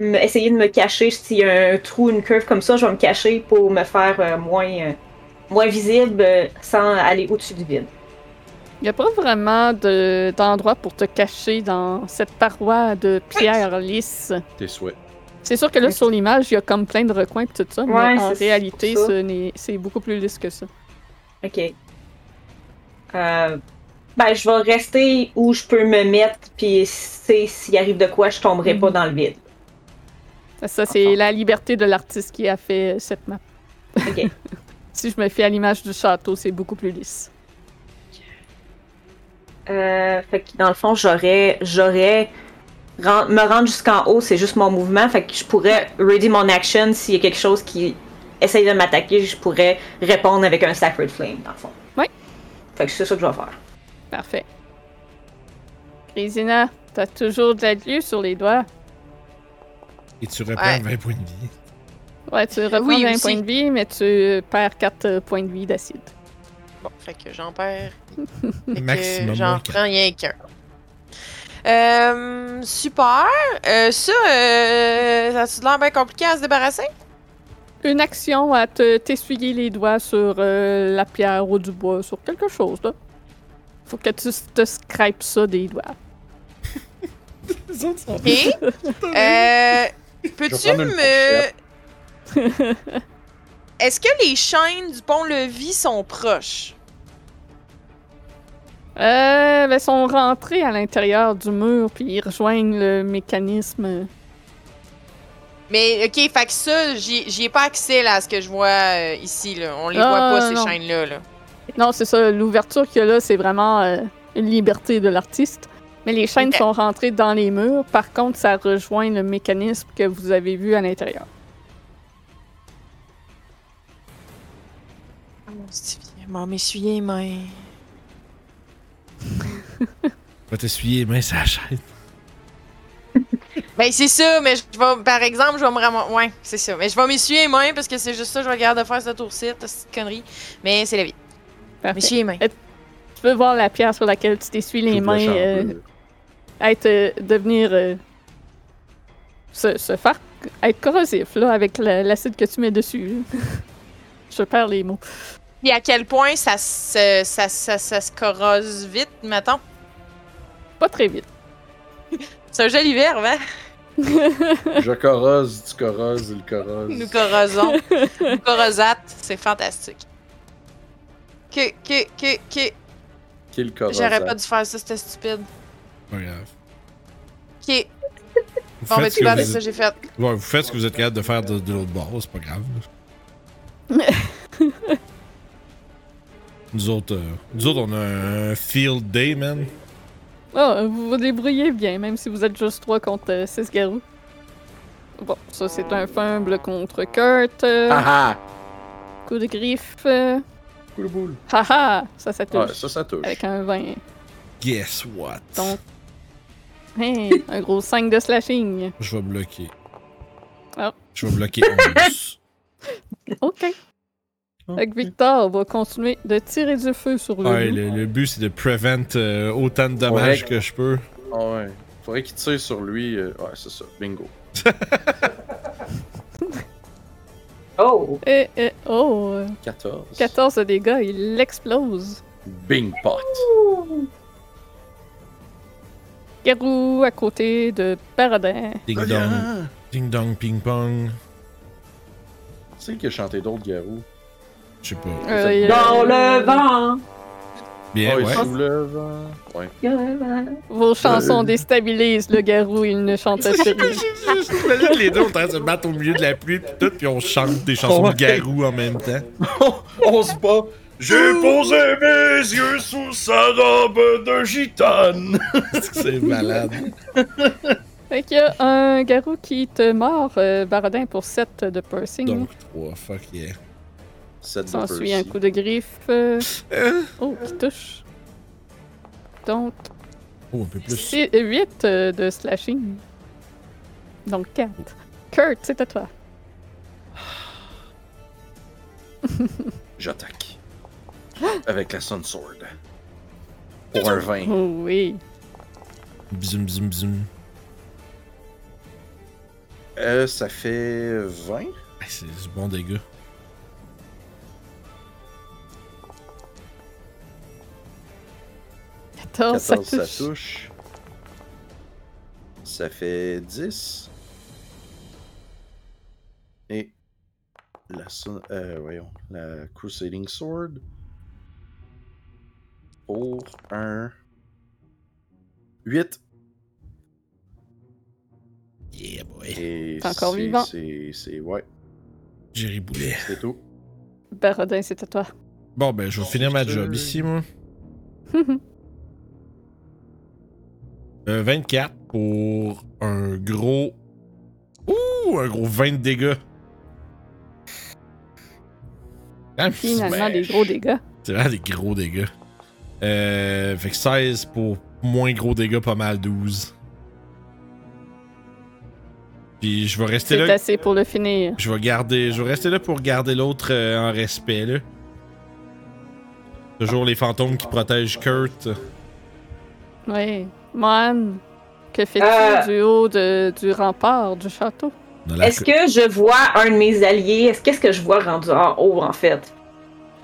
[SPEAKER 3] me- essayer de me cacher. S'il y a un trou, une curve comme ça, je vais me cacher pour me faire euh, moins, euh, moins visible euh, sans aller au-dessus du vide.
[SPEAKER 1] Il n'y a pas vraiment de- d'endroit pour te cacher dans cette paroi de pierre lisse.
[SPEAKER 6] Tes souhaits.
[SPEAKER 1] C'est sûr que là, sur l'image, il y a comme plein de recoins et tout ça,
[SPEAKER 3] Ouais,
[SPEAKER 1] mais en
[SPEAKER 3] c'est- c'est
[SPEAKER 1] réalité,
[SPEAKER 3] pour ça.
[SPEAKER 1] ce n'est- c'est beaucoup plus lisse que ça.
[SPEAKER 3] Ok. Euh, ben, je vais rester où je peux me mettre, puis c'est- s'il arrive de quoi, je tomberai pas dans le vide.
[SPEAKER 1] Ça, c'est la liberté de l'artiste qui a fait cette map.
[SPEAKER 3] Ok.
[SPEAKER 1] Si je me fie à l'image du château, c'est beaucoup plus lisse.
[SPEAKER 3] Euh, fait que dans le fond, j'aurais, j'aurais ren- me rendre jusqu'en haut, c'est juste mon mouvement. Fait que je pourrais ready mon action s'il y a quelque chose qui essaye de m'attaquer, je pourrais répondre avec un Sacred Flame dans le fond.
[SPEAKER 1] Ouais.
[SPEAKER 3] Fait que c'est ça que je vais faire.
[SPEAKER 1] Parfait. Grisina, t'as toujours de la glu sur les doigts.
[SPEAKER 2] Et tu reprends
[SPEAKER 5] Ouais.
[SPEAKER 2] 20 points de vie.
[SPEAKER 1] Ouais, tu reprends
[SPEAKER 5] oui,
[SPEAKER 1] 20
[SPEAKER 5] aussi.
[SPEAKER 1] points de vie, mais tu perds 4 points de vie d'acide.
[SPEAKER 5] Bon, fait que j'en perds. Fait que
[SPEAKER 2] Maximum,
[SPEAKER 5] J'en
[SPEAKER 2] ok.
[SPEAKER 5] prends rien qu'un. Euh, super. Euh, ça, euh, ça a l'air bien compliqué à se débarrasser?
[SPEAKER 1] Une action à te- t'essuyer les doigts sur euh, la pierre ou du bois, sur quelque chose, là. Faut que tu s- te scrapes ça des doigts.
[SPEAKER 2] Les autres sont
[SPEAKER 5] Ok. Euh,
[SPEAKER 4] Je
[SPEAKER 5] Peux-tu
[SPEAKER 4] vais prendre une
[SPEAKER 5] me. Est-ce que les chaînes du pont-levis sont proches?
[SPEAKER 1] Euh, ben, sont rentrés à l'intérieur du mur, puis ils rejoignent le mécanisme.
[SPEAKER 5] Mais ok, fait que ça, j'y j'y ai pas accès là, à ce que je vois euh, ici. Là. On les
[SPEAKER 1] Ah,
[SPEAKER 5] voit pas, ces
[SPEAKER 1] non.
[SPEAKER 5] chaînes-là. Là.
[SPEAKER 1] Non, c'est ça, l'ouverture qu'il y a là, c'est vraiment euh, une liberté de l'artiste. Mais les chaînes
[SPEAKER 5] Ok.
[SPEAKER 1] sont rentrées dans les murs, par contre, ça rejoint le mécanisme que vous avez vu à l'intérieur.
[SPEAKER 5] Ah, M'en m'essuyer, mais.
[SPEAKER 2] Va t'essuyer les mains sur la chaîne.
[SPEAKER 5] Ben c'est ça, mais je vais, par exemple, je vais me ramasser. Ouais, c'est ça. Mais je vais m'essuyer les mains parce que c'est juste ça que je regarde de faire ce tour-ci, cette connerie. Mais c'est la vie.
[SPEAKER 1] Parfait.
[SPEAKER 5] M'essuyer les mains.
[SPEAKER 1] Tu peux voir la pierre sur laquelle tu t'essuies les
[SPEAKER 6] Toute la
[SPEAKER 1] mains
[SPEAKER 6] chambre,
[SPEAKER 1] euh,
[SPEAKER 6] euh,
[SPEAKER 1] être euh, devenir euh, se, se faire être corrosif là avec la- l'acide que tu mets dessus. Je perds les mots.
[SPEAKER 5] Et à quel point ça se, ça, ça, ça se corrose vite, mettons.
[SPEAKER 1] Pas très vite.
[SPEAKER 5] C'est un joli verbe, hein?
[SPEAKER 1] euh,
[SPEAKER 6] Je corrose, tu corroses, il corrose.
[SPEAKER 5] Nous corrosons. Nous corrosates. C'est fantastique. Que, que, que, que.
[SPEAKER 6] Qu'il corrose.
[SPEAKER 5] J'aurais pas dû faire ça, c'était stupide.
[SPEAKER 2] Pas grave.
[SPEAKER 5] Ok.
[SPEAKER 2] Vous
[SPEAKER 5] Bon, mais
[SPEAKER 2] faites, ce que
[SPEAKER 5] tu vois, c'est
[SPEAKER 2] vous
[SPEAKER 5] ça,
[SPEAKER 2] êtes...
[SPEAKER 5] j'ai fait.
[SPEAKER 2] ouais, vous faites ce que vous êtes capable de faire de, de l'autre bord, c'est pas grave. nous, autres, euh, nous autres, on a un field day, man.
[SPEAKER 1] Oh, vous vous débrouillez bien, même si vous êtes juste trois contre euh, six garous. Bon, ça c'est un fumble contre Kurt. euh,
[SPEAKER 6] Ah ah!
[SPEAKER 1] Coup de griffe. euh,
[SPEAKER 6] Coup de boule.
[SPEAKER 1] haha, ça ça touche.
[SPEAKER 6] Ouais, Ah, ça, ça touche.
[SPEAKER 1] Avec un 20.
[SPEAKER 2] Guess what?
[SPEAKER 1] Donc. hein, un gros 5 de slashing.
[SPEAKER 2] Je vais bloquer.
[SPEAKER 1] Ah.
[SPEAKER 2] Je vais bloquer 11.
[SPEAKER 1] Ok. Fait que Victor va continuer de tirer du feu sur le
[SPEAKER 2] Ouais,
[SPEAKER 1] loup.
[SPEAKER 2] le, le but, c'est de prevent euh, autant de dommages
[SPEAKER 6] Ouais.
[SPEAKER 2] que je peux.
[SPEAKER 6] Ah ouais. Faudrait qu'il tire sur lui. euh, Ouais, c'est ça. Bingo.
[SPEAKER 3] Oh!
[SPEAKER 1] Eh, eh, oh, euh,
[SPEAKER 6] 14.
[SPEAKER 1] 14 de dégâts, il explose.
[SPEAKER 6] Bing pot.
[SPEAKER 1] Garou à côté de Paradin.
[SPEAKER 2] Ding dong.
[SPEAKER 6] Ah,
[SPEAKER 2] Ding dong, ping pong.
[SPEAKER 6] C'est qui a chanté d'autres garous?
[SPEAKER 2] Je sais pas.
[SPEAKER 1] Euh, il-
[SPEAKER 3] Dans le vent!
[SPEAKER 2] Bien,
[SPEAKER 6] oh,
[SPEAKER 2] ouais.
[SPEAKER 6] il soulève. hein. Ouais.
[SPEAKER 3] dans le vent.
[SPEAKER 1] Vos chansons déstabilisent le garou, il ne chante plus rien.
[SPEAKER 2] Imagine les deux en train de se battre au milieu de la pluie, pis tout, pis on chante des chansons de garou en même temps.
[SPEAKER 4] On se bat. J'ai posé mes yeux sous sa robe de gitane.
[SPEAKER 2] C'est malade.
[SPEAKER 1] Fait qu'il y a un garou qui te mord, euh, Baradin, pour 7 de piercing.
[SPEAKER 2] Donc 3, fuck yeah.
[SPEAKER 4] Cette de
[SPEAKER 1] S'ensuit
[SPEAKER 4] Percy.
[SPEAKER 1] un coup de griffe. euh,
[SPEAKER 2] Euh,
[SPEAKER 1] Oh, qui touche. Donc,
[SPEAKER 2] Oh, un peu plus.
[SPEAKER 1] 8 euh, de slashing. Donc 4. Kurt, c'est à toi.
[SPEAKER 4] J'attaque. Avec la Sun Sword. Pour un 20.
[SPEAKER 1] Oh oui.
[SPEAKER 2] Bzum, bzum, bzum.
[SPEAKER 4] Euh, ça fait 20.
[SPEAKER 2] Ah, C'est du bon dégât.
[SPEAKER 1] Attends,
[SPEAKER 4] 14,
[SPEAKER 1] Oh, ça
[SPEAKER 4] ça touche.
[SPEAKER 1] touche.
[SPEAKER 4] ça fait 10. Et la, son- euh, voyons, la Crusading Sword pour un 8.
[SPEAKER 2] Yeah, boy.
[SPEAKER 4] Et
[SPEAKER 1] T'es encore
[SPEAKER 4] c'est-
[SPEAKER 1] vivant.
[SPEAKER 4] C'est c'est- ouais,
[SPEAKER 2] Jerry Boulet.
[SPEAKER 4] c'est tout.
[SPEAKER 1] Baradin, c'est à toi.
[SPEAKER 2] Bon, ben, je vais finir ma job ici, moi. Un 24 Euh, pour un gros. Ouh, un gros 20 de dégâts. Ah, mais c'est
[SPEAKER 1] Finalement,
[SPEAKER 4] Smash.
[SPEAKER 1] des gros dégâts.
[SPEAKER 2] c'est vraiment des gros dégâts. Euh, fait que 16 pour moins gros dégâts, pas mal 12. Puis je vais rester
[SPEAKER 1] C'est
[SPEAKER 2] là.
[SPEAKER 1] assez pour le finir.
[SPEAKER 2] Je vais garder. Je vais rester là pour garder l'autre euh, en respect là. Toujours les fantômes qui protègent Kurt.
[SPEAKER 1] Oui. Mohan, que fais-tu
[SPEAKER 3] Euh.
[SPEAKER 1] du haut de- du rempart du château?
[SPEAKER 2] On a la-
[SPEAKER 3] Est-ce que je vois un de mes alliés? Est-ce qu'est-ce que je vois rendu en haut, en fait?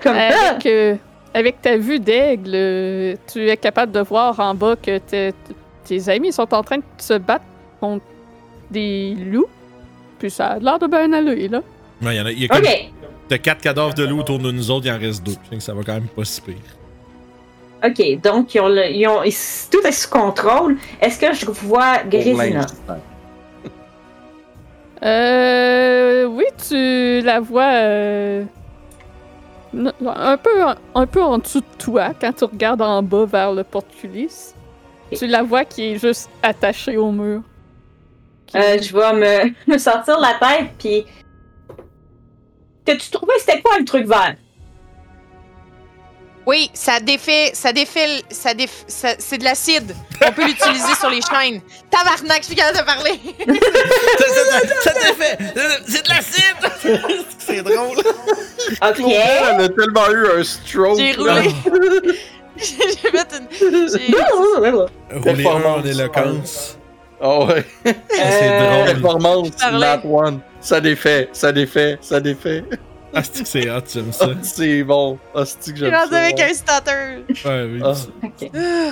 [SPEAKER 3] Comme ça?
[SPEAKER 1] Avec, euh, avec ta vue d'aigle, euh, tu es capable de voir en bas que tes- tes amis sont en train de se battre contre des loups. Puis ça a l'air de bien aller, là.
[SPEAKER 2] Ouais, y en a- y a comme-
[SPEAKER 3] Ok,
[SPEAKER 2] T'as 4 cadavres de loup autour de nous autres, il en reste 2. Ça va quand même pas si pire.
[SPEAKER 3] ok. Donc, ils ont le- ils ont- ils- tout est sous contrôle. Est-ce que je vois
[SPEAKER 4] Pour
[SPEAKER 3] Grésina?
[SPEAKER 4] l'instant.
[SPEAKER 1] Euh, oui, tu la vois euh, n- un, peu, en- un peu en dessous de toi quand tu regardes en bas vers le porte-culisse.
[SPEAKER 3] Ok.
[SPEAKER 1] Tu la vois qui est juste attachée au mur. Qui-
[SPEAKER 3] Euh, je vais me, me sortir la tête, puis. T'as-tu trouvé c'était quoi le truc vert?
[SPEAKER 5] Oui, ça défait, ça défile, ça déf... ça- c'est de l'acide. On peut l'utiliser sur les chaînes. Tabarnak, je suis capable de parler.
[SPEAKER 2] Ça t'a fait! C'est de l'acide! C'est drôle!
[SPEAKER 3] Ok.
[SPEAKER 4] Elle a tellement eu un stroke.
[SPEAKER 5] J'ai
[SPEAKER 4] là.
[SPEAKER 5] roulé. J'ai fait une. j'ai-
[SPEAKER 2] Roulez un en éloquence.
[SPEAKER 4] Ah ouais.
[SPEAKER 2] Ah, C'est
[SPEAKER 3] Euh,
[SPEAKER 2] drôle.
[SPEAKER 4] Performance,
[SPEAKER 5] Parler.
[SPEAKER 4] Nat one. Ça défait, ça défait, ça défait.
[SPEAKER 2] Ah, c'est que c'est hot, j'aime ça.
[SPEAKER 4] Ah, c'est bon. Ah, c'est que
[SPEAKER 5] Je suis
[SPEAKER 4] j'aime ça.
[SPEAKER 5] rendue avec
[SPEAKER 4] ouais.
[SPEAKER 5] un stutter.
[SPEAKER 2] Ouais, oui.
[SPEAKER 4] Ah.
[SPEAKER 3] Ok.
[SPEAKER 5] Ah,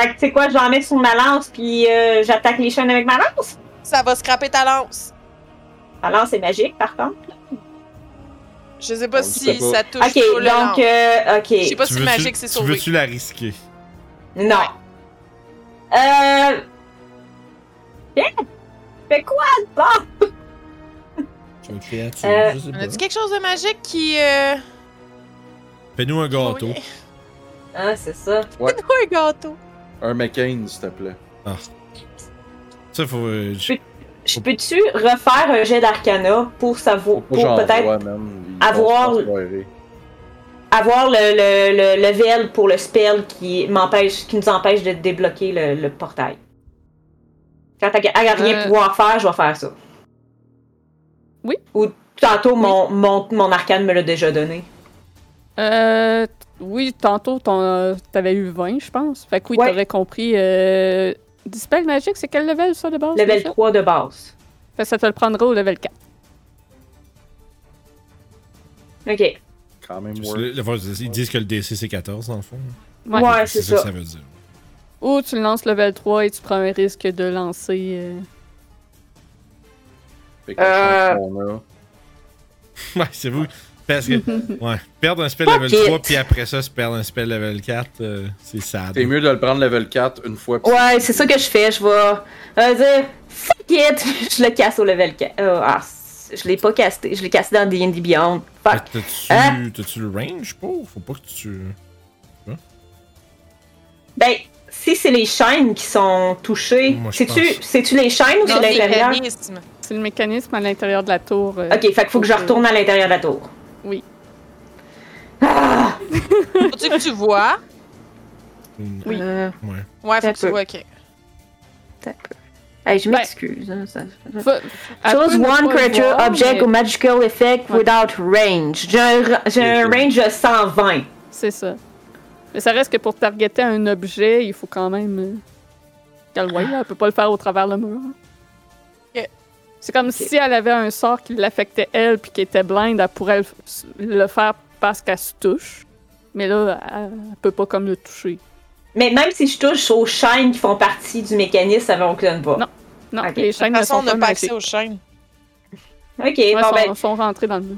[SPEAKER 3] Fait que tu sais quoi, j'en mets sur ma lance, puis euh, j'attaque les chaînes avec ma lance.
[SPEAKER 5] Ça va scraper ta lance.
[SPEAKER 3] Ma lance est magique, par contre.
[SPEAKER 5] Je sais pas
[SPEAKER 4] On le sait
[SPEAKER 5] si
[SPEAKER 4] pas.
[SPEAKER 5] ça touche
[SPEAKER 3] Ok,
[SPEAKER 5] trop le
[SPEAKER 3] donc,
[SPEAKER 5] lance.
[SPEAKER 3] euh, ok.
[SPEAKER 5] Je sais pas
[SPEAKER 2] Tu
[SPEAKER 5] si
[SPEAKER 2] veux-tu-
[SPEAKER 5] magique c'est
[SPEAKER 2] tu
[SPEAKER 5] sauvé.
[SPEAKER 2] Veux-tu la risquer?
[SPEAKER 3] Non. Euh. Bien. Fais quoi de bon?
[SPEAKER 2] Tu veux faire, tu
[SPEAKER 3] Euh,
[SPEAKER 2] je sais
[SPEAKER 5] On a-tu
[SPEAKER 2] pas.
[SPEAKER 5] quelque chose de magique qui. Euh...
[SPEAKER 2] Fais-nous un gâteau.
[SPEAKER 5] oui.
[SPEAKER 3] Ah, c'est ça.
[SPEAKER 5] Un gâteau.
[SPEAKER 4] Un McCain, s'il te plaît.
[SPEAKER 2] Ah. Ça, faut. euh, j-
[SPEAKER 3] Je peux-tu refaire un jet d'arcana pour savoir,
[SPEAKER 4] Faut
[SPEAKER 3] pour
[SPEAKER 4] que j'en
[SPEAKER 3] peut-être
[SPEAKER 4] voie, man.
[SPEAKER 3] avoir-
[SPEAKER 4] Ils vont se faire foirer.
[SPEAKER 3] avoir le, le, le level pour le spell qui m'empêche, qui nous empêche de débloquer le, le portail? Quand t'as à rien
[SPEAKER 1] Euh.
[SPEAKER 3] pouvoir faire, je vais faire ça.
[SPEAKER 1] Oui.
[SPEAKER 3] Ou tantôt, mon, mon, mon arcane me l'a déjà donné.
[SPEAKER 1] Euh, t- oui, tantôt, t'en- euh, t'avais eu 20, je pense. Fait que oui,
[SPEAKER 3] Ouais.
[SPEAKER 1] t'aurais compris. Euh, Dispel magique, c'est quel level, Oh, ça, de base?
[SPEAKER 3] Level
[SPEAKER 1] déjà?
[SPEAKER 3] 3 de base.
[SPEAKER 1] Fait que ça te le prendra au level 4.
[SPEAKER 3] Ok.
[SPEAKER 4] Quand même,
[SPEAKER 2] juste
[SPEAKER 4] work.
[SPEAKER 2] le- le- enfin, Ils disent que le DC c'est 14 dans le fond.
[SPEAKER 1] Ouais.
[SPEAKER 3] Ouais, c'est
[SPEAKER 2] que
[SPEAKER 3] ça.
[SPEAKER 2] ça veut dire.
[SPEAKER 1] Ou tu lances level 3 et tu prends un risque de lancer... euh,
[SPEAKER 4] Fait que la
[SPEAKER 3] Euh.
[SPEAKER 4] chance qu'on a.
[SPEAKER 2] Ouais, c'est vous. Parce que. Ouais. Perdre un spell
[SPEAKER 3] Fuck
[SPEAKER 2] level
[SPEAKER 3] it.
[SPEAKER 2] 3 puis après ça, se perdre un spell level 4, euh, c'est sad.
[SPEAKER 4] T'es mieux de le prendre level 4 une fois. puis-
[SPEAKER 3] Ouais, c'est ça que je fais. Je vais euh, dire Fuck Kit, je le casse au level 4. ah, c- je l'ai pas casté, je l'ai cassé dans D&D Beyond. Fuck.
[SPEAKER 2] T'as- T'as-tu
[SPEAKER 3] Hein?
[SPEAKER 2] t'as-tu le range pour? Faut pas que tu.
[SPEAKER 3] Ben, si c'est les chaînes qui sont touchées,
[SPEAKER 2] Moi, je
[SPEAKER 3] c'est-tu
[SPEAKER 2] pense.
[SPEAKER 3] c'est-tu les chaînes ou c'est
[SPEAKER 5] Non, c'est
[SPEAKER 3] l'intérieur?
[SPEAKER 5] mécanisme.
[SPEAKER 1] C'est le mécanisme à l'intérieur de la tour. euh,
[SPEAKER 3] Ok, fait qu'il faut que je retourne à l'intérieur de la tour. Ah!
[SPEAKER 5] Faut-tu que tu vois?
[SPEAKER 2] Ouais.
[SPEAKER 1] Oui.
[SPEAKER 3] Euh,
[SPEAKER 5] Ouais, faut
[SPEAKER 3] Un
[SPEAKER 5] que tu
[SPEAKER 3] peu.
[SPEAKER 5] vois, ok.
[SPEAKER 3] attends un peu. Hey, je
[SPEAKER 1] Ben,
[SPEAKER 3] m'excuse. hein, ça-
[SPEAKER 1] Fa- elle
[SPEAKER 3] Chose
[SPEAKER 1] peut ne
[SPEAKER 3] one
[SPEAKER 1] pas
[SPEAKER 3] creature,
[SPEAKER 1] voir,
[SPEAKER 3] object
[SPEAKER 1] mais
[SPEAKER 3] or magical effect
[SPEAKER 1] Ouais.
[SPEAKER 3] without range. J'ai un, ra- j'ai un range de 120.
[SPEAKER 1] C'est ça. Mais ça reste que pour targeter un objet, il faut quand même euh, qu'elle le voie. là. Elle peut pas le faire au travers le mur. hein.
[SPEAKER 5] Ok.
[SPEAKER 1] C'est comme si elle avait un sort qui l'affectait elle puis qui était blind, elle pourrait le, f- le faire parce qu'elle se touche. Mais là, elle, elle peut pas comme le toucher.
[SPEAKER 3] Mais même si je touche aux chaînes qui font partie du mécanisme, ça ne fonctionne pas.
[SPEAKER 1] Non. Non,
[SPEAKER 3] Ok.
[SPEAKER 1] les
[SPEAKER 5] De
[SPEAKER 1] chaînes
[SPEAKER 5] toute
[SPEAKER 1] ne
[SPEAKER 5] façon, on
[SPEAKER 1] sont pas
[SPEAKER 5] n'a pas accès
[SPEAKER 1] magiques.
[SPEAKER 5] aux chaînes.
[SPEAKER 3] Ok,
[SPEAKER 1] Ouais,
[SPEAKER 3] bon
[SPEAKER 1] sont,
[SPEAKER 3] ben.
[SPEAKER 1] sont rentrées dans le mur.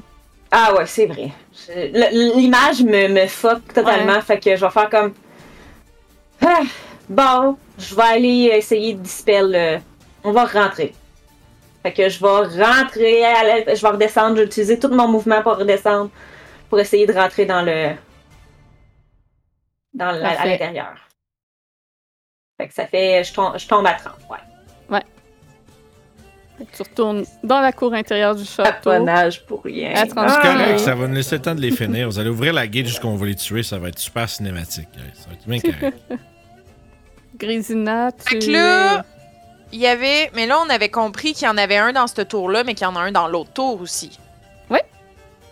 [SPEAKER 3] Ah ouais, c'est vrai. Je- l- L'image me, me fuck totalement, fait que je vais faire comme. Ah, bon, je vais aller essayer de dispel. euh, on va rentrer. Fait que je vais rentrer, à la- je vais redescendre, je vais utiliser tout mon mouvement pour redescendre, pour essayer de rentrer dans le. dans la- à
[SPEAKER 1] Parfait.
[SPEAKER 3] l'intérieur. Fait que ça fait. Je tombe, je tombe à 30, ouais.
[SPEAKER 1] Tu retournes dans la cour intérieure du château.
[SPEAKER 3] Taponnage pour rien.
[SPEAKER 1] À 30.
[SPEAKER 2] C'est
[SPEAKER 1] Ah.
[SPEAKER 2] correct, ça va nous laisser le temps de les finir. Vous allez ouvrir la gate jusqu'on va les tuer, ça va être super cinématique. guys. Ça va être bien correct.
[SPEAKER 1] Grésina, tu.
[SPEAKER 5] Fait que là, il y avait. Mais là, on avait compris qu'il y en avait un dans ce tour-là, mais qu'il y en a un dans l'autre tour aussi.
[SPEAKER 1] Ouais.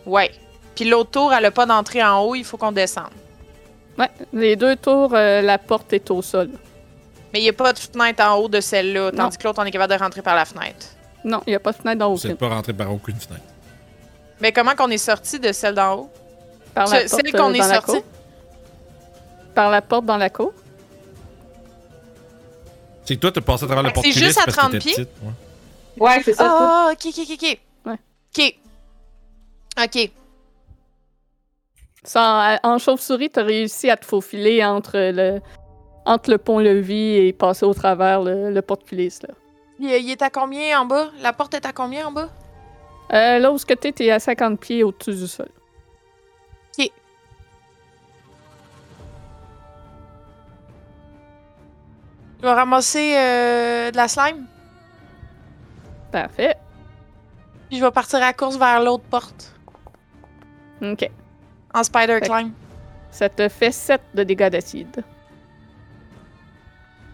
[SPEAKER 5] Ouais. Puis l'autre tour, elle a pas d'entrée en haut, il faut qu'on descende.
[SPEAKER 1] Ouais, les deux tours, euh, la porte est au sol.
[SPEAKER 5] Mais il n'y a pas de fenêtre en haut de celle-là,
[SPEAKER 1] Non.
[SPEAKER 5] tandis que l'autre, on est capable de rentrer par la fenêtre.
[SPEAKER 1] Non, il n'y a pas de fenêtre dans
[SPEAKER 2] Vous
[SPEAKER 1] aucune.
[SPEAKER 2] n'êtes pas rentré par aucune fenêtre.
[SPEAKER 5] Mais comment qu'on est sorti de celle d'en haut?
[SPEAKER 1] Par la
[SPEAKER 5] Ce-
[SPEAKER 1] porte
[SPEAKER 5] celle
[SPEAKER 1] euh,
[SPEAKER 5] qu'on est
[SPEAKER 1] dans la
[SPEAKER 5] sortie?
[SPEAKER 1] cour. Par la porte dans la cour.
[SPEAKER 2] C'est que toi, t'as passé à travers la
[SPEAKER 5] Fait que
[SPEAKER 2] porte
[SPEAKER 5] Ah, c'est
[SPEAKER 2] coulisse
[SPEAKER 5] juste à
[SPEAKER 2] parce que
[SPEAKER 5] 30
[SPEAKER 2] t'étais
[SPEAKER 5] pieds?
[SPEAKER 2] petite. ouais.
[SPEAKER 3] Ouais, c'est ça. ça.
[SPEAKER 5] Ah, ok, ok, ok, ok.
[SPEAKER 1] Ouais.
[SPEAKER 5] Ok. Ok.
[SPEAKER 1] Sans- euh, en chauve-souris, tu as réussi à te faufiler entre le, entre le pont-levis et passer au travers le, le porte-culisse. Là,
[SPEAKER 5] Il, il est à combien en bas? La porte est à combien en bas?
[SPEAKER 1] euh, là où tu es, à 50 pieds au-dessus du sol.
[SPEAKER 5] Je vais ramasser euh, de la slime,
[SPEAKER 1] Parfait.
[SPEAKER 5] puis je vais partir à la course vers l'autre porte,
[SPEAKER 1] OK.
[SPEAKER 5] en spider
[SPEAKER 1] Fait-
[SPEAKER 5] climb.
[SPEAKER 1] Ça te fait 7 de dégâts d'acide.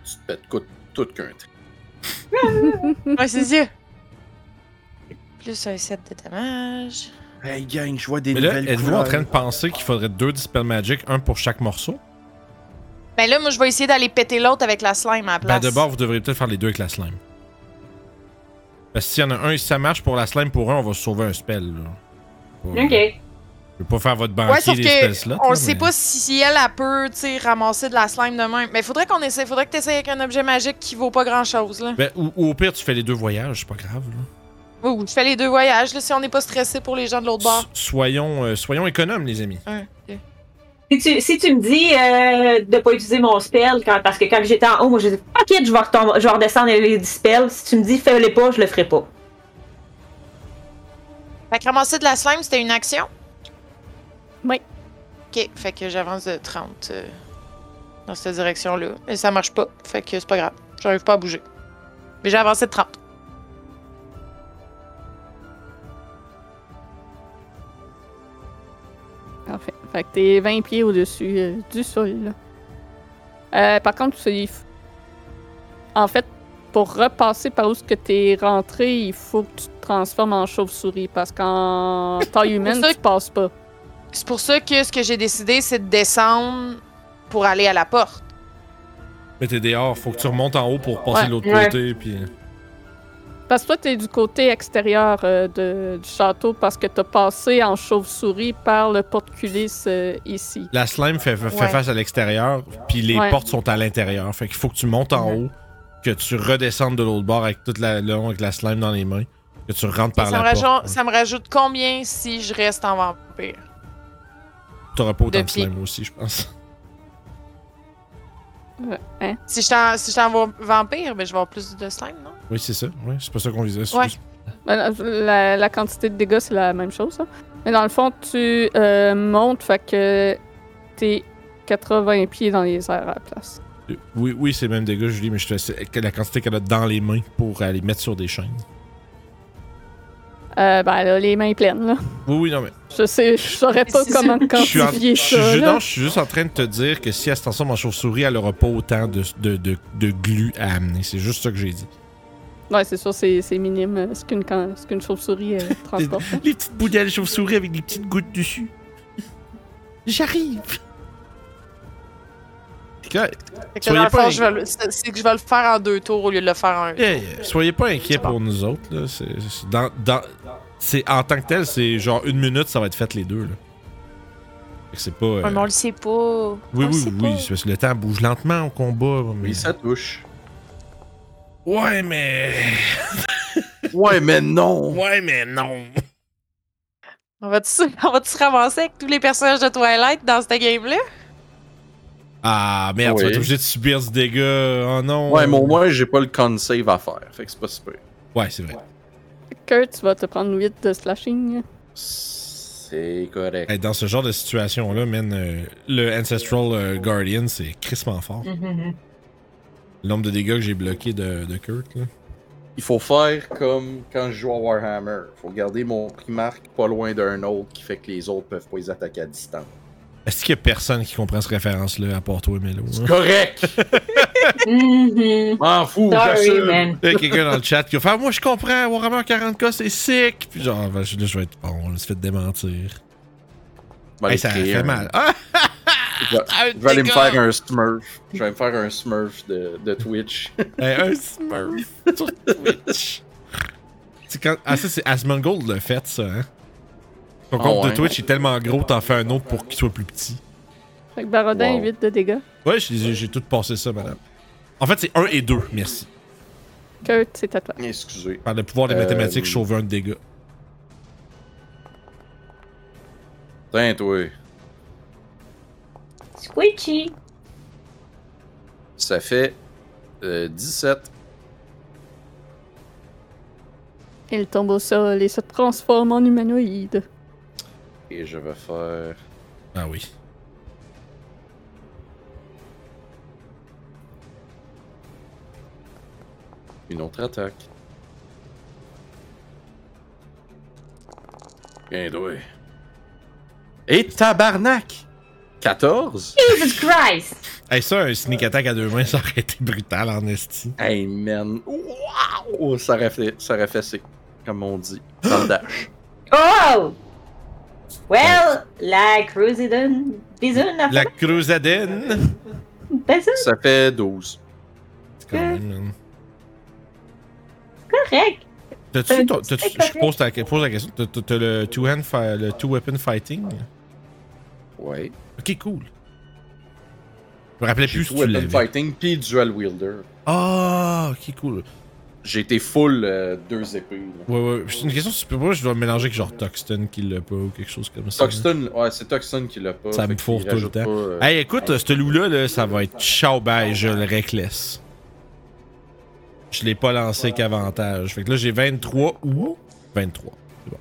[SPEAKER 6] Tu te pètes co- tout qu'un tri.
[SPEAKER 5] Ouais, c'est sûr. Plus un 7 de dommage.
[SPEAKER 7] Hey gang, je vois des
[SPEAKER 2] Mais là,
[SPEAKER 7] nouvelles
[SPEAKER 2] êtes-vous
[SPEAKER 7] couleurs.
[SPEAKER 2] en train de penser qu'il faudrait deux Dispel Magic, un pour chaque morceau?
[SPEAKER 5] Ben là, moi, je vais essayer d'aller péter l'autre avec la slime à la
[SPEAKER 2] Ben,
[SPEAKER 5] place.
[SPEAKER 2] de bord, vous devriez peut-être faire les deux avec la slime. Parce que s'il y en a un, si ça marche pour la slime pour un, on va sauver un spell. Là. Pas-
[SPEAKER 3] Ok.
[SPEAKER 2] Je vais pas faire votre banquier
[SPEAKER 5] Ouais, sauf
[SPEAKER 2] des
[SPEAKER 5] que
[SPEAKER 2] spells là.
[SPEAKER 5] on sait pas si, si elle, elle peut, tu sais, ramasser de la slime de même. Mais faudrait qu'on essaie, faudrait que t'essayes avec un objet magique qui vaut pas grand chose, là.
[SPEAKER 2] Ben, ou, ou au pire, tu fais les deux voyages, c'est pas grave. là.
[SPEAKER 5] Ouh, je fais les deux voyages, là, si on n'est pas stressé pour les gens de l'autre bord.
[SPEAKER 2] S- Soyons, euh, soyons économes, les amis.
[SPEAKER 5] Un, deux.
[SPEAKER 3] Si tu, si tu me dis euh, de pas utiliser mon spell, quand- parce que quand j'étais en haut, moi j'ai dit « Ok, je vais, retomber- je vais redescendre et les dispels. Si tu me dis fais-les pas, je le ferai pas.
[SPEAKER 5] Fait que ramasser de la slime, c'était une action?
[SPEAKER 1] Oui.
[SPEAKER 5] Ok, fait que j'avance de 30 euh, dans cette direction-là. Et ça marche pas, fait que c'est pas grave. J'arrive pas à bouger. Mais j'ai avancé de 30.
[SPEAKER 1] Parfait. Fait que t'es 20 pieds au-dessus euh, du sol. là. Euh, par contre, c'est- en fait, pour repasser par où ce que t'es rentré, il faut que tu te transformes en chauve-souris parce qu'en taille humaine,
[SPEAKER 5] ça
[SPEAKER 1] tu passes pas.
[SPEAKER 5] C'est pour ça que ce que j'ai décidé, c'est de descendre pour aller à la porte.
[SPEAKER 2] Mais t'es dehors, faut que tu remontes en haut pour passer
[SPEAKER 1] Ouais.
[SPEAKER 2] de l'autre
[SPEAKER 3] Ouais.
[SPEAKER 2] côté. Puis... euh,
[SPEAKER 1] Parce que toi, t'es du côté extérieur euh, de- du château parce que t'as passé en chauve-souris par le porte-culisse euh, ici.
[SPEAKER 2] La slime fait, fait
[SPEAKER 5] Ouais.
[SPEAKER 2] face à l'extérieur, puis les
[SPEAKER 1] Ouais.
[SPEAKER 2] portes sont à l'intérieur. Fait qu'il faut que tu montes en haut, que tu redescendes de l'autre bord avec toute la, le long avec la slime dans les mains, que tu rentres par
[SPEAKER 5] ça, me
[SPEAKER 2] la
[SPEAKER 5] rajoute,
[SPEAKER 2] porte.
[SPEAKER 5] ça me rajoute combien si je reste en vampire?
[SPEAKER 2] T'auras pas autant
[SPEAKER 5] de
[SPEAKER 2] de
[SPEAKER 5] pied.
[SPEAKER 2] slime aussi, je pense.
[SPEAKER 5] Si je suis en, si je suis en va- vampire, ben, je vais avoir plus de slime, non?
[SPEAKER 2] Oui, c'est ça. Oui, c'est pas ça qu'on visait. c'est
[SPEAKER 5] Ouais.
[SPEAKER 2] pas-
[SPEAKER 1] Ben, la- la, la quantité de dégâts, c'est la même chose. hein. Mais dans le fond, tu euh, montes, fait que t'es 80 pieds dans les airs à la place.
[SPEAKER 2] Oui, oui, c'est le même dégât, Julie, mais je te laisse que la quantité qu'elle a dans les mains pour aller mettre sur des chaînes.
[SPEAKER 1] Euh, ben là, les mains pleines, là.
[SPEAKER 2] Oui, oui, non, mais.
[SPEAKER 1] Je sais, je saurais pas
[SPEAKER 5] C'est-
[SPEAKER 1] comment te
[SPEAKER 2] Je suis, en-
[SPEAKER 1] quantifier
[SPEAKER 2] je suis
[SPEAKER 1] ça,
[SPEAKER 2] ju-
[SPEAKER 1] là.
[SPEAKER 2] non, je suis juste en train de te dire que si elle se transforme en chauve-souris, elle aura pas autant de, de, de, de glu à amener. C'est juste ça que j'ai dit.
[SPEAKER 1] Ouais, c'est sûr, c'est c'est minime euh, ce qu'une can- ce qu'une chauve-souris euh, transporte. hein.
[SPEAKER 2] Les petites boudelles chauve-souris avec des petites gouttes dessus. J'arrive!
[SPEAKER 5] Fait que
[SPEAKER 2] Soyez
[SPEAKER 5] dans le
[SPEAKER 2] pas
[SPEAKER 5] fond, je vais le- c'est c'est que je vais le faire en deux tours au lieu de le faire en un.
[SPEAKER 2] Hey, soyez pas inquiets pour nous autres. Là. C'est, c'est dans, dans- c'est- en tant que tel, c'est genre une minute, ça va être fait les deux. Là. Fait que c'est pas. euh,
[SPEAKER 5] Ouais, mais on le sait pas. Oui,
[SPEAKER 2] oui, oui, oui, c'est parce que le temps bouge lentement au combat. mais-
[SPEAKER 4] Oui, ça touche.
[SPEAKER 2] Ouais, mais.
[SPEAKER 4] Ouais, mais non!
[SPEAKER 2] Ouais, mais non.
[SPEAKER 5] On va-tu on va-tu se ramasser avec tous les personnages de Twilight dans cette game-là?
[SPEAKER 2] Ah merde, tu vas
[SPEAKER 4] Oui.
[SPEAKER 2] être obligé de subir du dégât. Oh non.
[SPEAKER 4] Ouais, mais au moins, j'ai pas le con save à faire. Fait que c'est pas super.
[SPEAKER 2] Ouais, c'est vrai.
[SPEAKER 1] Kurt, tu vas te prendre 8 de slashing.
[SPEAKER 4] C'est correct.
[SPEAKER 2] Hey, dans ce genre de situation-là, man, euh, le Ancestral euh, Guardian, c'est crissement fort. Le nombre de dégâts que j'ai bloqué de, de Kurt, là.
[SPEAKER 4] Il faut faire comme quand je joue à Warhammer. Faut garder mon primarque pas loin d'un autre qui fait que les autres peuvent pas les attaquer à distance.
[SPEAKER 2] Est-ce qu'il y a personne qui comprend cette référence-là à part toi, Melo? hein?
[SPEAKER 4] C'est correct!
[SPEAKER 3] Mhm.
[SPEAKER 4] M'en fous,
[SPEAKER 3] Sorry,
[SPEAKER 4] j'assume!
[SPEAKER 3] man.
[SPEAKER 2] Il y a quelqu'un dans le chat qui va faire Moi je comprends, Warhammer 40k c'est sick! Puis genre, ben, je- là je vais être bon, on se fait démentir.
[SPEAKER 4] Je vais
[SPEAKER 2] Hey,
[SPEAKER 4] aller
[SPEAKER 2] ça
[SPEAKER 4] créer
[SPEAKER 2] fait
[SPEAKER 4] un-
[SPEAKER 2] mal. Ah!
[SPEAKER 4] Je vais-
[SPEAKER 2] un
[SPEAKER 4] je vais aller me
[SPEAKER 2] dégât!
[SPEAKER 4] faire un smurf. Je vais me faire un smurf de, de Twitch.
[SPEAKER 2] Hey, un smurf sur Twitch. C'est quand... Ah, ça c'est Asmongold le fait, ça, hein? Ton
[SPEAKER 4] Ah
[SPEAKER 2] compte de
[SPEAKER 4] ouais.
[SPEAKER 2] Twitch est tellement gros, t'en fais un autre pour qu'il soit plus petit.
[SPEAKER 1] Fait que Barodin,
[SPEAKER 4] Wow.
[SPEAKER 1] 8 de dégâts.
[SPEAKER 2] Ouais, j'ai j'ai tout passé ça, madame. En fait, c'est 1 et 2, merci.
[SPEAKER 1] Kurt, c'est à toi.
[SPEAKER 4] Excusez.
[SPEAKER 2] Par le pouvoir des
[SPEAKER 4] Euh,
[SPEAKER 2] mathématiques, je sauve un de dégâts.
[SPEAKER 4] Tiens, toi.
[SPEAKER 3] Squeegee.
[SPEAKER 4] Ça fait euh, 17.
[SPEAKER 1] Il tombe au sol et se transforme en humanoïde.
[SPEAKER 4] Et je vais faire.
[SPEAKER 2] Ah oui.
[SPEAKER 4] Une autre attaque. Bien doué. Et tabarnak! 14?
[SPEAKER 3] Jesus Christ.
[SPEAKER 2] Hey, ça, un sneak attack à deux mains, ça aurait été brutal en esti.
[SPEAKER 4] Hey man! Wow! Ça aurait fait, ça aurait fait c'est, comme on dit, dans le dash.
[SPEAKER 3] Oh! Well, la Cruisidon. Bisoun a
[SPEAKER 2] La
[SPEAKER 3] fait
[SPEAKER 2] Crusadine!
[SPEAKER 3] Bisoun,
[SPEAKER 4] Ça fait 12.
[SPEAKER 2] C'est quand même, man.
[SPEAKER 3] correct.
[SPEAKER 2] T'as-tu
[SPEAKER 3] Euh,
[SPEAKER 2] ton- t'as-tu-
[SPEAKER 3] c'est correct.
[SPEAKER 2] je pose, ta, pose la question. T'as- t'as- T'as le two-hand, fi- le two-weapon fighting?
[SPEAKER 4] Ouais.
[SPEAKER 2] Ok, cool. Je me rappelais plus si
[SPEAKER 4] Tout
[SPEAKER 2] tu
[SPEAKER 4] weapon
[SPEAKER 2] l'avais.
[SPEAKER 4] fighting puis dual wielder.
[SPEAKER 2] Ah, ok, cool.
[SPEAKER 4] J'ai été full euh, deux épées. là.
[SPEAKER 2] Ouais, ouais. C'est une question, si tu peux pas, je dois mélanger avec genre Toxton qui l'a pas ou quelque chose comme ça.
[SPEAKER 4] Toxton, ouais, c'est Toxton qui l'a pas.
[SPEAKER 2] Ça me
[SPEAKER 4] fait
[SPEAKER 2] fourre
[SPEAKER 4] qu'il
[SPEAKER 2] tout le
[SPEAKER 4] rajoute
[SPEAKER 2] temps.
[SPEAKER 4] pas, euh,
[SPEAKER 2] Hey, écoute, euh, ce loup-là, là, ça va être ciao bye, je le reckless. Je l'ai pas lancé qu'avantage. Fait que là, j'ai 23 ou 23. C'est bon.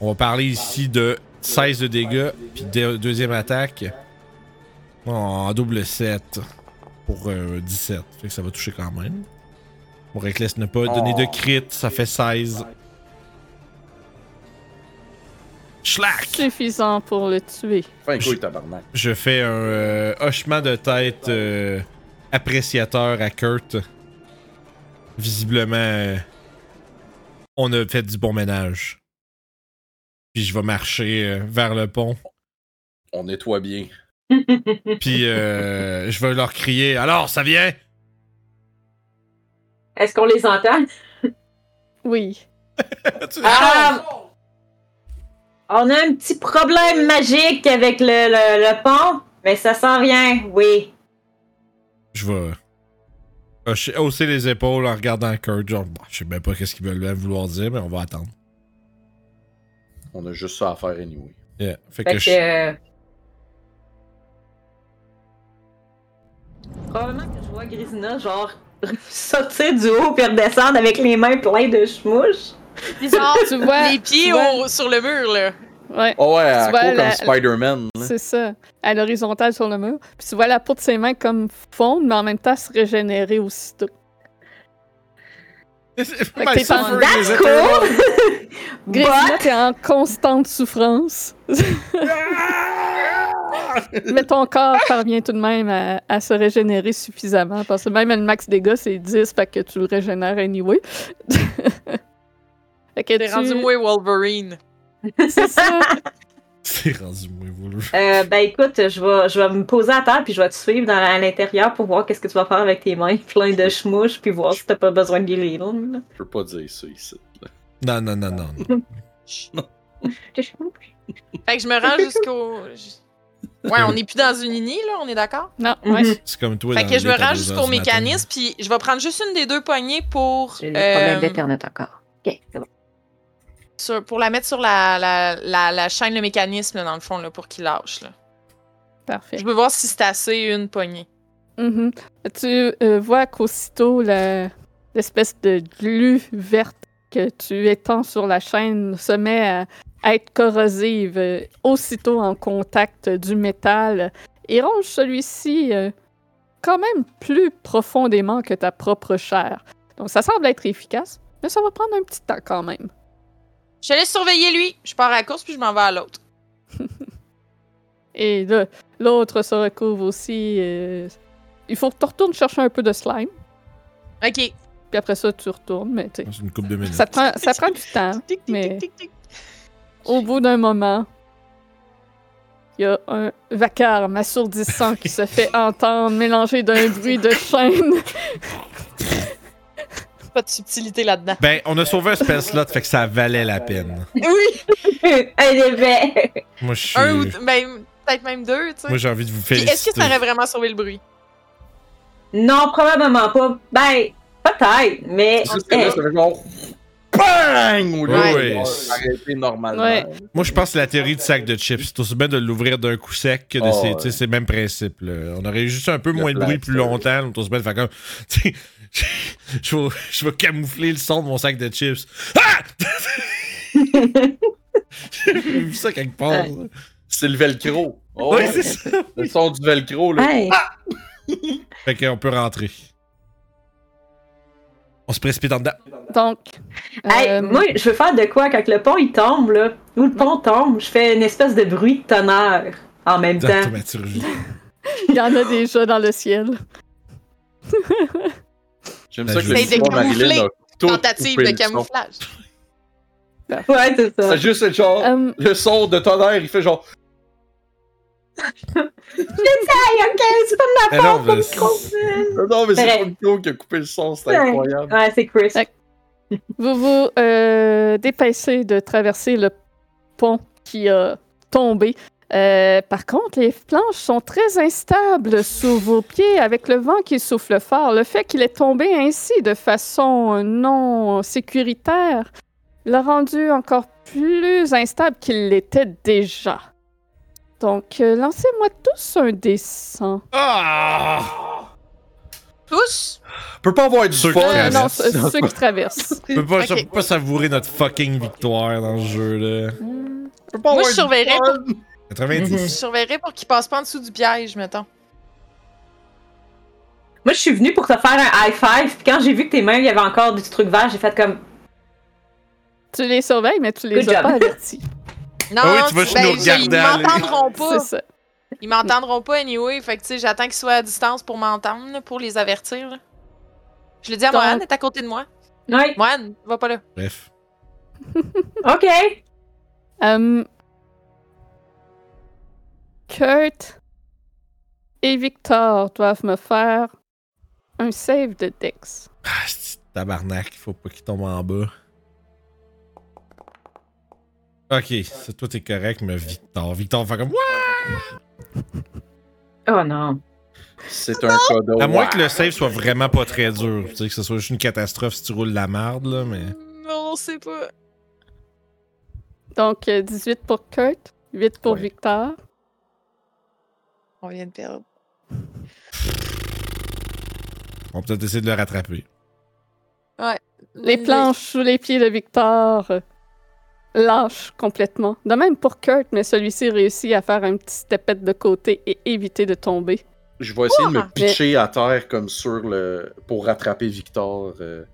[SPEAKER 2] On va parler ici de 16 de dégâts, puis de- deuxième attaque. Oh, en double 7 pour euh, 17. Fait que ça va toucher quand même. Mon reckless n'a pas donné de crit, ça fait 16. Schlack!
[SPEAKER 1] Suffisant pour le tuer.
[SPEAKER 4] Fin couille, tabarnak.
[SPEAKER 2] Je fais un euh, hochement de tête euh, appréciateur à Kurt. Visiblement, euh, on a fait du bon ménage. Puis je vais marcher euh, vers le pont.
[SPEAKER 4] On nettoie bien.
[SPEAKER 2] Puis euh, je vais leur crier Alors, ça vient
[SPEAKER 3] Est-ce qu'on les entend?
[SPEAKER 1] Oui.
[SPEAKER 3] Ah! On a un petit problème magique avec le, le- le pont, mais ça s'en vient, oui.
[SPEAKER 2] Je vais hocher- hausser les épaules en regardant Kurt. Genre, Bon, je sais même pas qu'est-ce qu'ils veulent vouloir dire, mais on va attendre.
[SPEAKER 4] On a juste ça à faire anyway.
[SPEAKER 2] Yeah. Fait,
[SPEAKER 3] Fait
[SPEAKER 2] que
[SPEAKER 3] que,
[SPEAKER 2] je-
[SPEAKER 3] euh, Probablement que je vois Grisina, genre, sortir du haut puis redescendre avec les mains pleines de chmouches.
[SPEAKER 5] Bizarre.
[SPEAKER 1] Tu vois,
[SPEAKER 5] Les pieds
[SPEAKER 1] tu vois-
[SPEAKER 5] au- sur Euh, le mur, là.
[SPEAKER 1] ouais,
[SPEAKER 6] Oh ouais,
[SPEAKER 1] Tu
[SPEAKER 6] elle
[SPEAKER 1] vois,
[SPEAKER 6] court
[SPEAKER 1] la-
[SPEAKER 6] comme Spider-Man. là.
[SPEAKER 1] c'est ça, à l'horizontale sur le mur. Puis tu vois la peau de ses mains comme fondre, mais en même temps se régénérer aussitôt.
[SPEAKER 2] My
[SPEAKER 1] t'es pas-
[SPEAKER 2] suffer
[SPEAKER 1] That's
[SPEAKER 2] is eternal.
[SPEAKER 3] Cool!
[SPEAKER 5] Bah!
[SPEAKER 1] Grisina,
[SPEAKER 3] But-
[SPEAKER 1] t'es en constante souffrance. Mais ton corps parvient tout de même à, à se régénérer suffisamment. Parce que même le max dégâts, c'est 10, fait que tu le régénères anyway. fait que
[SPEAKER 5] T'es
[SPEAKER 1] tu-
[SPEAKER 5] rendu moins Wolverine.
[SPEAKER 1] C'est ça.
[SPEAKER 2] C'est rendu moins voulu.
[SPEAKER 3] Euh, ben écoute, je vais, je vais me poser à terre puis je vais te suivre dans, à l'intérieur pour voir qu'est-ce que tu vas faire avec tes mains pleines de chmouches puis voir si t'as pas besoin de guérir. là.
[SPEAKER 6] Je peux pas dire ça ici.
[SPEAKER 2] Non, non, non, non. non.
[SPEAKER 5] Fait que je me rends jusqu'au. je- Ouais, on est plus dans une unie, là, on est d'accord?
[SPEAKER 1] Non,
[SPEAKER 3] Mhm.
[SPEAKER 1] ouais.
[SPEAKER 2] C'est comme toi.
[SPEAKER 5] Fait
[SPEAKER 2] dans
[SPEAKER 5] que je
[SPEAKER 2] les
[SPEAKER 5] me rends
[SPEAKER 2] tableaux
[SPEAKER 5] jusqu'au
[SPEAKER 2] d'ordinateur.
[SPEAKER 5] mécanisme, puis je vais prendre juste une des deux poignées pour.
[SPEAKER 3] J'ai des
[SPEAKER 5] euh,
[SPEAKER 3] problèmes d'Internet encore. Ok, c'est bon.
[SPEAKER 5] sur- pour la mettre sur la, la, la, la chaîne, le mécanisme, là, dans le fond, là, pour qu'il lâche. Là.
[SPEAKER 1] Parfait.
[SPEAKER 5] Je veux voir si c'est assez une poignée.
[SPEAKER 1] Mhm. Tu euh, vois qu'aussitôt, la- l'espèce de glu verte que tu étends sur la chaîne se met à, à être corrosive, euh, aussitôt en contact du métal, et ronge celui-ci euh, quand même plus profondément que ta propre chair. Donc ça semble être efficace, mais ça va prendre un petit temps quand même.
[SPEAKER 5] Je te laisse surveiller lui. Je pars à la course, puis je m'en vais à l'autre.
[SPEAKER 1] Et là, l'autre se recouvre aussi. euh, Il faut que tu retournes chercher un peu de slime,
[SPEAKER 5] OK.
[SPEAKER 1] puis après ça, tu retournes, mais tu sais,
[SPEAKER 2] C'est une coupe de minutes.
[SPEAKER 1] ça, prend- ça prend du temps.
[SPEAKER 5] Tic, tic,
[SPEAKER 1] Mais-
[SPEAKER 5] tic, tic, tic.
[SPEAKER 1] Au bout d'un moment, il y a un vacarme assourdissant qui se fait entendre, mélangé d'un bruit de chaîne.
[SPEAKER 5] Pas de subtilité là-dedans.
[SPEAKER 2] Ben, on a sauvé un spell slot, fait que ça valait la peine.
[SPEAKER 5] Oui!
[SPEAKER 3] Un épais.
[SPEAKER 2] Moi, je suis.
[SPEAKER 5] Un ou deux, même, peut-être même deux, tu sais.
[SPEAKER 2] Moi, j'ai envie de vous
[SPEAKER 5] Puis
[SPEAKER 2] féliciter.
[SPEAKER 5] est-ce que ça aurait vraiment sauvé le bruit?
[SPEAKER 3] Non, probablement pas. Ben, peut-être, mais.
[SPEAKER 6] C'est que là, ça fait genre. Bang! Au lieu
[SPEAKER 2] Ouais.
[SPEAKER 6] de
[SPEAKER 2] Ouais.
[SPEAKER 6] pouvoir arrêter normalement.
[SPEAKER 1] Ouais.
[SPEAKER 2] Moi, je pense que c'est la théorie du sac de chips. C'est aussi bien de l'ouvrir d'un coup sec que de.
[SPEAKER 6] Ah,
[SPEAKER 2] ces-
[SPEAKER 6] ouais.
[SPEAKER 2] tu sais, C'est le même principe. là. On aurait juste un peu
[SPEAKER 6] Le
[SPEAKER 2] moins de bruit
[SPEAKER 6] plaster.
[SPEAKER 2] plus longtemps. On se bien de faire comme. tu sais, Je vais, je vais camoufler le son de mon sac de chips. Ah! J'ai vu ça quelque part. là.
[SPEAKER 6] C'est le velcro. Oh,
[SPEAKER 2] Ouais, c'est ça.
[SPEAKER 6] le son du velcro, là.
[SPEAKER 3] Hey.
[SPEAKER 2] Fait qu'on peut rentrer. On se précipite en dedans.
[SPEAKER 1] Donc,
[SPEAKER 3] Ah, Hey,
[SPEAKER 1] euh,
[SPEAKER 3] moi, je veux faire de quoi quand le pont il tombe, là, ou le pont tombe, je fais une espèce de bruit de tonnerre en même
[SPEAKER 2] Dans
[SPEAKER 3] temps.
[SPEAKER 2] la dramaturgie.
[SPEAKER 1] il y en a déjà dans le ciel.
[SPEAKER 6] J'aime
[SPEAKER 2] Ben,
[SPEAKER 6] ça que
[SPEAKER 2] je-
[SPEAKER 6] le
[SPEAKER 2] Essaye de
[SPEAKER 6] micro, Marilyn,
[SPEAKER 5] camoufler.
[SPEAKER 6] a tout
[SPEAKER 5] Tentative
[SPEAKER 6] coupé
[SPEAKER 5] de
[SPEAKER 6] le son.
[SPEAKER 5] camouflage.
[SPEAKER 3] Ouais, c'est ça.
[SPEAKER 6] C'est juste le
[SPEAKER 3] Oh.
[SPEAKER 6] genre.
[SPEAKER 1] Euh,
[SPEAKER 6] Le son de tonnerre, il fait genre.
[SPEAKER 3] Hey, ok, c'est pas
[SPEAKER 2] Mais Eh non, mais-
[SPEAKER 3] trop cool.
[SPEAKER 6] Ah Non, mais c'est
[SPEAKER 3] Ouais.
[SPEAKER 6] pas le micro qui a coupé le son, c'est
[SPEAKER 3] Ouais.
[SPEAKER 6] incroyable.
[SPEAKER 3] Ouais, c'est Chris.
[SPEAKER 1] Ouais. vous vous euh, dépêchez de traverser le pont qui a tombé. Euh, par contre, les planches sont très instables sous vos pieds avec le vent qui souffle fort. Le fait qu'il est tombé ainsi de façon euh, non sécuritaire l'a rendu encore plus instable qu'il l'était déjà. Donc, euh, lancez-moi tous un dessin.
[SPEAKER 2] Ah!
[SPEAKER 5] Tous?
[SPEAKER 6] Peut pas avoir du
[SPEAKER 2] Sûr
[SPEAKER 6] fun.
[SPEAKER 2] que-
[SPEAKER 1] Euh, non,
[SPEAKER 2] traverse.
[SPEAKER 1] ce- ceux qui traversent.
[SPEAKER 2] On peut pas,
[SPEAKER 5] Ok.
[SPEAKER 2] on peut pas savourer notre fucking victoire dans ce jeu-là.
[SPEAKER 6] Peut pas
[SPEAKER 5] Moi,
[SPEAKER 6] avoir
[SPEAKER 5] je
[SPEAKER 6] du
[SPEAKER 5] surveillerais
[SPEAKER 6] fun.
[SPEAKER 5] Je
[SPEAKER 2] 90.
[SPEAKER 5] surveillerais pour qu'il passe pas en dessous du piège, mettons.
[SPEAKER 3] Moi, je suis venue pour te faire un high five, puis quand j'ai vu que tes mains, il y avait encore du truc vert, j'ai fait comme.
[SPEAKER 1] Tu les surveilles, mais tu les
[SPEAKER 3] Good
[SPEAKER 1] as
[SPEAKER 3] job.
[SPEAKER 1] pas avertis.
[SPEAKER 5] Non,
[SPEAKER 2] Ah oui, tu vas juste nous
[SPEAKER 5] Ben, ils
[SPEAKER 2] regarder aller.
[SPEAKER 5] m'entendront pas.
[SPEAKER 1] C'est ça.
[SPEAKER 5] Ils m'entendront pas anyway, fait que tu sais, j'attends qu'ils soient à distance pour m'entendre, là, pour les avertir. là. Je le dis à
[SPEAKER 1] Donc-
[SPEAKER 5] Mohan, elle est à côté de moi.
[SPEAKER 3] Ouais,
[SPEAKER 5] Mohan, va pas là.
[SPEAKER 2] Bref.
[SPEAKER 3] ok.
[SPEAKER 1] Hum. Kurt et Victor doivent me faire un save de Dex.
[SPEAKER 2] Ah, c'est tabarnak, faut pas qu'il tombe en bas. Ok, ça, toi t'es correct, mais Victor, Victor fait comme What?
[SPEAKER 3] Oh non.
[SPEAKER 6] C'est un cadeau.
[SPEAKER 2] À moins que le save soit vraiment pas très dur. Tu sais, que ce soit juste une catastrophe si tu roules la marde, là, mais.
[SPEAKER 5] Non, on sait pas.
[SPEAKER 1] Donc euh, 18 pour Kurt, 8 pour
[SPEAKER 6] Ouais.
[SPEAKER 1] Victor.
[SPEAKER 5] On vient de perdre.
[SPEAKER 2] On peut peut-être essayer de le rattraper.
[SPEAKER 1] Les planches sous les pieds de Victor euh, lâchent complètement. De même pour Kurt, mais celui-ci réussit à faire un petit stepette de côté et éviter de tomber.
[SPEAKER 6] Je vais essayer de me
[SPEAKER 5] Ouah!
[SPEAKER 6] pitcher à terre comme sur le. pour rattraper Victor euh,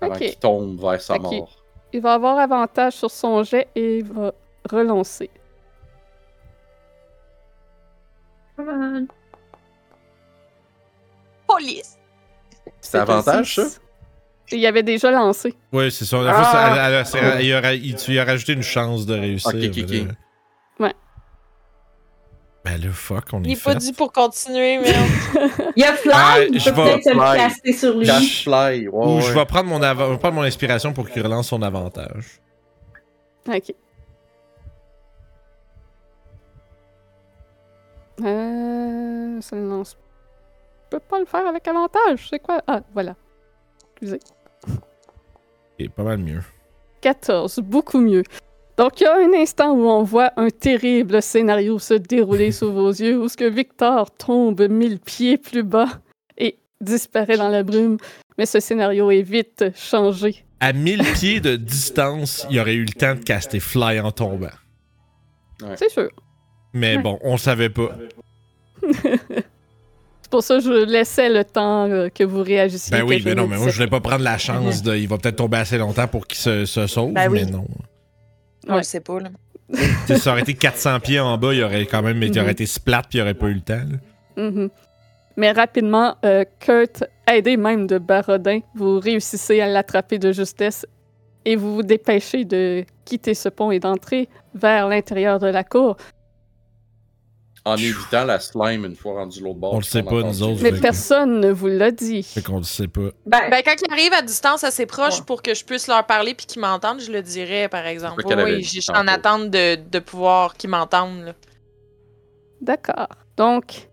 [SPEAKER 6] avant
[SPEAKER 1] Ok.
[SPEAKER 6] qu'il tombe vers sa
[SPEAKER 1] Ok.
[SPEAKER 6] mort.
[SPEAKER 1] Il va avoir avantage sur son jet et il va relancer.
[SPEAKER 3] Come on.
[SPEAKER 5] Police!
[SPEAKER 1] C'est un
[SPEAKER 6] avantage,
[SPEAKER 1] six.
[SPEAKER 6] ça?
[SPEAKER 1] Il y avait déjà lancé.
[SPEAKER 2] Oui, c'est ça. La
[SPEAKER 3] Ah!
[SPEAKER 2] fois, ça- elle- elle- c'est- il y aura- il- tu lui as rajouté une chance de réussir.
[SPEAKER 6] Ok, ok,
[SPEAKER 2] mais là-
[SPEAKER 6] ok.
[SPEAKER 1] Ouais.
[SPEAKER 2] Ben le fuck, on
[SPEAKER 5] Il
[SPEAKER 2] est
[SPEAKER 5] est pas
[SPEAKER 2] fait.
[SPEAKER 5] dû pour continuer, merde.
[SPEAKER 3] Il y a Fly,
[SPEAKER 2] Ah,
[SPEAKER 3] il
[SPEAKER 2] je
[SPEAKER 3] peut
[SPEAKER 2] vais-
[SPEAKER 3] peut-être se le
[SPEAKER 6] Fly.
[SPEAKER 3] placer sur lui.
[SPEAKER 6] Dash fly, ouais,
[SPEAKER 2] Ou
[SPEAKER 6] Oh, ouais.
[SPEAKER 2] je vais prendre mon, av- je vais prendre mon inspiration pour qu'il relance son avantage.
[SPEAKER 1] Ok. Euh, ça ne lance. Je peux pas le faire avec avantage. C'est quoi? Ah, voilà. Excusez.
[SPEAKER 2] C'est pas mal mieux.
[SPEAKER 1] 14, beaucoup mieux. Donc, il y a un instant où on voit un terrible scénario se dérouler sous vos yeux, où ce que Victor tombe mille pieds plus bas et disparaît dans la brume. Mais ce scénario est vite changé.
[SPEAKER 2] À 1000 pieds de distance, il aurait eu le temps de caster Fly en tombant.
[SPEAKER 1] C'est sûr.
[SPEAKER 2] Mais
[SPEAKER 1] Ouais.
[SPEAKER 2] bon, on savait pas.
[SPEAKER 1] C'est pour ça que je laissais le temps euh, que vous réagissiez.
[SPEAKER 2] Ben oui,
[SPEAKER 1] que
[SPEAKER 2] mais
[SPEAKER 1] je
[SPEAKER 2] non,
[SPEAKER 1] me
[SPEAKER 2] mais moi je
[SPEAKER 1] disais.
[SPEAKER 2] voulais pas prendre la chance de. Il va peut-être tomber assez longtemps pour qu'il se, se sauve,
[SPEAKER 5] Ben oui.
[SPEAKER 2] mais non.
[SPEAKER 5] On
[SPEAKER 1] Ouais.
[SPEAKER 5] le sait pas, là.
[SPEAKER 2] Si ça aurait été 400 pieds en bas, il aurait quand même. Il
[SPEAKER 1] Mhm.
[SPEAKER 2] aurait été splat puis il aurait pas eu le temps. là.
[SPEAKER 1] Mhm. Mais rapidement, euh, Kurt, aidé même de Barodin, vous réussissez à l'attraper de justesse et vous vous dépêchez de quitter ce pont et d'entrer vers l'intérieur de la cour.
[SPEAKER 6] En évitant la slime une fois rendu l'autre bord.
[SPEAKER 2] On le sait
[SPEAKER 6] qu'on entend
[SPEAKER 2] pas, nous
[SPEAKER 6] du-
[SPEAKER 2] autres.
[SPEAKER 1] Mais
[SPEAKER 2] Fait que-
[SPEAKER 1] personne ne vous l'a dit.
[SPEAKER 2] Fait qu'on le sait pas.
[SPEAKER 3] Ben,
[SPEAKER 5] Ben, quand il arrive à distance assez proche
[SPEAKER 3] Ouais.
[SPEAKER 5] pour que je puisse leur parler puis qu'ils m'entendent, je le dirais, par exemple.
[SPEAKER 6] C'est ça qu'elle avait
[SPEAKER 5] Oui,
[SPEAKER 6] dit
[SPEAKER 5] je suis en
[SPEAKER 6] tantôt.
[SPEAKER 5] attente de, de pouvoir qu'ils m'entendent. là.
[SPEAKER 1] D'accord. Donc,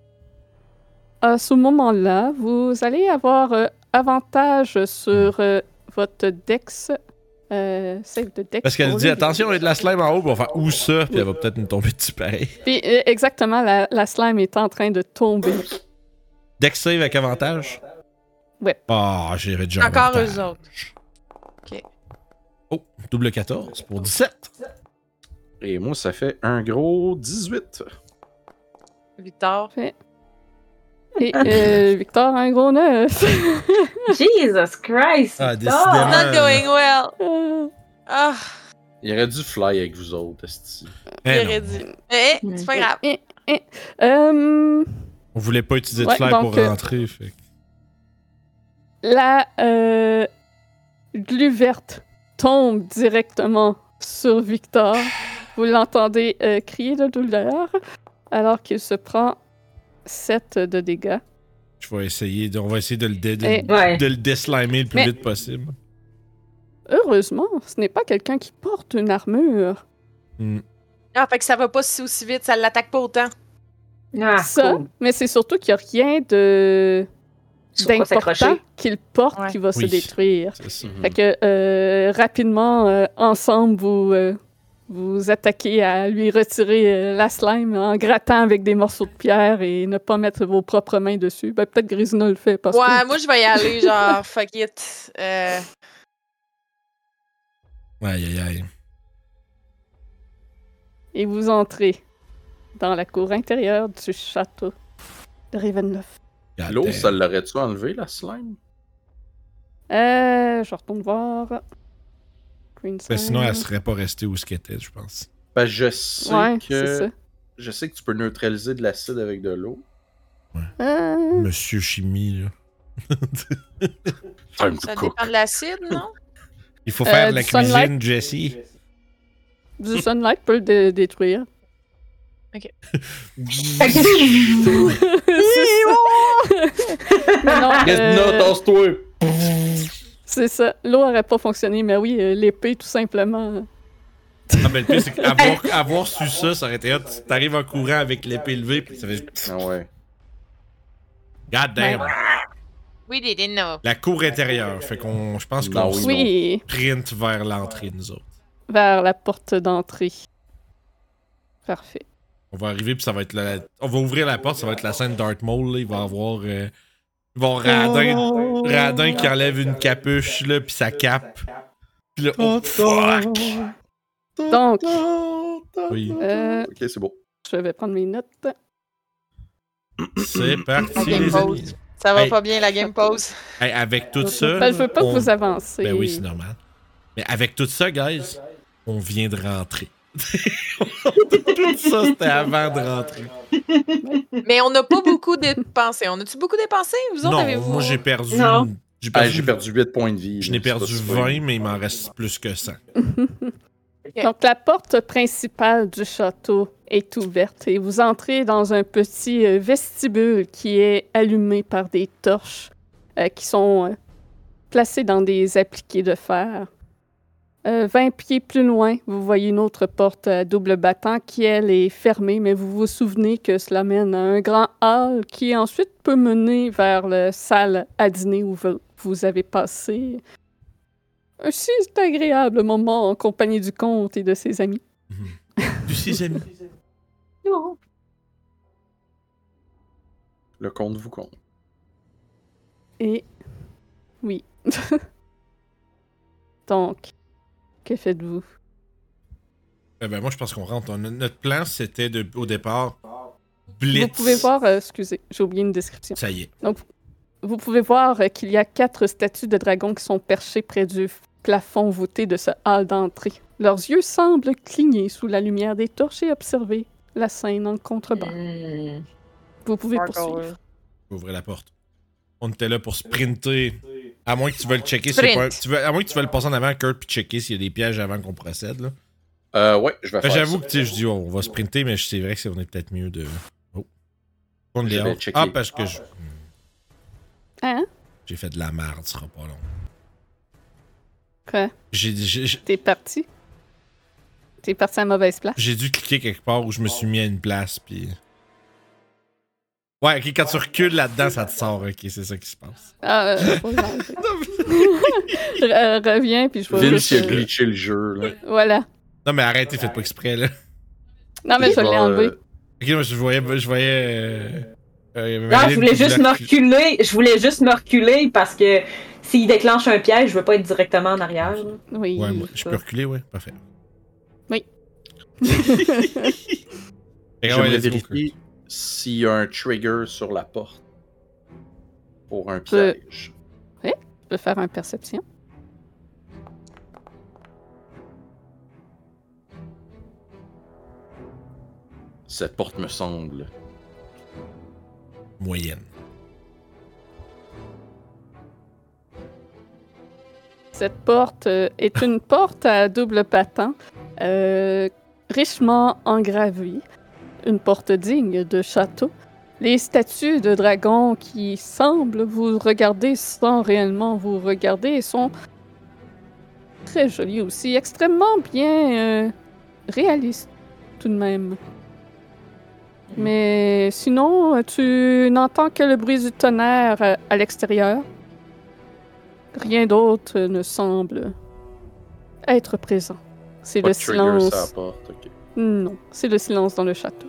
[SPEAKER 1] à ce moment-là, vous allez avoir euh, avantage sur euh, votre Dex. Euh, save de Dex.
[SPEAKER 2] Parce qu'elle
[SPEAKER 1] pour
[SPEAKER 2] dit
[SPEAKER 1] lui.
[SPEAKER 2] attention, il y a de la slime en haut, puis on va faire où ça, puis elle va peut-être nous tomber dessus pareil.
[SPEAKER 1] Puis, euh, exactement, la, la slime est en train de tomber.
[SPEAKER 2] Dex save avec avantage.
[SPEAKER 1] Ouais.
[SPEAKER 2] Ah, j'irai déjà.
[SPEAKER 5] Encore
[SPEAKER 2] avantage.
[SPEAKER 5] eux autres.
[SPEAKER 2] Oh, double 14 pour 17.
[SPEAKER 6] Et moi, ça fait un gros 18.
[SPEAKER 5] Victor.
[SPEAKER 1] Et euh, Victor, un gros neuf.
[SPEAKER 3] Jesus Christ! oh!
[SPEAKER 2] Ah,
[SPEAKER 3] Victor!
[SPEAKER 5] It's
[SPEAKER 2] décidément.
[SPEAKER 5] not going well.
[SPEAKER 1] Euh,
[SPEAKER 5] Ah,
[SPEAKER 6] Il aurait dû fly avec vous autres, esti.
[SPEAKER 2] Eh non,
[SPEAKER 5] j'aurais dit. Eh, c'est pas grave.
[SPEAKER 1] euh,
[SPEAKER 2] on voulait pas utiliser de
[SPEAKER 1] Ouais,
[SPEAKER 2] flair
[SPEAKER 1] donc,
[SPEAKER 2] pour
[SPEAKER 1] euh,
[SPEAKER 2] rentrer. fait que-
[SPEAKER 1] la euh, glu verte tombe directement sur Victor. Vous l'entendez euh, crier de douleur alors qu'il se prend 7 de dégâts.
[SPEAKER 2] Je vais essayer. de- on va essayer de le, dé- de,
[SPEAKER 1] Eh.
[SPEAKER 3] Ouais.
[SPEAKER 2] de le déslimer le plus
[SPEAKER 1] Mais-
[SPEAKER 2] vite possible.
[SPEAKER 1] Heureusement, ce n'est pas quelqu'un qui porte une armure.
[SPEAKER 2] Hmm,
[SPEAKER 5] Ah, fait que ça va pas si aussi vite, ça l'attaque pas autant.
[SPEAKER 3] Ah,
[SPEAKER 1] Ça,
[SPEAKER 3] cool.
[SPEAKER 1] mais c'est surtout qu'il n'y a rien de
[SPEAKER 3] Sur quoi
[SPEAKER 1] d'important
[SPEAKER 3] s'accrocher.
[SPEAKER 1] qu'il porte
[SPEAKER 5] Ouais.
[SPEAKER 1] qui va se
[SPEAKER 2] Oui.
[SPEAKER 1] détruire.
[SPEAKER 2] C'est ça.
[SPEAKER 5] Mm.
[SPEAKER 1] Fait que euh, rapidement, euh, ensemble, vous euh, vous attaquez à lui retirer euh, la slime en grattant avec des morceaux de pierre et ne pas mettre vos propres mains dessus. Ben, peut-être Grisina le fait parce
[SPEAKER 5] ouais,
[SPEAKER 1] que.
[SPEAKER 5] moi je vais y aller, genre, fuck it. Euh,
[SPEAKER 2] Aïe, aïe, aïe.
[SPEAKER 1] Et vous entrez dans la cour intérieure du château de Ravenloft.
[SPEAKER 2] God
[SPEAKER 6] L'eau,
[SPEAKER 2] damn.
[SPEAKER 6] ça l'aurait-tu enlevé, la slime?
[SPEAKER 1] Euh, je retourne voir. Green
[SPEAKER 2] Ben, sinon,
[SPEAKER 1] slime.
[SPEAKER 2] elle serait pas restée où ce qu'elle était, je pense.
[SPEAKER 6] Ben, je sais
[SPEAKER 1] Ouais, c'est ça.
[SPEAKER 6] que... Je sais que tu peux neutraliser de l'acide avec de l'eau.
[SPEAKER 1] Euh,
[SPEAKER 2] Monsieur Chimie, là.
[SPEAKER 5] ça dépend de l'acide, non?
[SPEAKER 2] Il faut faire
[SPEAKER 1] Euh,
[SPEAKER 2] de la
[SPEAKER 1] du sunlight.
[SPEAKER 2] cuisine, Jessie.
[SPEAKER 1] du sunlight peut le dé- détruire.
[SPEAKER 3] Fait que-
[SPEAKER 1] C'est ça. Mais non, euh,
[SPEAKER 6] tasse-toi!
[SPEAKER 1] C'est ça. L'eau aurait pas fonctionné, mais oui, euh, l'épée, tout simplement. euh,
[SPEAKER 2] Ah, mais le pire, c'est qu'avoir avoir su ça, ça aurait été hot. T'arrives en courant avec l'épée levée, puis ça fait.
[SPEAKER 6] Ah ouais.
[SPEAKER 2] God
[SPEAKER 1] Ben
[SPEAKER 2] damn!
[SPEAKER 5] We didn't know.
[SPEAKER 2] La cour intérieure. Fait qu'on. Je pense
[SPEAKER 6] Non,
[SPEAKER 2] qu'on
[SPEAKER 6] oui.
[SPEAKER 2] se
[SPEAKER 1] Oui,
[SPEAKER 2] sprint vers l'entrée, nous autres.
[SPEAKER 1] vers la porte d'entrée. Parfait.
[SPEAKER 2] On va arriver, puis ça va être la. On va ouvrir la porte, ça va être la scène Darth Maul, là. Il va avoir. euh, Bon, Radin,
[SPEAKER 1] Oh.
[SPEAKER 2] Radin qui enlève une capuche, là, puis sa cape. Puis là, oh fuck!
[SPEAKER 1] Donc,
[SPEAKER 2] Oui,
[SPEAKER 1] euh,
[SPEAKER 6] Ok, c'est bon.
[SPEAKER 1] je vais prendre mes notes.
[SPEAKER 2] c'est
[SPEAKER 5] La
[SPEAKER 2] parti,
[SPEAKER 5] game
[SPEAKER 2] les amis.
[SPEAKER 5] pause. Ça va
[SPEAKER 2] Hey.
[SPEAKER 5] pas bien, la game pause.
[SPEAKER 2] Hey, avec tout ça.
[SPEAKER 1] Ben, je veux pas
[SPEAKER 2] on-
[SPEAKER 1] que vous avancez.
[SPEAKER 2] Ben oui, c'est normal. Mais avec tout ça, guys, on vient de rentrer. tout ça, c'était avant de rentrer.
[SPEAKER 5] Mais on n'a pas beaucoup dépensé. On a-tu beaucoup dépensé? Vous autres,
[SPEAKER 2] Non,
[SPEAKER 5] avez-vous?
[SPEAKER 2] moi j'ai perdu.
[SPEAKER 3] Non.
[SPEAKER 2] J'ai
[SPEAKER 6] Ah,
[SPEAKER 2] perdu,
[SPEAKER 6] j'ai perdu 8 points de vie.
[SPEAKER 2] Je n'ai
[SPEAKER 6] là, c'est pas
[SPEAKER 2] perdu
[SPEAKER 6] si pire.
[SPEAKER 2] 20, mais il m'en reste plus que 100.
[SPEAKER 1] Donc, la porte principale du château est ouverte et vous entrez dans un petit euh, vestibule qui est allumé par des torches euh, qui sont euh, placées dans des appliqués de fer. Euh, 20 pieds plus loin, vous voyez une autre porte à double battant qui, elle, est fermée, mais vous vous souvenez que cela mène à un grand hall qui ensuite peut mener vers la salle à dîner où vous- vous avez passé un si agréable moment en compagnie du comte et de ses amis.
[SPEAKER 2] Du 6 amis.
[SPEAKER 6] Le compte vous compte.
[SPEAKER 1] Et oui. Donc, que faites-vous?
[SPEAKER 2] Eh ben, moi, je pense qu'on rentre. On a- notre plan, c'était de, au départ Blitz.
[SPEAKER 1] Vous pouvez voir, euh, excusez, j'ai oublié une description.
[SPEAKER 2] Ça y est.
[SPEAKER 1] Vous pouvez voir euh, qu'il y a quatre statues de dragons qui sont perchées près du plafond voûté de ce hall d'entrée. Leurs yeux semblent cligner sous la lumière des torches et observer la scène en contrebas.
[SPEAKER 3] Hmm.
[SPEAKER 1] Vous pouvez
[SPEAKER 5] Encore,
[SPEAKER 1] poursuivre.
[SPEAKER 2] Ouvrez la porte. On était là pour sprinter. À moins que tu veuilles le checker.
[SPEAKER 5] Sprint.
[SPEAKER 2] c'est pas- tu veux, à moins que tu veuilles le passer en avant, Kurt, puis checker s'il y a des pièges avant qu'on procède. Là.
[SPEAKER 6] Euh, ouais, je vais
[SPEAKER 2] Ben,
[SPEAKER 6] faire.
[SPEAKER 2] J'avoue
[SPEAKER 6] ça.
[SPEAKER 2] que tu sais, je dis, on va sprinter, mais c'est vrai que c'est- on est peut-être mieux de. Oh. On
[SPEAKER 6] Je
[SPEAKER 2] est
[SPEAKER 6] vais
[SPEAKER 2] hors.
[SPEAKER 6] checker.
[SPEAKER 2] Ah, parce que je-
[SPEAKER 3] Ah.
[SPEAKER 1] Hein?
[SPEAKER 2] j'ai fait de la merde, ce sera pas long.
[SPEAKER 1] Quoi?
[SPEAKER 2] J'ai- J'ai j'ai-
[SPEAKER 1] T'es parti? T'es parti à mauvaise place?
[SPEAKER 2] j'ai dû cliquer quelque part où je me suis mis à une place, puis. Ouais, ok, quand tu recules là-dedans, ça te sort, ok, c'est ça qui se passe.
[SPEAKER 1] Ah, euh, faut l'enlever. Re- Reviens, puis je vais
[SPEAKER 6] Vince,
[SPEAKER 1] juste,
[SPEAKER 6] il a
[SPEAKER 1] euh,
[SPEAKER 6] glitché le jeu. Là.
[SPEAKER 1] Voilà.
[SPEAKER 2] Non, mais arrêtez, faites pas exprès, là.
[SPEAKER 1] Non, mais je
[SPEAKER 6] vais,
[SPEAKER 1] l'ai enlevé.
[SPEAKER 6] euh,
[SPEAKER 2] Ok, moi, je voyais. Je voyais. euh, euh,
[SPEAKER 3] Non,
[SPEAKER 2] Marilyn
[SPEAKER 3] je voulais
[SPEAKER 2] qui
[SPEAKER 3] juste me
[SPEAKER 2] voulait-
[SPEAKER 3] reculer. Je voulais juste me reculer parce que s'il déclenche un piège, je veux pas être directement en arrière. là.
[SPEAKER 1] Oui.
[SPEAKER 2] Ouais, moi, je
[SPEAKER 1] ça.
[SPEAKER 2] peux reculer, ouais, parfait.
[SPEAKER 1] Oui.
[SPEAKER 2] Fait que, ouais,
[SPEAKER 6] J'aimerais
[SPEAKER 2] let's go, Kurt.
[SPEAKER 6] vérifier s'il y a un trigger sur la porte pour un
[SPEAKER 1] Euh,
[SPEAKER 6] piège.
[SPEAKER 1] Je peux faire un perception.
[SPEAKER 6] Cette porte me semble.
[SPEAKER 2] Moyenne.
[SPEAKER 1] Cette porte euh, est une porte à double patin, euh, richement engravée. Une porte digne de château. Les statues de dragons qui semblent vous regarder sans réellement vous regarder sont très jolies aussi, extrêmement bien euh, réalistes tout de même. Mais sinon, euh, tu n'entends que le bruit du tonnerre euh, à l'extérieur. Rien d'autre ne semble être présent. C'est
[SPEAKER 6] Pas
[SPEAKER 1] le
[SPEAKER 6] de trigger sur la
[SPEAKER 1] silence.
[SPEAKER 6] porte. ok.
[SPEAKER 1] Non, c'est le silence dans le château.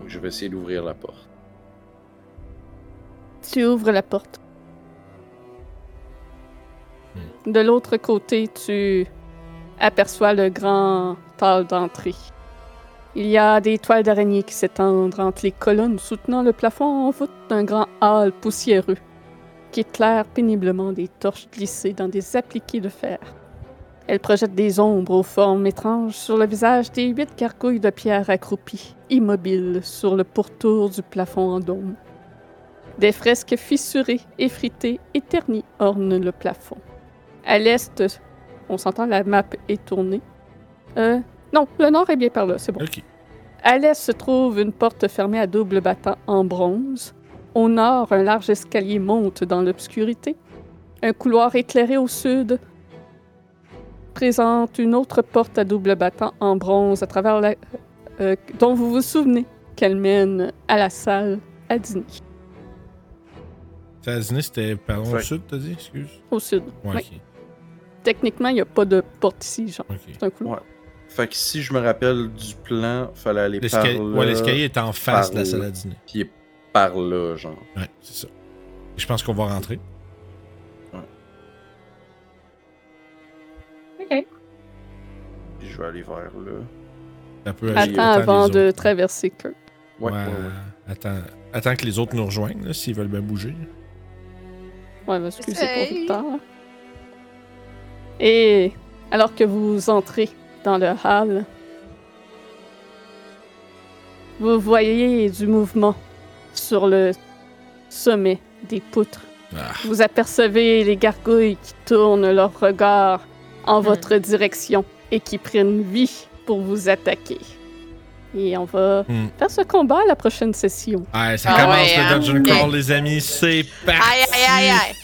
[SPEAKER 6] Donc je vais essayer d'ouvrir la porte.
[SPEAKER 1] Tu ouvres la porte. De l'autre côté, tu aperçois le grand hall d'entrée. Il y a des toiles d'araignée qui s'étendent entre les colonnes soutenant le plafond en voûte d'un grand hall poussiéreux qui éclaire péniblement des torches glissées dans des appliqués de fer. Elle projette des ombres aux formes étranges sur le visage des huit gargouilles de pierre accroupies, immobiles sur le pourtour du plafond en dôme. Des fresques fissurées, effritées et ternies ornent le plafond. À l'est, on s'entend, la map est tournée. Euh, non, le nord est bien par là, c'est bon.
[SPEAKER 2] Ok.
[SPEAKER 1] À l'est se trouve une porte fermée à double battant en bronze. Au nord, un large escalier monte dans l'obscurité. Un couloir éclairé au sud présente une autre porte à double battant en bronze à travers la, euh, dont vous vous souvenez qu'elle mène à la salle à dîner
[SPEAKER 2] T'as dîné, c'était pardon au
[SPEAKER 6] Fait-
[SPEAKER 2] sud, t'as dit, excuse?
[SPEAKER 1] au sud.
[SPEAKER 2] Ouais,
[SPEAKER 1] Ouais. Techniquement, il n'y a pas de porte ici, genre.
[SPEAKER 2] ok. ok.
[SPEAKER 1] C'est un couloir.
[SPEAKER 6] Fait que si je me rappelle du plan, fallait aller par
[SPEAKER 2] L'escalier
[SPEAKER 6] là.
[SPEAKER 2] ouais, l'escalier est en
[SPEAKER 6] par
[SPEAKER 2] face de la
[SPEAKER 6] là.
[SPEAKER 2] salle à dîner.
[SPEAKER 6] Puis par là, genre.
[SPEAKER 2] Ouais, c'est ça. Je pense qu'on va rentrer.
[SPEAKER 3] OK.
[SPEAKER 6] Je vais aller vers là.
[SPEAKER 2] Ça peut aller
[SPEAKER 1] Attends
[SPEAKER 2] autant
[SPEAKER 1] avant
[SPEAKER 2] les
[SPEAKER 1] de
[SPEAKER 2] autres.
[SPEAKER 1] traverser que.
[SPEAKER 6] Ouais,
[SPEAKER 2] Ouais,
[SPEAKER 6] ouais, ouais.
[SPEAKER 2] Attends, attends que les autres nous rejoignent, là, s'ils veulent bien bouger.
[SPEAKER 1] Ouais, parce que c'est pour
[SPEAKER 5] Essaye.
[SPEAKER 1] plus tard. Et alors que vous entrez dans le hall, vous voyez du mouvement sur le sommet des poutres.
[SPEAKER 2] Ah.
[SPEAKER 1] Vous apercevez les gargouilles qui tournent leur regard en
[SPEAKER 5] Hmm.
[SPEAKER 1] votre direction et qui prennent vie pour vous attaquer. Et on va
[SPEAKER 2] Hmm.
[SPEAKER 1] faire ce combat à la prochaine session.
[SPEAKER 2] Ah, ça
[SPEAKER 5] Ah
[SPEAKER 2] commence
[SPEAKER 5] ouais,
[SPEAKER 2] le
[SPEAKER 5] hein.
[SPEAKER 2] Dungeon
[SPEAKER 5] Ok.
[SPEAKER 2] Crawl, les amis. C'est parti!
[SPEAKER 5] Aïe, aïe, aïe, aïe.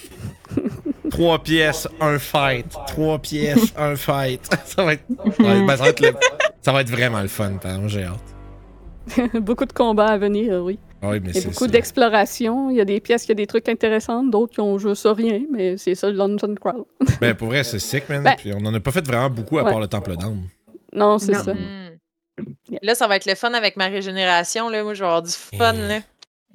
[SPEAKER 2] Trois pièces, un fight. Trois pièces, un fight. Ça va être, ça va être- ben, ça va être le- ça va être vraiment le fun, par exemple, J'ai hâte.
[SPEAKER 1] beaucoup de combats à venir, oui.
[SPEAKER 2] Ah Oui, mais
[SPEAKER 1] Il y
[SPEAKER 2] c'est
[SPEAKER 1] a beaucoup
[SPEAKER 2] ça.
[SPEAKER 1] d'exploration. Il y a des pièces, il y a des trucs intéressants, d'autres qui ont juste rien, mais c'est ça le London Crawl.
[SPEAKER 2] Ben, pour vrai, c'est sick, man.
[SPEAKER 1] Ben-
[SPEAKER 2] Puis on en a pas fait vraiment beaucoup à
[SPEAKER 1] Ouais.
[SPEAKER 2] part le Temple d'Âme.
[SPEAKER 1] Non, c'est
[SPEAKER 3] Non.
[SPEAKER 1] ça.
[SPEAKER 2] Mm.
[SPEAKER 5] Hmm. Là, ça va être le fun avec ma régénération. Là. Moi, je vais avoir du fun. Là.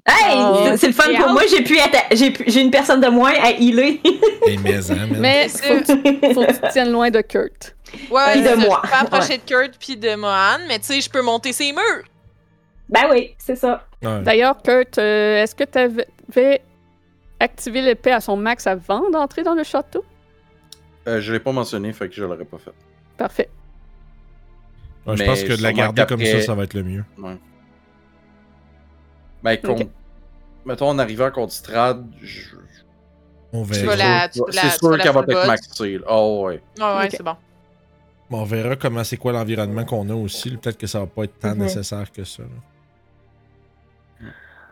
[SPEAKER 3] Hey,
[SPEAKER 1] Oh,
[SPEAKER 3] c'est- c'est le fun
[SPEAKER 5] j'ai
[SPEAKER 3] pour
[SPEAKER 5] hâte.
[SPEAKER 3] moi. J'ai pu atta- j'ai pu- j'ai une personne de moins à healer.
[SPEAKER 2] Les maisons, man.
[SPEAKER 1] Mais
[SPEAKER 5] C'est
[SPEAKER 1] faut que, tu, faut que tu te tiennes loin de Kurt.
[SPEAKER 5] Ouais, ouais,
[SPEAKER 3] Puis de
[SPEAKER 5] c'est ça.
[SPEAKER 3] moi.
[SPEAKER 5] Je peux approcher de Kurt puis de Mohan, mais tu sais, je peux monter ses murs.
[SPEAKER 3] ben oui, c'est ça.
[SPEAKER 2] Ouais.
[SPEAKER 5] ben,
[SPEAKER 1] D'ailleurs, Kurt, euh, est-ce que tu avais activé l'épée à son max avant d'entrer dans le château?
[SPEAKER 6] Euh, je l'ai pas mentionné, fait que je l'aurais pas fait.
[SPEAKER 1] Parfait.
[SPEAKER 2] Ouais, je
[SPEAKER 6] Mais
[SPEAKER 2] pense que de la
[SPEAKER 6] sûrement
[SPEAKER 2] garder comme ça,
[SPEAKER 6] qu'après-
[SPEAKER 2] ça va être le mieux.
[SPEAKER 6] Ben, contre...
[SPEAKER 1] Ok.
[SPEAKER 6] mettons, en arrivant contre Strad, je-
[SPEAKER 2] On
[SPEAKER 5] Tu
[SPEAKER 2] verra,
[SPEAKER 5] vas la- tu peux la-
[SPEAKER 6] c'est
[SPEAKER 5] tu peux
[SPEAKER 6] sûr
[SPEAKER 5] la
[SPEAKER 6] qu'elle va
[SPEAKER 5] full
[SPEAKER 6] être
[SPEAKER 5] boss.
[SPEAKER 6] maxée. là. Oh, ouais.
[SPEAKER 5] Ouais, ouais,
[SPEAKER 1] Ok.
[SPEAKER 5] c'est bon.
[SPEAKER 2] on verra comment c'est quoi l'environnement qu'on a aussi. là. Peut-être que ça va pas être tant
[SPEAKER 3] Mhm.
[SPEAKER 2] nécessaire que ça. là.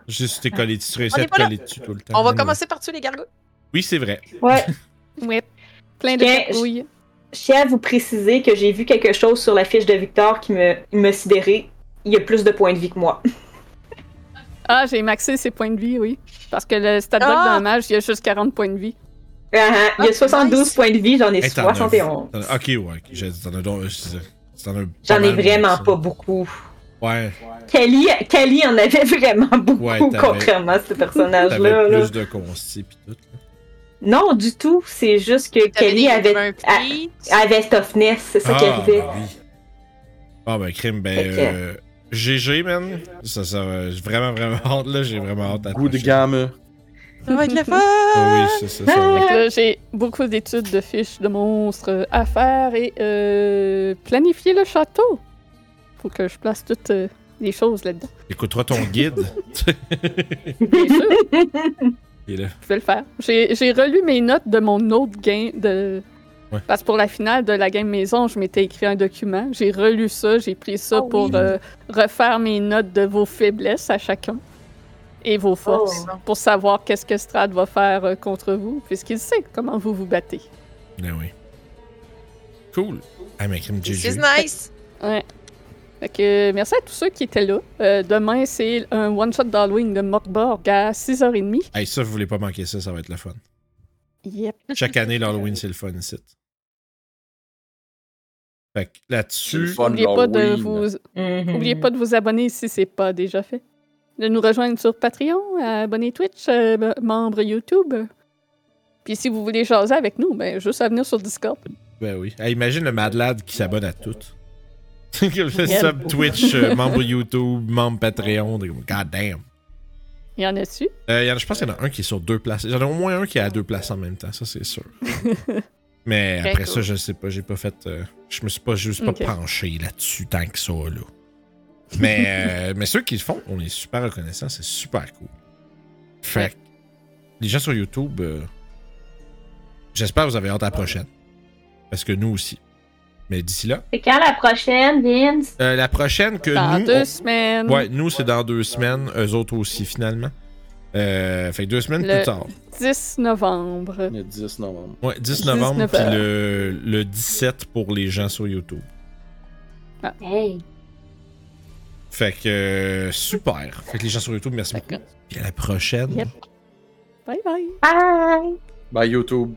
[SPEAKER 2] Juste t'es collé dessus, tu réussis
[SPEAKER 5] On
[SPEAKER 2] à
[SPEAKER 5] est
[SPEAKER 2] te
[SPEAKER 5] pas là.
[SPEAKER 2] coller dessus tout le temps.
[SPEAKER 5] On va
[SPEAKER 2] Mais
[SPEAKER 5] commencer par tuer les gargouilles.
[SPEAKER 2] non. Oui, c'est vrai.
[SPEAKER 3] Ouais.
[SPEAKER 1] Ouais. Plein de
[SPEAKER 3] Bien,
[SPEAKER 1] gargouilles.
[SPEAKER 3] Je tiens à vous préciser que j'ai vu quelque chose sur la fiche de Victor qui me, me sidérait. Il y a plus de points de vie que moi.
[SPEAKER 1] Ah, j'ai maxé ses points de vie, oui. Parce que le stat block
[SPEAKER 5] Ah!
[SPEAKER 1] dans le mage, il y a juste 40 points de vie.
[SPEAKER 3] Ah, ah, Il y
[SPEAKER 5] Ah,
[SPEAKER 3] a 72
[SPEAKER 5] nice.
[SPEAKER 3] points de vie, j'en ai
[SPEAKER 2] Hey, t'en as-
[SPEAKER 3] 71.
[SPEAKER 2] t'en as- Ok, ouais. ok. J'ai dit, t'en as donc- c'est- t'en as pas
[SPEAKER 3] J'en ai
[SPEAKER 2] mal,
[SPEAKER 3] vraiment
[SPEAKER 2] ça.
[SPEAKER 3] pas beaucoup.
[SPEAKER 2] Ouais,
[SPEAKER 3] Kelly, Kelly en avait vraiment beaucoup,
[SPEAKER 2] Ouais, t'avais-
[SPEAKER 3] contrairement à ce personnage-là.
[SPEAKER 2] t'avais
[SPEAKER 3] là.
[SPEAKER 2] plus de consti pis tout. là.
[SPEAKER 3] Non, du tout. C'est juste que
[SPEAKER 5] T'avais
[SPEAKER 3] Kelly
[SPEAKER 5] des-
[SPEAKER 3] avait,
[SPEAKER 5] un petit-
[SPEAKER 3] a- avait toughness. C'est ça qui arrivait.
[SPEAKER 2] ben oui. Ah, ben, crime, ben.
[SPEAKER 3] Fait que-
[SPEAKER 2] euh, GG, man. Ça, ça va- j'ai vraiment, vraiment hâte, là. J'ai vraiment hâte à
[SPEAKER 6] Goût de
[SPEAKER 2] prochaine.
[SPEAKER 6] gamme.
[SPEAKER 5] Ça va être le fun.
[SPEAKER 2] Ah oui, c'est ça. ça va.
[SPEAKER 1] Fait que là, j'ai beaucoup d'études de fiches de monstres à faire et euh, planifier le château. Faut que je place toutes euh, les choses là-dedans.
[SPEAKER 2] Écoutera ton guide.
[SPEAKER 1] Bien sûr,
[SPEAKER 2] Et là,
[SPEAKER 1] je vais le faire. J'ai j'ai relu mes notes de mon autre game de.
[SPEAKER 2] Ouais.
[SPEAKER 1] Parce que pour la finale de la game maison, je m'étais écrit un document. J'ai relu ça, j'ai pris ça
[SPEAKER 5] Ah oui.
[SPEAKER 1] pour euh, refaire mes notes de vos faiblesses à chacun et vos forces
[SPEAKER 5] Oh.
[SPEAKER 1] pour savoir qu'est-ce que Strad va faire euh, contre vous, puisqu'il sait comment vous vous battez.
[SPEAKER 2] ben oui. Cool. Ah, mais crime,
[SPEAKER 5] This is
[SPEAKER 2] GG.
[SPEAKER 5] nice.
[SPEAKER 1] Fait que, euh, merci à tous ceux qui étaient là. Euh, demain, c'est un one-shot d'Halloween de Morborg à 6h30.
[SPEAKER 2] Hey, ça, vous voulez pas manquer ça, ça va être le fun.
[SPEAKER 1] Yep.
[SPEAKER 2] Chaque année, l'Halloween, c'est le fun ici. Fait que
[SPEAKER 6] C'est le
[SPEAKER 2] là-dessus,
[SPEAKER 6] fun,
[SPEAKER 1] N'oubliez pas, de
[SPEAKER 6] l'Halloween.
[SPEAKER 1] vous...
[SPEAKER 3] Mhm.
[SPEAKER 1] oubliez pas de vous abonner si c'est pas déjà fait. De nous rejoindre sur Patreon, abonner Twitch, euh, ben, membre YouTube. Puis si vous voulez jaser avec nous, ben juste à venir sur Discord.
[SPEAKER 2] ben oui. Hey, imagine le Mad Lad qui s'abonne à tout. le sub Twitch, euh, membre YouTube, membre Patreon. des- God damn.
[SPEAKER 1] Il y en a dessus.
[SPEAKER 2] Euh, y en a- je pense qu'il y en a un qui est sur deux places. J'en ai au moins un qui est à deux places en même temps, ça c'est sûr. Mais
[SPEAKER 5] Très
[SPEAKER 2] après
[SPEAKER 5] cool.
[SPEAKER 2] ça, je sais pas, j'ai pas fait. euh, je me suis pas juste
[SPEAKER 1] Ok.
[SPEAKER 2] pas penché là-dessus tant que ça, là. Mais, euh, mais ceux qui le font, on est super reconnaissants, c'est super cool. Fait que les gens sur YouTube, euh, j'espère que vous avez hâte à la prochaine. Parce que nous aussi. Mais d'ici là,
[SPEAKER 3] C'est quand la prochaine, Vince?
[SPEAKER 2] euh, la prochaine que
[SPEAKER 1] Dans
[SPEAKER 2] nous.
[SPEAKER 1] deux
[SPEAKER 2] on-
[SPEAKER 1] semaines.
[SPEAKER 2] Ouais, nous c'est dans deux semaines, eux autres aussi finalement. Euh, fait que deux semaines
[SPEAKER 1] Le-
[SPEAKER 2] plus tard.
[SPEAKER 1] 10 novembre.
[SPEAKER 6] Le 10 novembre.
[SPEAKER 2] Ouais, 10 novembre,
[SPEAKER 1] 19
[SPEAKER 2] puis
[SPEAKER 1] heures.
[SPEAKER 2] le, le 17 pour les gens sur YouTube.
[SPEAKER 3] Hey.
[SPEAKER 2] Fait que euh, super. Fait que les gens sur YouTube, merci beaucoup. Puis à la prochaine.
[SPEAKER 1] Yep. Bye bye.
[SPEAKER 3] Bye!
[SPEAKER 6] Bye, Ben, YouTube.